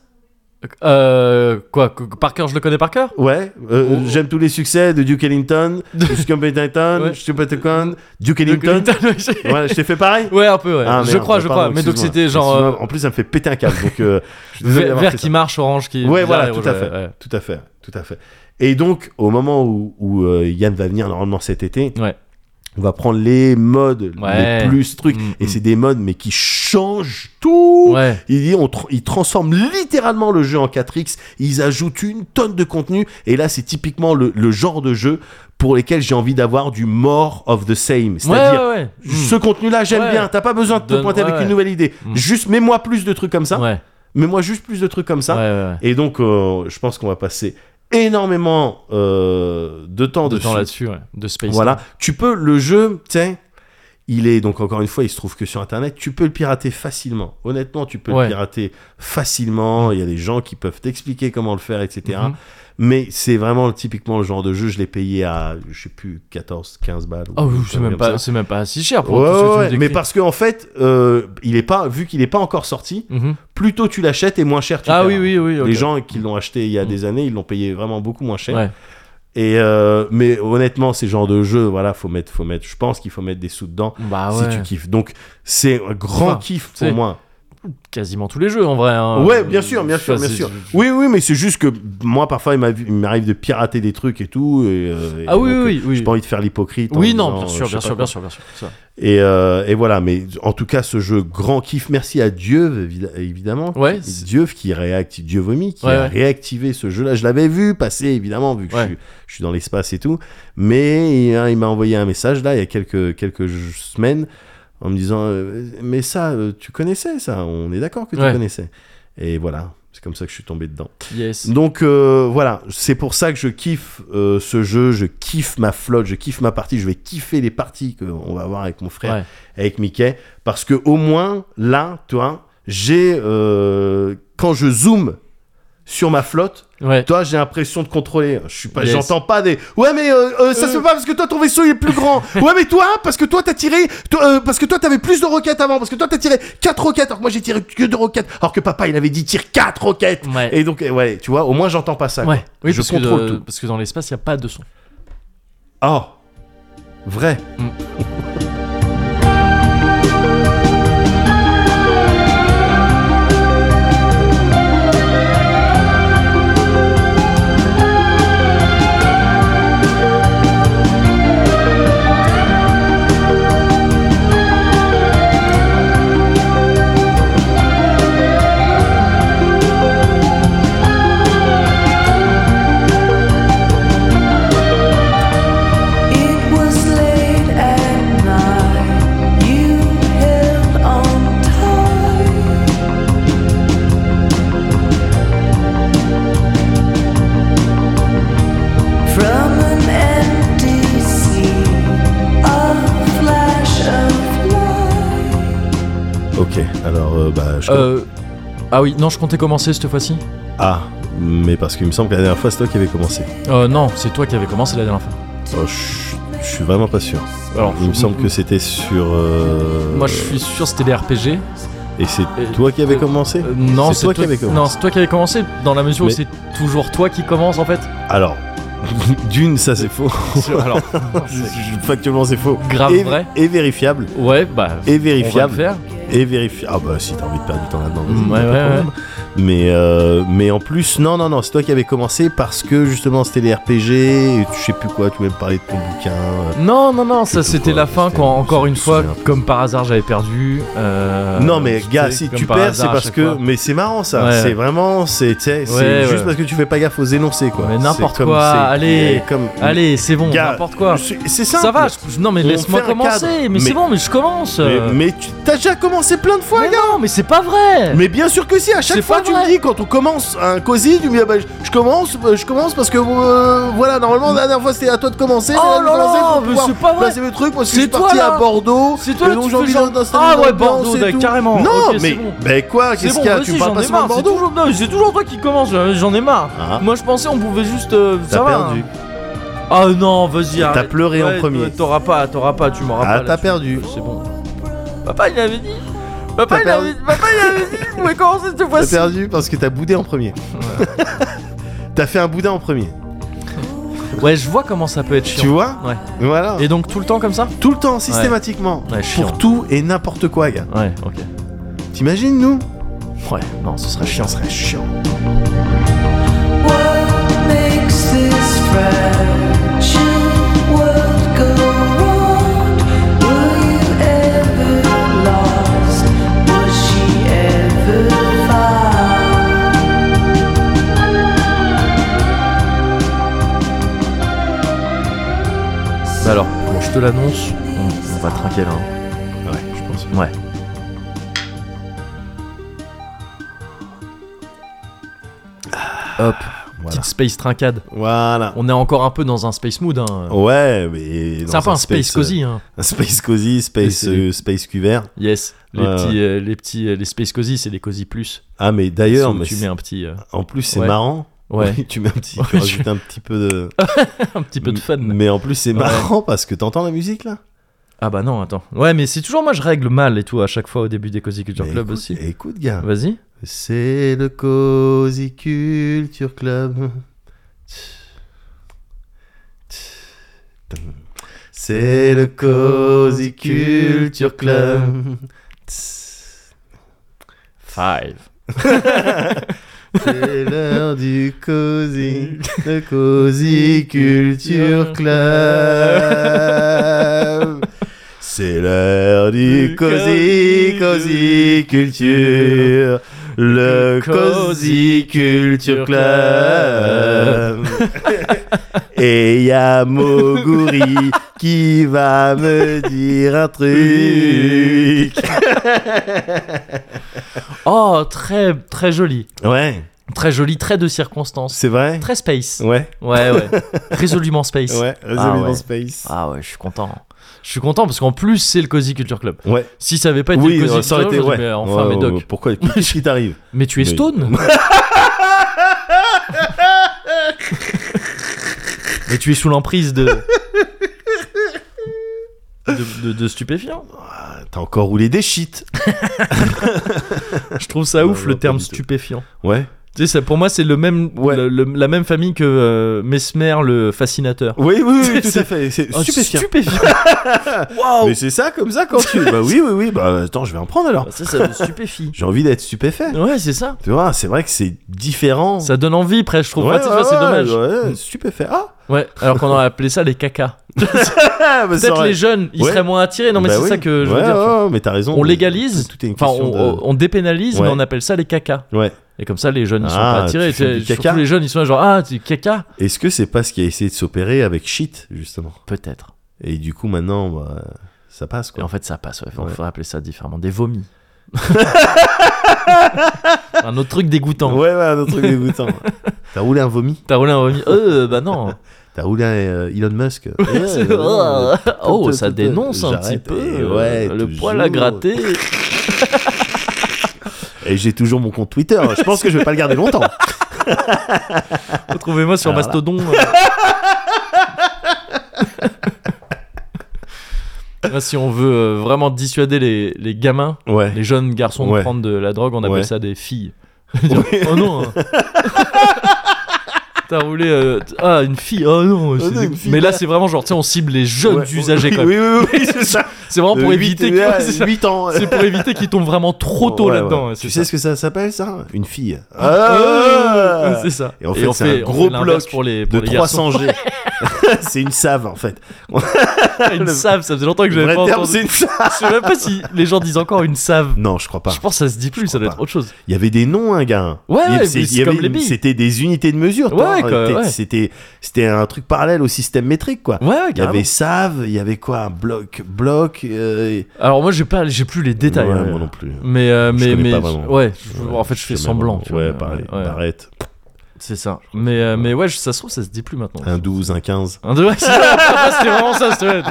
Speaker 1: Euh, quoi que- que Parker, je le connais par cœur
Speaker 2: Ouais, euh,
Speaker 1: Oh.
Speaker 2: euh, j'aime tous les succès de Duke
Speaker 1: [LAUGHS]
Speaker 2: Ellington, de Scum
Speaker 1: Ouais.
Speaker 2: Pennington, Stupid Duke Ellington.
Speaker 1: ouais.
Speaker 2: Ouais, je t'ai fait pareil
Speaker 1: ouais, un peu, ouais.
Speaker 2: Ah,
Speaker 1: je
Speaker 2: merde,
Speaker 1: crois, je
Speaker 2: pardon,
Speaker 1: crois. Mais donc
Speaker 2: excuse-moi.
Speaker 1: c'était genre
Speaker 2: Excuse-moi,
Speaker 1: euh,
Speaker 2: En plus, ça me fait péter un câble. Donc, euh,
Speaker 1: [LAUGHS]
Speaker 2: je suis désolé
Speaker 1: vert,
Speaker 2: d'avoir
Speaker 1: vert
Speaker 2: fait
Speaker 1: qui
Speaker 2: ça.
Speaker 1: marche, orange qui.
Speaker 2: Ouais,
Speaker 1: bizarre,
Speaker 2: voilà,
Speaker 1: et
Speaker 2: tout
Speaker 1: rouge,
Speaker 2: à fait.
Speaker 1: ouais, ouais.
Speaker 2: Tout à fait, tout à fait. Et donc, au moment où, où, euh, Yann va venir normalement cet été,
Speaker 1: Ouais.
Speaker 2: on va prendre les modes
Speaker 1: Ouais.
Speaker 2: les plus trucs.
Speaker 1: Mm,
Speaker 2: et
Speaker 1: mm.
Speaker 2: c'est des modes, mais qui changent tout.
Speaker 1: Ouais.
Speaker 2: Il, dit, on tr- il transforme littéralement le jeu en 4X. Ils ajoutent une tonne de contenu. Et là, c'est typiquement le, le genre de jeu pour lesquels j'ai envie d'avoir du more of the same.
Speaker 1: Ouais,
Speaker 2: C'est-à-dire,
Speaker 1: ouais, ouais.
Speaker 2: ce contenu-là, j'aime
Speaker 1: Hmm. Ouais.
Speaker 2: bien. T'as pas besoin de te
Speaker 1: Donne-
Speaker 2: pointer avec
Speaker 1: ouais,
Speaker 2: une
Speaker 1: ouais.
Speaker 2: nouvelle idée.
Speaker 1: Mm.
Speaker 2: Juste, mets-moi plus de trucs comme ça.
Speaker 1: Ouais,
Speaker 2: Mets-moi juste plus de trucs comme
Speaker 1: ouais,
Speaker 2: ça.
Speaker 1: ouais.
Speaker 2: Et donc, euh, je pense qu'on va passer énormément euh, de temps
Speaker 1: De
Speaker 2: dessus.
Speaker 1: temps là-dessus, ouais. De Space.
Speaker 2: Voilà. Tu peux, le jeu, tiens, il est, donc encore une fois, il se trouve que sur Internet, tu peux le pirater facilement. Honnêtement, tu peux
Speaker 1: Ouais.
Speaker 2: le pirater facilement. Il y a des gens qui peuvent t'expliquer comment le faire, etc.
Speaker 1: Mhm.
Speaker 2: Mais c'est vraiment typiquement le genre de jeu, je l'ai payé à, je sais plus, 14, 15 balles. ou
Speaker 1: Oh,
Speaker 2: quelque
Speaker 1: c'est
Speaker 2: chose
Speaker 1: même
Speaker 2: comme
Speaker 1: pas,
Speaker 2: ça.
Speaker 1: c'est même pas si cher pour
Speaker 2: Ouais,
Speaker 1: tout ce que tu
Speaker 2: ouais,
Speaker 1: me décris.
Speaker 2: mais parce qu'en en fait, euh, il est pas, vu qu'il est pas encore sorti,
Speaker 1: Mhm.
Speaker 2: plus tôt tu l'achètes et moins cher tu
Speaker 1: Ah
Speaker 2: paieras.
Speaker 1: oui, oui, oui. ok.
Speaker 2: Les gens qui l'ont acheté il y a
Speaker 1: Mm.
Speaker 2: des années, ils l'ont payé vraiment beaucoup moins cher.
Speaker 1: Ouais.
Speaker 2: Et euh, mais honnêtement, ces genres de jeux, voilà, faut mettre, faut mettre. Je pense qu'il faut mettre des sous dedans
Speaker 1: Bah
Speaker 2: si
Speaker 1: ouais.
Speaker 2: tu kiffes. Donc c'est un grand
Speaker 1: Enfin,
Speaker 2: kiff pour
Speaker 1: c'est-
Speaker 2: moi.
Speaker 1: Quasiment tous les jeux en vrai. hein.
Speaker 2: ouais, bien sûr, bien
Speaker 1: Ça,
Speaker 2: sûr, bien
Speaker 1: c'est-
Speaker 2: sûr. Oui, oui, mais c'est juste que moi parfois il m'arrive il m'arrive de pirater des trucs et tout. Et, euh, et
Speaker 1: Ah oui,
Speaker 2: donc, euh,
Speaker 1: oui, oui.
Speaker 2: J'ai pas envie de faire l'hypocrite. en
Speaker 1: Oui, non,
Speaker 2: disant,
Speaker 1: bien
Speaker 2: euh,
Speaker 1: sûr,
Speaker 2: je sais
Speaker 1: bien
Speaker 2: pas
Speaker 1: sûr,
Speaker 2: quoi.
Speaker 1: bien sûr, bien sûr. ça.
Speaker 2: Et, euh, et voilà, mais en tout cas, ce jeu grand kiff. Merci à Dieu, évi- évidemment.
Speaker 1: Ouais,
Speaker 2: Qui-
Speaker 1: c'est-
Speaker 2: Dieu qui réactive, Dieu vomi, qui
Speaker 1: Ouais,
Speaker 2: a
Speaker 1: ouais.
Speaker 2: réactivé ce jeu-là. Je l'avais vu passer, évidemment, vu que
Speaker 1: Ouais.
Speaker 2: je, suis, je suis dans l'espace et tout. Mais il, hein, il m'a envoyé un message là il y a quelques quelques j- semaines en me disant, euh, mais ça, euh, tu connaissais ça On est d'accord que tu
Speaker 1: Ouais.
Speaker 2: connaissais. Et voilà. C'est comme ça que je suis tombé dedans.
Speaker 1: [LAUGHS] Yes.
Speaker 2: Donc euh, voilà, c'est pour ça que je kiffe euh, ce jeu, je kiffe ma flotte, je kiffe ma partie, je vais kiffer les parties qu'on va avoir avec mon frère
Speaker 1: Ouais.
Speaker 2: avec Mickey parce que au moins là, toi, j'ai euh, quand je zoome sur ma flotte,
Speaker 1: Ouais.
Speaker 2: toi j'ai l'impression de contrôler. Je suis pas,
Speaker 1: Yes.
Speaker 2: j'entends pas des. Ouais mais euh, euh, ça se fait pas parce que toi ton vaisseau il est plus
Speaker 1: [LAUGHS]
Speaker 2: grand. ouais mais toi parce que toi t'as tiré, toi, euh, parce que toi t'avais plus de roquettes avant, parce que toi t'as tiré 4 roquettes alors que moi j'ai tiré que 2 roquettes alors que papa il avait dit tire 4 roquettes.
Speaker 1: Ouais.
Speaker 2: Et donc euh, ouais, tu vois, au moins j'entends pas ça.
Speaker 1: Ouais.
Speaker 2: quoi.
Speaker 1: Oui,
Speaker 2: je
Speaker 1: parce que,
Speaker 2: contrôle
Speaker 1: euh,
Speaker 2: tout.
Speaker 1: parce que dans l'espace, il n'y a pas de son.
Speaker 2: Oh, vrai.
Speaker 4: It was late at night. You held on tight. From an empty sea, a flash of light.
Speaker 2: Ok, alors euh, bah je.
Speaker 1: Euh... Ah oui, non, je comptais commencer cette fois-ci.
Speaker 2: Ah, mais parce qu'il me semble que la dernière fois c'est toi qui avais commencé.
Speaker 1: Euh, non, c'est toi qui avais commencé la dernière fois.
Speaker 2: Oh, je je suis vraiment pas sûr.
Speaker 1: Alors,
Speaker 2: Il me
Speaker 1: je-
Speaker 2: semble que c'était sur. euh,
Speaker 1: Moi, je suis sûr que c'était des RPG.
Speaker 2: Et c'est
Speaker 1: et-
Speaker 2: toi qui avais
Speaker 1: euh,
Speaker 2: commencé
Speaker 1: Euh, non,
Speaker 2: c'est toi qui avais commencé.
Speaker 1: Non, c'est toi qui avais commencé, dans la mesure où
Speaker 2: Mais-
Speaker 1: c'est toujours toi qui commence en fait.
Speaker 2: [LAUGHS] Alors, d'une, ça c'est faux. [LAUGHS]
Speaker 1: [LAUGHS] Alors,
Speaker 2: Factuellement, c'est faux.
Speaker 1: Grave
Speaker 2: et,
Speaker 1: vrai.
Speaker 2: Et vérifiable.
Speaker 1: ouais, bah.
Speaker 2: Et
Speaker 1: on va le
Speaker 2: vérifiable.
Speaker 1: faire.
Speaker 2: et vérifier. Ah bah si t'as envie de perdre du temps là-dedans, vas-y,
Speaker 1: Mm,
Speaker 2: y a pas
Speaker 1: ouais,
Speaker 2: de
Speaker 1: ouais,
Speaker 2: problème. Mais, euh, mais en plus, non, non, non, c'est toi qui avais commencé parce que justement c'était les RPG, et tu sais plus quoi, tu voulais me parler de ton bouquin. euh.
Speaker 1: Non, non, non, ça
Speaker 2: Plutôt
Speaker 1: c'était
Speaker 2: quoi,
Speaker 1: la fin
Speaker 2: c'était-
Speaker 1: quand, encore une
Speaker 2: je me
Speaker 1: fois,
Speaker 2: souviens plus.
Speaker 1: comme par hasard, j'avais perdu. euh,
Speaker 2: non mais
Speaker 1: tu
Speaker 2: gars,
Speaker 1: sais,
Speaker 2: si
Speaker 1: comme
Speaker 2: tu
Speaker 1: par
Speaker 2: perds,
Speaker 1: hasard
Speaker 2: c'est
Speaker 1: à
Speaker 2: parce
Speaker 1: chaque
Speaker 2: que...
Speaker 1: fois.
Speaker 2: Mais c'est marrant ça,
Speaker 1: Ouais.
Speaker 2: c'est vraiment, c'est tu sais, c'est
Speaker 1: Ouais,
Speaker 2: juste
Speaker 1: ouais.
Speaker 2: parce que tu fais pas gaffe aux énoncés quoi.
Speaker 1: Mais
Speaker 2: C'est
Speaker 1: n'importe
Speaker 2: comme-
Speaker 1: quoi,
Speaker 2: c'est-
Speaker 1: allez,
Speaker 2: comme...
Speaker 1: Allez, c'est bon,
Speaker 2: Gars,
Speaker 1: n'importe quoi.
Speaker 2: je suis- C'est simple.
Speaker 1: Ça va, je- non mais
Speaker 2: On
Speaker 1: laisse-moi
Speaker 2: fait un cadre.
Speaker 1: commencer, mais,
Speaker 2: Mais-
Speaker 1: c'est bon, mais je commence.
Speaker 2: Mais,
Speaker 1: euh.
Speaker 2: mais tu t'as déjà commencé plein de fois,
Speaker 1: Mais
Speaker 2: gars.
Speaker 1: non, mais c'est pas vrai.
Speaker 2: Mais bien sûr que si, à
Speaker 1: C'est
Speaker 2: chaque fois
Speaker 1: pas
Speaker 2: tu me
Speaker 1: vrai.
Speaker 2: dis quand on commence un cosy, tu me dis ah bah, je- je commence, euh, je commence parce que euh, voilà normalement la dernière fois c'était à toi de commencer.
Speaker 1: Oh
Speaker 2: mais là, j'ai
Speaker 1: là
Speaker 2: commencé
Speaker 1: là,
Speaker 2: pour
Speaker 1: mais
Speaker 2: pouvoir
Speaker 1: c'est pas vrai.
Speaker 2: placer le truc parce que je
Speaker 1: C'est
Speaker 2: suis
Speaker 1: toi,
Speaker 2: parti
Speaker 1: là.
Speaker 2: à Bordeaux.
Speaker 1: C'est toi
Speaker 2: et
Speaker 1: là,
Speaker 2: donc
Speaker 1: tu
Speaker 2: j'ai
Speaker 1: fais
Speaker 2: envie
Speaker 1: genre-
Speaker 2: d'installer
Speaker 1: Ah
Speaker 2: une
Speaker 1: ouais,
Speaker 2: ambiance
Speaker 1: Bordeaux,
Speaker 2: et
Speaker 1: d'ac-
Speaker 2: tout.
Speaker 1: carrément.
Speaker 2: Non
Speaker 1: Ok, c'est
Speaker 2: mais
Speaker 1: bon.
Speaker 2: bah quoi,
Speaker 1: C'est
Speaker 2: qu'est-ce
Speaker 1: bon,
Speaker 2: qu'il y a
Speaker 1: vas-y,
Speaker 2: Tu parles
Speaker 1: j'en
Speaker 2: pas
Speaker 1: ai
Speaker 2: seulement
Speaker 1: marre.
Speaker 2: de
Speaker 1: C'est
Speaker 2: Bordeaux
Speaker 1: toujours, non, c'est toujours toi qui commence. euh, J'en ai marre.
Speaker 2: Ah.
Speaker 1: Moi, je pensais on pouvait juste. euh, ça
Speaker 2: T'as
Speaker 1: va.
Speaker 2: perdu.
Speaker 1: hein. Ah non, vas-y.
Speaker 2: T'as
Speaker 1: arrête.
Speaker 2: pleuré en
Speaker 1: Ouais,
Speaker 2: premier.
Speaker 1: T'auras pas, t'auras pas, tu m'auras
Speaker 2: Ah,
Speaker 1: pas.
Speaker 2: t'as
Speaker 1: là-dessus.
Speaker 2: perdu.
Speaker 1: C'est bon. Papa, il avait dit. Papa,
Speaker 2: T'as
Speaker 1: il avait,
Speaker 2: perdu.
Speaker 1: papa, il avait dit. que Je pouvais commencer cette
Speaker 2: T'as
Speaker 1: fois-ci.
Speaker 2: perdu parce que t'as boudé en premier. [LAUGHS] T'as fait un boudin en premier.
Speaker 1: Ouais, je vois comment ça peut être chiant.
Speaker 2: Tu vois
Speaker 1: Ouais.
Speaker 2: Voilà.
Speaker 1: Et donc tout le temps comme ça
Speaker 2: Tout le temps, systématiquement.
Speaker 1: Ouais, chiant.
Speaker 2: pour tout et n'importe quoi, gars.
Speaker 1: Ouais, ok.
Speaker 2: T'imagines, nous
Speaker 1: Ouais, non, ce serait chiant.
Speaker 2: Ça serait chiant.
Speaker 4: What makes this fragile world go round? Were you ever lost? Was she ever found?
Speaker 1: Bah alors, bon, je te l'annonce, on, on va trinquer là. hein.
Speaker 2: Ah Ouais, je pense.
Speaker 1: Ouais. Hop,
Speaker 2: Voilà.
Speaker 1: petite space trincade.
Speaker 2: Voilà.
Speaker 1: On est encore un peu dans un space mood. Hein.
Speaker 2: Ouais, mais.
Speaker 1: c'est
Speaker 2: Oh, dans
Speaker 1: un peu un space, cozy. Hein.
Speaker 2: euh, Un space cosy,
Speaker 1: Mais
Speaker 2: space,
Speaker 1: c'est-
Speaker 2: euh, space cuvert.
Speaker 1: Yes, les
Speaker 2: Ouais,
Speaker 1: petits,
Speaker 2: ouais.
Speaker 1: euh, les petits, euh, les space cozy, c'est des cozy plus.
Speaker 2: Ah, mais
Speaker 1: C'est
Speaker 2: d'ailleurs,
Speaker 1: où
Speaker 2: mais
Speaker 1: tu
Speaker 2: c'est-
Speaker 1: mets un
Speaker 2: [LAUGHS]
Speaker 1: petit, euh,
Speaker 2: en plus, c'est
Speaker 1: Ouais.
Speaker 2: marrant.
Speaker 1: ouais,
Speaker 2: tu mets un petit.
Speaker 1: Ouais,
Speaker 2: tu
Speaker 1: je-
Speaker 2: rajoutes un petit peu de.
Speaker 1: [LAUGHS] un petit peu de fun.
Speaker 2: Mais en plus, c'est
Speaker 1: Ouais.
Speaker 2: marrant parce que t'entends la musique là
Speaker 1: Ah bah non, attends. Ouais, mais c'est toujours moi, je règle mal et tout à chaque fois au début des cozy culture
Speaker 2: Mais
Speaker 1: club
Speaker 2: écoute,
Speaker 1: aussi.
Speaker 2: Écoute, gars.
Speaker 1: Vas-y.
Speaker 2: C'est le Cozy Culture Club. C'est le Cozy Culture Club. C'est
Speaker 1: Five.
Speaker 2: l'heure du Cozy, le Cozy Culture Club. C'est l'heure du Cozy, Cozy Culture. Le Cozy Culture Club. Et il y a Moguri qui va me dire un truc.
Speaker 1: Oh, très, très joli.
Speaker 2: Ouais,
Speaker 1: Très joli, très de circonstance.
Speaker 2: c'est vrai
Speaker 1: Très space.
Speaker 2: Ouais,
Speaker 1: Ouais,
Speaker 2: [LAUGHS]
Speaker 1: ouais. Résolument space.
Speaker 2: ouais,
Speaker 1: Ah
Speaker 2: résolument
Speaker 1: ouais.
Speaker 2: Space.
Speaker 1: Ah ouais, je suis content. Je suis content parce qu'en plus, c'est le Cozy Culture Club.
Speaker 2: Ouais,
Speaker 1: Si ça avait pas été le Cozy
Speaker 2: euh, ça aurait
Speaker 1: Culture
Speaker 2: été,
Speaker 1: Club,
Speaker 2: ouais.
Speaker 1: mais ben, enfin,
Speaker 2: Ouais,
Speaker 1: mais
Speaker 2: ouais,
Speaker 1: Doc.
Speaker 2: ouais, Pourquoi
Speaker 1: [LAUGHS]
Speaker 2: Qu'est-ce qui t'arrive
Speaker 1: Mais tu es
Speaker 2: Mais- [LAUGHS]
Speaker 1: Stone Mais tu es sous l'emprise de... De, de- de stupéfiants.
Speaker 2: T'as encore roulé des shit.
Speaker 1: Je trouve ça
Speaker 2: Non,
Speaker 1: ouf
Speaker 2: non,
Speaker 1: le
Speaker 2: pas
Speaker 1: terme
Speaker 2: du tout.
Speaker 1: stupéfiant.
Speaker 2: Ouais,
Speaker 1: Tu sais, ça, pour moi, c'est le même,
Speaker 2: Ouais.
Speaker 1: le- le- la même famille que euh, Mesmer, le fascinateur.
Speaker 2: oui, oui,
Speaker 1: [LAUGHS]
Speaker 2: oui,
Speaker 1: C'est-
Speaker 2: tout à fait. C'est
Speaker 1: Oh,
Speaker 2: stupéfiant.
Speaker 1: Stupéfiant. Waouh.
Speaker 2: Mais c'est ça, comme ça, quand tu. Bah oui, oui, oui, bah attends, je vais en prendre alors.
Speaker 1: Ça, ça me
Speaker 2: [LAUGHS]
Speaker 1: stupéfie.
Speaker 2: J'ai envie d'être stupéfait.
Speaker 1: Ouais, c'est ça.
Speaker 2: Tu vois, c'est vrai que c'est différent.
Speaker 1: Ça donne envie, après, je trouve.
Speaker 2: Ouais,
Speaker 1: Ouais, tu vois, c'est
Speaker 2: ouais,
Speaker 1: dommage. Hmm.
Speaker 2: ouais, stupéfait. Ah,
Speaker 1: Ouais, alors qu'on aurait appelé ça les cacas.
Speaker 2: ah, bah, [LAUGHS] ça
Speaker 1: Peut-être
Speaker 2: aurait-
Speaker 1: les jeunes, ils
Speaker 2: Ouais.
Speaker 1: seraient moins attirés. Non, mais
Speaker 2: Bah
Speaker 1: c'est
Speaker 2: oui.
Speaker 1: ça que je veux
Speaker 2: Ouais,
Speaker 1: dire. tu
Speaker 2: ouais,
Speaker 1: vois.
Speaker 2: ouais, mais t'as raison.
Speaker 1: On légalise,
Speaker 2: Tout est une
Speaker 1: enfin, on,
Speaker 2: question de-
Speaker 1: on dépénalise, mais
Speaker 2: Ouais.
Speaker 1: on appelle ça les cacas.
Speaker 2: Ouais.
Speaker 1: Et comme ça, les jeunes, ils sont
Speaker 2: Ah,
Speaker 1: pas attirés.
Speaker 2: tu fais
Speaker 1: tu
Speaker 2: du
Speaker 1: sais,
Speaker 2: caca
Speaker 1: Surtout les jeunes, ils sont là genre, ah, tu caca
Speaker 2: Est-ce que c'est pas ce qui a essayé de s'opérer avec shit, justement
Speaker 1: Peut-être.
Speaker 2: Et du coup, maintenant, bah, ça passe,
Speaker 1: Et
Speaker 2: quoi.
Speaker 1: en fait, ça passe. Ouais. On
Speaker 2: Ouais.
Speaker 1: faudrait appeler ça différemment.
Speaker 2: [LAUGHS]
Speaker 1: Des vomis. un autre truc dégoûtant.
Speaker 2: Ouais, ouais, un autre truc
Speaker 1: [LAUGHS]
Speaker 2: dégoûtant. T'as roulé un vomi
Speaker 1: T'as roulé un vomi. Euh, bah non.
Speaker 2: T'as roulé un euh, Elon Musk [LAUGHS] Ouais,
Speaker 1: [LAUGHS] C'est-
Speaker 2: ouais, ouais.
Speaker 1: oh,
Speaker 2: tout-
Speaker 1: ça
Speaker 2: tout-
Speaker 1: dénonce un petit
Speaker 2: j'arrête.
Speaker 1: peu.
Speaker 2: Et
Speaker 1: euh,
Speaker 2: ouais,
Speaker 1: le poil à
Speaker 2: toujours.
Speaker 1: gratter.
Speaker 2: Et j'ai toujours mon compte Twitter. Je pense que je vais pas le garder longtemps.
Speaker 1: Retrouvez-moi sur
Speaker 2: Alors là.
Speaker 1: Mastodon. [LAUGHS] euh. Là, si on veut euh, vraiment dissuader les, les gamins,
Speaker 2: [LAUGHS] Ouais.
Speaker 1: les jeunes garçons de
Speaker 2: Ouais. [LAUGHS]
Speaker 1: prendre de la drogue, on appelle
Speaker 2: Ouais.
Speaker 1: ça des filles. oh non hein. T'as roulé. euh, t- ah, une fille. Oh non. c'est
Speaker 2: non,
Speaker 1: des-
Speaker 2: une fille,
Speaker 1: mais là,
Speaker 2: bah.
Speaker 1: c'est vraiment genre, tu sais, on cible les jeunes
Speaker 2: Ouais. [LAUGHS]
Speaker 1: usagers
Speaker 2: Oui,
Speaker 1: quand même.
Speaker 2: Oui, oui, oui, c'est ça.
Speaker 1: C'est vraiment pour éviter. que- [LAUGHS] c'est ça.
Speaker 2: 8 ans.
Speaker 1: C'est pour éviter qu'ils tombent vraiment trop tôt
Speaker 2: Ouais,
Speaker 1: là-dedans.
Speaker 2: ouais.
Speaker 1: ouais, c'est
Speaker 2: Tu
Speaker 1: ça.
Speaker 2: sais ce que ça s'appelle, ça Ah Une fille.
Speaker 1: Euh,
Speaker 2: Ah
Speaker 1: c'est ça.
Speaker 2: Et en fait,
Speaker 1: on
Speaker 2: c'est un
Speaker 1: on
Speaker 2: gros
Speaker 1: l'inverse
Speaker 2: bloc
Speaker 1: pour les,
Speaker 2: de
Speaker 1: pour les
Speaker 2: 300
Speaker 1: [LAUGHS]
Speaker 2: G. [LAUGHS] c'est une save en fait.
Speaker 1: [LAUGHS] garçons. une save, ça faisait longtemps que
Speaker 2: Le
Speaker 1: j'avais
Speaker 2: vrai
Speaker 1: pas
Speaker 2: terme,
Speaker 1: entendu.
Speaker 2: c'est une save.
Speaker 1: Je sais même pas si les gens disent encore une save.
Speaker 2: Non, je crois pas.
Speaker 1: Je pense que ça se dit plus,
Speaker 2: Je
Speaker 1: ça doit
Speaker 2: crois
Speaker 1: être
Speaker 2: pas.
Speaker 1: autre chose.
Speaker 2: Il y avait des noms, hein, gars.
Speaker 1: Ouais,
Speaker 2: Il y avait-
Speaker 1: mais
Speaker 2: c'est- il y
Speaker 1: c'est
Speaker 2: avait-
Speaker 1: comme les billes.
Speaker 2: C'était des unités de mesure. toi,
Speaker 1: Ouais,
Speaker 2: hein.
Speaker 1: quoi,
Speaker 2: T'es-
Speaker 1: ouais.
Speaker 2: C'était c'était un truc parallèle au système métrique, quoi.
Speaker 1: Ouais,
Speaker 2: Il y avait save, il y avait quoi Un bloc, bloc. euh,
Speaker 1: Alors moi, j'ai pas, j'ai plus les détails.
Speaker 2: ouais,
Speaker 1: hein.
Speaker 2: moi non plus.
Speaker 1: Mais, euh,
Speaker 2: Je
Speaker 1: mais,
Speaker 2: connais
Speaker 1: mais,
Speaker 2: pas vraiment.
Speaker 1: ouais. je-
Speaker 2: Ouais,
Speaker 1: en fait, je fais
Speaker 2: sais même
Speaker 1: semblant.
Speaker 2: pas.
Speaker 1: Tu
Speaker 2: ouais,
Speaker 1: vois,
Speaker 2: pareil,
Speaker 1: ouais,
Speaker 2: arrête.
Speaker 1: C'est ça. Mais, euh, mais ouais, je- ça se trouve, ça se dit plus maintenant.
Speaker 2: Un 12, un 15.
Speaker 1: Un deux. [LAUGHS] ouais, c'est- Ah, C'était vraiment ça, c'était.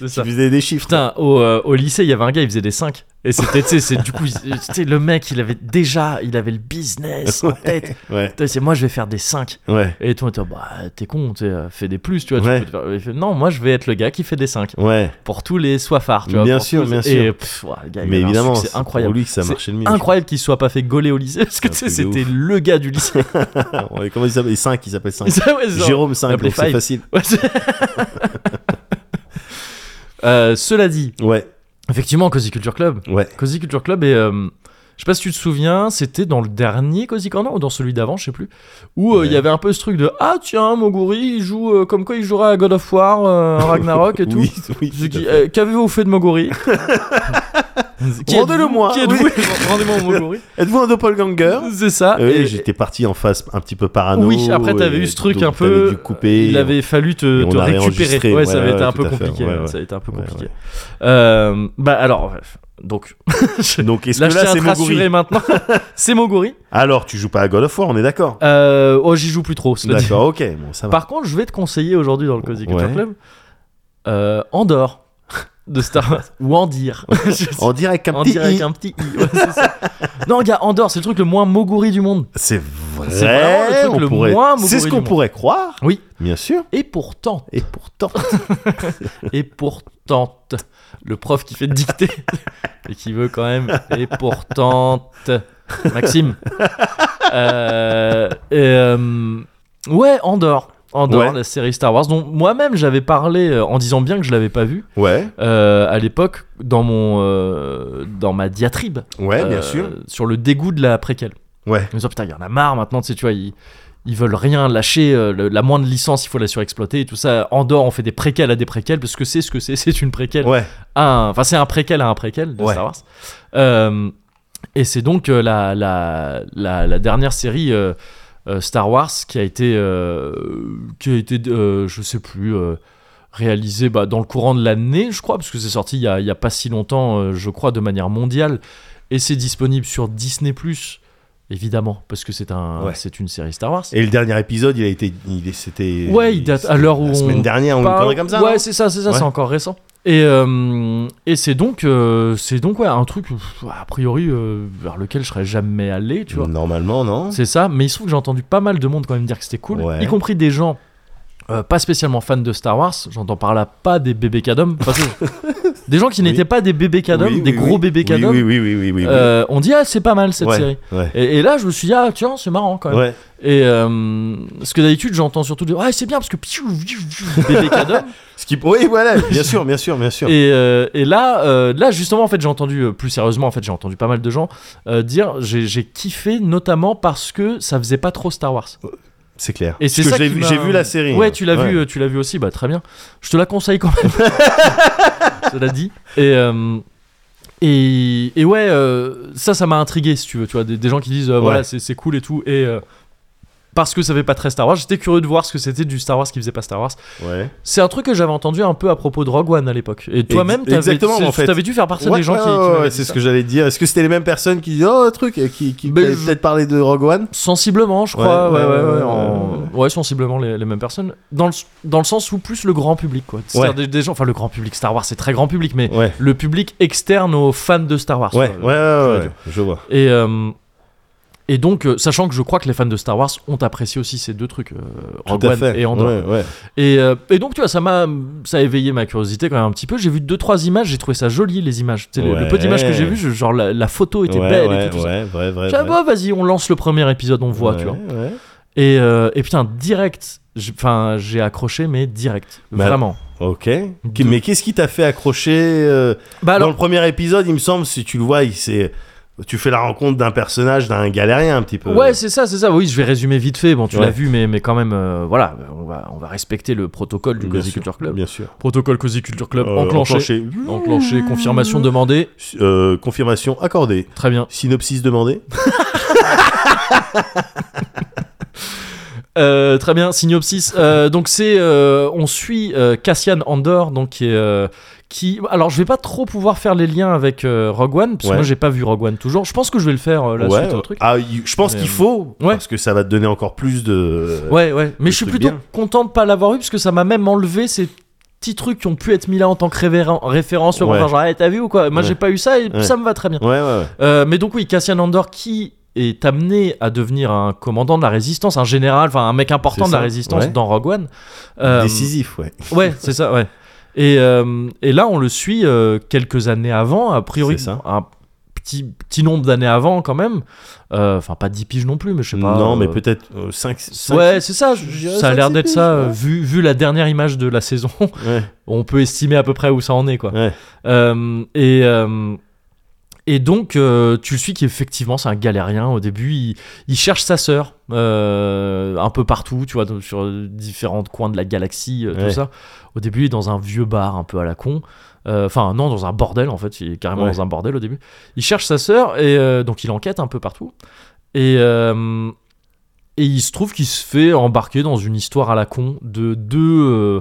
Speaker 1: C'est
Speaker 2: Tu
Speaker 1: ça.
Speaker 2: faisais des chiffres.
Speaker 1: Putain, au, euh, au lycée, il y avait un gars, il faisait des 5. Et c'était, tu sais, c'est- du coup, il- tu sais, le mec, il avait déjà, il avait le business en tête.
Speaker 2: Ouais,
Speaker 1: Tu sais, C'est moi, je vais faire des 5.
Speaker 2: ouais,
Speaker 1: Et toi, t'es, bah, t'es con, t'es, euh, fais des plus, tu vois. tu
Speaker 2: Ouais.
Speaker 1: peux te faire- il fait, non, moi, je vais être le gars qui fait des 5.
Speaker 2: ouais.
Speaker 1: Pour tous les soifards, tu vois.
Speaker 2: Bien
Speaker 1: pour
Speaker 2: sûr,
Speaker 1: tous-
Speaker 2: bien
Speaker 1: Et
Speaker 2: sûr.
Speaker 1: pff, ouais, le gars, il
Speaker 2: Mais
Speaker 1: avait un
Speaker 2: évidemment,
Speaker 1: succès
Speaker 2: c'est
Speaker 1: incroyable.
Speaker 2: pour lui que ça
Speaker 1: C'est
Speaker 2: marchait le mieux.
Speaker 1: Incroyable qu'il soit pas fait gauler au lycée, parce que tu
Speaker 2: C'est
Speaker 1: sais,
Speaker 2: un truc de
Speaker 1: c'était le gars du lycée.
Speaker 2: [LAUGHS] Ouais, Comment il s'appelle 5, il s'appelle 5.
Speaker 1: [LAUGHS] Ça, ouais, genre-
Speaker 2: Jérôme 5,
Speaker 1: l'appelait
Speaker 2: donc c'est
Speaker 1: Five.
Speaker 2: facile.
Speaker 1: Ouais, c'est- [LAUGHS] Euh, cela dit,
Speaker 2: Ouais,
Speaker 1: effectivement, Cozy Culture Club,
Speaker 2: ouais.
Speaker 1: Cozy Culture Club et euh, je sais pas si tu te souviens, c'était dans le dernier Cozy Corner ou dans celui d'avant, je sais plus, où euh, il
Speaker 2: Ouais.
Speaker 1: y avait un peu ce truc de ah tiens Moguri il joue euh, comme quoi il jouera à God of War, euh,
Speaker 2: [LAUGHS]
Speaker 1: Ragnarok et tout.
Speaker 2: Oui, oui,
Speaker 1: Je dis,
Speaker 2: tout à fait.
Speaker 1: euh, Qu'avez-vous fait de Moguri
Speaker 2: [LAUGHS]
Speaker 1: Qui
Speaker 2: Rendez-le
Speaker 1: êtes-vous
Speaker 2: moi,
Speaker 1: Qui
Speaker 2: oui.
Speaker 1: êtes-vous Rendez-moi
Speaker 2: [LAUGHS]
Speaker 1: mon Moguri.
Speaker 2: Êtes-vous un doppelganger
Speaker 1: C'est ça.
Speaker 2: Oui,
Speaker 1: Et-
Speaker 2: j'étais parti en face un petit peu parano.
Speaker 1: oui, après t'avais
Speaker 2: et
Speaker 1: eu ce truc
Speaker 2: donc
Speaker 1: un
Speaker 2: t'avais
Speaker 1: peu.
Speaker 2: dû couper.
Speaker 1: il avait fallu
Speaker 2: et
Speaker 1: te,
Speaker 2: on
Speaker 1: te
Speaker 2: a
Speaker 1: récupérer.
Speaker 2: réenregistré.
Speaker 1: Ouais, ça
Speaker 2: Ouais,
Speaker 1: avait été
Speaker 2: ouais,
Speaker 1: un
Speaker 2: tout
Speaker 1: peu
Speaker 2: à fait.
Speaker 1: compliqué.
Speaker 2: Ouais,
Speaker 1: hein,
Speaker 2: ouais.
Speaker 1: Ça a été un peu
Speaker 2: Ouais,
Speaker 1: compliqué. Euh, bah alors, bref. donc. [LAUGHS] je-
Speaker 2: Donc est-ce
Speaker 1: Là,
Speaker 2: que
Speaker 1: je
Speaker 2: là
Speaker 1: tiens à
Speaker 2: c'est
Speaker 1: te rassurer
Speaker 2: Moguri
Speaker 1: maintenant.
Speaker 2: [LAUGHS]
Speaker 1: c'est Moguri.
Speaker 2: Alors tu joues pas à God of War, on est
Speaker 1: [LAUGHS]
Speaker 2: d'accord
Speaker 1: Euh, oh, j'y joue plus trop. cela dit.
Speaker 2: D'accord, ok, bon ça va.
Speaker 1: Par contre, je vais te conseiller aujourd'hui dans le Cozy Culture
Speaker 2: Ouais.
Speaker 1: Club euh, Andorre de
Speaker 2: [LAUGHS]
Speaker 1: Star Wars ou Andir. [LAUGHS]
Speaker 2: En direct, un
Speaker 1: En
Speaker 2: petit
Speaker 1: direct,
Speaker 2: i.
Speaker 1: un petit i. Ouais, c'est ça. non, gars, Andorre, c'est le truc le moins Moguri du monde.
Speaker 2: C'est vrai.
Speaker 1: C'est vraiment le truc
Speaker 2: on
Speaker 1: le
Speaker 2: pourrait-
Speaker 1: moins
Speaker 2: C'est ce
Speaker 1: Moguri
Speaker 2: qu'on
Speaker 1: du
Speaker 2: pourrait croire.
Speaker 1: Oui.
Speaker 2: Bien sûr.
Speaker 1: Et pourtant,
Speaker 2: Et pourtant,
Speaker 1: et pourtant, le prof qui fait dicter [LAUGHS] et qui veut quand même, et pourtant, Maxime. Euh, et, euh, ouais, Andorre. Andorre,
Speaker 2: Ouais.
Speaker 1: la série Star Wars, dont moi-même j'avais parlé euh, en disant bien que je l'avais pas vu
Speaker 2: ouais,
Speaker 1: euh, à l'époque dans mon euh, dans ma diatribe
Speaker 2: ouais, Eh, bien
Speaker 1: euh,
Speaker 2: sûr.
Speaker 1: sur le dégoût de la préquelle.
Speaker 2: Ouais.
Speaker 1: Ils me disent, putain, il y en a marre maintenant, tu sais, tu vois, ils, ils veulent rien lâcher, euh, le- la moindre licence, il faut la surexploiter et tout ça. Andorre, on fait des préquelles à des préquelles parce que c'est ce que c'est, [LAUGHS] c'est une préquelle
Speaker 2: Ouais,
Speaker 1: à un- Enfin, c'est un préquel à un préquel de
Speaker 2: Ouais.
Speaker 1: Star Wars. Euh, et c'est donc euh, la, la, la, la dernière série euh, euh, Star Wars qui a été, euh, qui a été euh, je sais plus, euh, réalisée bah, dans le courant de l'année, je crois, parce que c'est sorti il y a, il y a pas si longtemps, euh, je crois, de manière mondiale. Et c'est disponible sur Disney, évidemment, parce que c'est un,
Speaker 2: Ouais.
Speaker 1: c'est une série Star Wars.
Speaker 2: Et le dernier épisode, il a été, il est- c'était.
Speaker 1: Ouais, il date à l'heure où
Speaker 2: La
Speaker 1: on
Speaker 2: semaine dernière, on
Speaker 1: Pas-
Speaker 2: parle comme ça.
Speaker 1: Ouais,
Speaker 2: non
Speaker 1: c'est ça, c'est ça,
Speaker 2: Ouais.
Speaker 1: c'est encore récent. Et, euh, et c'est donc, euh, c'est donc ouais, un truc, pff, a priori, euh, vers lequel je serais jamais allé, tu vois.
Speaker 2: Normalement, non.
Speaker 1: C'est ça, mais il se trouve que j'ai entendu pas mal de monde quand même dire que c'était cool,
Speaker 2: Ouais.
Speaker 1: y compris des gens euh, pas spécialement fans de Star Wars, j'entends par là pas des bébés cadoms,
Speaker 2: [LAUGHS]
Speaker 1: Enfin, c'est- des gens qui
Speaker 2: Oui.
Speaker 1: n'étaient pas des bébés cadoms,
Speaker 2: Oui,
Speaker 1: des
Speaker 2: oui,
Speaker 1: gros
Speaker 2: oui.
Speaker 1: bébés
Speaker 2: Oui,
Speaker 1: cadoms,
Speaker 2: Oui, oui, oui, oui, oui. oui.
Speaker 1: euh, on dit ah c'est pas mal cette
Speaker 2: Ouais,
Speaker 1: série.
Speaker 2: Ouais.
Speaker 1: Et, et là je me suis dit ah tiens c'est marrant quand même.
Speaker 2: Ouais.
Speaker 1: Et euh, ce que d'habitude j'entends surtout dire ah c'est bien parce que piou, piou, piou, bébé cadom.
Speaker 2: Ce qui, oui, voilà, bien sûr, bien sûr, bien sûr.
Speaker 1: Et, euh, et là, euh, là justement, en fait, j'ai entendu euh, plus sérieusement, en fait, j'ai entendu pas mal de gens euh, dire, j'ai j'ai kiffé notamment parce que ça faisait pas trop Star Wars.
Speaker 2: C'est clair.
Speaker 1: Et
Speaker 2: Parce
Speaker 1: c'est
Speaker 2: que
Speaker 1: ça
Speaker 2: j'ai
Speaker 1: qui
Speaker 2: vu,
Speaker 1: m'a-
Speaker 2: j'ai vu la série.
Speaker 1: Ouais, tu l'as vu, euh, tu l'as vu aussi, bah très bien. Je te la conseille quand même.
Speaker 2: [LAUGHS]
Speaker 1: Cela dit. Et euh, et, et ouais, euh, ça, ça m'a intrigué, si tu veux. Tu vois, des, des gens qui disent, euh, voilà,
Speaker 2: Ouais.
Speaker 1: c'est c'est cool et tout. Et euh, parce que ça fait pas très Star Wars, j'étais curieux de voir ce que c'était du Star Wars qui faisait pas Star Wars.
Speaker 2: Ouais.
Speaker 1: C'est un truc que j'avais entendu un peu à propos de Rogue One à l'époque. Et toi-même, t'avais,
Speaker 2: exactement,
Speaker 1: c'est-
Speaker 2: en fait.
Speaker 1: t'avais dû faire partie
Speaker 2: Ouais,
Speaker 1: des gens
Speaker 2: ouais,
Speaker 1: qui. qui
Speaker 2: ouais,
Speaker 1: m'avaient
Speaker 2: ouais,
Speaker 1: dit
Speaker 2: c'est ce
Speaker 1: ça.
Speaker 2: que j'allais dire. Est-ce que c'était les mêmes personnes qui disaient oh truc et qui, qui
Speaker 1: Ben,
Speaker 2: parlaient
Speaker 1: je-
Speaker 2: peut-être parler de Rogue One
Speaker 1: Sensiblement, je crois. Ouais,
Speaker 2: Ouais,
Speaker 1: ouais, ouais.
Speaker 2: ouais,
Speaker 1: ouais,
Speaker 2: ouais,
Speaker 1: en- ouais, sensiblement les, les mêmes personnes. Dans le, dans le sens où plus le grand public, quoi. C'est-à-dire des, des gens. Enfin, le grand public Star Wars, c'est très grand public, mais
Speaker 2: Ouais.
Speaker 1: le public externe aux fans de Star Wars.
Speaker 2: Ouais, ouais,
Speaker 1: quoi.
Speaker 2: ouais, ouais,
Speaker 1: dire.
Speaker 2: je vois.
Speaker 1: Et. euh, et donc, euh, sachant que je crois que les fans de Star Wars ont apprécié aussi ces deux trucs, euh, Rogue
Speaker 2: Tout à
Speaker 1: One
Speaker 2: fait.
Speaker 1: et Andor.
Speaker 2: Ouais, ouais.
Speaker 1: Et, euh, et donc, tu vois, ça m'a ça a éveillé ma curiosité quand même un petit peu. J'ai vu deux trois images, j'ai trouvé ça joli les images. Tu sais, le- le,
Speaker 2: Ouais.
Speaker 1: petit image que j'ai vu, je- genre la, la photo était
Speaker 2: ouais,
Speaker 1: belle
Speaker 2: ouais,
Speaker 1: et tout. tout ça.
Speaker 2: ouais, vrai, vrai.
Speaker 1: J'ai dit, ah
Speaker 2: vrai.
Speaker 1: bah, vas-y, on lance le premier épisode, on voit, tu vois.
Speaker 2: Ouais, ouais.
Speaker 1: Et, euh, et putain, direct, j'- enfin, j'ai accroché, mais direct.
Speaker 2: Mais
Speaker 1: vraiment.
Speaker 2: Ok. Qu- Mais qu'est-ce qui t'a fait accrocher euh,
Speaker 1: Bah
Speaker 2: Dans
Speaker 1: alors,
Speaker 2: le premier épisode, il me semble, si tu le vois, il s'est- tu fais la rencontre d'un personnage, d'un galérien un petit peu. Euh,
Speaker 1: Ouais, c'est ça, c'est ça. Oui, je vais résumer vite fait. Bon, tu
Speaker 2: Ouais.
Speaker 1: l'as vu, mais, mais quand même, euh, voilà, on va, on va respecter le protocole du
Speaker 2: Bien
Speaker 1: Cozy
Speaker 2: sûr,
Speaker 1: Culture Club.
Speaker 2: Bien sûr.
Speaker 1: Protocole Cozy Culture Club
Speaker 2: Euh,
Speaker 1: enclenché. enclenché. confirmation demandée.
Speaker 2: Euh, confirmation accordée.
Speaker 1: Très bien.
Speaker 2: Synopsis demandé.
Speaker 1: Euh, très bien, synopsis. Euh, donc c'est, euh, on suit euh, Cassian Andor, donc qui est, euh, qui. Alors je vais pas trop pouvoir faire les liens avec euh, Rogue One parce que
Speaker 2: Ouais.
Speaker 1: moi j'ai pas vu Rogue One toujours. Je pense que je vais le faire euh, la
Speaker 2: ouais.
Speaker 1: suite au truc.
Speaker 2: Ah, il- je pense
Speaker 1: Mais,
Speaker 2: qu'il
Speaker 1: euh,
Speaker 2: faut
Speaker 1: ouais.
Speaker 2: parce que ça va te donner encore plus de.
Speaker 1: Ouais, ouais. Mais je suis
Speaker 2: Ah, truc
Speaker 1: plutôt
Speaker 2: bien.
Speaker 1: content de pas l'avoir eu parce que ça m'a même enlevé ces petits trucs qui ont pu être mis là en tant que révéren- référence. Le
Speaker 2: Ouais.
Speaker 1: genre, Ah, t'as vu ou quoi Moi
Speaker 2: Ouais.
Speaker 1: j'ai pas eu ça et
Speaker 2: Ouais.
Speaker 1: ça me va très bien.
Speaker 2: Ouais, ouais, ouais.
Speaker 1: Euh, mais donc oui, Cassian Andor qui est amené à devenir un commandant de la résistance, un général, enfin un mec important
Speaker 2: C'est
Speaker 1: de la
Speaker 2: ça,
Speaker 1: résistance
Speaker 2: ouais.
Speaker 1: dans Rogue One. Euh,
Speaker 2: Décisif, ouais.
Speaker 1: Ouais, c'est ça, ouais. Et, euh, et là, on le suit euh, quelques années avant, a priori,
Speaker 2: C'est ça.
Speaker 1: un petit, petit nombre d'années avant quand même. Euh, Enfin, pas 10 piges non plus, mais je sais pas.
Speaker 2: non, mais
Speaker 1: euh,
Speaker 2: peut-être 5
Speaker 1: Ouais, c'est ça, je-
Speaker 2: je dirais
Speaker 1: ça a
Speaker 2: cinq,
Speaker 1: l'air
Speaker 2: six
Speaker 1: d'être
Speaker 2: piges,
Speaker 1: ça.
Speaker 2: ouais.
Speaker 1: euh, Vu, vu la dernière image de la saison,
Speaker 2: Ouais.
Speaker 1: on peut estimer à peu près où ça en est, quoi.
Speaker 2: Ouais.
Speaker 1: Euh, et, euh, et donc, euh, tu le suis qui effectivement c'est un galérien. Au début, il, il cherche sa sœur euh, un peu partout, tu vois, dans- sur différents coins de la galaxie, euh, tout
Speaker 2: Ouais.
Speaker 1: ça. Au début, il est dans un vieux bar un peu à la con. Euh, Enfin, non, dans un bordel en fait. Il est carrément
Speaker 2: Ouais.
Speaker 1: dans un bordel au début. Il cherche sa sœur et euh, donc il enquête un peu partout. Et, euh, et il se trouve qu'il se fait embarquer dans une histoire à la con de deux. euh,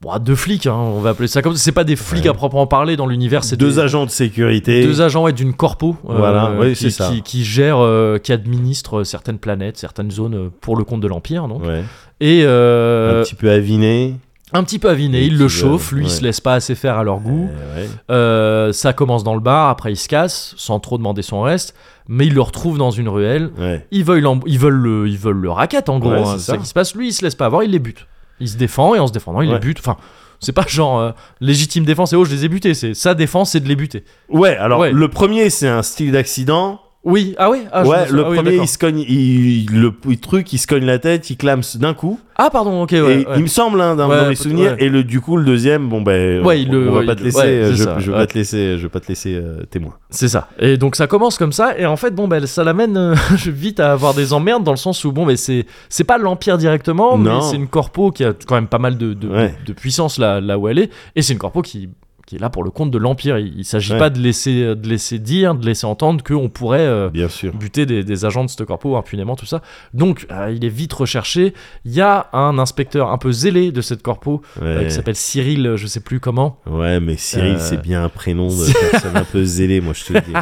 Speaker 1: bon, deux flics, hein, on va appeler ça comme ça. C'est pas des flics
Speaker 2: Ouais.
Speaker 1: à proprement parler dans l'univers, c'est
Speaker 2: deux
Speaker 1: des-
Speaker 2: agents de sécurité.
Speaker 1: deux agents ouais, d'une corpo euh,
Speaker 2: Voilà, oui,
Speaker 1: qui,
Speaker 2: c'est ça.
Speaker 1: qui- qui gère, euh, qui administre certaines planètes, certaines zones euh, pour le compte de l'Empire. Donc.
Speaker 2: Ouais.
Speaker 1: Et euh,
Speaker 2: Un petit peu aviné.
Speaker 1: un petit peu aviné,
Speaker 2: Et
Speaker 1: il le
Speaker 2: qui veulent,
Speaker 1: chauffe, lui il
Speaker 2: ouais.
Speaker 1: se laisse pas assez faire à leur goût.
Speaker 2: Euh, ouais.
Speaker 1: Euh, ça commence dans le bar, après il se casse sans trop demander son reste, mais il le retrouve dans une ruelle.
Speaker 2: Ouais.
Speaker 1: Ils veulent, l'em- ils veulent, le, ils veulent le racket en gros,
Speaker 2: Ouais,
Speaker 1: hein,
Speaker 2: c'est
Speaker 1: c'est ça
Speaker 2: ça.
Speaker 1: qui se passe. Lui il se laisse pas avoir, il les bute. Il se défend et en se défendant il les
Speaker 2: Ouais.
Speaker 1: bute. Enfin, c'est pas genre euh, légitime défense et oh je les ai butés, c'est sa défense c'est de les buter.
Speaker 2: Ouais, alors
Speaker 1: Ouais.
Speaker 2: le premier, c'est un style d'accident.
Speaker 1: Oui, ah oui, ah, je me
Speaker 2: ouais,
Speaker 1: suis-
Speaker 2: le
Speaker 1: ah oui,
Speaker 2: premier,
Speaker 1: d'accord.
Speaker 2: il se cogne, il, il- le, le truc, il se cogne la tête, il clame d'un coup.
Speaker 1: Ah pardon, ok, ouais.
Speaker 2: et
Speaker 1: ouais.
Speaker 2: il me semble, hein, dans,
Speaker 1: Ouais,
Speaker 2: dans
Speaker 1: peut-
Speaker 2: mes souvenirs.
Speaker 1: ouais.
Speaker 2: Et le, du coup, le deuxième, bon ben,
Speaker 1: Ouais, il
Speaker 2: on,
Speaker 1: le-
Speaker 2: on va
Speaker 1: ouais,
Speaker 2: pas
Speaker 1: il
Speaker 2: te
Speaker 1: le-
Speaker 2: laisser,
Speaker 1: ouais,
Speaker 2: euh,
Speaker 1: c'est
Speaker 2: je,
Speaker 1: ça,
Speaker 2: je
Speaker 1: ouais.
Speaker 2: vais pas te laisser, je vais pas te laisser euh, témoin.
Speaker 1: C'est ça. Et donc ça commence comme ça, et en fait, bon, bah, ça l'amène euh, [LAUGHS] vite à avoir des emmerdes dans le sens où, bon, mais c'est c'est pas l'Empire directement, mais
Speaker 2: Non.
Speaker 1: c'est une corpo qui a quand même pas mal de, de,
Speaker 2: Ouais.
Speaker 1: de puissance là, là où elle est, et c'est une corpo qui, qui est là pour le compte de l'Empire. Il, il s'agit
Speaker 2: Ouais.
Speaker 1: pas de laisser, euh, de laisser dire, de laisser entendre qu'on pourrait. euh,
Speaker 2: Bien sûr.
Speaker 1: buter des, des agents de ce corpo impunément, tout ça. Donc, euh, il est vite recherché. Il y a un inspecteur un peu zélé de cette corpo euh,
Speaker 2: Ouais,
Speaker 1: qui s'appelle Cyril, euh, je sais plus comment.
Speaker 2: Ouais, mais Cyril,
Speaker 1: Euh,
Speaker 2: c'est bien un prénom de personne un peu zélée, moi je te le
Speaker 1: [LAUGHS]
Speaker 2: dis.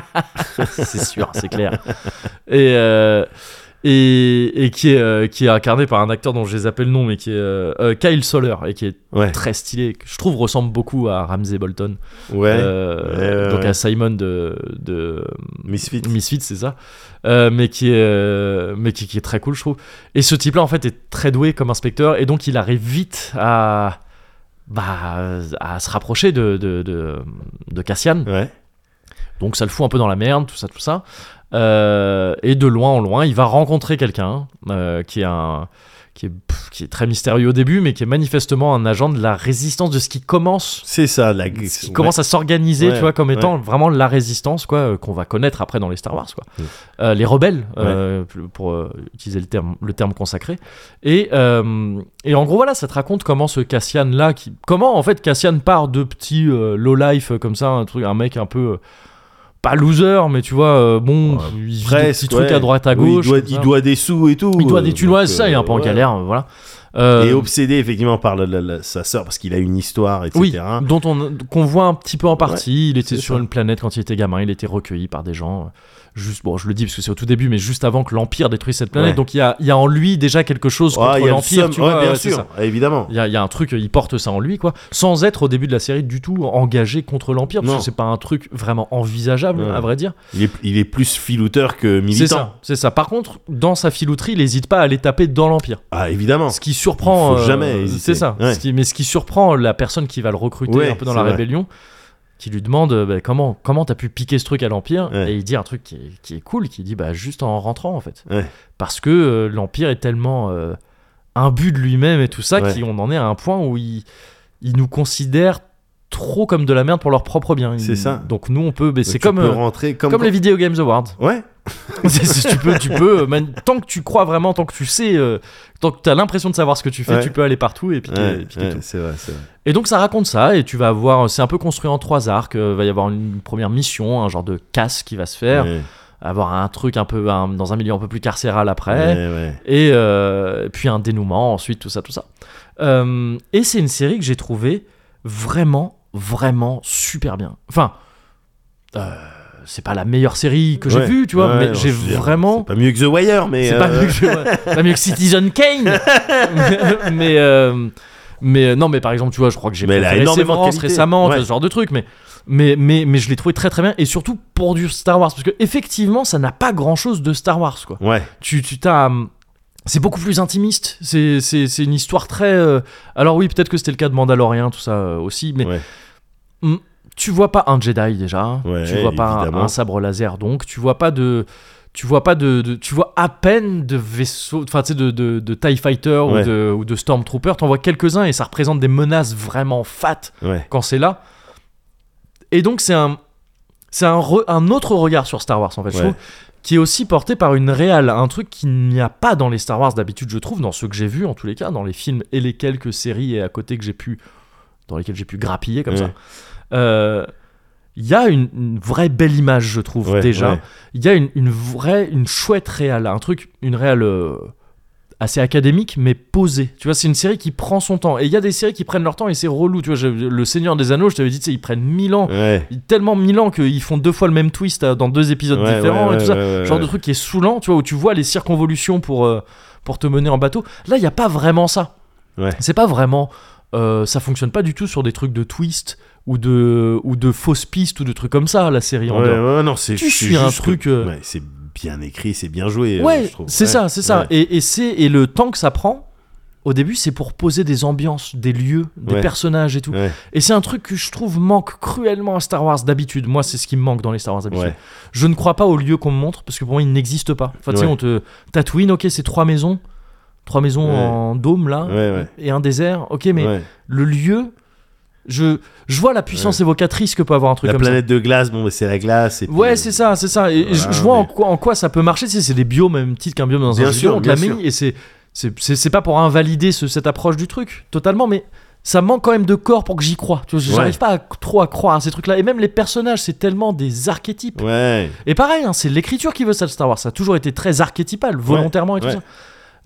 Speaker 1: c'est sûr, c'est clair. Et, euh, et, et qui, est, euh, qui est incarné par un acteur dont je les appelle le nom, mais qui est euh, euh, Kyle Soller, et qui est
Speaker 2: Ouais,
Speaker 1: très stylé, que je trouve ressemble beaucoup à Ramsey Bolton.
Speaker 2: ouais.
Speaker 1: Euh,
Speaker 2: ouais, ouais,
Speaker 1: donc
Speaker 2: ouais.
Speaker 1: à Simon de, de
Speaker 2: Misfit.
Speaker 1: Misfits, c'est ça. Euh, mais qui est, euh, mais qui, qui est très cool, je trouve. Et ce type-là, en fait, est très doué comme inspecteur, et donc il arrive vite à. Bah, à se rapprocher de, de, de, de Cassian.
Speaker 2: Ouais.
Speaker 1: Donc ça le fout un peu dans la merde, tout ça, tout ça. Euh, et de loin en loin, il va rencontrer quelqu'un euh, qui est un qui est, pff, qui est très mystérieux au début, mais qui est manifestement un agent de la résistance de ce qui commence,
Speaker 2: C'est ça, la.
Speaker 1: ce qui commence à s'organiser,
Speaker 2: Ouais,
Speaker 1: tu vois, comme étant vraiment la résistance, quoi, euh, qu'on va connaître après dans les Star Wars, quoi.
Speaker 2: Ouais.
Speaker 1: Euh, les rebelles, euh, plus- pour euh, utiliser le terme, le terme consacré. Et, euh, et en gros, voilà, ça te raconte comment ce Cassian là, qui, comment en fait Cassian part de petit low life euh, comme ça, un truc, un mec un peu euh, pas loser, mais tu vois, euh, bon,
Speaker 2: Ouais,
Speaker 1: il vit des
Speaker 2: Presque,
Speaker 1: petits trucs
Speaker 2: ouais.
Speaker 1: à droite à
Speaker 2: Oui,
Speaker 1: gauche.
Speaker 2: il, doit,
Speaker 1: comme
Speaker 2: il
Speaker 1: ça.
Speaker 2: doit des sous et tout.
Speaker 1: Il doit des
Speaker 2: euh,
Speaker 1: tunois,
Speaker 2: donc,
Speaker 1: ça, il est un peu en
Speaker 2: euh, ouais.
Speaker 1: galère, euh, voilà. Euh,
Speaker 2: Et obsédé effectivement par la- la- la- sa sœur parce qu'il a une histoire, etc.
Speaker 1: Oui, dont on qu'on voit un petit peu en partie. il était
Speaker 2: c'est
Speaker 1: sur
Speaker 2: ça.
Speaker 1: une planète quand il était gamin. Il était recueilli par des gens. euh, Juste, bon, je le dis parce que c'est au tout début, mais juste avant que l'empire détruise cette planète.
Speaker 2: Ouais.
Speaker 1: Donc il y a, il y a en lui déjà quelque chose
Speaker 2: Ah, il
Speaker 1: contre
Speaker 2: y a le
Speaker 1: l'empire.
Speaker 2: seum.
Speaker 1: tu
Speaker 2: Ouais,
Speaker 1: vois,
Speaker 2: bien
Speaker 1: ouais, c'est
Speaker 2: sûr,
Speaker 1: ça.
Speaker 2: évidemment.
Speaker 1: Il y, a, il y a un truc, il porte ça en lui, quoi, sans être au début de la série du tout engagé contre l'empire, parce
Speaker 2: Non.
Speaker 1: que c'est pas un truc vraiment envisageable,
Speaker 2: Ouais.
Speaker 1: à vrai dire.
Speaker 2: Il est, il est plus filouteur que
Speaker 1: C'est
Speaker 2: militant.
Speaker 1: ça, c'est ça. Par contre, dans sa filouterie, il n'hésite pas à les taper dans l'empire.
Speaker 2: Ah, évidemment.
Speaker 1: Ce qui surprend. euh,
Speaker 2: Il faut jamais hésiter.
Speaker 1: C'est ça.
Speaker 2: Ouais.
Speaker 1: Ce qui- mais ce qui surprend la personne qui va le recruter
Speaker 2: Ouais,
Speaker 1: un peu dans
Speaker 2: c'est
Speaker 1: la
Speaker 2: vrai.
Speaker 1: rébellion, qui lui demande euh, bah, comment comment t'as pu piquer ce truc à l'Empire
Speaker 2: Ouais.
Speaker 1: et il dit un truc qui est, qui est cool qui dit bah juste en rentrant en fait
Speaker 2: Ouais.
Speaker 1: parce que euh, l'Empire est tellement euh, imbu de lui-même et tout ça
Speaker 2: Ouais.
Speaker 1: qu'on en est à un point où ils ils nous considèrent trop comme de la merde pour leur propre bien Ils-
Speaker 2: C'est ça.
Speaker 1: donc nous on peut bah,
Speaker 2: Donc
Speaker 1: c'est
Speaker 2: tu
Speaker 1: comme
Speaker 2: peux
Speaker 1: euh,
Speaker 2: rentrer comme,
Speaker 1: comme les Video Games Awards
Speaker 2: Ouais,
Speaker 1: [LAUGHS] C'est- c'est- tu peux, tu peux euh, man- tant que tu crois vraiment, tant que tu sais, euh, tant que tu as l'impression de savoir ce que tu fais,
Speaker 2: Ouais.
Speaker 1: tu peux aller partout et piquer,
Speaker 2: ouais,
Speaker 1: piquer
Speaker 2: ouais,
Speaker 1: tout.
Speaker 2: c'est vrai, c'est vrai.
Speaker 1: Et donc ça raconte ça, et tu vas avoir, c'est un peu construit en trois arcs, euh, va y avoir une première mission, un genre de casse qui va se faire,
Speaker 2: Ouais,
Speaker 1: avoir un truc un peu un- dans un milieu un peu plus carcéral après,
Speaker 2: ouais, ouais.
Speaker 1: et euh, puis un dénouement ensuite, tout ça, tout ça. Euh, et c'est une série que j'ai trouvée vraiment, vraiment super bien. Enfin, euh, c'est pas la meilleure série que j'ai
Speaker 2: Ouais,
Speaker 1: vue, tu vois,
Speaker 2: ouais,
Speaker 1: mais
Speaker 2: non,
Speaker 1: j'ai
Speaker 2: je veux dire,
Speaker 1: vraiment...
Speaker 2: C'est pas mieux que The Wire, mais.
Speaker 1: C'est
Speaker 2: euh,
Speaker 1: pas, mieux que je- ouais, pas mieux que Citizen
Speaker 2: [LAUGHS]
Speaker 1: Kane Mais euh, mais euh, non, mais par exemple, tu vois, je crois que j'ai
Speaker 2: Mais elle a
Speaker 1: préféré
Speaker 2: énormément de
Speaker 1: Severance
Speaker 2: qualité.
Speaker 1: récemment, tu vois,
Speaker 2: Ouais.
Speaker 1: ce genre de truc. Mais mais mais mais je l'ai trouvé très très bien et surtout pour du Star Wars parce que effectivement, ça n'a pas grand chose de Star Wars quoi.
Speaker 2: [LAUGHS] Ouais,
Speaker 1: Tu tu t'as hum, c'est beaucoup plus intimiste. C'est c'est c'est une histoire très. euh, Alors oui, peut-être que c'était le cas de Mandalorian, tout ça euh, aussi, mais.
Speaker 2: Ouais.
Speaker 1: hum, Tu vois pas un Jedi déjà,
Speaker 2: Ouais,
Speaker 1: tu vois pas un,
Speaker 2: évidemment.
Speaker 1: un sabre laser donc, tu vois pas de, tu vois pas de, de- tu vois à peine de vaisseaux, enfin tu sais de, de, de Tie Fighter
Speaker 2: Ouais.
Speaker 1: ou de ou de Stormtrooper, t'en vois quelques uns et ça représente des menaces vraiment fat
Speaker 2: ouais.
Speaker 1: quand c'est là. Et donc c'est un c'est un, re- un autre regard sur Star Wars en fait, je
Speaker 2: Ouais.
Speaker 1: trouve, qui est aussi porté par une réelle, un truc qu'il n'y a pas dans les Star Wars d'habitude, je trouve, dans ceux que j'ai vus en tous les cas, dans les films et les quelques séries et à côté que j'ai pu, dans lesquels j'ai pu grappiller comme ça.
Speaker 2: Ouais.
Speaker 1: Euh, Il y a une, une vraie belle image, je trouve
Speaker 2: Ouais,
Speaker 1: déjà.
Speaker 2: ouais.
Speaker 1: Il y a une, une vraie, une chouette réelle, un truc, une réelle euh, assez académique mais posée. Tu vois, c'est une série qui prend son temps. Et il y a des séries qui prennent leur temps et c'est relou. Tu vois, j'ai- le Seigneur des Anneaux, je t'avais dit, tu sais, ils prennent mille ans,
Speaker 2: Ouais.
Speaker 1: Ils- tellement mille ans qu'ils font deux fois le même twist euh, dans deux épisodes
Speaker 2: Ouais,
Speaker 1: différents
Speaker 2: ouais,
Speaker 1: et tout
Speaker 2: ouais,
Speaker 1: ça.
Speaker 2: ouais, ouais,
Speaker 1: Genre de
Speaker 2: ouais.
Speaker 1: truc qui est saoulant, tu vois, où tu vois les circonvolutions pour, euh, pour te mener en bateau. Là, il n'y a pas vraiment ça.
Speaker 2: Ouais.
Speaker 1: C'est pas vraiment. euh, ça fonctionne pas du tout sur des trucs de twist ou de, ou de fausses pistes ou de trucs comme ça, la série en
Speaker 2: Ouais,
Speaker 1: dehors.
Speaker 2: ouais, non, c'est
Speaker 1: Tu
Speaker 2: c'est
Speaker 1: suis un
Speaker 2: juste
Speaker 1: truc,
Speaker 2: que-
Speaker 1: euh,
Speaker 2: Ouais, c'est bien écrit, c'est bien joué. euh,
Speaker 1: Ouais,
Speaker 2: je trouve.
Speaker 1: c'est
Speaker 2: Ouais,
Speaker 1: ça, c'est ça.
Speaker 2: ouais.
Speaker 1: Et, et c'est, et le temps que ça prend, au début, c'est pour poser des ambiances, des lieux, des
Speaker 2: Ouais.
Speaker 1: personnages et tout.
Speaker 2: Ouais,
Speaker 1: Et c'est un truc que je trouve manque cruellement à Star Wars d'habitude. Moi, c'est ce qui me manque dans les Star Wars d'habitude.
Speaker 2: ouais,
Speaker 1: Je ne crois pas aux lieux qu'on me montre parce que pour moi, ils n'existent pas. Enfin, tu sais,
Speaker 2: Ouais.
Speaker 1: on te Tatooine, ok, c'est trois maisons, trois maisons
Speaker 2: Ouais.
Speaker 1: en dôme là,
Speaker 2: Ouais, ouais.
Speaker 1: et un désert, ok, mais
Speaker 2: ouais.
Speaker 1: le lieu, je, je vois la puissance évocatrice que peut avoir un truc
Speaker 2: La
Speaker 1: comme
Speaker 2: planète de glace, bon, mais c'est la glace. et
Speaker 1: ça.
Speaker 2: puis,
Speaker 1: Ouais,
Speaker 2: euh,
Speaker 1: c'est ça, c'est ça. Et
Speaker 2: Voilà,
Speaker 1: je, je vois en,
Speaker 2: mais-
Speaker 1: quoi, en quoi ça peut marcher. Tu sais, c'est des biomes, même titre qu'un biome dans
Speaker 2: Bien
Speaker 1: un
Speaker 2: sûr,
Speaker 1: jeu, on te
Speaker 2: bien
Speaker 1: l'a mis,
Speaker 2: sûr.
Speaker 1: et c'est, c'est, c'est, c'est pas pour invalider ce- cette approche du truc totalement, mais ça manque quand même de corps pour que j'y croie. Tu vois, j'arrive
Speaker 2: Ouais.
Speaker 1: pas à- trop à croire à ces trucs-là. Et même les personnages, c'est tellement des archétypes.
Speaker 2: euh, Ouais,
Speaker 1: Et pareil, hein, c'est l'écriture qui veut ça, le Star Wars. Ça a toujours été très archétypal, volontairement et tout
Speaker 2: ouais.
Speaker 1: ça.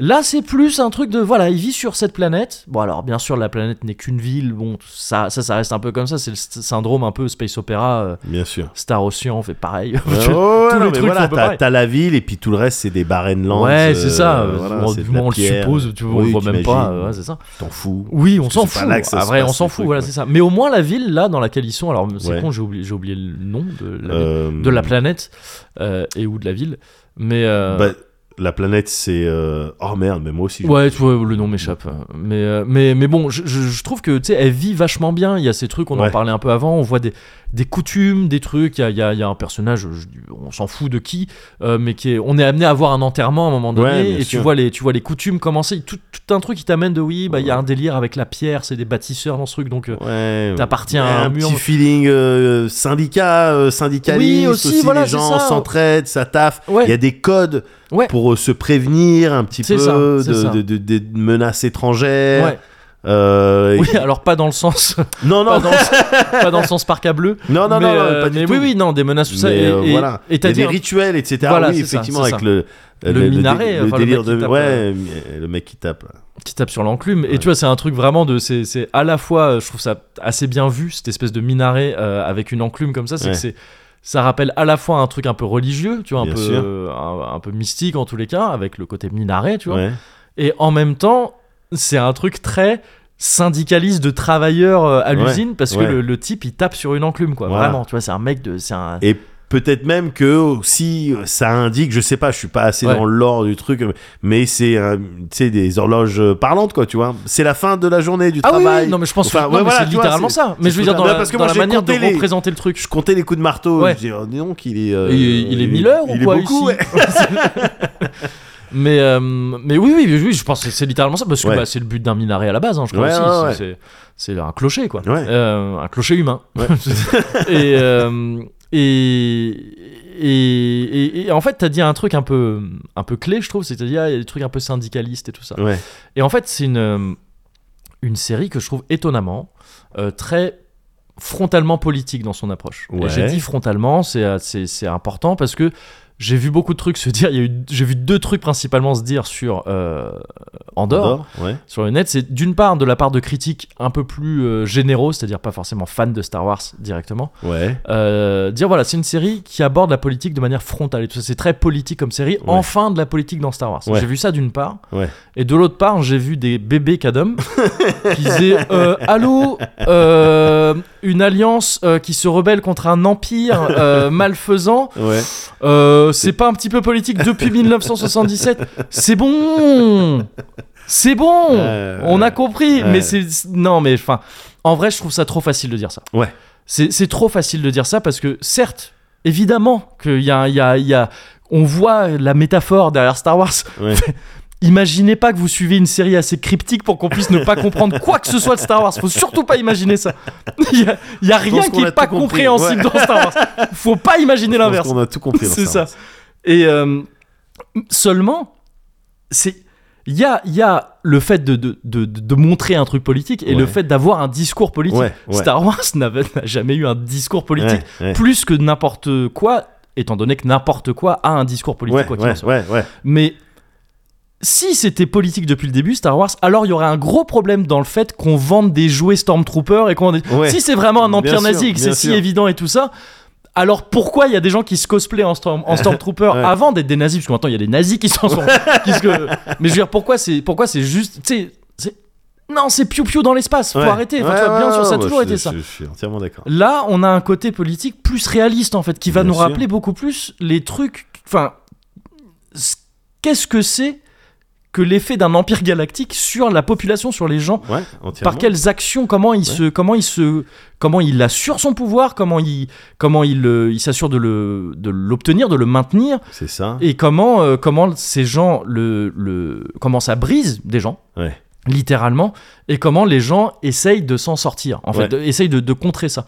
Speaker 1: Là, c'est plus un truc de voilà, il vit sur cette planète. Bon, alors bien sûr, la planète n'est qu'une ville. Bon, ça, ça, ça reste un peu comme ça. C'est le s- syndrome un peu space opéra, euh,
Speaker 2: bien sûr.
Speaker 1: Star Ocean fait pareil.
Speaker 2: Ouais, oh, ouais, ouais,
Speaker 1: [LAUGHS] tous
Speaker 2: non,
Speaker 1: les
Speaker 2: mais
Speaker 1: trucs sont
Speaker 2: voilà,
Speaker 1: à peu
Speaker 2: t'as-
Speaker 1: près.
Speaker 2: t'as la ville et puis tout le reste c'est des barrenlands.
Speaker 1: ouais, c'est ça.
Speaker 2: euh,
Speaker 1: euh,
Speaker 2: voilà,
Speaker 1: on,
Speaker 2: c'est de
Speaker 1: du moins,
Speaker 2: la
Speaker 1: on le
Speaker 2: pierre.
Speaker 1: suppose. Tu vois,
Speaker 2: Oui,
Speaker 1: on voit même pas.
Speaker 2: t'imagines,
Speaker 1: euh, ouais, c'est ça.
Speaker 2: T'en fous.
Speaker 1: Oui, on
Speaker 2: Parce
Speaker 1: s'en
Speaker 2: que c'est
Speaker 1: fout.
Speaker 2: pas là que ça
Speaker 1: Ah,
Speaker 2: se
Speaker 1: vrai, on
Speaker 2: passe,
Speaker 1: s'en
Speaker 2: les
Speaker 1: fout.
Speaker 2: trucs,
Speaker 1: voilà,
Speaker 2: ouais.
Speaker 1: c'est ça. Mais au moins la ville là dans laquelle ils sont. Alors c'est
Speaker 2: Ouais.
Speaker 1: con, j'ai oublié, j'ai oublié le nom de la, ville-
Speaker 2: Euh,
Speaker 1: de la planète euh, et ou de la ville. Mais euh,
Speaker 2: bah, la planète c'est euh, oh merde, mais moi aussi. je-
Speaker 1: Ouais, tu vois, le nom m'échappe. Mais, euh, mais, mais bon, je, je- je trouve que, tu sais, elle vit vachement bien. Il y a ces trucs, on en
Speaker 2: Ouais.
Speaker 1: parlait un peu avant, on voit des, des coutumes, des trucs. Il y a, il y a- il y a un personnage, je- on s'en fout de qui, euh, mais qui est, on est amené à voir un enterrement à un moment donné.
Speaker 2: Ouais, bien
Speaker 1: et tu
Speaker 2: sûr.
Speaker 1: vois, les, tu vois les coutumes commencer. Tout, tout un truc qui t'amène de, oui, bah, il y a un délire avec la pierre, c'est des bâtisseurs dans ce truc. Donc, euh,
Speaker 2: Ouais.
Speaker 1: t'appartiens
Speaker 2: Ouais,
Speaker 1: à un
Speaker 2: un
Speaker 1: mur.
Speaker 2: petit feeling euh, syndicat, euh, syndicaliste
Speaker 1: Oui, aussi, voilà,
Speaker 2: les
Speaker 1: c'est
Speaker 2: gens
Speaker 1: ça.
Speaker 2: s'entraident, ça taffe. Il
Speaker 1: Ouais.
Speaker 2: y a des codes
Speaker 1: Ouais.
Speaker 2: pour euh, se prévenir un petit
Speaker 1: C'est
Speaker 2: peu
Speaker 1: ça, c'est
Speaker 2: de,
Speaker 1: ça.
Speaker 2: de- de- des menaces étrangères.
Speaker 1: ouais.
Speaker 2: Euh,
Speaker 1: Oui,
Speaker 2: et-
Speaker 1: alors pas dans le sens,
Speaker 2: [LAUGHS]
Speaker 1: [LAUGHS]
Speaker 2: Non,
Speaker 1: pas
Speaker 2: non,
Speaker 1: dans le, pas dans le sens parc à bleu.
Speaker 2: non, non,
Speaker 1: mais,
Speaker 2: non,
Speaker 1: euh,
Speaker 2: pas du
Speaker 1: mais
Speaker 2: tout.
Speaker 1: oui, oui, non, des menaces, tout ça.
Speaker 2: Mais,
Speaker 1: et,
Speaker 2: euh,
Speaker 1: et-
Speaker 2: voilà.
Speaker 1: et
Speaker 2: Il y
Speaker 1: t'as
Speaker 2: a
Speaker 1: dit
Speaker 2: des rituels, etc.
Speaker 1: Voilà,
Speaker 2: oui,
Speaker 1: c'est ça,
Speaker 2: effectivement,
Speaker 1: c'est
Speaker 2: avec
Speaker 1: ça.
Speaker 2: le,
Speaker 1: Le minaret,
Speaker 2: le,
Speaker 1: enfin, le
Speaker 2: délire
Speaker 1: mec qui
Speaker 2: de.
Speaker 1: tape, euh.
Speaker 2: Ouais, euh, le mec qui tape. là.
Speaker 1: qui tape sur l'enclume. Et
Speaker 2: Ouais.
Speaker 1: tu vois, c'est un truc vraiment de. C'est c'est à la fois, euh, je trouve ça assez bien vu, cette espèce de minaret euh, avec une enclume comme ça. C'est
Speaker 2: Ouais.
Speaker 1: que c'est. Ça rappelle à la fois un truc un peu religieux, tu vois, un
Speaker 2: Bien
Speaker 1: peu,
Speaker 2: sûr.
Speaker 1: euh, un, un peu mystique en tous les cas, avec le côté minaret, tu vois.
Speaker 2: Ouais.
Speaker 1: Et en même temps, c'est un truc très syndicaliste de travailleurs euh, à
Speaker 2: Ouais,
Speaker 1: l'usine parce
Speaker 2: ouais.
Speaker 1: que le, le type il tape sur une enclume, quoi.
Speaker 2: Voilà.
Speaker 1: Vraiment, tu vois, c'est un mec de. C'est un,
Speaker 2: Et Peut-être même que si ça indique, je sais pas, je suis pas assez
Speaker 1: Ouais.
Speaker 2: dans l'or du truc, mais c'est euh, tu sais, des horloges euh, parlantes, quoi, tu vois. C'est la fin de la journée, du
Speaker 1: Ah oui,
Speaker 2: travail.
Speaker 1: oui, non mais je pense
Speaker 2: Enfin,
Speaker 1: que non,
Speaker 2: ouais,
Speaker 1: mais
Speaker 2: voilà,
Speaker 1: c'est
Speaker 2: tu vois,
Speaker 1: littéralement
Speaker 2: c'est-
Speaker 1: ça. Mais
Speaker 2: c'est
Speaker 1: je veux dire dans
Speaker 2: foutu.
Speaker 1: la,
Speaker 2: Parce que
Speaker 1: dans
Speaker 2: moi,
Speaker 1: la
Speaker 2: j'ai
Speaker 1: manière de
Speaker 2: compté les-
Speaker 1: représenter le truc.
Speaker 2: Je comptais les coups de marteau.
Speaker 1: Ouais.
Speaker 2: Je dis, oh, dis donc, il est. euh,
Speaker 1: il, il est 1000 heures ou
Speaker 2: il est
Speaker 1: quoi
Speaker 2: beaucoup,
Speaker 1: ici
Speaker 2: [LAUGHS]
Speaker 1: Mais, euh, mais oui, oui, oui, oui, je pense que c'est littéralement ça, parce que
Speaker 2: Ouais.
Speaker 1: bah, c'est le but d'un minaret à la base, hein, je crois
Speaker 2: Ouais,
Speaker 1: aussi.
Speaker 2: ouais,
Speaker 1: c'est, c'est- c'est un clocher, quoi.
Speaker 2: Ouais.
Speaker 1: Euh, un clocher humain.
Speaker 2: Ouais.
Speaker 1: [LAUGHS] et, euh, et, et, et- et en fait, t'as dit un truc un peu, un peu clé, je trouve, c'est que t'as dit, ah, il y a des trucs un peu syndicalistes et tout ça.
Speaker 2: Ouais.
Speaker 1: Et en fait, c'est une, euh, une série que je trouve étonnamment euh, très frontalement politique dans son approche. Et
Speaker 2: Ouais.
Speaker 1: J'ai dit frontalement, c'est euh, c'est- c'est important parce que j'ai vu beaucoup de trucs se dire. il y a eu- J'ai vu deux trucs principalement se dire sur euh, Andorre,
Speaker 2: Andorre, ouais.
Speaker 1: sur le net. C'est d'une part de la part de critiques un peu plus euh, généraux, c'est-à-dire pas forcément fans de Star Wars directement.
Speaker 2: Ouais.
Speaker 1: euh, dire voilà, c'est une série qui aborde la politique de manière frontale. Et tout ça, c'est très politique comme série. Enfin de la politique dans Star Wars.
Speaker 2: Ouais.
Speaker 1: J'ai vu ça d'une part.
Speaker 2: Ouais.
Speaker 1: Et de l'autre part, j'ai vu des
Speaker 2: [LAUGHS]
Speaker 1: bébés cadom qui disaient euh, Allô, euh, une alliance euh, qui se rebelle contre un empire euh, malfaisant,
Speaker 2: Ouais.
Speaker 1: euh, c'est pas un petit peu politique
Speaker 2: [LAUGHS]
Speaker 1: depuis 1977 C'est bon C'est bon
Speaker 2: Ouais,
Speaker 1: On a
Speaker 2: ouais.
Speaker 1: compris
Speaker 2: Ouais.
Speaker 1: Mais c'est. Non, mais enfin. En vrai, je trouve ça trop facile de dire ça.
Speaker 2: Ouais.
Speaker 1: C'est c'est trop facile de dire ça parce que, certes, évidemment, qu'il y a, il y a- il y a- on voit la métaphore derrière Star Wars.
Speaker 2: Ouais.
Speaker 1: [LAUGHS] Imaginez pas que vous suivez une série assez cryptique pour qu'on puisse ne pas comprendre quoi que ce soit de Star Wars. Faut surtout pas imaginer ça. [LAUGHS] Il y a, il y a rien
Speaker 2: pense qu'on
Speaker 1: qui
Speaker 2: a
Speaker 1: est pas
Speaker 2: tout compris.
Speaker 1: compréhensible
Speaker 2: Ouais.
Speaker 1: dans Star Wars. Faut pas
Speaker 2: Je
Speaker 1: imaginer
Speaker 2: pense
Speaker 1: l'inverse.
Speaker 2: qu'on a tout compris. dans
Speaker 1: [LAUGHS] C'est
Speaker 2: Star
Speaker 1: ça. Et euh, seulement, c'est il y a, il y a le fait de, de, de, de montrer un truc politique et
Speaker 2: Ouais.
Speaker 1: le fait d'avoir un discours politique.
Speaker 2: Ouais, ouais.
Speaker 1: Star Wars [LAUGHS] n'avait- n'a jamais eu un discours
Speaker 2: Wars.
Speaker 1: politique
Speaker 2: Ouais, ouais.
Speaker 1: plus que n'importe quoi, étant donné que n'importe quoi a un discours politique.
Speaker 2: Ouais,
Speaker 1: quoi qu'il en
Speaker 2: ouais,
Speaker 1: soit.
Speaker 2: ouais, ouais.
Speaker 1: Mais si c'était politique depuis le début, Star Wars, alors il y aurait un gros problème dans le fait qu'on vende des jouets Stormtroopers et qu'on.
Speaker 2: Ouais.
Speaker 1: Si c'est vraiment un
Speaker 2: Bien
Speaker 1: empire
Speaker 2: sûr,
Speaker 1: nazi et que
Speaker 2: bien
Speaker 1: c'est si
Speaker 2: sûr.
Speaker 1: évident et tout ça. Alors pourquoi il y a des gens qui se cosplayent en, Storm, en Stormtrooper
Speaker 2: [LAUGHS] Ouais.
Speaker 1: avant d'être des nazis Parce que maintenant il y a des nazis qui
Speaker 2: [LAUGHS]
Speaker 1: s'en sont. qui se- Mais je veux dire, pourquoi c'est, pourquoi c'est juste. Tu sais, c'est- non, c'est piou-piou dans l'espace, faut
Speaker 2: Ouais.
Speaker 1: arrêter. Enfin,
Speaker 2: Ouais,
Speaker 1: tu vois, bien
Speaker 2: ouais,
Speaker 1: sûr, ça a
Speaker 2: ouais,
Speaker 1: toujours
Speaker 2: je-
Speaker 1: été ça.
Speaker 2: Je, je suis entièrement d'accord.
Speaker 1: Là, on a un côté politique plus réaliste en fait, qui va
Speaker 2: Bien
Speaker 1: nous
Speaker 2: sûr.
Speaker 1: rappeler beaucoup plus les trucs. Enfin, s- qu'est-ce que c'est que l'effet d'un empire galactique sur la population, sur les gens
Speaker 2: Ouais, entièrement.
Speaker 1: Par quelles actions Comment il se Comment il se Comment il assure son pouvoir Comment il Comment il euh, il s'assure de le de l'obtenir, de le maintenir
Speaker 2: C'est ça.
Speaker 1: Et comment euh, Comment ces gens le le Comment ça brise des gens
Speaker 2: Ouais.
Speaker 1: littéralement, et comment les gens essayent de s'en sortir, en fait,
Speaker 2: Ouais.
Speaker 1: de- essayent de, de contrer ça,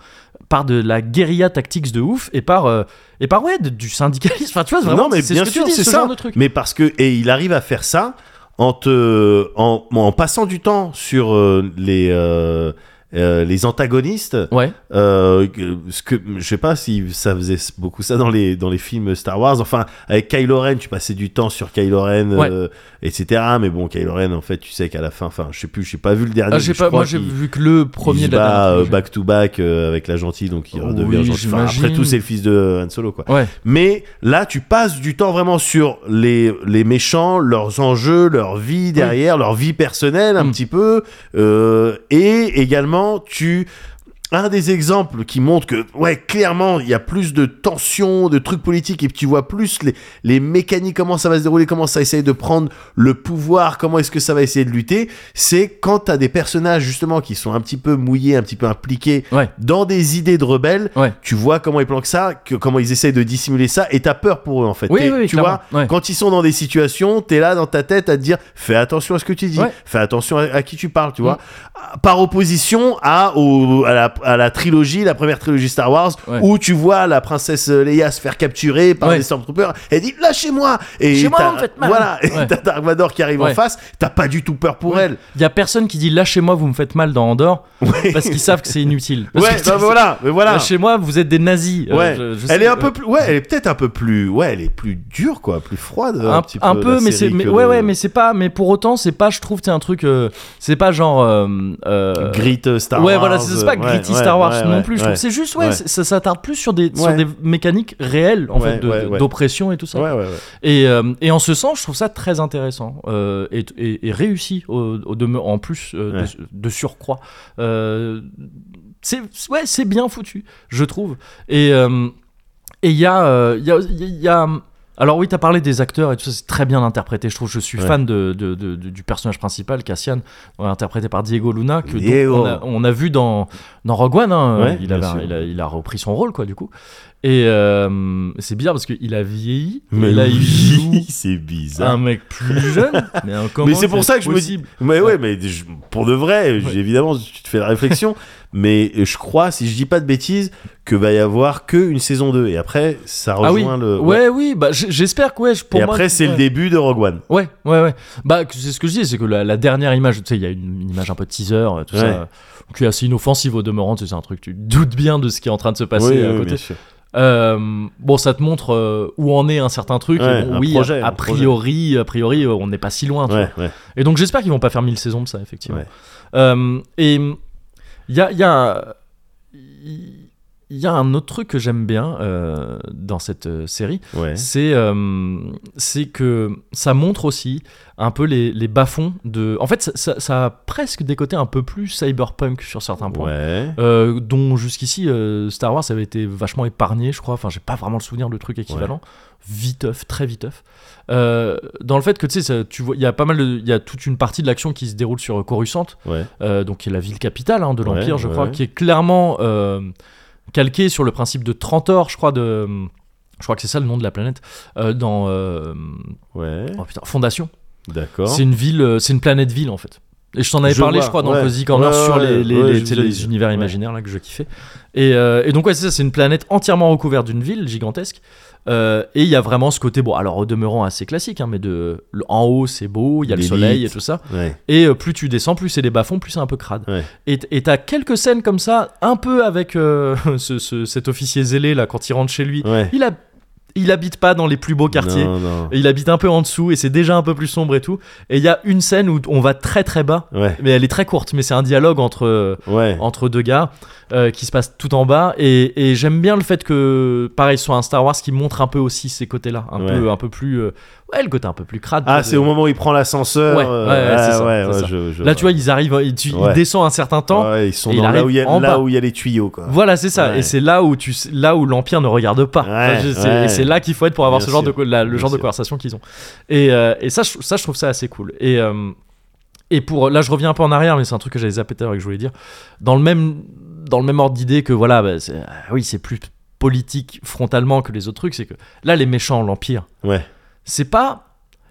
Speaker 1: par de la guérilla tactique de ouf, et par, euh, et par ouais, de- du syndicalisme, enfin tu vois, vraiment,
Speaker 2: non, mais
Speaker 1: c'est
Speaker 2: bien
Speaker 1: ce que
Speaker 2: sûr,
Speaker 1: tu dis,
Speaker 2: c'est
Speaker 1: ce
Speaker 2: ça.
Speaker 1: genre de truc.
Speaker 2: Mais parce que et il arrive à faire ça en te en, en passant du temps sur euh, les euh, euh, les antagonistes.
Speaker 1: Ouais,
Speaker 2: Euh, que- ce que je sais pas si ça faisait beaucoup ça dans les dans les films Star Wars. Enfin, avec Kylo Ren, tu passais du temps sur Kylo Ren, euh, etc. Mais bon, Kylo Ren, en fait, tu sais qu'à la fin, enfin, je sais plus, j'ai pas vu le dernier.
Speaker 1: Ah, j'ai
Speaker 2: mais je
Speaker 1: pas,
Speaker 2: crois
Speaker 1: moi j'ai
Speaker 2: qu'il-
Speaker 1: vu que le
Speaker 2: il
Speaker 1: premier
Speaker 2: se
Speaker 1: de la
Speaker 2: bat,
Speaker 1: dernière
Speaker 2: euh,
Speaker 1: fois,
Speaker 2: back to back euh, avec la gentille, donc il
Speaker 1: Oui,
Speaker 2: redevient gentil. Enfin, après
Speaker 1: j'imagine.
Speaker 2: tout, c'est le fils de Han Solo, quoi.
Speaker 1: je- Ouais,
Speaker 2: Mais là, tu passes du temps vraiment sur les, les méchants, leurs enjeux, leur vie derrière, leur vie personnelle un
Speaker 1: Mm.
Speaker 2: petit peu. euh, et également, tu... Un des exemples qui montre que, ouais, clairement, il y a plus de tensions, de trucs politiques, et puis tu vois plus les, les mécaniques, comment ça va se dérouler, comment ça essaye de prendre le pouvoir, comment est-ce que ça va essayer de lutter, c'est quand t'as des personnages, justement, qui sont un petit peu mouillés, un petit peu impliqués
Speaker 1: Ouais.
Speaker 2: dans des idées de rebelles,
Speaker 1: ouais,
Speaker 2: tu vois comment ils planquent ça, que, comment ils essayent de dissimuler ça, et t'as peur pour eux en fait.
Speaker 1: Oui,
Speaker 2: T'es-
Speaker 1: oui, oui,
Speaker 2: tu
Speaker 1: clairement,
Speaker 2: vois,
Speaker 1: ouais.
Speaker 2: quand ils sont dans des situations, t'es là dans ta tête à te dire fais attention à ce que tu dis,
Speaker 1: Ouais. Mm.
Speaker 2: fais attention à, à qui tu parles, tu vois. Ah, Par opposition à, au- à, la, à la trilogie, la première trilogie Star Wars,
Speaker 1: Ouais.
Speaker 2: où tu vois la princesse Leia se faire capturer par
Speaker 1: Ouais.
Speaker 2: des Stormtroopers, elle dit lâchez-moi Et
Speaker 1: Chez moi,
Speaker 2: t'as-
Speaker 1: vous me faites mal.
Speaker 2: Voilà, et
Speaker 1: Ouais.
Speaker 2: t'as Dark Vador qui arrive en
Speaker 1: Ouais.
Speaker 2: face, t'as pas du tout peur pour elle.
Speaker 1: il y a personne qui dit lâchez-moi, vous me faites mal dans Andorre, parce qu'ils savent que c'est
Speaker 2: [LAUGHS]
Speaker 1: inutile. Parce
Speaker 2: ouais,
Speaker 1: que
Speaker 2: bah
Speaker 1: c'est-
Speaker 2: voilà, mais voilà.
Speaker 1: Lâchez-moi, vous êtes des nazis. Euh,
Speaker 2: Ouais.
Speaker 1: je- je
Speaker 2: elle
Speaker 1: sais,
Speaker 2: est un
Speaker 1: euh,
Speaker 2: peu plus, ouais, elle est peut-être un peu plus, ouais, elle est plus dure quoi, plus froide un, petit peu. la
Speaker 1: mais c'est
Speaker 2: série
Speaker 1: mais-
Speaker 2: que
Speaker 1: ouais
Speaker 2: le-
Speaker 1: ouais mais c'est pas mais pour autant c'est pas je trouve c'est un truc euh, c'est pas genre euh, euh,
Speaker 2: grit euh, Star
Speaker 1: ouais
Speaker 2: Wars.
Speaker 1: voilà c'est c'est pas
Speaker 2: euh,
Speaker 1: gritty
Speaker 2: ouais,
Speaker 1: Star Wars
Speaker 2: ouais,
Speaker 1: non
Speaker 2: ouais,
Speaker 1: plus je
Speaker 2: ouais.
Speaker 1: trouve c'est juste ouais,
Speaker 2: Ouais.
Speaker 1: c'est- ça s'attarde plus sur des sur
Speaker 2: Ouais.
Speaker 1: des mécaniques réelles en
Speaker 2: Ouais,
Speaker 1: fait de-
Speaker 2: ouais,
Speaker 1: de-
Speaker 2: ouais.
Speaker 1: d'oppression et tout ça
Speaker 2: Ouais, ouais, ouais.
Speaker 1: et, euh, et en ce sens, je trouve ça très intéressant euh, et, et- et réussi au, au demeure- en plus euh, de-
Speaker 2: Ouais.
Speaker 1: de, surcroît. Euh, c'est ouais, c'est bien foutu, je trouve. Et euh, Et il y, a, euh, il y, a, il y a- Alors oui, t'as parlé des acteurs et tout ça, c'est très bien interprété. Je trouve, je suis
Speaker 2: Ouais.
Speaker 1: fan de, de- de- de- du personnage principal, Cassian, euh, interprété par Diego Luna, que donc,
Speaker 2: Diego.
Speaker 1: on, a, on a vu dans, dans Rogue One. hein,
Speaker 2: Ouais,
Speaker 1: il,
Speaker 2: bien
Speaker 1: avait-
Speaker 2: sûr.
Speaker 1: il a, il a repris son rôle, quoi, du coup. Et euh, c'est bizarre parce qu'il a vieilli. et là, il joue
Speaker 2: oui, [LAUGHS] c'est bizarre.
Speaker 1: un mec plus jeune. Mais, euh, comment
Speaker 2: Mais c'est pour ça que je me
Speaker 1: possible
Speaker 2: Mais ouais, mais je- pour de vrai, j-
Speaker 1: Ouais.
Speaker 2: évidemment, tu te fais la réflexion. [LAUGHS] mais je crois, si je dis pas de bêtises, que va y avoir que une saison 2. Et après, ça
Speaker 1: Ah oui,
Speaker 2: rejoint le.
Speaker 1: ouais, oui, bah, j- j'espère que ouais, je- pour
Speaker 2: Et
Speaker 1: moi,
Speaker 2: après, c'est
Speaker 1: ouais.
Speaker 2: le début de Rogue One.
Speaker 1: Ouais, ouais, ouais. Bah, que- c'est ce que je dis, c'est que la, la dernière image, tu sais, il y a une, une image un peu teaser, euh, tout
Speaker 2: Ouais.
Speaker 1: ça, euh, qui est assez inoffensive au demeurant, tu sais, c'est un truc, tu te doutes bien de ce qui est en train de se passer
Speaker 2: Oui,
Speaker 1: à
Speaker 2: oui,
Speaker 1: côté.
Speaker 2: bien sûr.
Speaker 1: Euh, bon, ça te montre euh, où en est un certain truc, et
Speaker 2: Ouais,
Speaker 1: bon,
Speaker 2: un
Speaker 1: oui,
Speaker 2: projet,
Speaker 1: a, a
Speaker 2: un projet.
Speaker 1: priori, a priori, euh, on n'est pas si loin, tu
Speaker 2: Ouais, ouais.
Speaker 1: et donc j'espère qu'ils vont pas faire 1000 saisons de ça, effectivement.
Speaker 2: Ouais.
Speaker 1: Euh, et il y a, il y, a, il y a un autre truc que j'aime bien euh, dans cette euh, série,
Speaker 2: ouais.
Speaker 1: c'est euh, c'est que ça montre aussi un peu les, les bas-fonds de... En fait, ça, ça- ça a presque des côtés un peu plus cyberpunk sur certains points.
Speaker 2: Ouais.
Speaker 1: Euh, dont jusqu'ici euh, Star Wars avait été vachement épargné, je crois. Enfin, j'ai pas vraiment le souvenir de trucs équivalents. Viteuf, très viteuf. Euh, dans le fait que tu sais, ça- tu vois, il y a pas mal, de- il y a toute une partie de l'action qui se déroule sur Coruscant,
Speaker 2: Ouais.
Speaker 1: euh, donc qui est la ville capitale hein, de
Speaker 2: Ouais,
Speaker 1: l'Empire, je
Speaker 2: ouais,
Speaker 1: crois,
Speaker 2: ouais.
Speaker 1: qui est clairement euh, calquée sur le principe de Trentor, je crois de, je crois que c'est ça le nom de la planète euh, dans euh,
Speaker 2: Ouais.
Speaker 1: oh putain, Fondation.
Speaker 2: D'accord.
Speaker 1: C'est une ville, euh, c'est une planète ville en fait. Et je t'en avais
Speaker 2: Je
Speaker 1: parlé,
Speaker 2: vois,
Speaker 1: je crois, dans
Speaker 2: ouais.
Speaker 1: Cozy Corner
Speaker 2: Ouais,
Speaker 1: sur
Speaker 2: ouais,
Speaker 1: les,
Speaker 2: ouais,
Speaker 1: les- les-
Speaker 2: je
Speaker 1: tu sais,
Speaker 2: vous ai
Speaker 1: les
Speaker 2: dit.
Speaker 1: univers
Speaker 2: Ouais.
Speaker 1: imaginaires là que je kiffais. Et, euh, et donc ouais, c'est ça, c'est une planète entièrement recouverte d'une ville gigantesque. Euh, et il y a vraiment ce côté, bon, alors au demeurant assez classique, hein, mais de le- en haut c'est beau, il y a le
Speaker 2: Des
Speaker 1: soleil
Speaker 2: lites.
Speaker 1: et tout ça.
Speaker 2: Ouais.
Speaker 1: Et euh, plus tu descends, plus c'est des bas-fonds, plus c'est un peu crade.
Speaker 2: Ouais.
Speaker 1: Et t- Et t'as quelques scènes comme ça, un peu avec euh, [LAUGHS] ce- ce- cet officier zélé là quand il rentre chez lui.
Speaker 2: Ouais.
Speaker 1: Il, a, il habite pas dans les plus beaux quartiers.
Speaker 2: Non, non.
Speaker 1: Et il habite un peu en dessous et c'est déjà un peu plus sombre et tout. Et il y a une scène où on va très très bas,
Speaker 2: Ouais.
Speaker 1: mais elle est très courte, mais c'est un dialogue entre,
Speaker 2: Ouais.
Speaker 1: entre deux gars euh, qui se passe tout en bas. Et, et j'aime bien le fait que, pareil, ce soit un Star Wars qui montre un peu aussi ces côtés-là, un,
Speaker 2: Ouais.
Speaker 1: peu, un peu plus. euh, ouais, le côté un peu plus crade.
Speaker 2: Ah,
Speaker 1: de-
Speaker 2: c'est au moment où il prend l'ascenseur.
Speaker 1: Ouais,
Speaker 2: euh,
Speaker 1: ouais, ouais,
Speaker 2: ah,
Speaker 1: c'est ça,
Speaker 2: ouais,
Speaker 1: c'est
Speaker 2: ouais,
Speaker 1: ça.
Speaker 2: je- je
Speaker 1: Là,
Speaker 2: vois.
Speaker 1: tu vois, ils arrivent, ils, tu- ils
Speaker 2: Ouais.
Speaker 1: descendent un certain temps.
Speaker 2: Ouais, ils sont
Speaker 1: et
Speaker 2: dans
Speaker 1: il
Speaker 2: là,
Speaker 1: arrive
Speaker 2: où il y a,
Speaker 1: en bas.
Speaker 2: là où il y a les tuyaux, quoi.
Speaker 1: Voilà, c'est ça.
Speaker 2: Ouais.
Speaker 1: Et c'est là où tu, sais- là où l'empire ne regarde pas.
Speaker 2: Ouais,
Speaker 1: Enfin, je- c'est-
Speaker 2: ouais.
Speaker 1: Et c'est là qu'il faut être pour avoir
Speaker 2: Bien
Speaker 1: ce genre de
Speaker 2: sûr.
Speaker 1: co- la- le
Speaker 2: Bien
Speaker 1: genre de
Speaker 2: sûr.
Speaker 1: conversation qu'ils ont. Et, euh, et ça, je- ça, je trouve ça assez cool. Et euh, et pour là, je reviens un peu en arrière, mais c'est un truc que j'avais zappé tout à l'heure et que je voulais dire. Dans le même dans le même ordre d'idée que voilà, bah, c'est- ah oui, c'est plus politique frontalement que les autres trucs. C'est que là, les méchants, l'empire.
Speaker 2: Ouais.
Speaker 1: C'est pas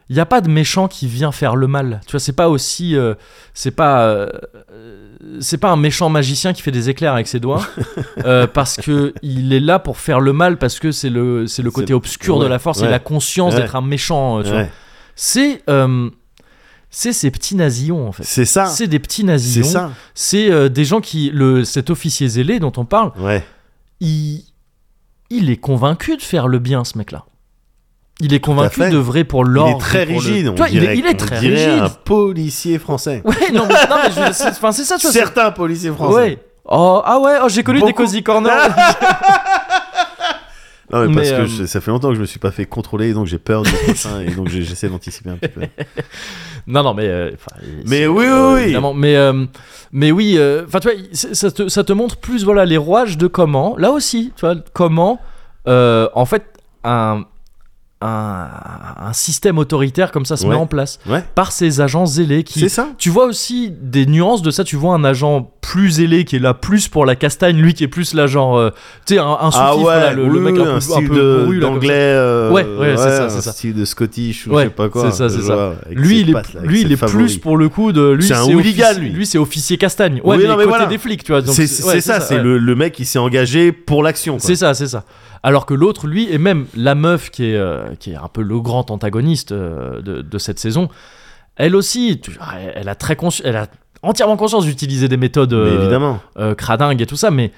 Speaker 1: il n'y a pas de méchant qui vient faire le mal. Tu vois, c'est pas aussi. euh, c'est pas. euh, euh, c'est pas un méchant magicien qui fait des éclairs avec
Speaker 2: [LAUGHS]
Speaker 1: ses doigts. euh, parce que il est là pour faire le mal, parce que c'est le, c'est le
Speaker 2: C'est
Speaker 1: côté
Speaker 2: le-
Speaker 1: obscur de
Speaker 2: ouais,
Speaker 1: la force et
Speaker 2: ouais,
Speaker 1: la conscience
Speaker 2: ouais.
Speaker 1: d'être un méchant. euh, tu vois.
Speaker 2: Ouais.
Speaker 1: C'est. euh, c'est ces petits nazillons, en fait.
Speaker 2: C'est ça.
Speaker 1: C'est des petits
Speaker 2: C'est
Speaker 1: nazillons.
Speaker 2: ça.
Speaker 1: C'est euh, des gens qui. Le, cet officier zélé dont on parle,
Speaker 2: Ouais.
Speaker 1: il, il est convaincu de faire le bien, ce mec-là. Il est convaincu
Speaker 2: fait.
Speaker 1: de vrai pour
Speaker 2: Il
Speaker 1: l'ordre.
Speaker 2: est très
Speaker 1: et pour le-
Speaker 2: rigide. On
Speaker 1: Tu vois, il,
Speaker 2: dirait,
Speaker 1: est, il est
Speaker 2: on
Speaker 1: très
Speaker 2: dirait
Speaker 1: rigide.
Speaker 2: un policier français.
Speaker 1: [LAUGHS] Ouais, non, mais, non, mais je- c'est enfin, c'est ça, tu vois. c'est-
Speaker 2: Certains policiers français.
Speaker 1: Ouais. Oh, ah ouais, oh, j'ai connu des
Speaker 2: Beaucoup. Ah.
Speaker 1: cozy corners.
Speaker 2: Non, mais,
Speaker 1: Mais,
Speaker 2: parce que
Speaker 1: euh,
Speaker 2: je- ça fait longtemps que je me suis pas fait contrôler et donc j'ai peur
Speaker 1: [LAUGHS]
Speaker 2: du prochain et donc j'ai- j'essaie d'anticiper un petit peu.
Speaker 1: [LAUGHS] non, non, mais. euh, enfin,
Speaker 2: Mais
Speaker 1: c'est-
Speaker 2: oui,
Speaker 1: euh,
Speaker 2: oui, oui.
Speaker 1: évidemment, Mais, euh, mais oui, euh, enfin, tu vois, c'est- ça te, ça te montre plus voilà, les rouages de comment, là aussi, tu vois, comment, euh, en fait, un, un, un système autoritaire comme ça se
Speaker 2: Ouais.
Speaker 1: met en place
Speaker 2: Ouais.
Speaker 1: par ces agents zélés qui,
Speaker 2: C'est ça.
Speaker 1: Tu vois aussi des nuances de ça. Tu vois un agent plus ailé qui est là plus pour la castagne, lui qui est plus là genre, euh, tu sais, un, un
Speaker 2: Ah
Speaker 1: soutif,
Speaker 2: ouais,
Speaker 1: là, le, le
Speaker 2: oui,
Speaker 1: mec
Speaker 2: oui,
Speaker 1: un peu,
Speaker 2: un style
Speaker 1: peu
Speaker 2: de-
Speaker 1: bourru, là, comme
Speaker 2: d'anglais,
Speaker 1: ça.
Speaker 2: euh,
Speaker 1: Ouais, ouais, c'est ça, c'est
Speaker 2: un
Speaker 1: ça.
Speaker 2: style de scottish ou
Speaker 1: Ouais,
Speaker 2: je sais pas quoi.
Speaker 1: c'est ça, c'est
Speaker 2: je
Speaker 1: ça.
Speaker 2: vois, avec ses
Speaker 1: Lui, il est,
Speaker 2: pattes, là, avec
Speaker 1: lui,
Speaker 2: ses
Speaker 1: il est
Speaker 2: favoris.
Speaker 1: plus pour le coup de lui.
Speaker 2: C'est un hooligan,
Speaker 1: officier-
Speaker 2: lui.
Speaker 1: c'est officier castagne.
Speaker 2: Oui,
Speaker 1: Ouais, mais
Speaker 2: non, mais
Speaker 1: côté
Speaker 2: voilà.
Speaker 1: des flics, tu vois. donc
Speaker 2: C'est
Speaker 1: ouais,
Speaker 2: c'est ça, c'est
Speaker 1: ouais.
Speaker 2: le, le mec qui s'est engagé pour l'action. quoi.
Speaker 1: C'est ça, c'est ça. Alors que l'autre, lui, et même la meuf qui est, euh, qui est un peu le grand antagoniste euh, de, de cette saison, elle aussi, tu- ah, elle- elle a très consci- elle a entièrement conscience d'utiliser des méthodes
Speaker 2: Mais
Speaker 1: euh,
Speaker 2: évidemment.
Speaker 1: euh, cradingue et tout ça, mais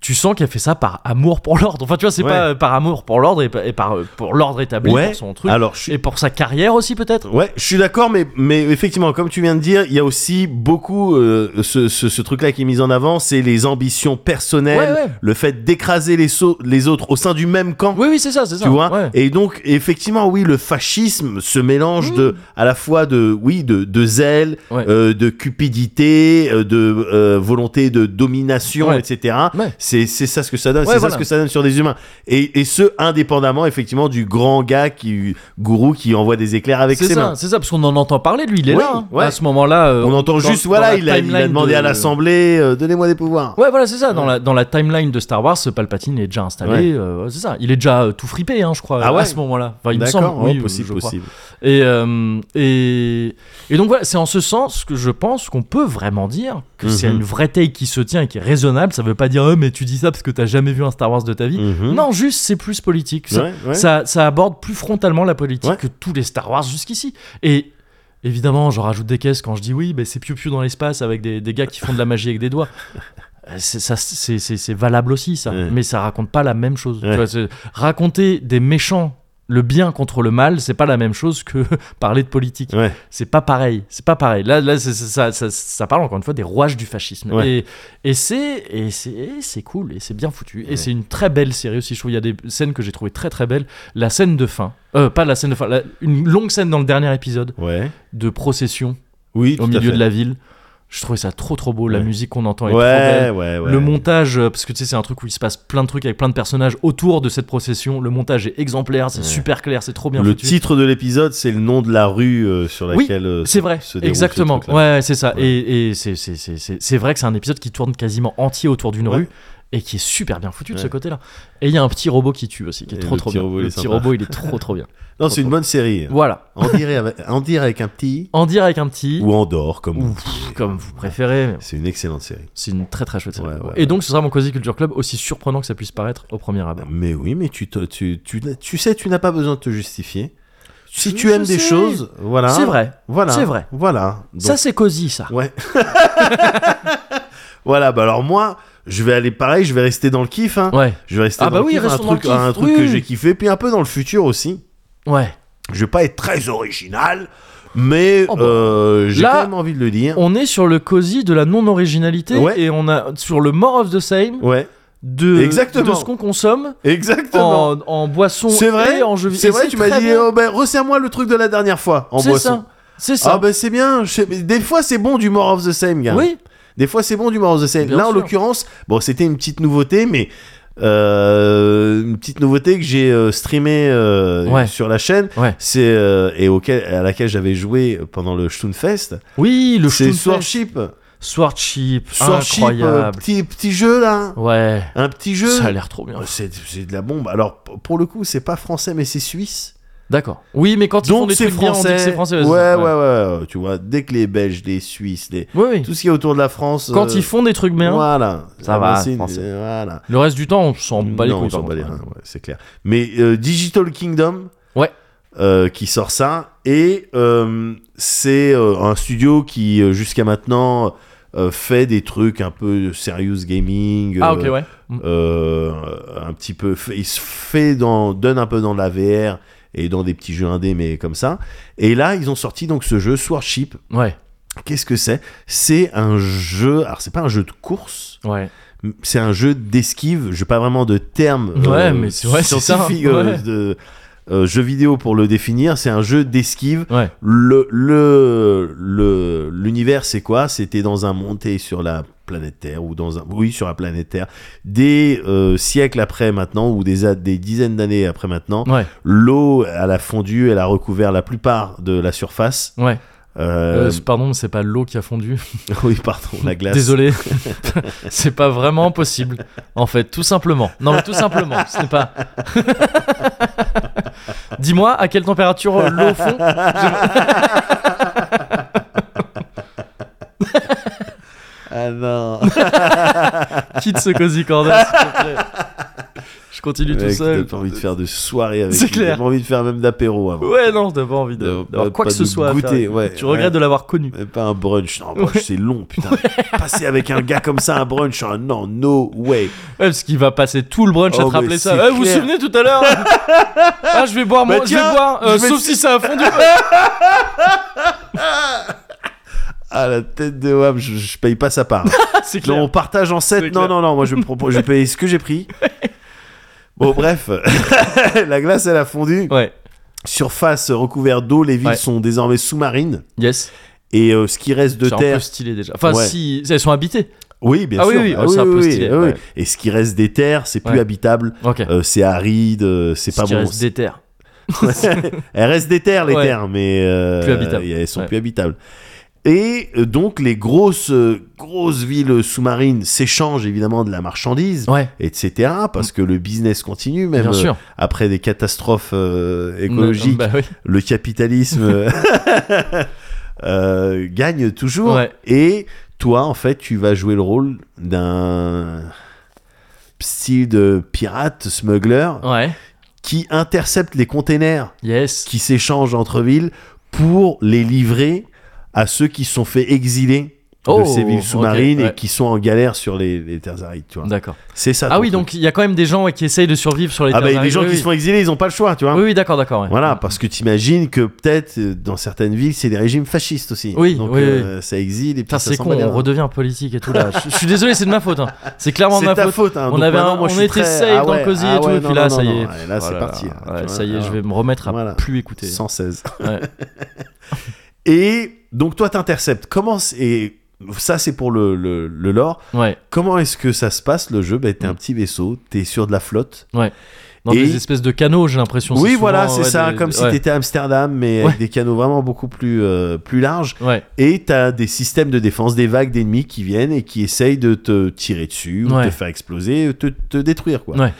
Speaker 1: tu sens qu'elle fait ça par amour pour l'ordre. Enfin, tu vois, c'est
Speaker 2: Ouais.
Speaker 1: pas euh, par amour pour l'ordre et, pa- et par euh, pour l'ordre établi
Speaker 2: Ouais.
Speaker 1: pour son truc
Speaker 2: Alors, je suis-
Speaker 1: et pour sa carrière aussi peut-être.
Speaker 2: Ouais, je suis d'accord, mais, mais effectivement, comme tu viens de dire, il y a aussi beaucoup euh, ce, ce- ce truc-là qui est mis en avant, c'est les ambitions personnelles,
Speaker 1: Ouais, ouais.
Speaker 2: le fait d'écraser les, sau- les autres au sein du même camp.
Speaker 1: Oui, oui, c'est ça, c'est ça.
Speaker 2: Tu vois
Speaker 1: Ouais.
Speaker 2: Et donc, effectivement, oui, le fascisme, ce mélange de, à la fois de, oui, de, de zèle,
Speaker 1: Mm. Ouais.
Speaker 2: euh, de cupidité, euh, de euh, volonté de domination,
Speaker 1: Ouais.
Speaker 2: etc.
Speaker 1: Ouais.
Speaker 2: C'est c'est ça ce que ça donne,
Speaker 1: Ouais,
Speaker 2: c'est
Speaker 1: voilà.
Speaker 2: ça ce que ça donne sur des humains. Et, et ce, indépendamment, effectivement, du grand gars qui, gourou qui envoie des éclairs avec
Speaker 1: C'est
Speaker 2: ses
Speaker 1: ça,
Speaker 2: mains.
Speaker 1: c'est ça, parce qu'on en entend parler de lui, il est
Speaker 2: Oui,
Speaker 1: là. hein.
Speaker 2: ouais.
Speaker 1: À ce moment-là. euh,
Speaker 2: On entend
Speaker 1: dans-
Speaker 2: juste,
Speaker 1: dans
Speaker 2: voilà,
Speaker 1: la
Speaker 2: il a, il a
Speaker 1: timeline
Speaker 2: demandé
Speaker 1: de-
Speaker 2: à l'Assemblée, euh, donnez-moi des pouvoirs.
Speaker 1: Ouais, voilà, c'est ça. Dans, la, dans la timeline de Star Wars, Palpatine est déjà installé. euh, c'est ça. Il est déjà euh, tout fripé, hein, je crois,
Speaker 2: Ah ouais
Speaker 1: à ce moment-là. Enfin, il me semble.
Speaker 2: D'accord,
Speaker 1: oui,
Speaker 2: ouais,
Speaker 1: euh,
Speaker 2: possible,
Speaker 1: je crois.
Speaker 2: possible.
Speaker 1: Et, euh, et, et donc voilà, c'est en ce sens que je pense qu'on peut vraiment dire que c'est
Speaker 2: Mhm.
Speaker 1: une vraie take qui se tient et qui est raisonnable. Ça veut pas dire, euh, mais tu dis ça parce que t'as jamais vu un Star Wars de ta vie.
Speaker 2: Mhm.
Speaker 1: Non, juste c'est plus politique. Ça,
Speaker 2: Ouais, ouais.
Speaker 1: ça, ça aborde plus frontalement la politique
Speaker 2: Ouais.
Speaker 1: que tous les Star Wars jusqu'ici. Et évidemment, je rajoute des caisses quand je dis oui, ben c'est piou-piou dans l'espace avec des, des gars qui font de la magie avec
Speaker 2: [LAUGHS]
Speaker 1: des doigts. Euh, C'est, ça, c'est, c'est- c'est valable aussi, ça.
Speaker 2: Ouais.
Speaker 1: Mais ça raconte pas la même chose. Tu
Speaker 2: Ouais.
Speaker 1: vois, c'est- raconter des méchants, le bien contre le mal, c'est pas la même chose que [LAUGHS] parler de politique.
Speaker 2: Ouais.
Speaker 1: C'est pas pareil. C'est pas pareil. Là, là c'est- c'est- ça, ça, ça parle encore une fois des rouages du fascisme.
Speaker 2: Ouais.
Speaker 1: Et, et c'est et c'est et c'est cool et c'est bien foutu. Et c'est une très belle série aussi. Je trouve il y a des scènes que j'ai trouvées très très belles. La scène de fin, euh, pas la scène de fin, la- une longue scène dans le dernier épisode
Speaker 2: Ouais.
Speaker 1: de procession
Speaker 2: Oui, tout
Speaker 1: au
Speaker 2: à
Speaker 1: milieu
Speaker 2: fait.
Speaker 1: de la ville. Je trouvais ça trop trop beau. La
Speaker 2: Ouais.
Speaker 1: musique qu'on entend est trop
Speaker 2: Ouais,
Speaker 1: belle.
Speaker 2: ouais, ouais.
Speaker 1: Le montage, euh, parce que tu sais, c'est un truc où il se passe plein de trucs avec plein de personnages autour de cette procession. Le montage est exemplaire, c'est
Speaker 2: Ouais.
Speaker 1: super clair, c'est trop bien
Speaker 2: Le
Speaker 1: foutu.
Speaker 2: titre de l'épisode, c'est le nom de la rue euh, sur
Speaker 1: Oui,
Speaker 2: laquelle. euh,
Speaker 1: C'est
Speaker 2: se-
Speaker 1: vrai,
Speaker 2: se déroule ce
Speaker 1: exactement.
Speaker 2: truc-là.
Speaker 1: Ouais, c'est ça.
Speaker 2: Ouais.
Speaker 1: Et, et c'est- c'est- c'est c'est- c'est vrai que c'est un épisode qui tourne quasiment entier autour d'une
Speaker 2: Ouais.
Speaker 1: rue et qui est super bien foutu de
Speaker 2: Ouais.
Speaker 1: ce côté-là. Et il y a un petit robot qui tue aussi, qui est
Speaker 2: Et
Speaker 1: trop
Speaker 2: le
Speaker 1: trop
Speaker 2: petit
Speaker 1: bien.
Speaker 2: robot, il
Speaker 1: le
Speaker 2: est
Speaker 1: petit
Speaker 2: sympa.
Speaker 1: robot, il est
Speaker 2: [LAUGHS]
Speaker 1: trop trop bien.
Speaker 2: Non, c'est une bonne série.
Speaker 1: Voilà.
Speaker 2: En dirait avec, en dire avec un petit.
Speaker 1: En dire avec un petit,
Speaker 2: Ou en dehors, comme.
Speaker 1: ou
Speaker 2: vous
Speaker 1: pff,
Speaker 2: voulez.
Speaker 1: comme vous préférez, mais
Speaker 2: C'est une excellente série.
Speaker 1: c'est une très très chouette série.
Speaker 2: Ouais, ouais,
Speaker 1: et
Speaker 2: ouais.
Speaker 1: donc, ce sera mon Cozy Culture Club, aussi surprenant que ça puisse paraître au premier abord.
Speaker 2: Mais oui, mais tu, te- tu, tu, tu sais, tu n'as pas besoin de te justifier. Si
Speaker 1: Je-
Speaker 2: tu aimes
Speaker 1: je
Speaker 2: des
Speaker 1: sais.
Speaker 2: choses, voilà.
Speaker 1: C'est vrai.
Speaker 2: Voilà.
Speaker 1: C'est vrai.
Speaker 2: Voilà. Hein Donc,
Speaker 1: ça, c'est Cozy, ça.
Speaker 2: Ouais. [LAUGHS] voilà, bah alors moi, je vais aller pareil, je vais rester dans le kiff. Hein.
Speaker 1: Ouais,
Speaker 2: Je vais rester
Speaker 1: Ah
Speaker 2: dans
Speaker 1: bah oui,
Speaker 2: le kiff, un
Speaker 1: restons dans le
Speaker 2: truc,
Speaker 1: kiff.
Speaker 2: un truc
Speaker 1: Oui,
Speaker 2: que
Speaker 1: oui.
Speaker 2: j'ai kiffé, puis un peu dans le futur aussi.
Speaker 1: ouais.
Speaker 2: Je vais pas être très original, mais
Speaker 1: Oh bah.
Speaker 2: euh, j'ai
Speaker 1: Là,
Speaker 2: quand même envie de le dire.
Speaker 1: On est sur le Cozy de la non-originalité
Speaker 2: Ouais.
Speaker 1: et on a sur le More of the Same
Speaker 2: Ouais,
Speaker 1: de,
Speaker 2: Exactement.
Speaker 1: de ce qu'on consomme
Speaker 2: exactement.
Speaker 1: en, en boisson
Speaker 2: C'est vrai,
Speaker 1: et Oh, en jeu
Speaker 2: c'est
Speaker 1: et
Speaker 2: vrai. Tu m'as
Speaker 1: très
Speaker 2: dit,
Speaker 1: bien.
Speaker 2: oh, ben, resserre-moi le truc de la dernière fois en
Speaker 1: c'est
Speaker 2: boisson.
Speaker 1: ça. C'est ça.
Speaker 2: Ah bah c'est bien. je sais- mais Des fois c'est bon du More of the Same, gars.
Speaker 1: oui,
Speaker 2: Des fois, c'est bon du More of the Same.
Speaker 1: Bien
Speaker 2: Là, en
Speaker 1: sûr.
Speaker 2: l'occurrence, bon, c'était une petite nouveauté, mais euh, une petite nouveauté que j'ai euh, streamée euh,
Speaker 1: Ouais.
Speaker 2: sur la chaîne.
Speaker 1: Ouais.
Speaker 2: C'est euh, et auquel à laquelle j'avais joué pendant le Stunfest.
Speaker 1: oui, le
Speaker 2: C'est
Speaker 1: Schtroumpf.
Speaker 2: Swordship.
Speaker 1: Swordship,
Speaker 2: Swordship, euh,
Speaker 1: incroyable.
Speaker 2: petit petit jeu là.
Speaker 1: Ouais,
Speaker 2: Un petit jeu. Euh,
Speaker 1: ça a l'air trop bien.
Speaker 2: C'est c'est de la bombe. Alors p- pour le coup, c'est pas français, mais c'est suisse.
Speaker 1: D'accord. Oui, mais quand ils font
Speaker 2: Donc
Speaker 1: des
Speaker 2: c'est
Speaker 1: trucs bien, on dit que
Speaker 2: français.
Speaker 1: c'est français.
Speaker 2: Ouais,
Speaker 1: c'est
Speaker 2: ouais,
Speaker 1: ça,
Speaker 2: ouais, ouais. Tu vois, dès que les Belges, les Suisses, les
Speaker 1: Oui, oui.
Speaker 2: tout ce qui est autour de la France.
Speaker 1: Quand
Speaker 2: euh,
Speaker 1: ils font des trucs bien,
Speaker 2: Voilà.
Speaker 1: Ça
Speaker 2: Ah
Speaker 1: va,
Speaker 2: bah, c'est une-
Speaker 1: français.
Speaker 2: Voilà.
Speaker 1: le reste du temps, on s'en bat les
Speaker 2: Non,
Speaker 1: couilles.
Speaker 2: on s'en
Speaker 1: par
Speaker 2: bat les
Speaker 1: contre.
Speaker 2: reins, ouais, c'est clair. Mais euh, Digital Kingdom,
Speaker 1: hein. Ouais.
Speaker 2: euh, qui sort ça, et euh, c'est euh, un studio qui euh, jusqu'à maintenant euh, fait des trucs un peu serious gaming,
Speaker 1: Ah,
Speaker 2: euh,
Speaker 1: ok, ouais.
Speaker 2: euh, un petit peu, fait- il se fait dans, donne un peu dans de la VR et dans des petits jeux indés, mais comme ça. Et là, ils ont sorti donc ce jeu Swordship.
Speaker 1: Ouais,
Speaker 2: Qu'est-ce que c'est C'est un jeu, alors c'est pas un jeu de course
Speaker 1: ouais.
Speaker 2: c'est un jeu d'esquive. Je pas vraiment de terme euh,
Speaker 1: Ouais, mais c'est- ouais, c'est ça,
Speaker 2: scientifique
Speaker 1: hein,
Speaker 2: euh,
Speaker 1: ouais.
Speaker 2: de euh, jeu vidéo pour le définir. C'est un jeu d'esquive.
Speaker 1: Ouais.
Speaker 2: Le le le l'univers, c'est quoi C'était dans un monté sur la planète Terre ou dans un oui sur la planète Terre des euh, siècles après maintenant ou des a- des dizaines d'années après maintenant.
Speaker 1: Ouais,
Speaker 2: L'eau, elle a fondu, elle a recouvert la plupart de la surface.
Speaker 1: ouais.
Speaker 2: Euh,
Speaker 1: Euh, pardon, c'est pas l'eau qui a fondu.
Speaker 2: [LAUGHS] oui, pardon, la glace.
Speaker 1: Désolé, [LAUGHS] c'est pas vraiment possible. En fait, tout simplement. Non, mais tout simplement, ce n'est pas. [LAUGHS] Dis-moi à quelle température euh, l'eau fond.
Speaker 2: Ah non.
Speaker 1: Quitte ce cosy corner, s'il te plaît. Je continue tout
Speaker 2: Mec,
Speaker 1: seul.
Speaker 2: T'as pas envie de faire de soirée avec.
Speaker 1: C'est
Speaker 2: lui,
Speaker 1: clair.
Speaker 2: T'as pas envie de faire même d'apéro avant.
Speaker 1: Ouais, non, t'as pas envie de-
Speaker 2: De-
Speaker 1: d'avoir
Speaker 2: pas-
Speaker 1: quoi
Speaker 2: pas
Speaker 1: que ce
Speaker 2: de
Speaker 1: soit. à
Speaker 2: goûter,
Speaker 1: faire.
Speaker 2: ouais,
Speaker 1: tu regrettes
Speaker 2: ouais.
Speaker 1: de l'avoir connu.
Speaker 2: Même pas un brunch. Non, brunch, c'est long, putain. Passer avec un gars comme ça un brunch, ah, non, no way.
Speaker 1: Ouais, parce qu'il va passer tout le brunch à
Speaker 2: Oh,
Speaker 1: te
Speaker 2: mais
Speaker 1: rappeler ça.
Speaker 2: c'est
Speaker 1: Eh, vous vous
Speaker 2: clair.
Speaker 1: souvenez tout
Speaker 2: [LAUGHS]
Speaker 1: à l'heure Ah, je vais boire
Speaker 2: Bah
Speaker 1: mon. je
Speaker 2: tiens,
Speaker 1: vais boire, euh,
Speaker 2: je vais-
Speaker 1: sauf si ça
Speaker 2: [LAUGHS]
Speaker 1: a fondu.
Speaker 2: Ah, la tête de Wam, je, je paye pas sa part.
Speaker 1: [LAUGHS] c'est
Speaker 2: non,
Speaker 1: clair.
Speaker 2: on partage en
Speaker 1: C'est
Speaker 2: 7. Non,
Speaker 1: clair.
Speaker 2: non, non, moi je me propose, je paye ce que j'ai pris. Bon, bref, [LAUGHS] la glace, elle a fondu.
Speaker 1: Ouais,
Speaker 2: Surface recouverte d'eau, les villes
Speaker 1: Ouais.
Speaker 2: sont désormais sous-marines.
Speaker 1: yes.
Speaker 2: Et euh, ce qui reste de
Speaker 1: C'est un peu
Speaker 2: terre.
Speaker 1: stylé déjà. Enfin,
Speaker 2: Ouais.
Speaker 1: si. Elles sont habitées.
Speaker 2: Oui, bien
Speaker 1: Ah oui,
Speaker 2: sûr.
Speaker 1: oui, oh, c'est un peu stylé, ouais.
Speaker 2: Et ce qui reste des terres, c'est plus
Speaker 1: Ouais.
Speaker 2: habitable,
Speaker 1: Ok.
Speaker 2: euh, c'est aride, euh, c'est
Speaker 1: Ce
Speaker 2: pas
Speaker 1: qui
Speaker 2: bon.
Speaker 1: reste des terres.
Speaker 2: Elles restent des terres, les
Speaker 1: Ouais.
Speaker 2: terres, mais euh,
Speaker 1: Plus habitables.
Speaker 2: elles sont
Speaker 1: Ouais.
Speaker 2: plus habitables. Et euh, donc, les grosses, euh, grosses villes sous-marines s'échangent évidemment de la marchandise,
Speaker 1: Ouais,
Speaker 2: etc., parce que le business continue, même
Speaker 1: bien
Speaker 2: euh,
Speaker 1: sûr.
Speaker 2: après des catastrophes euh, écologiques, [LAUGHS]
Speaker 1: Bah oui.
Speaker 2: le capitalisme
Speaker 1: [LAUGHS]
Speaker 2: euh, euh, [LAUGHS] gagne toujours.
Speaker 1: Ouais.
Speaker 2: Et toi, en fait, tu vas jouer le rôle d'un psy de pirate, smuggler,
Speaker 1: Ouais.
Speaker 2: qui intercepte les containers
Speaker 1: Yes.
Speaker 2: qui s'échangent entre villes pour les livrer à ceux qui se sont fait exiler
Speaker 1: Oh,
Speaker 2: de ces villes
Speaker 1: ok,
Speaker 2: sous-marines
Speaker 1: ouais.
Speaker 2: et qui sont en galère sur les, les terres arides. Tu vois.
Speaker 1: D'accord.
Speaker 2: C'est ça.
Speaker 1: Ah
Speaker 2: ton
Speaker 1: oui,
Speaker 2: truc.
Speaker 1: donc il y a quand même des gens ouais, qui essayent de survivre sur les
Speaker 2: euh, Ah bah,
Speaker 1: terres
Speaker 2: les
Speaker 1: arides.
Speaker 2: gens
Speaker 1: Oui,
Speaker 2: qui
Speaker 1: oui.
Speaker 2: se font exiler, ils ont pas le choix, tu vois.
Speaker 1: Oui, oui, d'accord, d'accord. ouais.
Speaker 2: Voilà, parce que t'imagines que peut-être euh, dans certaines villes, c'est des régimes fascistes aussi.
Speaker 1: Oui,
Speaker 2: donc
Speaker 1: oui,
Speaker 2: euh, ça exile et puis
Speaker 1: Putain,
Speaker 2: ça
Speaker 1: c'est
Speaker 2: sent
Speaker 1: con,
Speaker 2: pas bien.
Speaker 1: on
Speaker 2: [LAUGHS]
Speaker 1: redevient politique et tout là. Je je suis désolé, c'est de ma faute. hein. C'est clairement de
Speaker 2: C'est
Speaker 1: ma
Speaker 2: ta
Speaker 1: faute.
Speaker 2: faute. hein.
Speaker 1: On
Speaker 2: Donc
Speaker 1: avait
Speaker 2: maintenant,
Speaker 1: un-
Speaker 2: moi, je
Speaker 1: on
Speaker 2: suis
Speaker 1: était
Speaker 2: très-
Speaker 1: safe
Speaker 2: ah
Speaker 1: dans
Speaker 2: ouais,
Speaker 1: Cosy et
Speaker 2: ah
Speaker 1: tout,
Speaker 2: ouais,
Speaker 1: et puis
Speaker 2: non,
Speaker 1: là,
Speaker 2: non,
Speaker 1: ça
Speaker 2: non,
Speaker 1: y est.
Speaker 2: non, et Là,
Speaker 1: Oh
Speaker 2: c'est
Speaker 1: là
Speaker 2: parti.
Speaker 1: là.
Speaker 2: hein, tu
Speaker 1: Ouais,
Speaker 2: vois.
Speaker 1: ça y est, je vais me remettre à
Speaker 2: Voilà.
Speaker 1: plus écouter.
Speaker 2: 116.
Speaker 1: Ouais.
Speaker 2: [LAUGHS] Et donc toi t'interceptes. Comment c'est- et ça c'est pour le, le, le lore.
Speaker 1: Ouais,
Speaker 2: Comment est-ce que ça se passe le jeu Ben t'es un
Speaker 1: Mm.
Speaker 2: petit vaisseau, t'es sur de la flotte.
Speaker 1: dans
Speaker 2: Et-
Speaker 1: des espèces de canaux, j'ai l'impression.
Speaker 2: oui
Speaker 1: souvent,
Speaker 2: voilà c'est
Speaker 1: ouais,
Speaker 2: ça,
Speaker 1: des-
Speaker 2: comme si
Speaker 1: ouais.
Speaker 2: t'étais à Amsterdam mais
Speaker 1: Ouais.
Speaker 2: avec des canaux vraiment beaucoup plus euh, plus larges.
Speaker 1: Ouais,
Speaker 2: Et t'as des systèmes de défense, des vagues d'ennemis qui viennent et qui essayent de te tirer dessus, ou
Speaker 1: Ouais.
Speaker 2: te faire exploser, ou te, te détruire quoi.
Speaker 1: Ouais.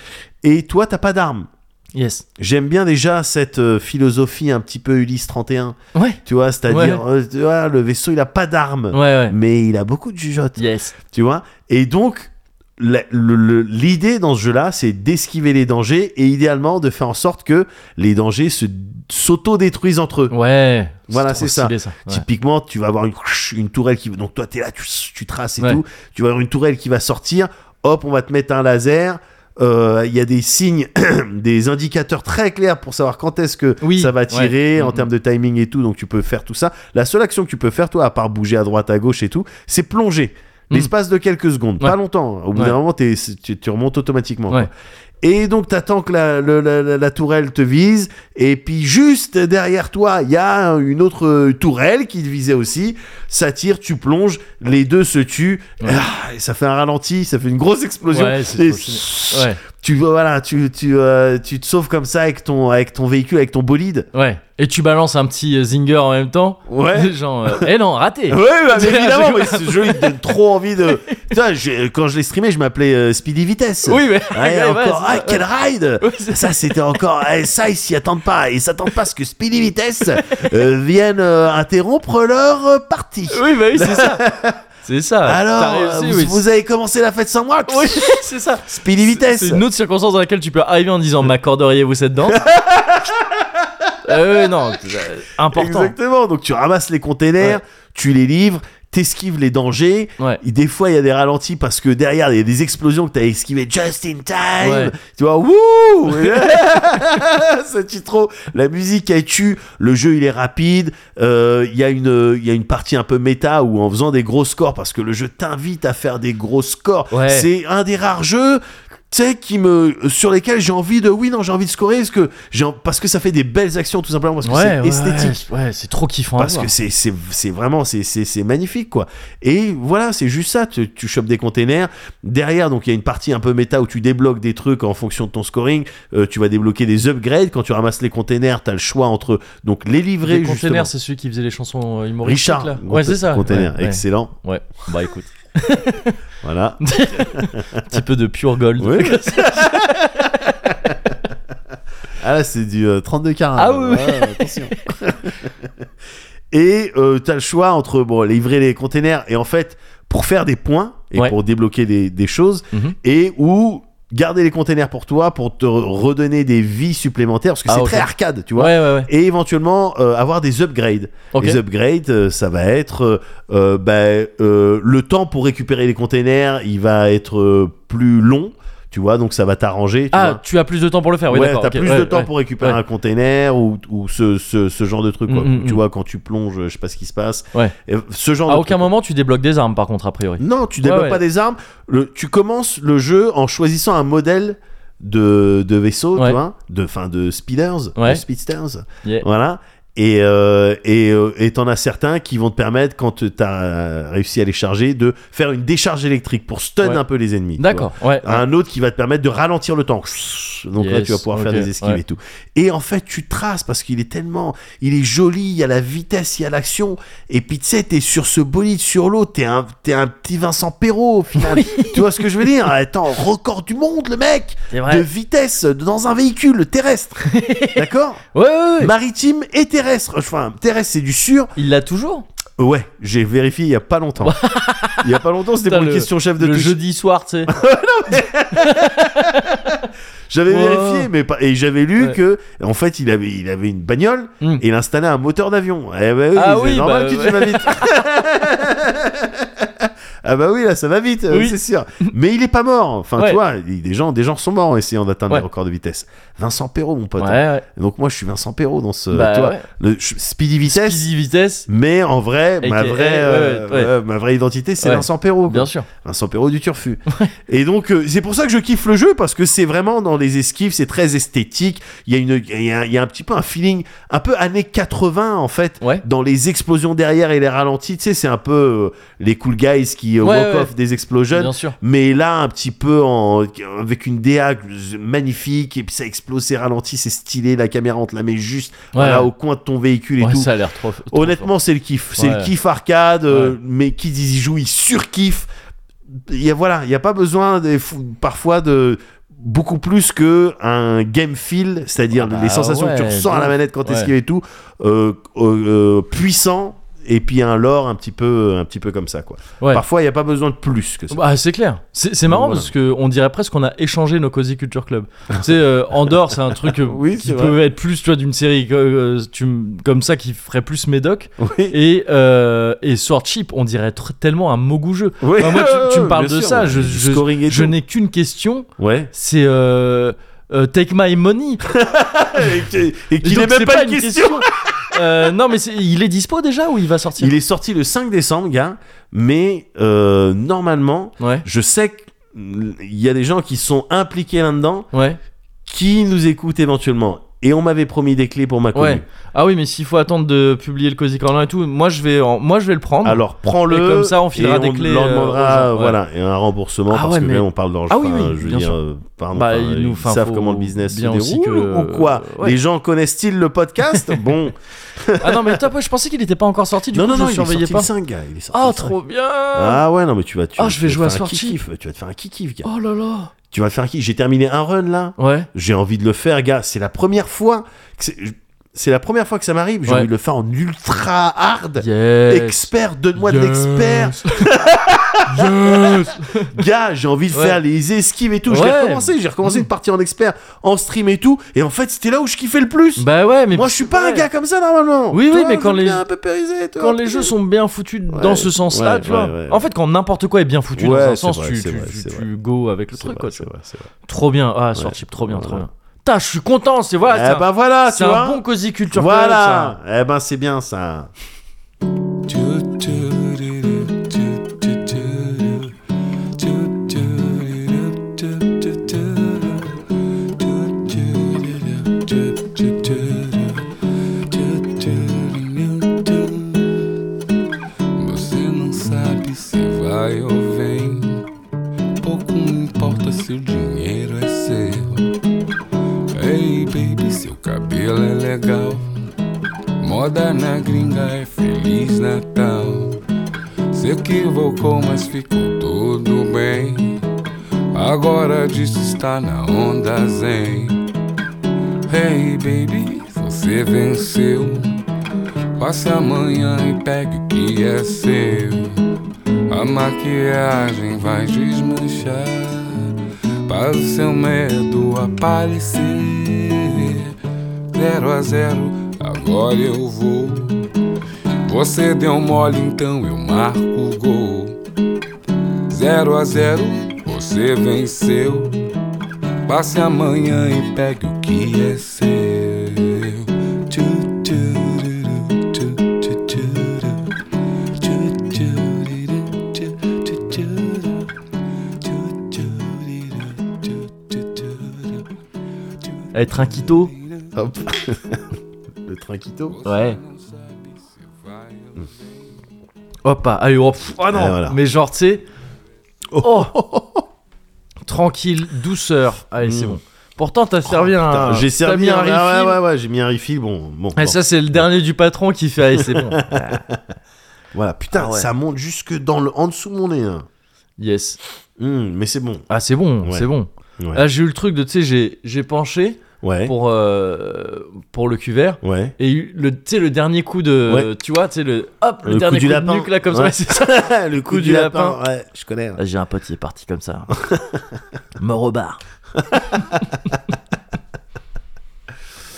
Speaker 2: Et toi t'as pas d'armes.
Speaker 1: yes.
Speaker 2: J'aime bien déjà cette euh, philosophie un petit peu Ulysse 31.
Speaker 1: Ouais,
Speaker 2: Tu vois, c'est-à-dire euh, tu vois, le vaisseau il a pas d'armes.
Speaker 1: ouais, ouais.
Speaker 2: mais il a beaucoup de jugeotes,
Speaker 1: Yes.
Speaker 2: tu vois. Et donc, la- le- le- l'idée dans ce jeu-là, c'est d'esquiver les dangers et idéalement de faire en sorte que les dangers se- s'auto-détruisent entre eux.
Speaker 1: Ouais.
Speaker 2: Voilà,
Speaker 1: trop
Speaker 2: c'est ça.
Speaker 1: stylé, Ouais.
Speaker 2: Typiquement, tu vas avoir une, une tourelle qui. Donc, toi, t'es là, tu, tu traces et
Speaker 1: Ouais.
Speaker 2: tout. Tu vas avoir une tourelle qui va sortir. Hop, on va te mettre un laser. Euh, Il y a des signes, [CLEARS THROAT] des indicateurs très clairs pour savoir quand est-ce que
Speaker 1: Oui,
Speaker 2: ça va
Speaker 1: ouais.
Speaker 2: tirer en
Speaker 1: Mhm.
Speaker 2: termes de timing et tout. Donc, tu peux faire tout ça. La seule action que tu peux faire, toi, à part bouger à droite, à gauche et tout, c'est plonger.
Speaker 1: Mhm.
Speaker 2: L'espace de quelques secondes,
Speaker 1: Ouais.
Speaker 2: pas longtemps. hein. Au bout
Speaker 1: Ouais.
Speaker 2: d'un moment, t'es- c'est- tu, tu remontes automatiquement. quoi.
Speaker 1: Ouais.
Speaker 2: Et donc, t'attends que la, le- la- la- la tourelle te vise. Et puis, juste derrière toi, il y a une autre euh, tourelle qui te visait aussi. Ça tire, tu plonges, les deux se tuent. Ah, et ça fait un ralenti, ça fait une grosse explosion.
Speaker 1: Ouais, c'est
Speaker 2: Et
Speaker 1: trop stylé. Ouais,
Speaker 2: Tu, vois, voilà, tu, tu, euh, tu te sauves comme ça avec ton, avec ton véhicule, avec ton bolide.
Speaker 1: ouais. Et tu balances un petit euh, zinger en même temps.
Speaker 2: Ouais.
Speaker 1: [LAUGHS] Genre, euh, eh non, raté.
Speaker 2: Ouais, bah, mais
Speaker 1: [LAUGHS]
Speaker 2: évidemment, mais ce jeu, il te donne trop envie de. Putain, j'ai- quand je l'ai streamé, je m'appelais euh, Speedy Vitesse.
Speaker 1: Oui, mais.
Speaker 2: Ouais,
Speaker 1: ouais, ouais,
Speaker 2: encore,
Speaker 1: c'est
Speaker 2: ah,
Speaker 1: ça.
Speaker 2: quel ride
Speaker 1: Ouais, c'est-
Speaker 2: Ça, c'était encore. eh, ça, ils s'y attendent pas. Ils s'attendent pas à ce que Speedy Vitesse euh, vienne euh, interrompre leur euh, partie.
Speaker 1: Oui, bah oui, c'est ça.
Speaker 2: [LAUGHS]
Speaker 1: C'est ça.
Speaker 2: Alors,
Speaker 1: T'as réussi,
Speaker 2: euh, vous,
Speaker 1: oui.
Speaker 2: vous avez commencé la fête sans moi
Speaker 1: Oui, [LAUGHS] c'est ça.
Speaker 2: Speedy Vitesse
Speaker 1: C'est une autre circonstance dans laquelle tu peux arriver en disant m'accorderiez-vous
Speaker 2: [LAUGHS]
Speaker 1: cette danse euh, non, euh, important.
Speaker 2: Exactement. Donc, tu ramasses les containers, tu les livres, t'esquives les dangers.
Speaker 1: Ouais.
Speaker 2: Et Des fois, il y a des ralentis parce que derrière, il y a des explosions que t'as esquivées just in time.
Speaker 1: Ouais.
Speaker 2: Tu vois, wouh [LAUGHS] Ça tue trop. La musique, elle tue. Le jeu, il est rapide. Euh, Il y, a une- il y a une partie un peu méta où en faisant des gros scores, parce que le jeu t'invite à faire des gros scores.
Speaker 1: Ouais.
Speaker 2: C'est un des rares jeux tu sais, qui me sur lesquels j'ai envie de oui non j'ai envie de scorer parce que j'ai en- parce que ça fait des belles actions tout simplement parce que c'est esthétique
Speaker 1: Ouais, ouais, c'est trop kiffant. à
Speaker 2: parce
Speaker 1: voir.
Speaker 2: que c'est- c'est c'est vraiment c'est- c'est c'est magnifique quoi et voilà c'est juste ça tu, tu chopes des containers derrière donc il y a une partie un peu méta où tu débloques des trucs en fonction de ton scoring Euh, tu vas débloquer des upgrades quand tu ramasses les containers t'as le choix entre donc les livrer
Speaker 1: Les
Speaker 2: justement
Speaker 1: containers, c'est celui qui faisait les chansons euh, humoristiques.
Speaker 2: Richard
Speaker 1: là.
Speaker 2: Conte-
Speaker 1: Ouais, c'est ça.
Speaker 2: container
Speaker 1: Ouais, ouais.
Speaker 2: excellent
Speaker 1: Ouais. Bah écoute,
Speaker 2: voilà
Speaker 1: un petit peu de pure gold. [LAUGHS]
Speaker 2: Oui. Ah là, c'est du euh, 32 carats.
Speaker 1: Ah oui, oui.
Speaker 2: Ouais, attention. [LAUGHS] et euh, t'as le choix entre bon, livrer les containers et en fait, pour faire des points et
Speaker 1: Ouais.
Speaker 2: pour débloquer des, des choses,
Speaker 1: Mhm.
Speaker 2: et ou garder les containers pour toi pour te re- redonner des vies supplémentaires parce que
Speaker 1: Ah,
Speaker 2: c'est
Speaker 1: ok.
Speaker 2: très arcade, tu
Speaker 1: ouais,
Speaker 2: vois.
Speaker 1: ouais, ouais.
Speaker 2: Et éventuellement euh, avoir des upgrades.
Speaker 1: Ok.
Speaker 2: Les upgrades, euh, ça va être euh, euh, bah, euh, le temps pour récupérer les containers, il va être euh, plus long, tu vois, donc ça va t'arranger. tu vois
Speaker 1: Ah, tu as plus de temps pour le faire. Oui,
Speaker 2: ouais,
Speaker 1: d'accord.
Speaker 2: t'as
Speaker 1: ok,
Speaker 2: plus
Speaker 1: ouais,
Speaker 2: de temps
Speaker 1: ouais.
Speaker 2: pour récupérer
Speaker 1: Ouais.
Speaker 2: un container ou, ou ce, ce, ce genre de truc, quoi.
Speaker 1: Mm, mm,
Speaker 2: tu
Speaker 1: mm.
Speaker 2: vois, quand tu plonges, je sais pas ce qui se passe.
Speaker 1: Ouais.
Speaker 2: Et ce genre
Speaker 1: À
Speaker 2: de
Speaker 1: aucun
Speaker 2: truc.
Speaker 1: moment tu débloques des armes, par contre, a priori.
Speaker 2: Non, tu débloques
Speaker 1: Ouais, ouais.
Speaker 2: pas des armes. Le, tu commences le jeu en choisissant un modèle de, de vaisseau,
Speaker 1: Ouais.
Speaker 2: tu vois, de, fin, de speeders, de
Speaker 1: Ouais.
Speaker 2: speedsters.
Speaker 1: Yeah.
Speaker 2: Voilà. Et euh, et euh, et t'en as certains qui vont te permettre quand t'as réussi à les charger de faire une décharge électrique pour stun
Speaker 1: Ouais.
Speaker 2: un peu les ennemis. tu Ah,
Speaker 1: D'accord, ouais.
Speaker 2: un autre qui va te permettre de ralentir le temps. Donc là,
Speaker 1: Ah. Yes,
Speaker 2: tu vas pouvoir faire
Speaker 1: ok,
Speaker 2: des esquives
Speaker 1: ouais.
Speaker 2: et tout. Et en fait, tu traces parce qu'il est tellement. Il est joli, il y a la vitesse, il y a l'action. Et puis, tu sais, t'es sur ce bolide, sur l'autre, t'es un, t'es un petit Vincent Perrault au
Speaker 1: [LAUGHS]
Speaker 2: final. tu vois ce que je veux dire Attends, record du monde, le mec
Speaker 1: C'est
Speaker 2: De
Speaker 1: vrai.
Speaker 2: vitesse dans un véhicule
Speaker 1: [LAUGHS]
Speaker 2: terrestre. D'accord
Speaker 1: Ouais, ouais, ouais.
Speaker 2: Maritime et terrestre. Enfin, terrestre, c'est du sûr.
Speaker 1: Il l'a toujours.
Speaker 2: Ouais, j'ai vérifié il y a pas longtemps.
Speaker 1: [LAUGHS]
Speaker 2: il y a pas longtemps, c'était
Speaker 1: Putain,
Speaker 2: pour une
Speaker 1: le-
Speaker 2: question chef de
Speaker 1: Le
Speaker 2: touche.
Speaker 1: jeudi
Speaker 2: [LAUGHS]
Speaker 1: soir, tu sais.
Speaker 2: J'avais
Speaker 1: Wow.
Speaker 2: vérifié, mais pas, et j'avais lu
Speaker 1: Ouais.
Speaker 2: que, en fait, il avait, il avait une bagnole
Speaker 1: Hmm.
Speaker 2: et il installait un moteur d'avion. Eh bah oui,
Speaker 1: Ah
Speaker 2: c'est
Speaker 1: oui,
Speaker 2: normal
Speaker 1: bah
Speaker 2: que tu
Speaker 1: ouais.
Speaker 2: vas vite. [LAUGHS] ah bah oui, là, ça va vite, euh,
Speaker 1: Oui.
Speaker 2: c'est sûr. Mais il est pas mort. Enfin,
Speaker 1: Ouais.
Speaker 2: tu vois, il- des gens, des gens sont morts en essayant d'atteindre
Speaker 1: Ouais.
Speaker 2: les records de vitesse. Vincent Perrault, mon pote.
Speaker 1: Ouais, ouais.
Speaker 2: Donc moi, je suis Vincent Perrault dans ce,
Speaker 1: Bah
Speaker 2: tu vois,
Speaker 1: ouais.
Speaker 2: le ch- speedy vitesse.
Speaker 1: Easy vitesse.
Speaker 2: Mais en vrai, ma
Speaker 1: AKA,
Speaker 2: vraie,
Speaker 1: eh, ouais,
Speaker 2: euh,
Speaker 1: ouais, ouais.
Speaker 2: euh, ma vraie identité, c'est
Speaker 1: Ouais.
Speaker 2: Vincent Perrault. quoi.
Speaker 1: Bien sûr.
Speaker 2: Vincent Perrault du
Speaker 1: [LAUGHS]
Speaker 2: Turfu. Et donc, euh, c'est pour ça que je kiffe le jeu, parce que c'est vraiment dans les esquives, c'est très esthétique. Il y, a une, il, y a, il y a un petit peu un feeling, un peu années 80, en fait,
Speaker 1: Ouais.
Speaker 2: dans les explosions derrière et les ralentis. Tu sais, c'est un peu euh, les cool guys qui euh,
Speaker 1: Ouais,
Speaker 2: walk
Speaker 1: ouais.
Speaker 2: off des explosions.
Speaker 1: Bien sûr.
Speaker 2: Mais là, un petit peu en, avec une DA magnifique, et puis ça explose, c'est ralenti, c'est stylé, la caméra, on te la met juste
Speaker 1: Ouais.
Speaker 2: là, au coin de ton véhicule et
Speaker 1: Ouais,
Speaker 2: tout.
Speaker 1: ça a l'air trop. trop
Speaker 2: Honnêtement, c'est le kiff. C'est le
Speaker 1: Ouais.
Speaker 2: kiff arcade, euh,
Speaker 1: Ouais.
Speaker 2: mais qui y joue, il surkiffe. Il y a, voilà, il n'y a pas besoin des, fou- parfois de beaucoup plus que un game feel, c'est-à-dire
Speaker 1: Ah bah
Speaker 2: les sensations que tu
Speaker 1: ouais,
Speaker 2: ressens à
Speaker 1: de
Speaker 2: la
Speaker 1: ouf.
Speaker 2: manette quand tu
Speaker 1: Ouais.
Speaker 2: esquives et tout, euh, euh, euh, puissant et puis un lore un petit peu, un petit peu comme ça quoi.
Speaker 1: Ouais.
Speaker 2: Parfois, il n'y a pas besoin de plus que ça.
Speaker 1: Bah, c'est clair. C'est c'est marrant
Speaker 2: Voilà.
Speaker 1: parce que on dirait presque qu'on a échangé nos Cozy Culture Club. tu sais, euh, Andorre, c'est un truc
Speaker 2: [LAUGHS]
Speaker 1: euh,
Speaker 2: Oui,
Speaker 1: qui
Speaker 2: c'est
Speaker 1: peut être plus, tu vois, d'une série que, euh, tu m- comme ça qui ferait plus Médoc.
Speaker 2: [LAUGHS] Oui.
Speaker 1: Et, euh, et Sword Chip, on dirait tr- tellement un mogoujeux. jeu.
Speaker 2: Oui.
Speaker 1: Enfin, bah, moi, tu, tu me
Speaker 2: Bien
Speaker 1: parles de
Speaker 2: sûr,
Speaker 1: ça.
Speaker 2: du
Speaker 1: Je, je,
Speaker 2: scoring et
Speaker 1: je
Speaker 2: tout.
Speaker 1: n'ai qu'une question.
Speaker 2: Ouais.
Speaker 1: C'est euh, euh, Take My Money.
Speaker 2: et qui- et qu'il
Speaker 1: Donc,
Speaker 2: n'est même
Speaker 1: c'est
Speaker 2: pas une question.
Speaker 1: Euh, non, mais c'est- il est dispo déjà ou il va sortir
Speaker 2: Il est sorti le 5 décembre, gars, mais euh, normalement,
Speaker 1: Ouais.
Speaker 2: je sais qu'il y a des gens qui sont impliqués là-dedans,
Speaker 1: Ouais.
Speaker 2: qui nous écoutent éventuellement. Et on m'avait promis des clés pour ma commune.
Speaker 1: Ouais. Ah oui, mais s'il faut attendre de publier le Cozy Corner et tout, moi je vais, en- moi je vais le prendre.
Speaker 2: Alors prends-le.
Speaker 1: Et comme ça, on filera
Speaker 2: et
Speaker 1: des clés,
Speaker 2: leur
Speaker 1: euh,
Speaker 2: demandera,
Speaker 1: aux gens, ouais.
Speaker 2: voilà, et un remboursement
Speaker 1: Ah
Speaker 2: parce
Speaker 1: ouais,
Speaker 2: que
Speaker 1: mais-
Speaker 2: là, on parle dans le.
Speaker 1: Ah oui,
Speaker 2: enfin,
Speaker 1: oui,
Speaker 2: je veux
Speaker 1: bien
Speaker 2: dire,
Speaker 1: sûr.
Speaker 2: euh, pardon,
Speaker 1: Bah,
Speaker 2: enfin,
Speaker 1: ils
Speaker 2: ils,
Speaker 1: nous- enfin,
Speaker 2: savent
Speaker 1: faut
Speaker 2: comment le business se
Speaker 1: bien
Speaker 2: déroule
Speaker 1: aussi que- euh,
Speaker 2: ou quoi.
Speaker 1: Ouais.
Speaker 2: Les gens connaissent-ils le
Speaker 1: [LAUGHS]
Speaker 2: podcast Bon,
Speaker 1: Ah non, mais top, je pensais qu'il était pas encore sorti, du
Speaker 2: non,
Speaker 1: coup
Speaker 2: non,
Speaker 1: je
Speaker 2: non, il est
Speaker 1: surveillais
Speaker 2: sorti
Speaker 1: pas.
Speaker 2: le 5, gars. Il est sorti
Speaker 1: Ah,
Speaker 2: le 5.
Speaker 1: trop bien
Speaker 2: Ah ouais, non, mais tu vas. Tu,
Speaker 1: Ah,
Speaker 2: vas-
Speaker 1: je
Speaker 2: tu
Speaker 1: vais
Speaker 2: vas te
Speaker 1: jouer à
Speaker 2: faire un
Speaker 1: Sword
Speaker 2: kiff, Tu vas te faire un kiff, gars.
Speaker 1: Oh là là
Speaker 2: Tu vas te faire un kiff. J'ai terminé un run là.
Speaker 1: Ouais,
Speaker 2: j'ai envie de le faire, gars. C'est la première fois que c'est, je- c'est la première fois que ça m'arrive. J'ai
Speaker 1: Ouais.
Speaker 2: envie de le faire en ultra hard.
Speaker 1: yes
Speaker 2: Expert, donne-moi de
Speaker 1: Yes.
Speaker 2: l'expert.
Speaker 1: [LAUGHS]
Speaker 2: Gars, j'ai envie de
Speaker 1: Ouais.
Speaker 2: faire les esquives et tout. Je
Speaker 1: Ouais.
Speaker 2: l'ai recommencé. J'ai recommencé une partie en expert, en stream et tout. Et en fait, c'était là où je kiffais le plus.
Speaker 1: Bah ouais, mais.
Speaker 2: Moi, je suis pas un
Speaker 1: ouais.
Speaker 2: gars comme ça normalement.
Speaker 1: Oui,
Speaker 2: Tu
Speaker 1: oui,
Speaker 2: vois,
Speaker 1: mais quand
Speaker 2: j'aime
Speaker 1: les-
Speaker 2: bien un peu périser, tu
Speaker 1: Quand
Speaker 2: vois.
Speaker 1: les jeux sont bien foutus
Speaker 2: Ouais,
Speaker 1: dans ce sens-là,
Speaker 2: ouais,
Speaker 1: tu vois.
Speaker 2: ouais, ouais.
Speaker 1: En fait, quand n'importe quoi est bien foutu
Speaker 2: Ouais,
Speaker 1: dans un
Speaker 2: c'est
Speaker 1: sens,
Speaker 2: vrai,
Speaker 1: tu,
Speaker 2: c'est
Speaker 1: tu,
Speaker 2: vrai,
Speaker 1: tu-
Speaker 2: c'est
Speaker 1: tu
Speaker 2: vrai.
Speaker 1: go avec le
Speaker 2: C'est Eh
Speaker 1: truc,
Speaker 2: vrai,
Speaker 1: quoi.
Speaker 2: c'est
Speaker 1: tu vois.
Speaker 2: vrai, c'est vrai.
Speaker 1: Trop bien, ah,
Speaker 2: Ouais.
Speaker 1: Sword Chip, trop bien, trop
Speaker 2: Voilà.
Speaker 1: bien. Putain, je suis content, c'est voilà, c'est
Speaker 2: Eh
Speaker 1: un-
Speaker 2: ben voilà, tu
Speaker 1: c'est un,
Speaker 2: vois.
Speaker 1: bon Cozy Culture Club,
Speaker 2: Voilà. Eh ben c'est bien ça.
Speaker 8: Você não sabe se vai ou vem. Pouco me importa se o dinheiro é seu. Ei, baby, seu cabelo é legal. Moda na gringa é Feliz Natal. Se equivocou, mas ficou tudo bem. Agora disso está na onda zen. Hey, baby, você venceu. Passe amanhã e pegue o que é seu. A maquiagem vai desmanchar para o seu medo aparecer. Zero a zero, agora eu vou. Você deu mole, então eu marco o gol. Zero a zero, você venceu. Passe amanhã e pegue o que é seu. Tu, tu, ru, ru, tu, tu, tu, ru. Tu, tu, ru, ru, tu, tu, tu, ru. Tu, tu, ru, ru, tu, tu, tu, ru.
Speaker 1: ça. Être un Quito,
Speaker 2: Hop. [LAUGHS] Le Franquito.
Speaker 1: Ouais. Hmm. Hop, ah, allez, oh, pff, ah non,
Speaker 2: Ah, voilà.
Speaker 1: mais genre, tu sais. Oh. Tranquille, douceur. Allez, c'est
Speaker 2: Mm.
Speaker 1: bon. Pourtant, t'as servi
Speaker 2: Oh, Putain,
Speaker 1: un.
Speaker 2: J'ai
Speaker 1: t'as
Speaker 2: servi
Speaker 1: mis
Speaker 2: un.
Speaker 1: un
Speaker 2: Ah,
Speaker 1: refill.
Speaker 2: ouais, ouais, ouais, j'ai mis un refill. Bon, bon.
Speaker 1: Et
Speaker 2: bon.
Speaker 1: ça, c'est le dernier du patron qui fait. Allez,
Speaker 2: [LAUGHS]
Speaker 1: c'est bon.
Speaker 2: Voilà, putain,
Speaker 1: Ah ouais.
Speaker 2: ça monte jusque dans le, en dessous de mon nez. hein.
Speaker 1: Yes.
Speaker 2: Hum, mais c'est bon.
Speaker 1: Ah, c'est bon,
Speaker 2: Ouais.
Speaker 1: c'est bon.
Speaker 2: Ouais.
Speaker 1: Là, j'ai eu le truc de, tu sais, j'ai- j'ai penché
Speaker 2: ouais.
Speaker 1: pour, euh, pour le cuvert.
Speaker 2: Ouais.
Speaker 1: Et le, tu sais, le dernier coup de.
Speaker 2: Ouais.
Speaker 1: Tu vois, tu sais, le. Hop, le,
Speaker 2: Le coup
Speaker 1: dernier
Speaker 2: du
Speaker 1: coup,
Speaker 2: lapin.
Speaker 1: de nuque, là, comme ça.
Speaker 2: Ouais.
Speaker 1: [LAUGHS] Ouais, c'est
Speaker 2: [LAUGHS]
Speaker 1: ça.
Speaker 2: le coup, du, lapin. Ouais, je connais. hein.
Speaker 1: Ah, J'ai un pote, il est parti comme ça. [LAUGHS] Mort au bar. [LAUGHS]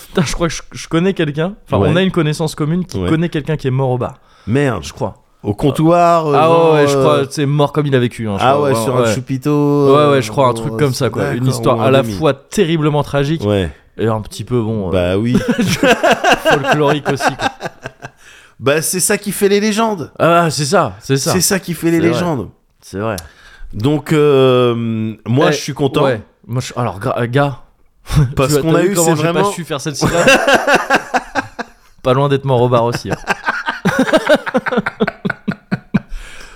Speaker 1: Putain, je crois que je, je connais quelqu'un. Enfin,
Speaker 2: Ouais.
Speaker 1: on a une connaissance commune qui
Speaker 2: Ouais.
Speaker 1: connaît quelqu'un qui est mort au bar.
Speaker 2: Merde.
Speaker 1: Je crois.
Speaker 2: Au comptoir. euh,
Speaker 1: ah ouais,
Speaker 2: genre,
Speaker 1: ouais, je
Speaker 2: euh,
Speaker 1: crois. C'est mort comme il a vécu. hein, je
Speaker 2: Ah
Speaker 1: crois,
Speaker 2: ouais,
Speaker 1: vraiment,
Speaker 2: sur un choupito.
Speaker 1: Ouais,
Speaker 2: euh,
Speaker 1: ouais, je crois un
Speaker 2: ou
Speaker 1: truc comme ça, quoi. Une
Speaker 2: d'accord,
Speaker 1: histoire
Speaker 2: ou
Speaker 1: à
Speaker 2: un
Speaker 1: la
Speaker 2: demi.
Speaker 1: fois terriblement tragique
Speaker 2: Ouais.
Speaker 1: et un petit peu, bon, euh,
Speaker 2: Bah oui.
Speaker 1: [LAUGHS] folklorique aussi. quoi.
Speaker 2: bah c'est ça qui fait les légendes.
Speaker 1: Ah, c'est ça, c'est ça.
Speaker 2: C'est ça qui fait les
Speaker 1: C'est vrai.
Speaker 2: légendes.
Speaker 1: C'est vrai.
Speaker 2: Donc euh, moi
Speaker 1: Eh,
Speaker 2: je suis content
Speaker 1: Ouais. Moi, je- Alors, gra- euh, gars,
Speaker 2: parce
Speaker 1: Tu vois,
Speaker 2: qu'on
Speaker 1: t'as
Speaker 2: a
Speaker 1: vu
Speaker 2: eu
Speaker 1: comment
Speaker 2: c'est
Speaker 1: j'ai
Speaker 2: vraiment
Speaker 1: pas su faire
Speaker 2: [LAUGHS]
Speaker 1: celle-ci là. pas loin d'être mort au bar aussi. hein.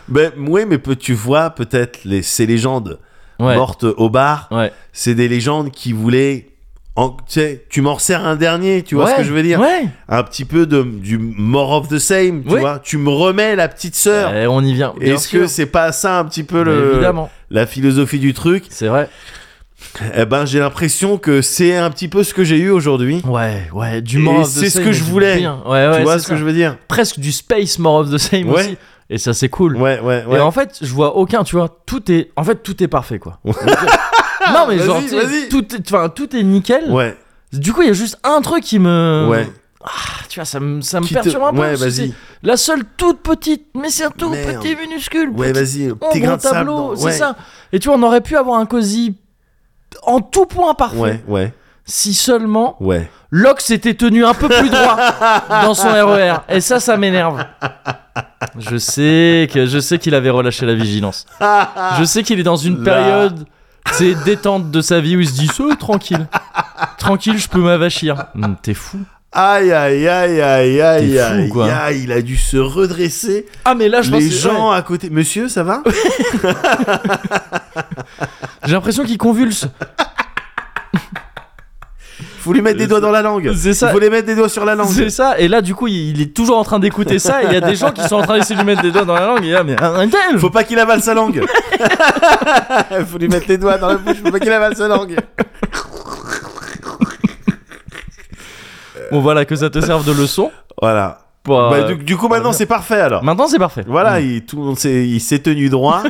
Speaker 2: ben ouais mais peu- tu vois peut-être les ces légendes
Speaker 1: Ouais.
Speaker 2: mortes au bar
Speaker 1: Ouais.
Speaker 2: c'est des légendes qui voulaient en, tu sais, tu m'en sers un dernier tu vois
Speaker 1: Ouais,
Speaker 2: ce que je veux dire
Speaker 1: Ouais.
Speaker 2: un petit peu de du more of the same tu
Speaker 1: Oui.
Speaker 2: vois tu me remets la petite sœur
Speaker 1: Eh, on y vient. bien
Speaker 2: est-ce
Speaker 1: sûr.
Speaker 2: que c'est pas ça un petit peu
Speaker 1: Mais
Speaker 2: le
Speaker 1: Évidemment.
Speaker 2: la philosophie du truc
Speaker 1: C'est vrai.
Speaker 2: Eh ben j'ai l'impression que c'est un petit peu ce que j'ai eu aujourd'hui
Speaker 1: Ouais, ouais. Du
Speaker 2: Et
Speaker 1: mort of the
Speaker 2: c'est ce
Speaker 1: same,
Speaker 2: que
Speaker 1: mais
Speaker 2: je
Speaker 1: du
Speaker 2: voulais.
Speaker 1: bien. Ouais, ouais.
Speaker 2: tu vois
Speaker 1: c'est
Speaker 2: ce que
Speaker 1: ça.
Speaker 2: je veux dire
Speaker 1: Presque du space mort of the same
Speaker 2: Ouais.
Speaker 1: aussi. Et ça, c'est cool.
Speaker 2: ouais ouais ouais
Speaker 1: Et en fait, je vois aucun, tu vois, tout est, en fait, tout est parfait, quoi. euh,
Speaker 2: [LAUGHS]
Speaker 1: non mais
Speaker 2: Vas-y,
Speaker 1: genre, tu sais,
Speaker 2: vas-y.
Speaker 1: tout, est, enfin, tout est nickel.
Speaker 2: ouais
Speaker 1: Du coup, il y a juste un truc qui me, ah,
Speaker 2: ouais
Speaker 1: tu vois, ça me, ça euh, me
Speaker 2: Qui te-
Speaker 1: perturbe un peu.
Speaker 2: ouais
Speaker 1: parce que c'est-
Speaker 2: vas-y
Speaker 1: La seule toute petite, mais c'est un tout
Speaker 2: Merde.
Speaker 1: petit minuscule.
Speaker 2: Ouais,
Speaker 1: petit
Speaker 2: vas-y,
Speaker 1: ombre
Speaker 2: petit grain
Speaker 1: au
Speaker 2: de sable.
Speaker 1: Oh, tableau,
Speaker 2: dans-
Speaker 1: c'est
Speaker 2: ouais.
Speaker 1: ça. Et tu vois, on aurait pu avoir un cosy en tout point parfait.
Speaker 2: Ouais, ouais,
Speaker 1: Si seulement
Speaker 2: ouais.
Speaker 1: Lox était tenu un peu plus droit dans son RER. Et ça, ça m'énerve. Je sais que je sais qu'il avait relâché la vigilance. Je sais qu'il est dans une
Speaker 2: Là.
Speaker 1: période c'est détente de sa vie où il se dit oh, tranquille. Tranquille, je peux m'avachir. Hum, T'es fou.
Speaker 2: Aïe, aïe, aïe, aïe, aïe,
Speaker 1: T'es fou,
Speaker 2: aïe,
Speaker 1: quoi.
Speaker 2: aïe, il a dû se redresser.
Speaker 1: Ah mais là je pense
Speaker 2: Les
Speaker 1: que-
Speaker 2: gens à côté. Monsieur, ça va
Speaker 1: J'ai l'impression qu'il convulse.
Speaker 2: Faut lui mettre des doigts dans la langue.
Speaker 1: C'est ça.
Speaker 2: Faut les mettre des doigts sur la langue.
Speaker 1: C'est ça, et là du coup il il est toujours en train d'écouter ça, et il y a des gens qui sont en train d'essayer de lui mettre des doigts dans la langue, et là, mais un un tel
Speaker 2: Faut pas qu'il avale sa langue.
Speaker 1: [LAUGHS]
Speaker 2: Faut lui mettre les doigts dans la bouche. Faut pas qu'il avale sa langue.
Speaker 1: Bon voilà, que ça te serve de leçon.
Speaker 2: Voilà.
Speaker 1: Bah,
Speaker 2: Bah, du, du coup, maintenant, c'est parfait alors.
Speaker 1: Maintenant c'est parfait.
Speaker 2: Voilà,
Speaker 1: Mm.
Speaker 2: il, tout le monde s'est, il s'est tenu
Speaker 1: [LAUGHS]
Speaker 2: droit.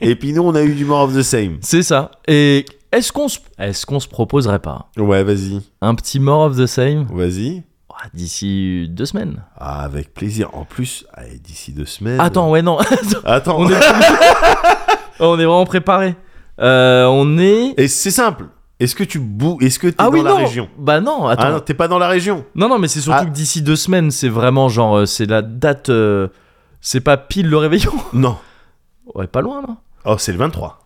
Speaker 2: et puis nous, on a eu du more of the same.
Speaker 1: C'est ça. Et est-ce qu'on se est-ce qu'on se proposerait pas
Speaker 2: Ouais, vas-y,
Speaker 1: un petit more of the same
Speaker 2: vas-y.
Speaker 1: oh, d'ici deux semaines
Speaker 2: Ah, avec plaisir. En plus, allez, d'ici deux semaines.
Speaker 1: Attends, ouais non, [LAUGHS]
Speaker 2: Attends.
Speaker 1: Attends, on est on est vraiment préparé. Euh, on est
Speaker 2: Et c'est simple. Est-ce que tu bou Est-ce que t'es
Speaker 1: ah
Speaker 2: dans
Speaker 1: oui
Speaker 2: la
Speaker 1: non.
Speaker 2: région
Speaker 1: Bah non, attends.
Speaker 2: Ah non, t'es pas dans la région.
Speaker 1: Non, non, mais c'est surtout
Speaker 2: Ah.
Speaker 1: que d'ici deux semaines, c'est vraiment genre, euh, c'est la date. euh, c'est pas pile le réveillon. [LAUGHS]
Speaker 2: Non.
Speaker 1: Ouais, pas loin, non
Speaker 2: Oh, c'est le 23.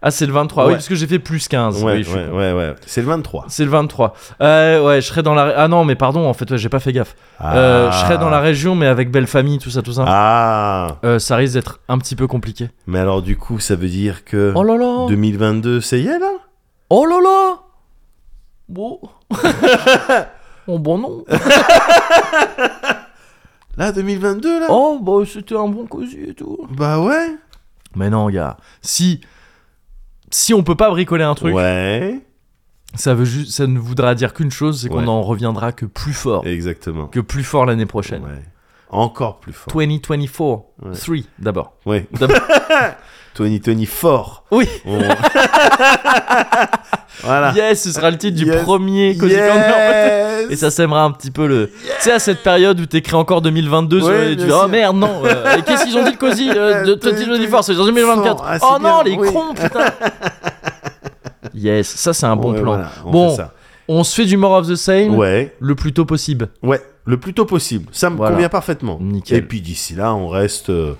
Speaker 1: Ah, c'est le 23,
Speaker 2: Ouais.
Speaker 1: oui, parce que j'ai fait plus 15.
Speaker 2: ouais,
Speaker 1: oui, je suis
Speaker 2: ouais,
Speaker 1: con.
Speaker 2: ouais, ouais. C'est le 23.
Speaker 1: C'est le 23. Euh, ouais, je serai dans la. Ah non, mais pardon, en fait, ouais, j'ai pas fait gaffe. Euh, je serai dans la région, mais avec belle famille, tout ça, tout ça.
Speaker 2: Ah.
Speaker 1: Euh, ça risque d'être un petit peu compliqué.
Speaker 2: Mais alors, du coup, ça veut dire que
Speaker 1: Oh là là
Speaker 2: 2022, ça y est là
Speaker 1: Oh là là
Speaker 2: [LAUGHS]
Speaker 1: Bon. oh, bon non.
Speaker 2: Là, 2022 là.
Speaker 1: Oh, bah, c'était un bon cosy et tout.
Speaker 2: Bah ouais.
Speaker 1: Mais non, gars. Si. Si on peut pas bricoler un truc.
Speaker 2: Ouais.
Speaker 1: Ça, veut juste, ça ne voudra dire qu'une chose, c'est qu'on
Speaker 2: Ouais.
Speaker 1: en reviendra que plus fort.
Speaker 2: Exactement.
Speaker 1: Que plus fort l'année prochaine.
Speaker 2: Ouais. Encore plus fort.
Speaker 1: 2024.
Speaker 2: Ouais.
Speaker 1: 3 d'abord.
Speaker 2: Ouais.
Speaker 1: D'abord.
Speaker 2: [LAUGHS] Tony Tony fort.
Speaker 1: Oui.
Speaker 2: On- [LAUGHS]
Speaker 1: [LAUGHS]
Speaker 2: voilà.
Speaker 1: Yes, ce sera le titre du
Speaker 2: Yes.
Speaker 1: premier Cozy
Speaker 2: Yes.
Speaker 1: Corner. [LAUGHS] Et ça sèmera un petit peu le. Tu sais, à cette période où t'écris encore 2022, sur-
Speaker 2: Ouais,
Speaker 1: et tu
Speaker 2: bien
Speaker 1: dis Oh
Speaker 2: sûr.
Speaker 1: merde, non euh, et Qu'est-ce qu'ils ont dit le
Speaker 2: [LAUGHS]
Speaker 1: Cozy euh, de Tony
Speaker 2: Tony,
Speaker 1: Tony
Speaker 2: Tony
Speaker 1: Force C'est en 2024.
Speaker 2: Fort. Ah, c'est
Speaker 1: oh
Speaker 2: bien,
Speaker 1: non, les
Speaker 2: oui.
Speaker 1: cons,
Speaker 2: [LAUGHS]
Speaker 1: putain Yes, ça c'est un bon
Speaker 2: Ouais,
Speaker 1: plan.
Speaker 2: voilà, on
Speaker 1: bon,
Speaker 2: fait ça.
Speaker 1: on se fait du More of the Same
Speaker 2: Ouais.
Speaker 1: le plus tôt possible.
Speaker 2: Ouais, le plus tôt possible. Ça me
Speaker 1: Voilà.
Speaker 2: convient parfaitement.
Speaker 1: Nickel.
Speaker 2: Et puis d'ici là, on reste euh,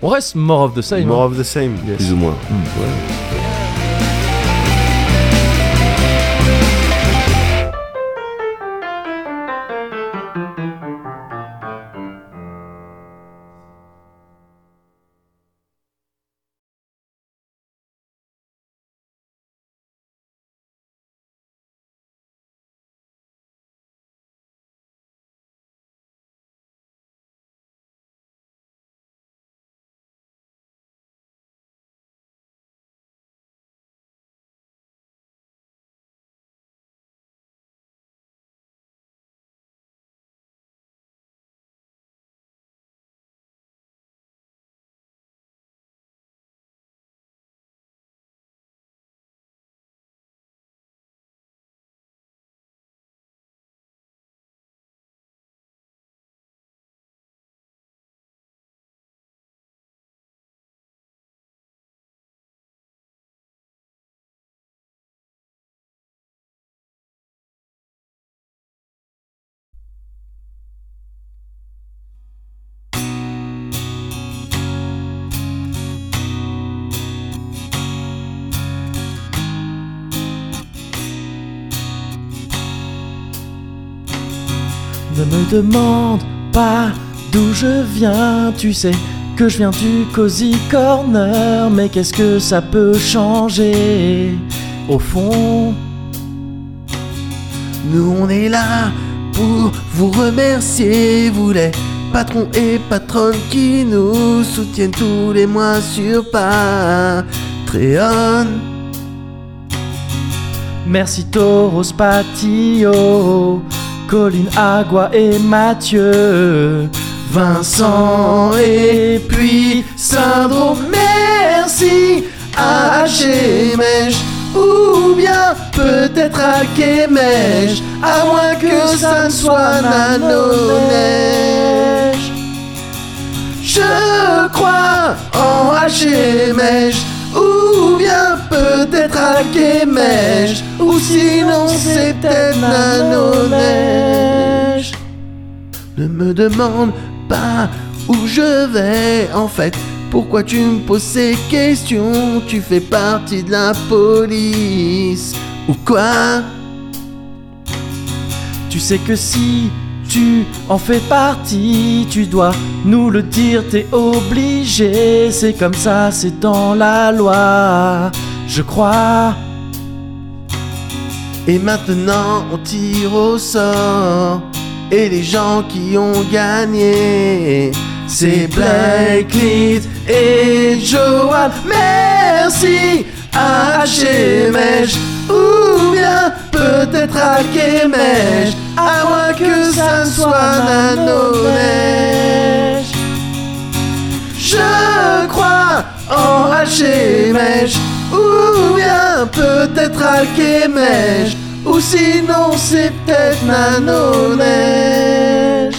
Speaker 1: On reste More of the Same. hein.
Speaker 2: more of the same,
Speaker 1: Yes.
Speaker 2: plus ou moins.
Speaker 1: Ne me demande pas d'où je viens, tu sais que je viens du Cozy Corner, mais qu'est-ce que ça peut changer Au fond,
Speaker 9: Nous on est là pour vous remercier, vous les patrons et patronnes qui nous soutiennent tous les mois sur Patreon.
Speaker 1: merci Tauros Patio, Colline Agua et Mathieu, Vincent et puis Syndrome, merci
Speaker 9: À Shemesh ou bien peut-être à Kemesh, à moins que ça ne soit Nanoneige. Je crois en Hachemesh, ou bien peut-être à Kemesh, ou sinon c'est peut-être Nanoneige. Ne me demande pas où je vais en fait. Pourquoi tu me poses ces questions Tu fais partie de la police ou quoi
Speaker 1: Tu sais que si tu en fais partie, tu dois nous le dire, t'es obligé. C'est comme ça, c'est dans la loi, je crois.
Speaker 9: Et maintenant on tire au sort et les gens qui ont gagné c'est Blacklit et Johan. Merci à Shemesh ou bien peut-être à Kemesh, à moins que ça ne soit Nanonesh. Je crois en Hachemesh, ou bien peut-être Alkemesh, ou sinon c'est peut-être Nanonesh.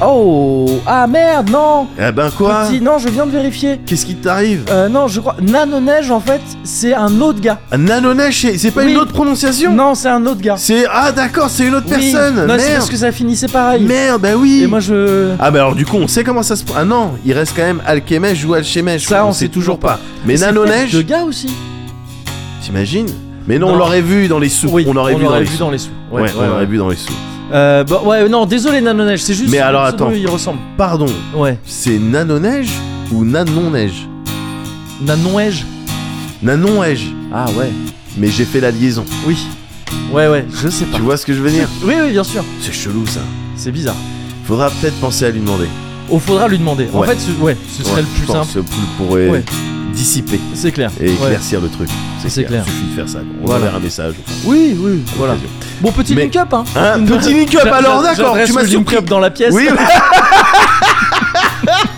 Speaker 1: Oh, ah merde, non
Speaker 2: Eh ben quoi
Speaker 1: Petit, Non, je viens de vérifier.
Speaker 2: Qu'est-ce qui t'arrive
Speaker 1: Euh, non, je crois. Nanoneige, en fait, c'est un autre gars.
Speaker 2: Un Nanonesh, c'est c'est pas
Speaker 1: Euh, Oui.
Speaker 2: une autre prononciation
Speaker 1: Non, c'est un autre gars.
Speaker 2: C'est. Ah d'accord, c'est une autre
Speaker 1: Oui.
Speaker 2: personne
Speaker 1: Non, c'est
Speaker 2: Merde
Speaker 1: parce que ça finissait pareil.
Speaker 2: Merde, bah oui
Speaker 1: Et moi, je.
Speaker 2: Ah bah alors du coup on sait comment ça se... Ah non, il reste quand même Alkemesh ou Alchemesh.
Speaker 1: Ça, on
Speaker 2: sait
Speaker 1: sait
Speaker 2: toujours
Speaker 1: toujours
Speaker 2: pas. Mais
Speaker 1: C'est peut-être Deux
Speaker 2: Nanonesh,
Speaker 1: gars aussi.
Speaker 2: t'imagines Mais non, on
Speaker 1: Non.
Speaker 2: l'aurait vu dans les sous.
Speaker 1: Oui,
Speaker 2: on l'aurait vu, dans les sous. Ouais, on l'aurait vu dans les sous.
Speaker 1: Euh, bah, ouais, non, désolé, Nanoneige, c'est juste.
Speaker 2: Mais
Speaker 1: son
Speaker 2: alors,
Speaker 1: pseudo,
Speaker 2: attends.
Speaker 1: Il ressemble.
Speaker 2: Pardon,
Speaker 1: Ouais.
Speaker 2: c'est Nanoneige ou Nanoneige
Speaker 1: Nanoneige
Speaker 2: Nanoneige. Ah ouais. Mais j'ai fait la liaison.
Speaker 1: Oui. Ouais, ouais, je sais pas.
Speaker 2: Tu vois ce que je veux dire
Speaker 1: Oui, oui, bien sûr.
Speaker 2: C'est chelou ça.
Speaker 1: C'est bizarre.
Speaker 2: Faudra peut-être penser à lui demander.
Speaker 1: On faudra lui demander. En
Speaker 2: Ouais.
Speaker 1: fait, ce, ouais, ce serait
Speaker 2: Ouais,
Speaker 1: le
Speaker 2: je
Speaker 1: plus
Speaker 2: pense
Speaker 1: simple.
Speaker 2: que le plus pourrait
Speaker 1: Ouais.
Speaker 2: dissiper
Speaker 1: C'est clair.
Speaker 2: et
Speaker 1: Ouais.
Speaker 2: éclaircir le truc.
Speaker 1: C'est clair.
Speaker 2: Il suffit de faire ça. On
Speaker 1: Voilà.
Speaker 2: enverra un message.
Speaker 1: Oui, oui, voilà.
Speaker 2: l'occasion.
Speaker 1: Bon, petit
Speaker 2: Mais-
Speaker 1: link-up, hein.
Speaker 2: Un
Speaker 1: [LAUGHS]
Speaker 2: petit link-up,
Speaker 1: J'a-
Speaker 2: alors
Speaker 1: j'a-
Speaker 2: d'accord,
Speaker 1: j'adresse
Speaker 2: tu m'as
Speaker 1: le
Speaker 2: surpris.
Speaker 1: link-up dans la pièce. [LAUGHS]
Speaker 2: Oui. [LAUGHS]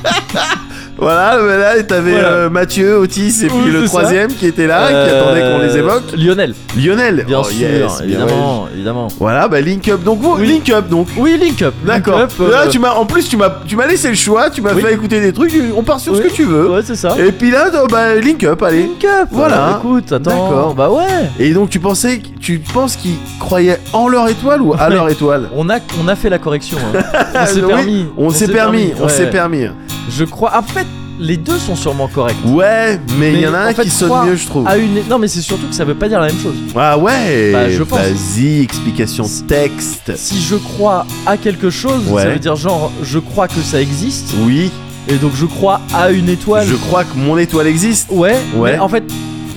Speaker 2: voilà, mais là, t'avais
Speaker 1: Voilà.
Speaker 2: euh, Mathieu, Otis et puis
Speaker 1: Oui,
Speaker 2: le
Speaker 1: c'est ça.
Speaker 2: troisième qui était là, qui
Speaker 1: Euh,
Speaker 2: attendait Ah, qu'on les évoque.
Speaker 1: Lionel,
Speaker 2: Lionel.
Speaker 1: bien
Speaker 2: Oh,
Speaker 1: sûr,
Speaker 2: yes, bien, ouais.
Speaker 1: évidemment, évidemment.
Speaker 2: Voilà, bah link up donc vous,
Speaker 1: Oui.
Speaker 2: link up donc.
Speaker 1: Oui, link up.
Speaker 2: D'accord.
Speaker 1: Link up, euh,
Speaker 2: Là, tu m'as en plus tu m'as tu m'as laissé le choix, tu m'as
Speaker 1: Oui.
Speaker 2: fait écouter des trucs, on part sur ce
Speaker 1: Oui.
Speaker 2: que tu veux.
Speaker 1: Ouais, c'est ça.
Speaker 2: Et puis là, oh, bah link up, allez.
Speaker 1: Link up.
Speaker 2: Voilà.
Speaker 1: Bah, écoute, attends.
Speaker 2: D'accord.
Speaker 1: Bah ouais.
Speaker 2: Et donc tu pensais tu penses qu'ils croyaient en leur étoile ou à leur étoile
Speaker 1: On a, on a fait la correction.
Speaker 2: [LAUGHS]
Speaker 1: hein. On s'est
Speaker 2: Oui,
Speaker 1: permis.
Speaker 2: On, s'est permis, on
Speaker 1: ouais.
Speaker 2: s'est permis.
Speaker 1: Je crois. En fait, les deux sont sûrement corrects.
Speaker 2: Ouais, mais il y en
Speaker 1: Mais
Speaker 2: a un
Speaker 1: en fait,
Speaker 2: qui sonne
Speaker 1: croire
Speaker 2: mieux, je trouve.
Speaker 1: À une... Non, mais c'est surtout que ça veut pas dire la même chose.
Speaker 2: Ah ouais
Speaker 1: Bah, je pense.
Speaker 2: Vas-y, explication texte.
Speaker 1: Si je crois à quelque chose,
Speaker 2: Ouais.
Speaker 1: ça veut dire genre je crois que ça existe,
Speaker 2: Oui,
Speaker 1: et donc je crois à une étoile.
Speaker 2: je crois que mon étoile existe.
Speaker 1: Ouais,
Speaker 2: Ouais.
Speaker 1: mais en fait,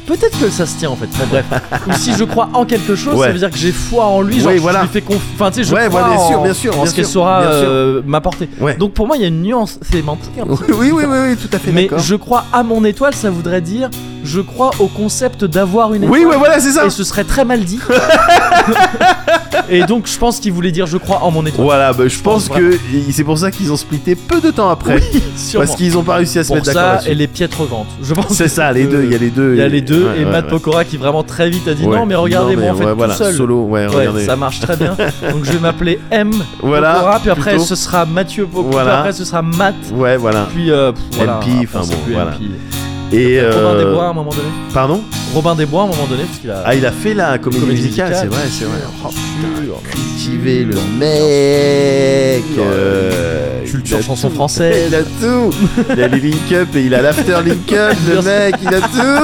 Speaker 1: peut-être que ça se tient en fait. Enfin,
Speaker 2: [LAUGHS]
Speaker 1: bref. Ou si je crois en quelque chose,
Speaker 2: Ouais.
Speaker 1: ça veut dire que j'ai foi en lui, genre
Speaker 2: Ouais,
Speaker 1: je
Speaker 2: voilà.
Speaker 1: lui fais confiance. Enfin, tu sais, je
Speaker 2: Ouais,
Speaker 1: crois
Speaker 2: voilà, bien
Speaker 1: en,
Speaker 2: sûr, bien sûr,
Speaker 1: en
Speaker 2: bien
Speaker 1: ce qu'elle
Speaker 2: sûr,
Speaker 1: saura
Speaker 2: bien sûr.
Speaker 1: euh, m'apporter.
Speaker 2: Ouais.
Speaker 1: Donc pour moi, il y a une nuance sémantique. un
Speaker 2: oui,
Speaker 1: petit peu
Speaker 2: oui, oui,
Speaker 1: différente.
Speaker 2: oui, tout à fait
Speaker 1: Mais
Speaker 2: d'accord.
Speaker 1: je crois à mon étoile, ça voudrait dire je crois au concept d'avoir une étoile.
Speaker 2: Oui, ouais, voilà, c'est ça.
Speaker 1: Et ce serait
Speaker 2: [LAUGHS]
Speaker 1: très mal dit. et donc je pense qu'il voulait dire je crois en mon étoile.
Speaker 2: Voilà, bah, je pense
Speaker 1: pense
Speaker 2: que i- c'est pour ça qu'ils ont splitté peu de temps après.
Speaker 1: Oui, sûrement.
Speaker 2: parce qu'ils ont pas réussi à se
Speaker 1: Pour
Speaker 2: mettre d'accord [LAUGHS]
Speaker 1: ça, et
Speaker 2: là-dessus.
Speaker 1: les piètres ventes. Je pense
Speaker 2: C'est
Speaker 1: que
Speaker 2: ça, les deux, il y a les deux.
Speaker 1: Il y a les deux
Speaker 2: Ouais,
Speaker 1: et
Speaker 2: ouais,
Speaker 1: Matt
Speaker 2: ouais.
Speaker 1: Pokora qui vraiment très vite a dit
Speaker 2: Ouais.
Speaker 1: non mais regardez-moi
Speaker 2: mais
Speaker 1: en fait
Speaker 2: ouais,
Speaker 1: tout
Speaker 2: voilà,
Speaker 1: seul.
Speaker 2: solo, ouais,
Speaker 1: Ouais,
Speaker 2: regardez.
Speaker 1: ça marche très
Speaker 2: [LAUGHS]
Speaker 1: bien. Donc je vais m'appeler M
Speaker 2: Voilà,
Speaker 1: Pokora, puis après
Speaker 2: plutôt.
Speaker 1: ce sera Mathieu Pokora,
Speaker 2: Voilà.
Speaker 1: puis après ce sera Matt,
Speaker 2: Ouais, voilà.
Speaker 1: puis euh, pff, voilà,
Speaker 2: MP,
Speaker 1: après,
Speaker 2: enfin
Speaker 1: c'est
Speaker 2: bon,
Speaker 1: plus
Speaker 2: voilà.
Speaker 1: MP.
Speaker 2: Et
Speaker 1: Robin
Speaker 2: euh,
Speaker 1: Desbois à un moment donné.
Speaker 2: Pardon
Speaker 1: Robin Desbois à un moment donné parce qu'il a
Speaker 2: Ah, il a fait la comédie,
Speaker 1: Comédie
Speaker 2: musicale,
Speaker 1: musicale,
Speaker 2: c'est vrai, c'est vrai.
Speaker 1: bien
Speaker 2: Oh,
Speaker 1: sûr.
Speaker 2: cultivé le mec. euh,
Speaker 1: culture
Speaker 2: il a
Speaker 1: chanson
Speaker 2: tout.
Speaker 1: française.
Speaker 2: Il a tout.
Speaker 1: [LAUGHS]
Speaker 2: Il a les link up et il a l'after link up, le
Speaker 1: Bien sûr. [LAUGHS]
Speaker 2: mec, il a tout.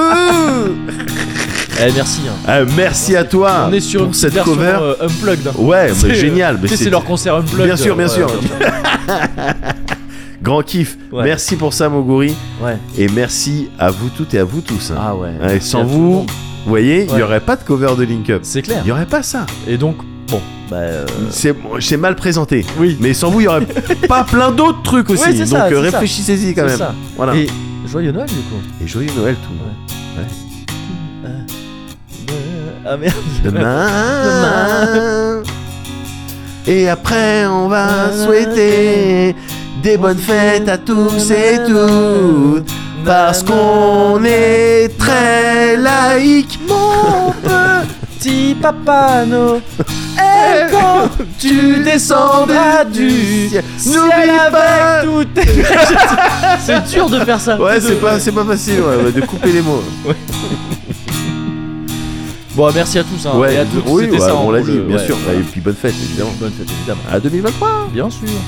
Speaker 1: Eh, merci. hein.
Speaker 2: Euh, merci à toi
Speaker 1: On est sur
Speaker 2: pour
Speaker 1: une
Speaker 2: cette
Speaker 1: version,
Speaker 2: cover.
Speaker 1: euh, unplugged. hein.
Speaker 2: Ouais,
Speaker 1: C'est,
Speaker 2: mais
Speaker 1: euh,
Speaker 2: génial. mais
Speaker 1: tu sais,
Speaker 2: c'est-
Speaker 1: c'est leur concert unplugged.
Speaker 2: Bien sûr, bien
Speaker 1: euh,
Speaker 2: sûr.
Speaker 1: ouais,
Speaker 2: Grand kiff.
Speaker 1: Ouais.
Speaker 2: Merci pour ça, Moguri.
Speaker 1: Ouais.
Speaker 2: Et merci à vous toutes et à vous tous. hein.
Speaker 1: Ah ouais.
Speaker 2: Ouais, sans
Speaker 1: à tout le
Speaker 2: vous,
Speaker 1: monde.
Speaker 2: vous voyez, il
Speaker 1: Ouais.
Speaker 2: n'y aurait pas de cover de Link Up.
Speaker 1: c'est clair.
Speaker 2: Il n'y aurait pas ça.
Speaker 1: Et donc, bon, bah. euh,
Speaker 2: C'est c'est mal présenté.
Speaker 1: Oui.
Speaker 2: Mais sans vous, il n'y
Speaker 1: [LAUGHS]
Speaker 2: aurait pas plein d'autres trucs aussi.
Speaker 1: Ouais, c'est
Speaker 2: Donc
Speaker 1: ça,
Speaker 2: euh,
Speaker 1: c'est ça.
Speaker 2: réfléchissez-y quand
Speaker 1: C'est
Speaker 2: même.
Speaker 1: ça.
Speaker 2: Voilà. Et...
Speaker 1: Et joyeux Noël, du coup.
Speaker 2: joyeux Noël, tout le monde.
Speaker 1: Ah merde.
Speaker 2: Demain. Et après, on va
Speaker 1: Demain.
Speaker 2: souhaiter des bonnes fêtes à tous et toutes. Parce qu'on est très laïque. [LAUGHS]
Speaker 1: Mon petit papa Noël,
Speaker 2: Eh, [LAUGHS]
Speaker 1: quand tu descendras du ciel avec tout
Speaker 2: [LAUGHS]
Speaker 1: C'est dur de faire ça.
Speaker 2: Ouais, c'est pas, c'est pas facile ouais, ouais, de couper les mots.
Speaker 1: Bon, merci à tous. Hein,
Speaker 2: ouais,
Speaker 1: et à toutes.
Speaker 2: oui,
Speaker 1: c'était
Speaker 2: ouais,
Speaker 1: ça, en
Speaker 2: on l'a
Speaker 1: gros,
Speaker 2: dit,
Speaker 1: le-
Speaker 2: bien
Speaker 1: ouais,
Speaker 2: sûr.
Speaker 1: voilà.
Speaker 2: Et puis bonne fête, évidemment.
Speaker 1: Bonne fête, évidemment.
Speaker 2: À 2023.
Speaker 1: Bien sûr.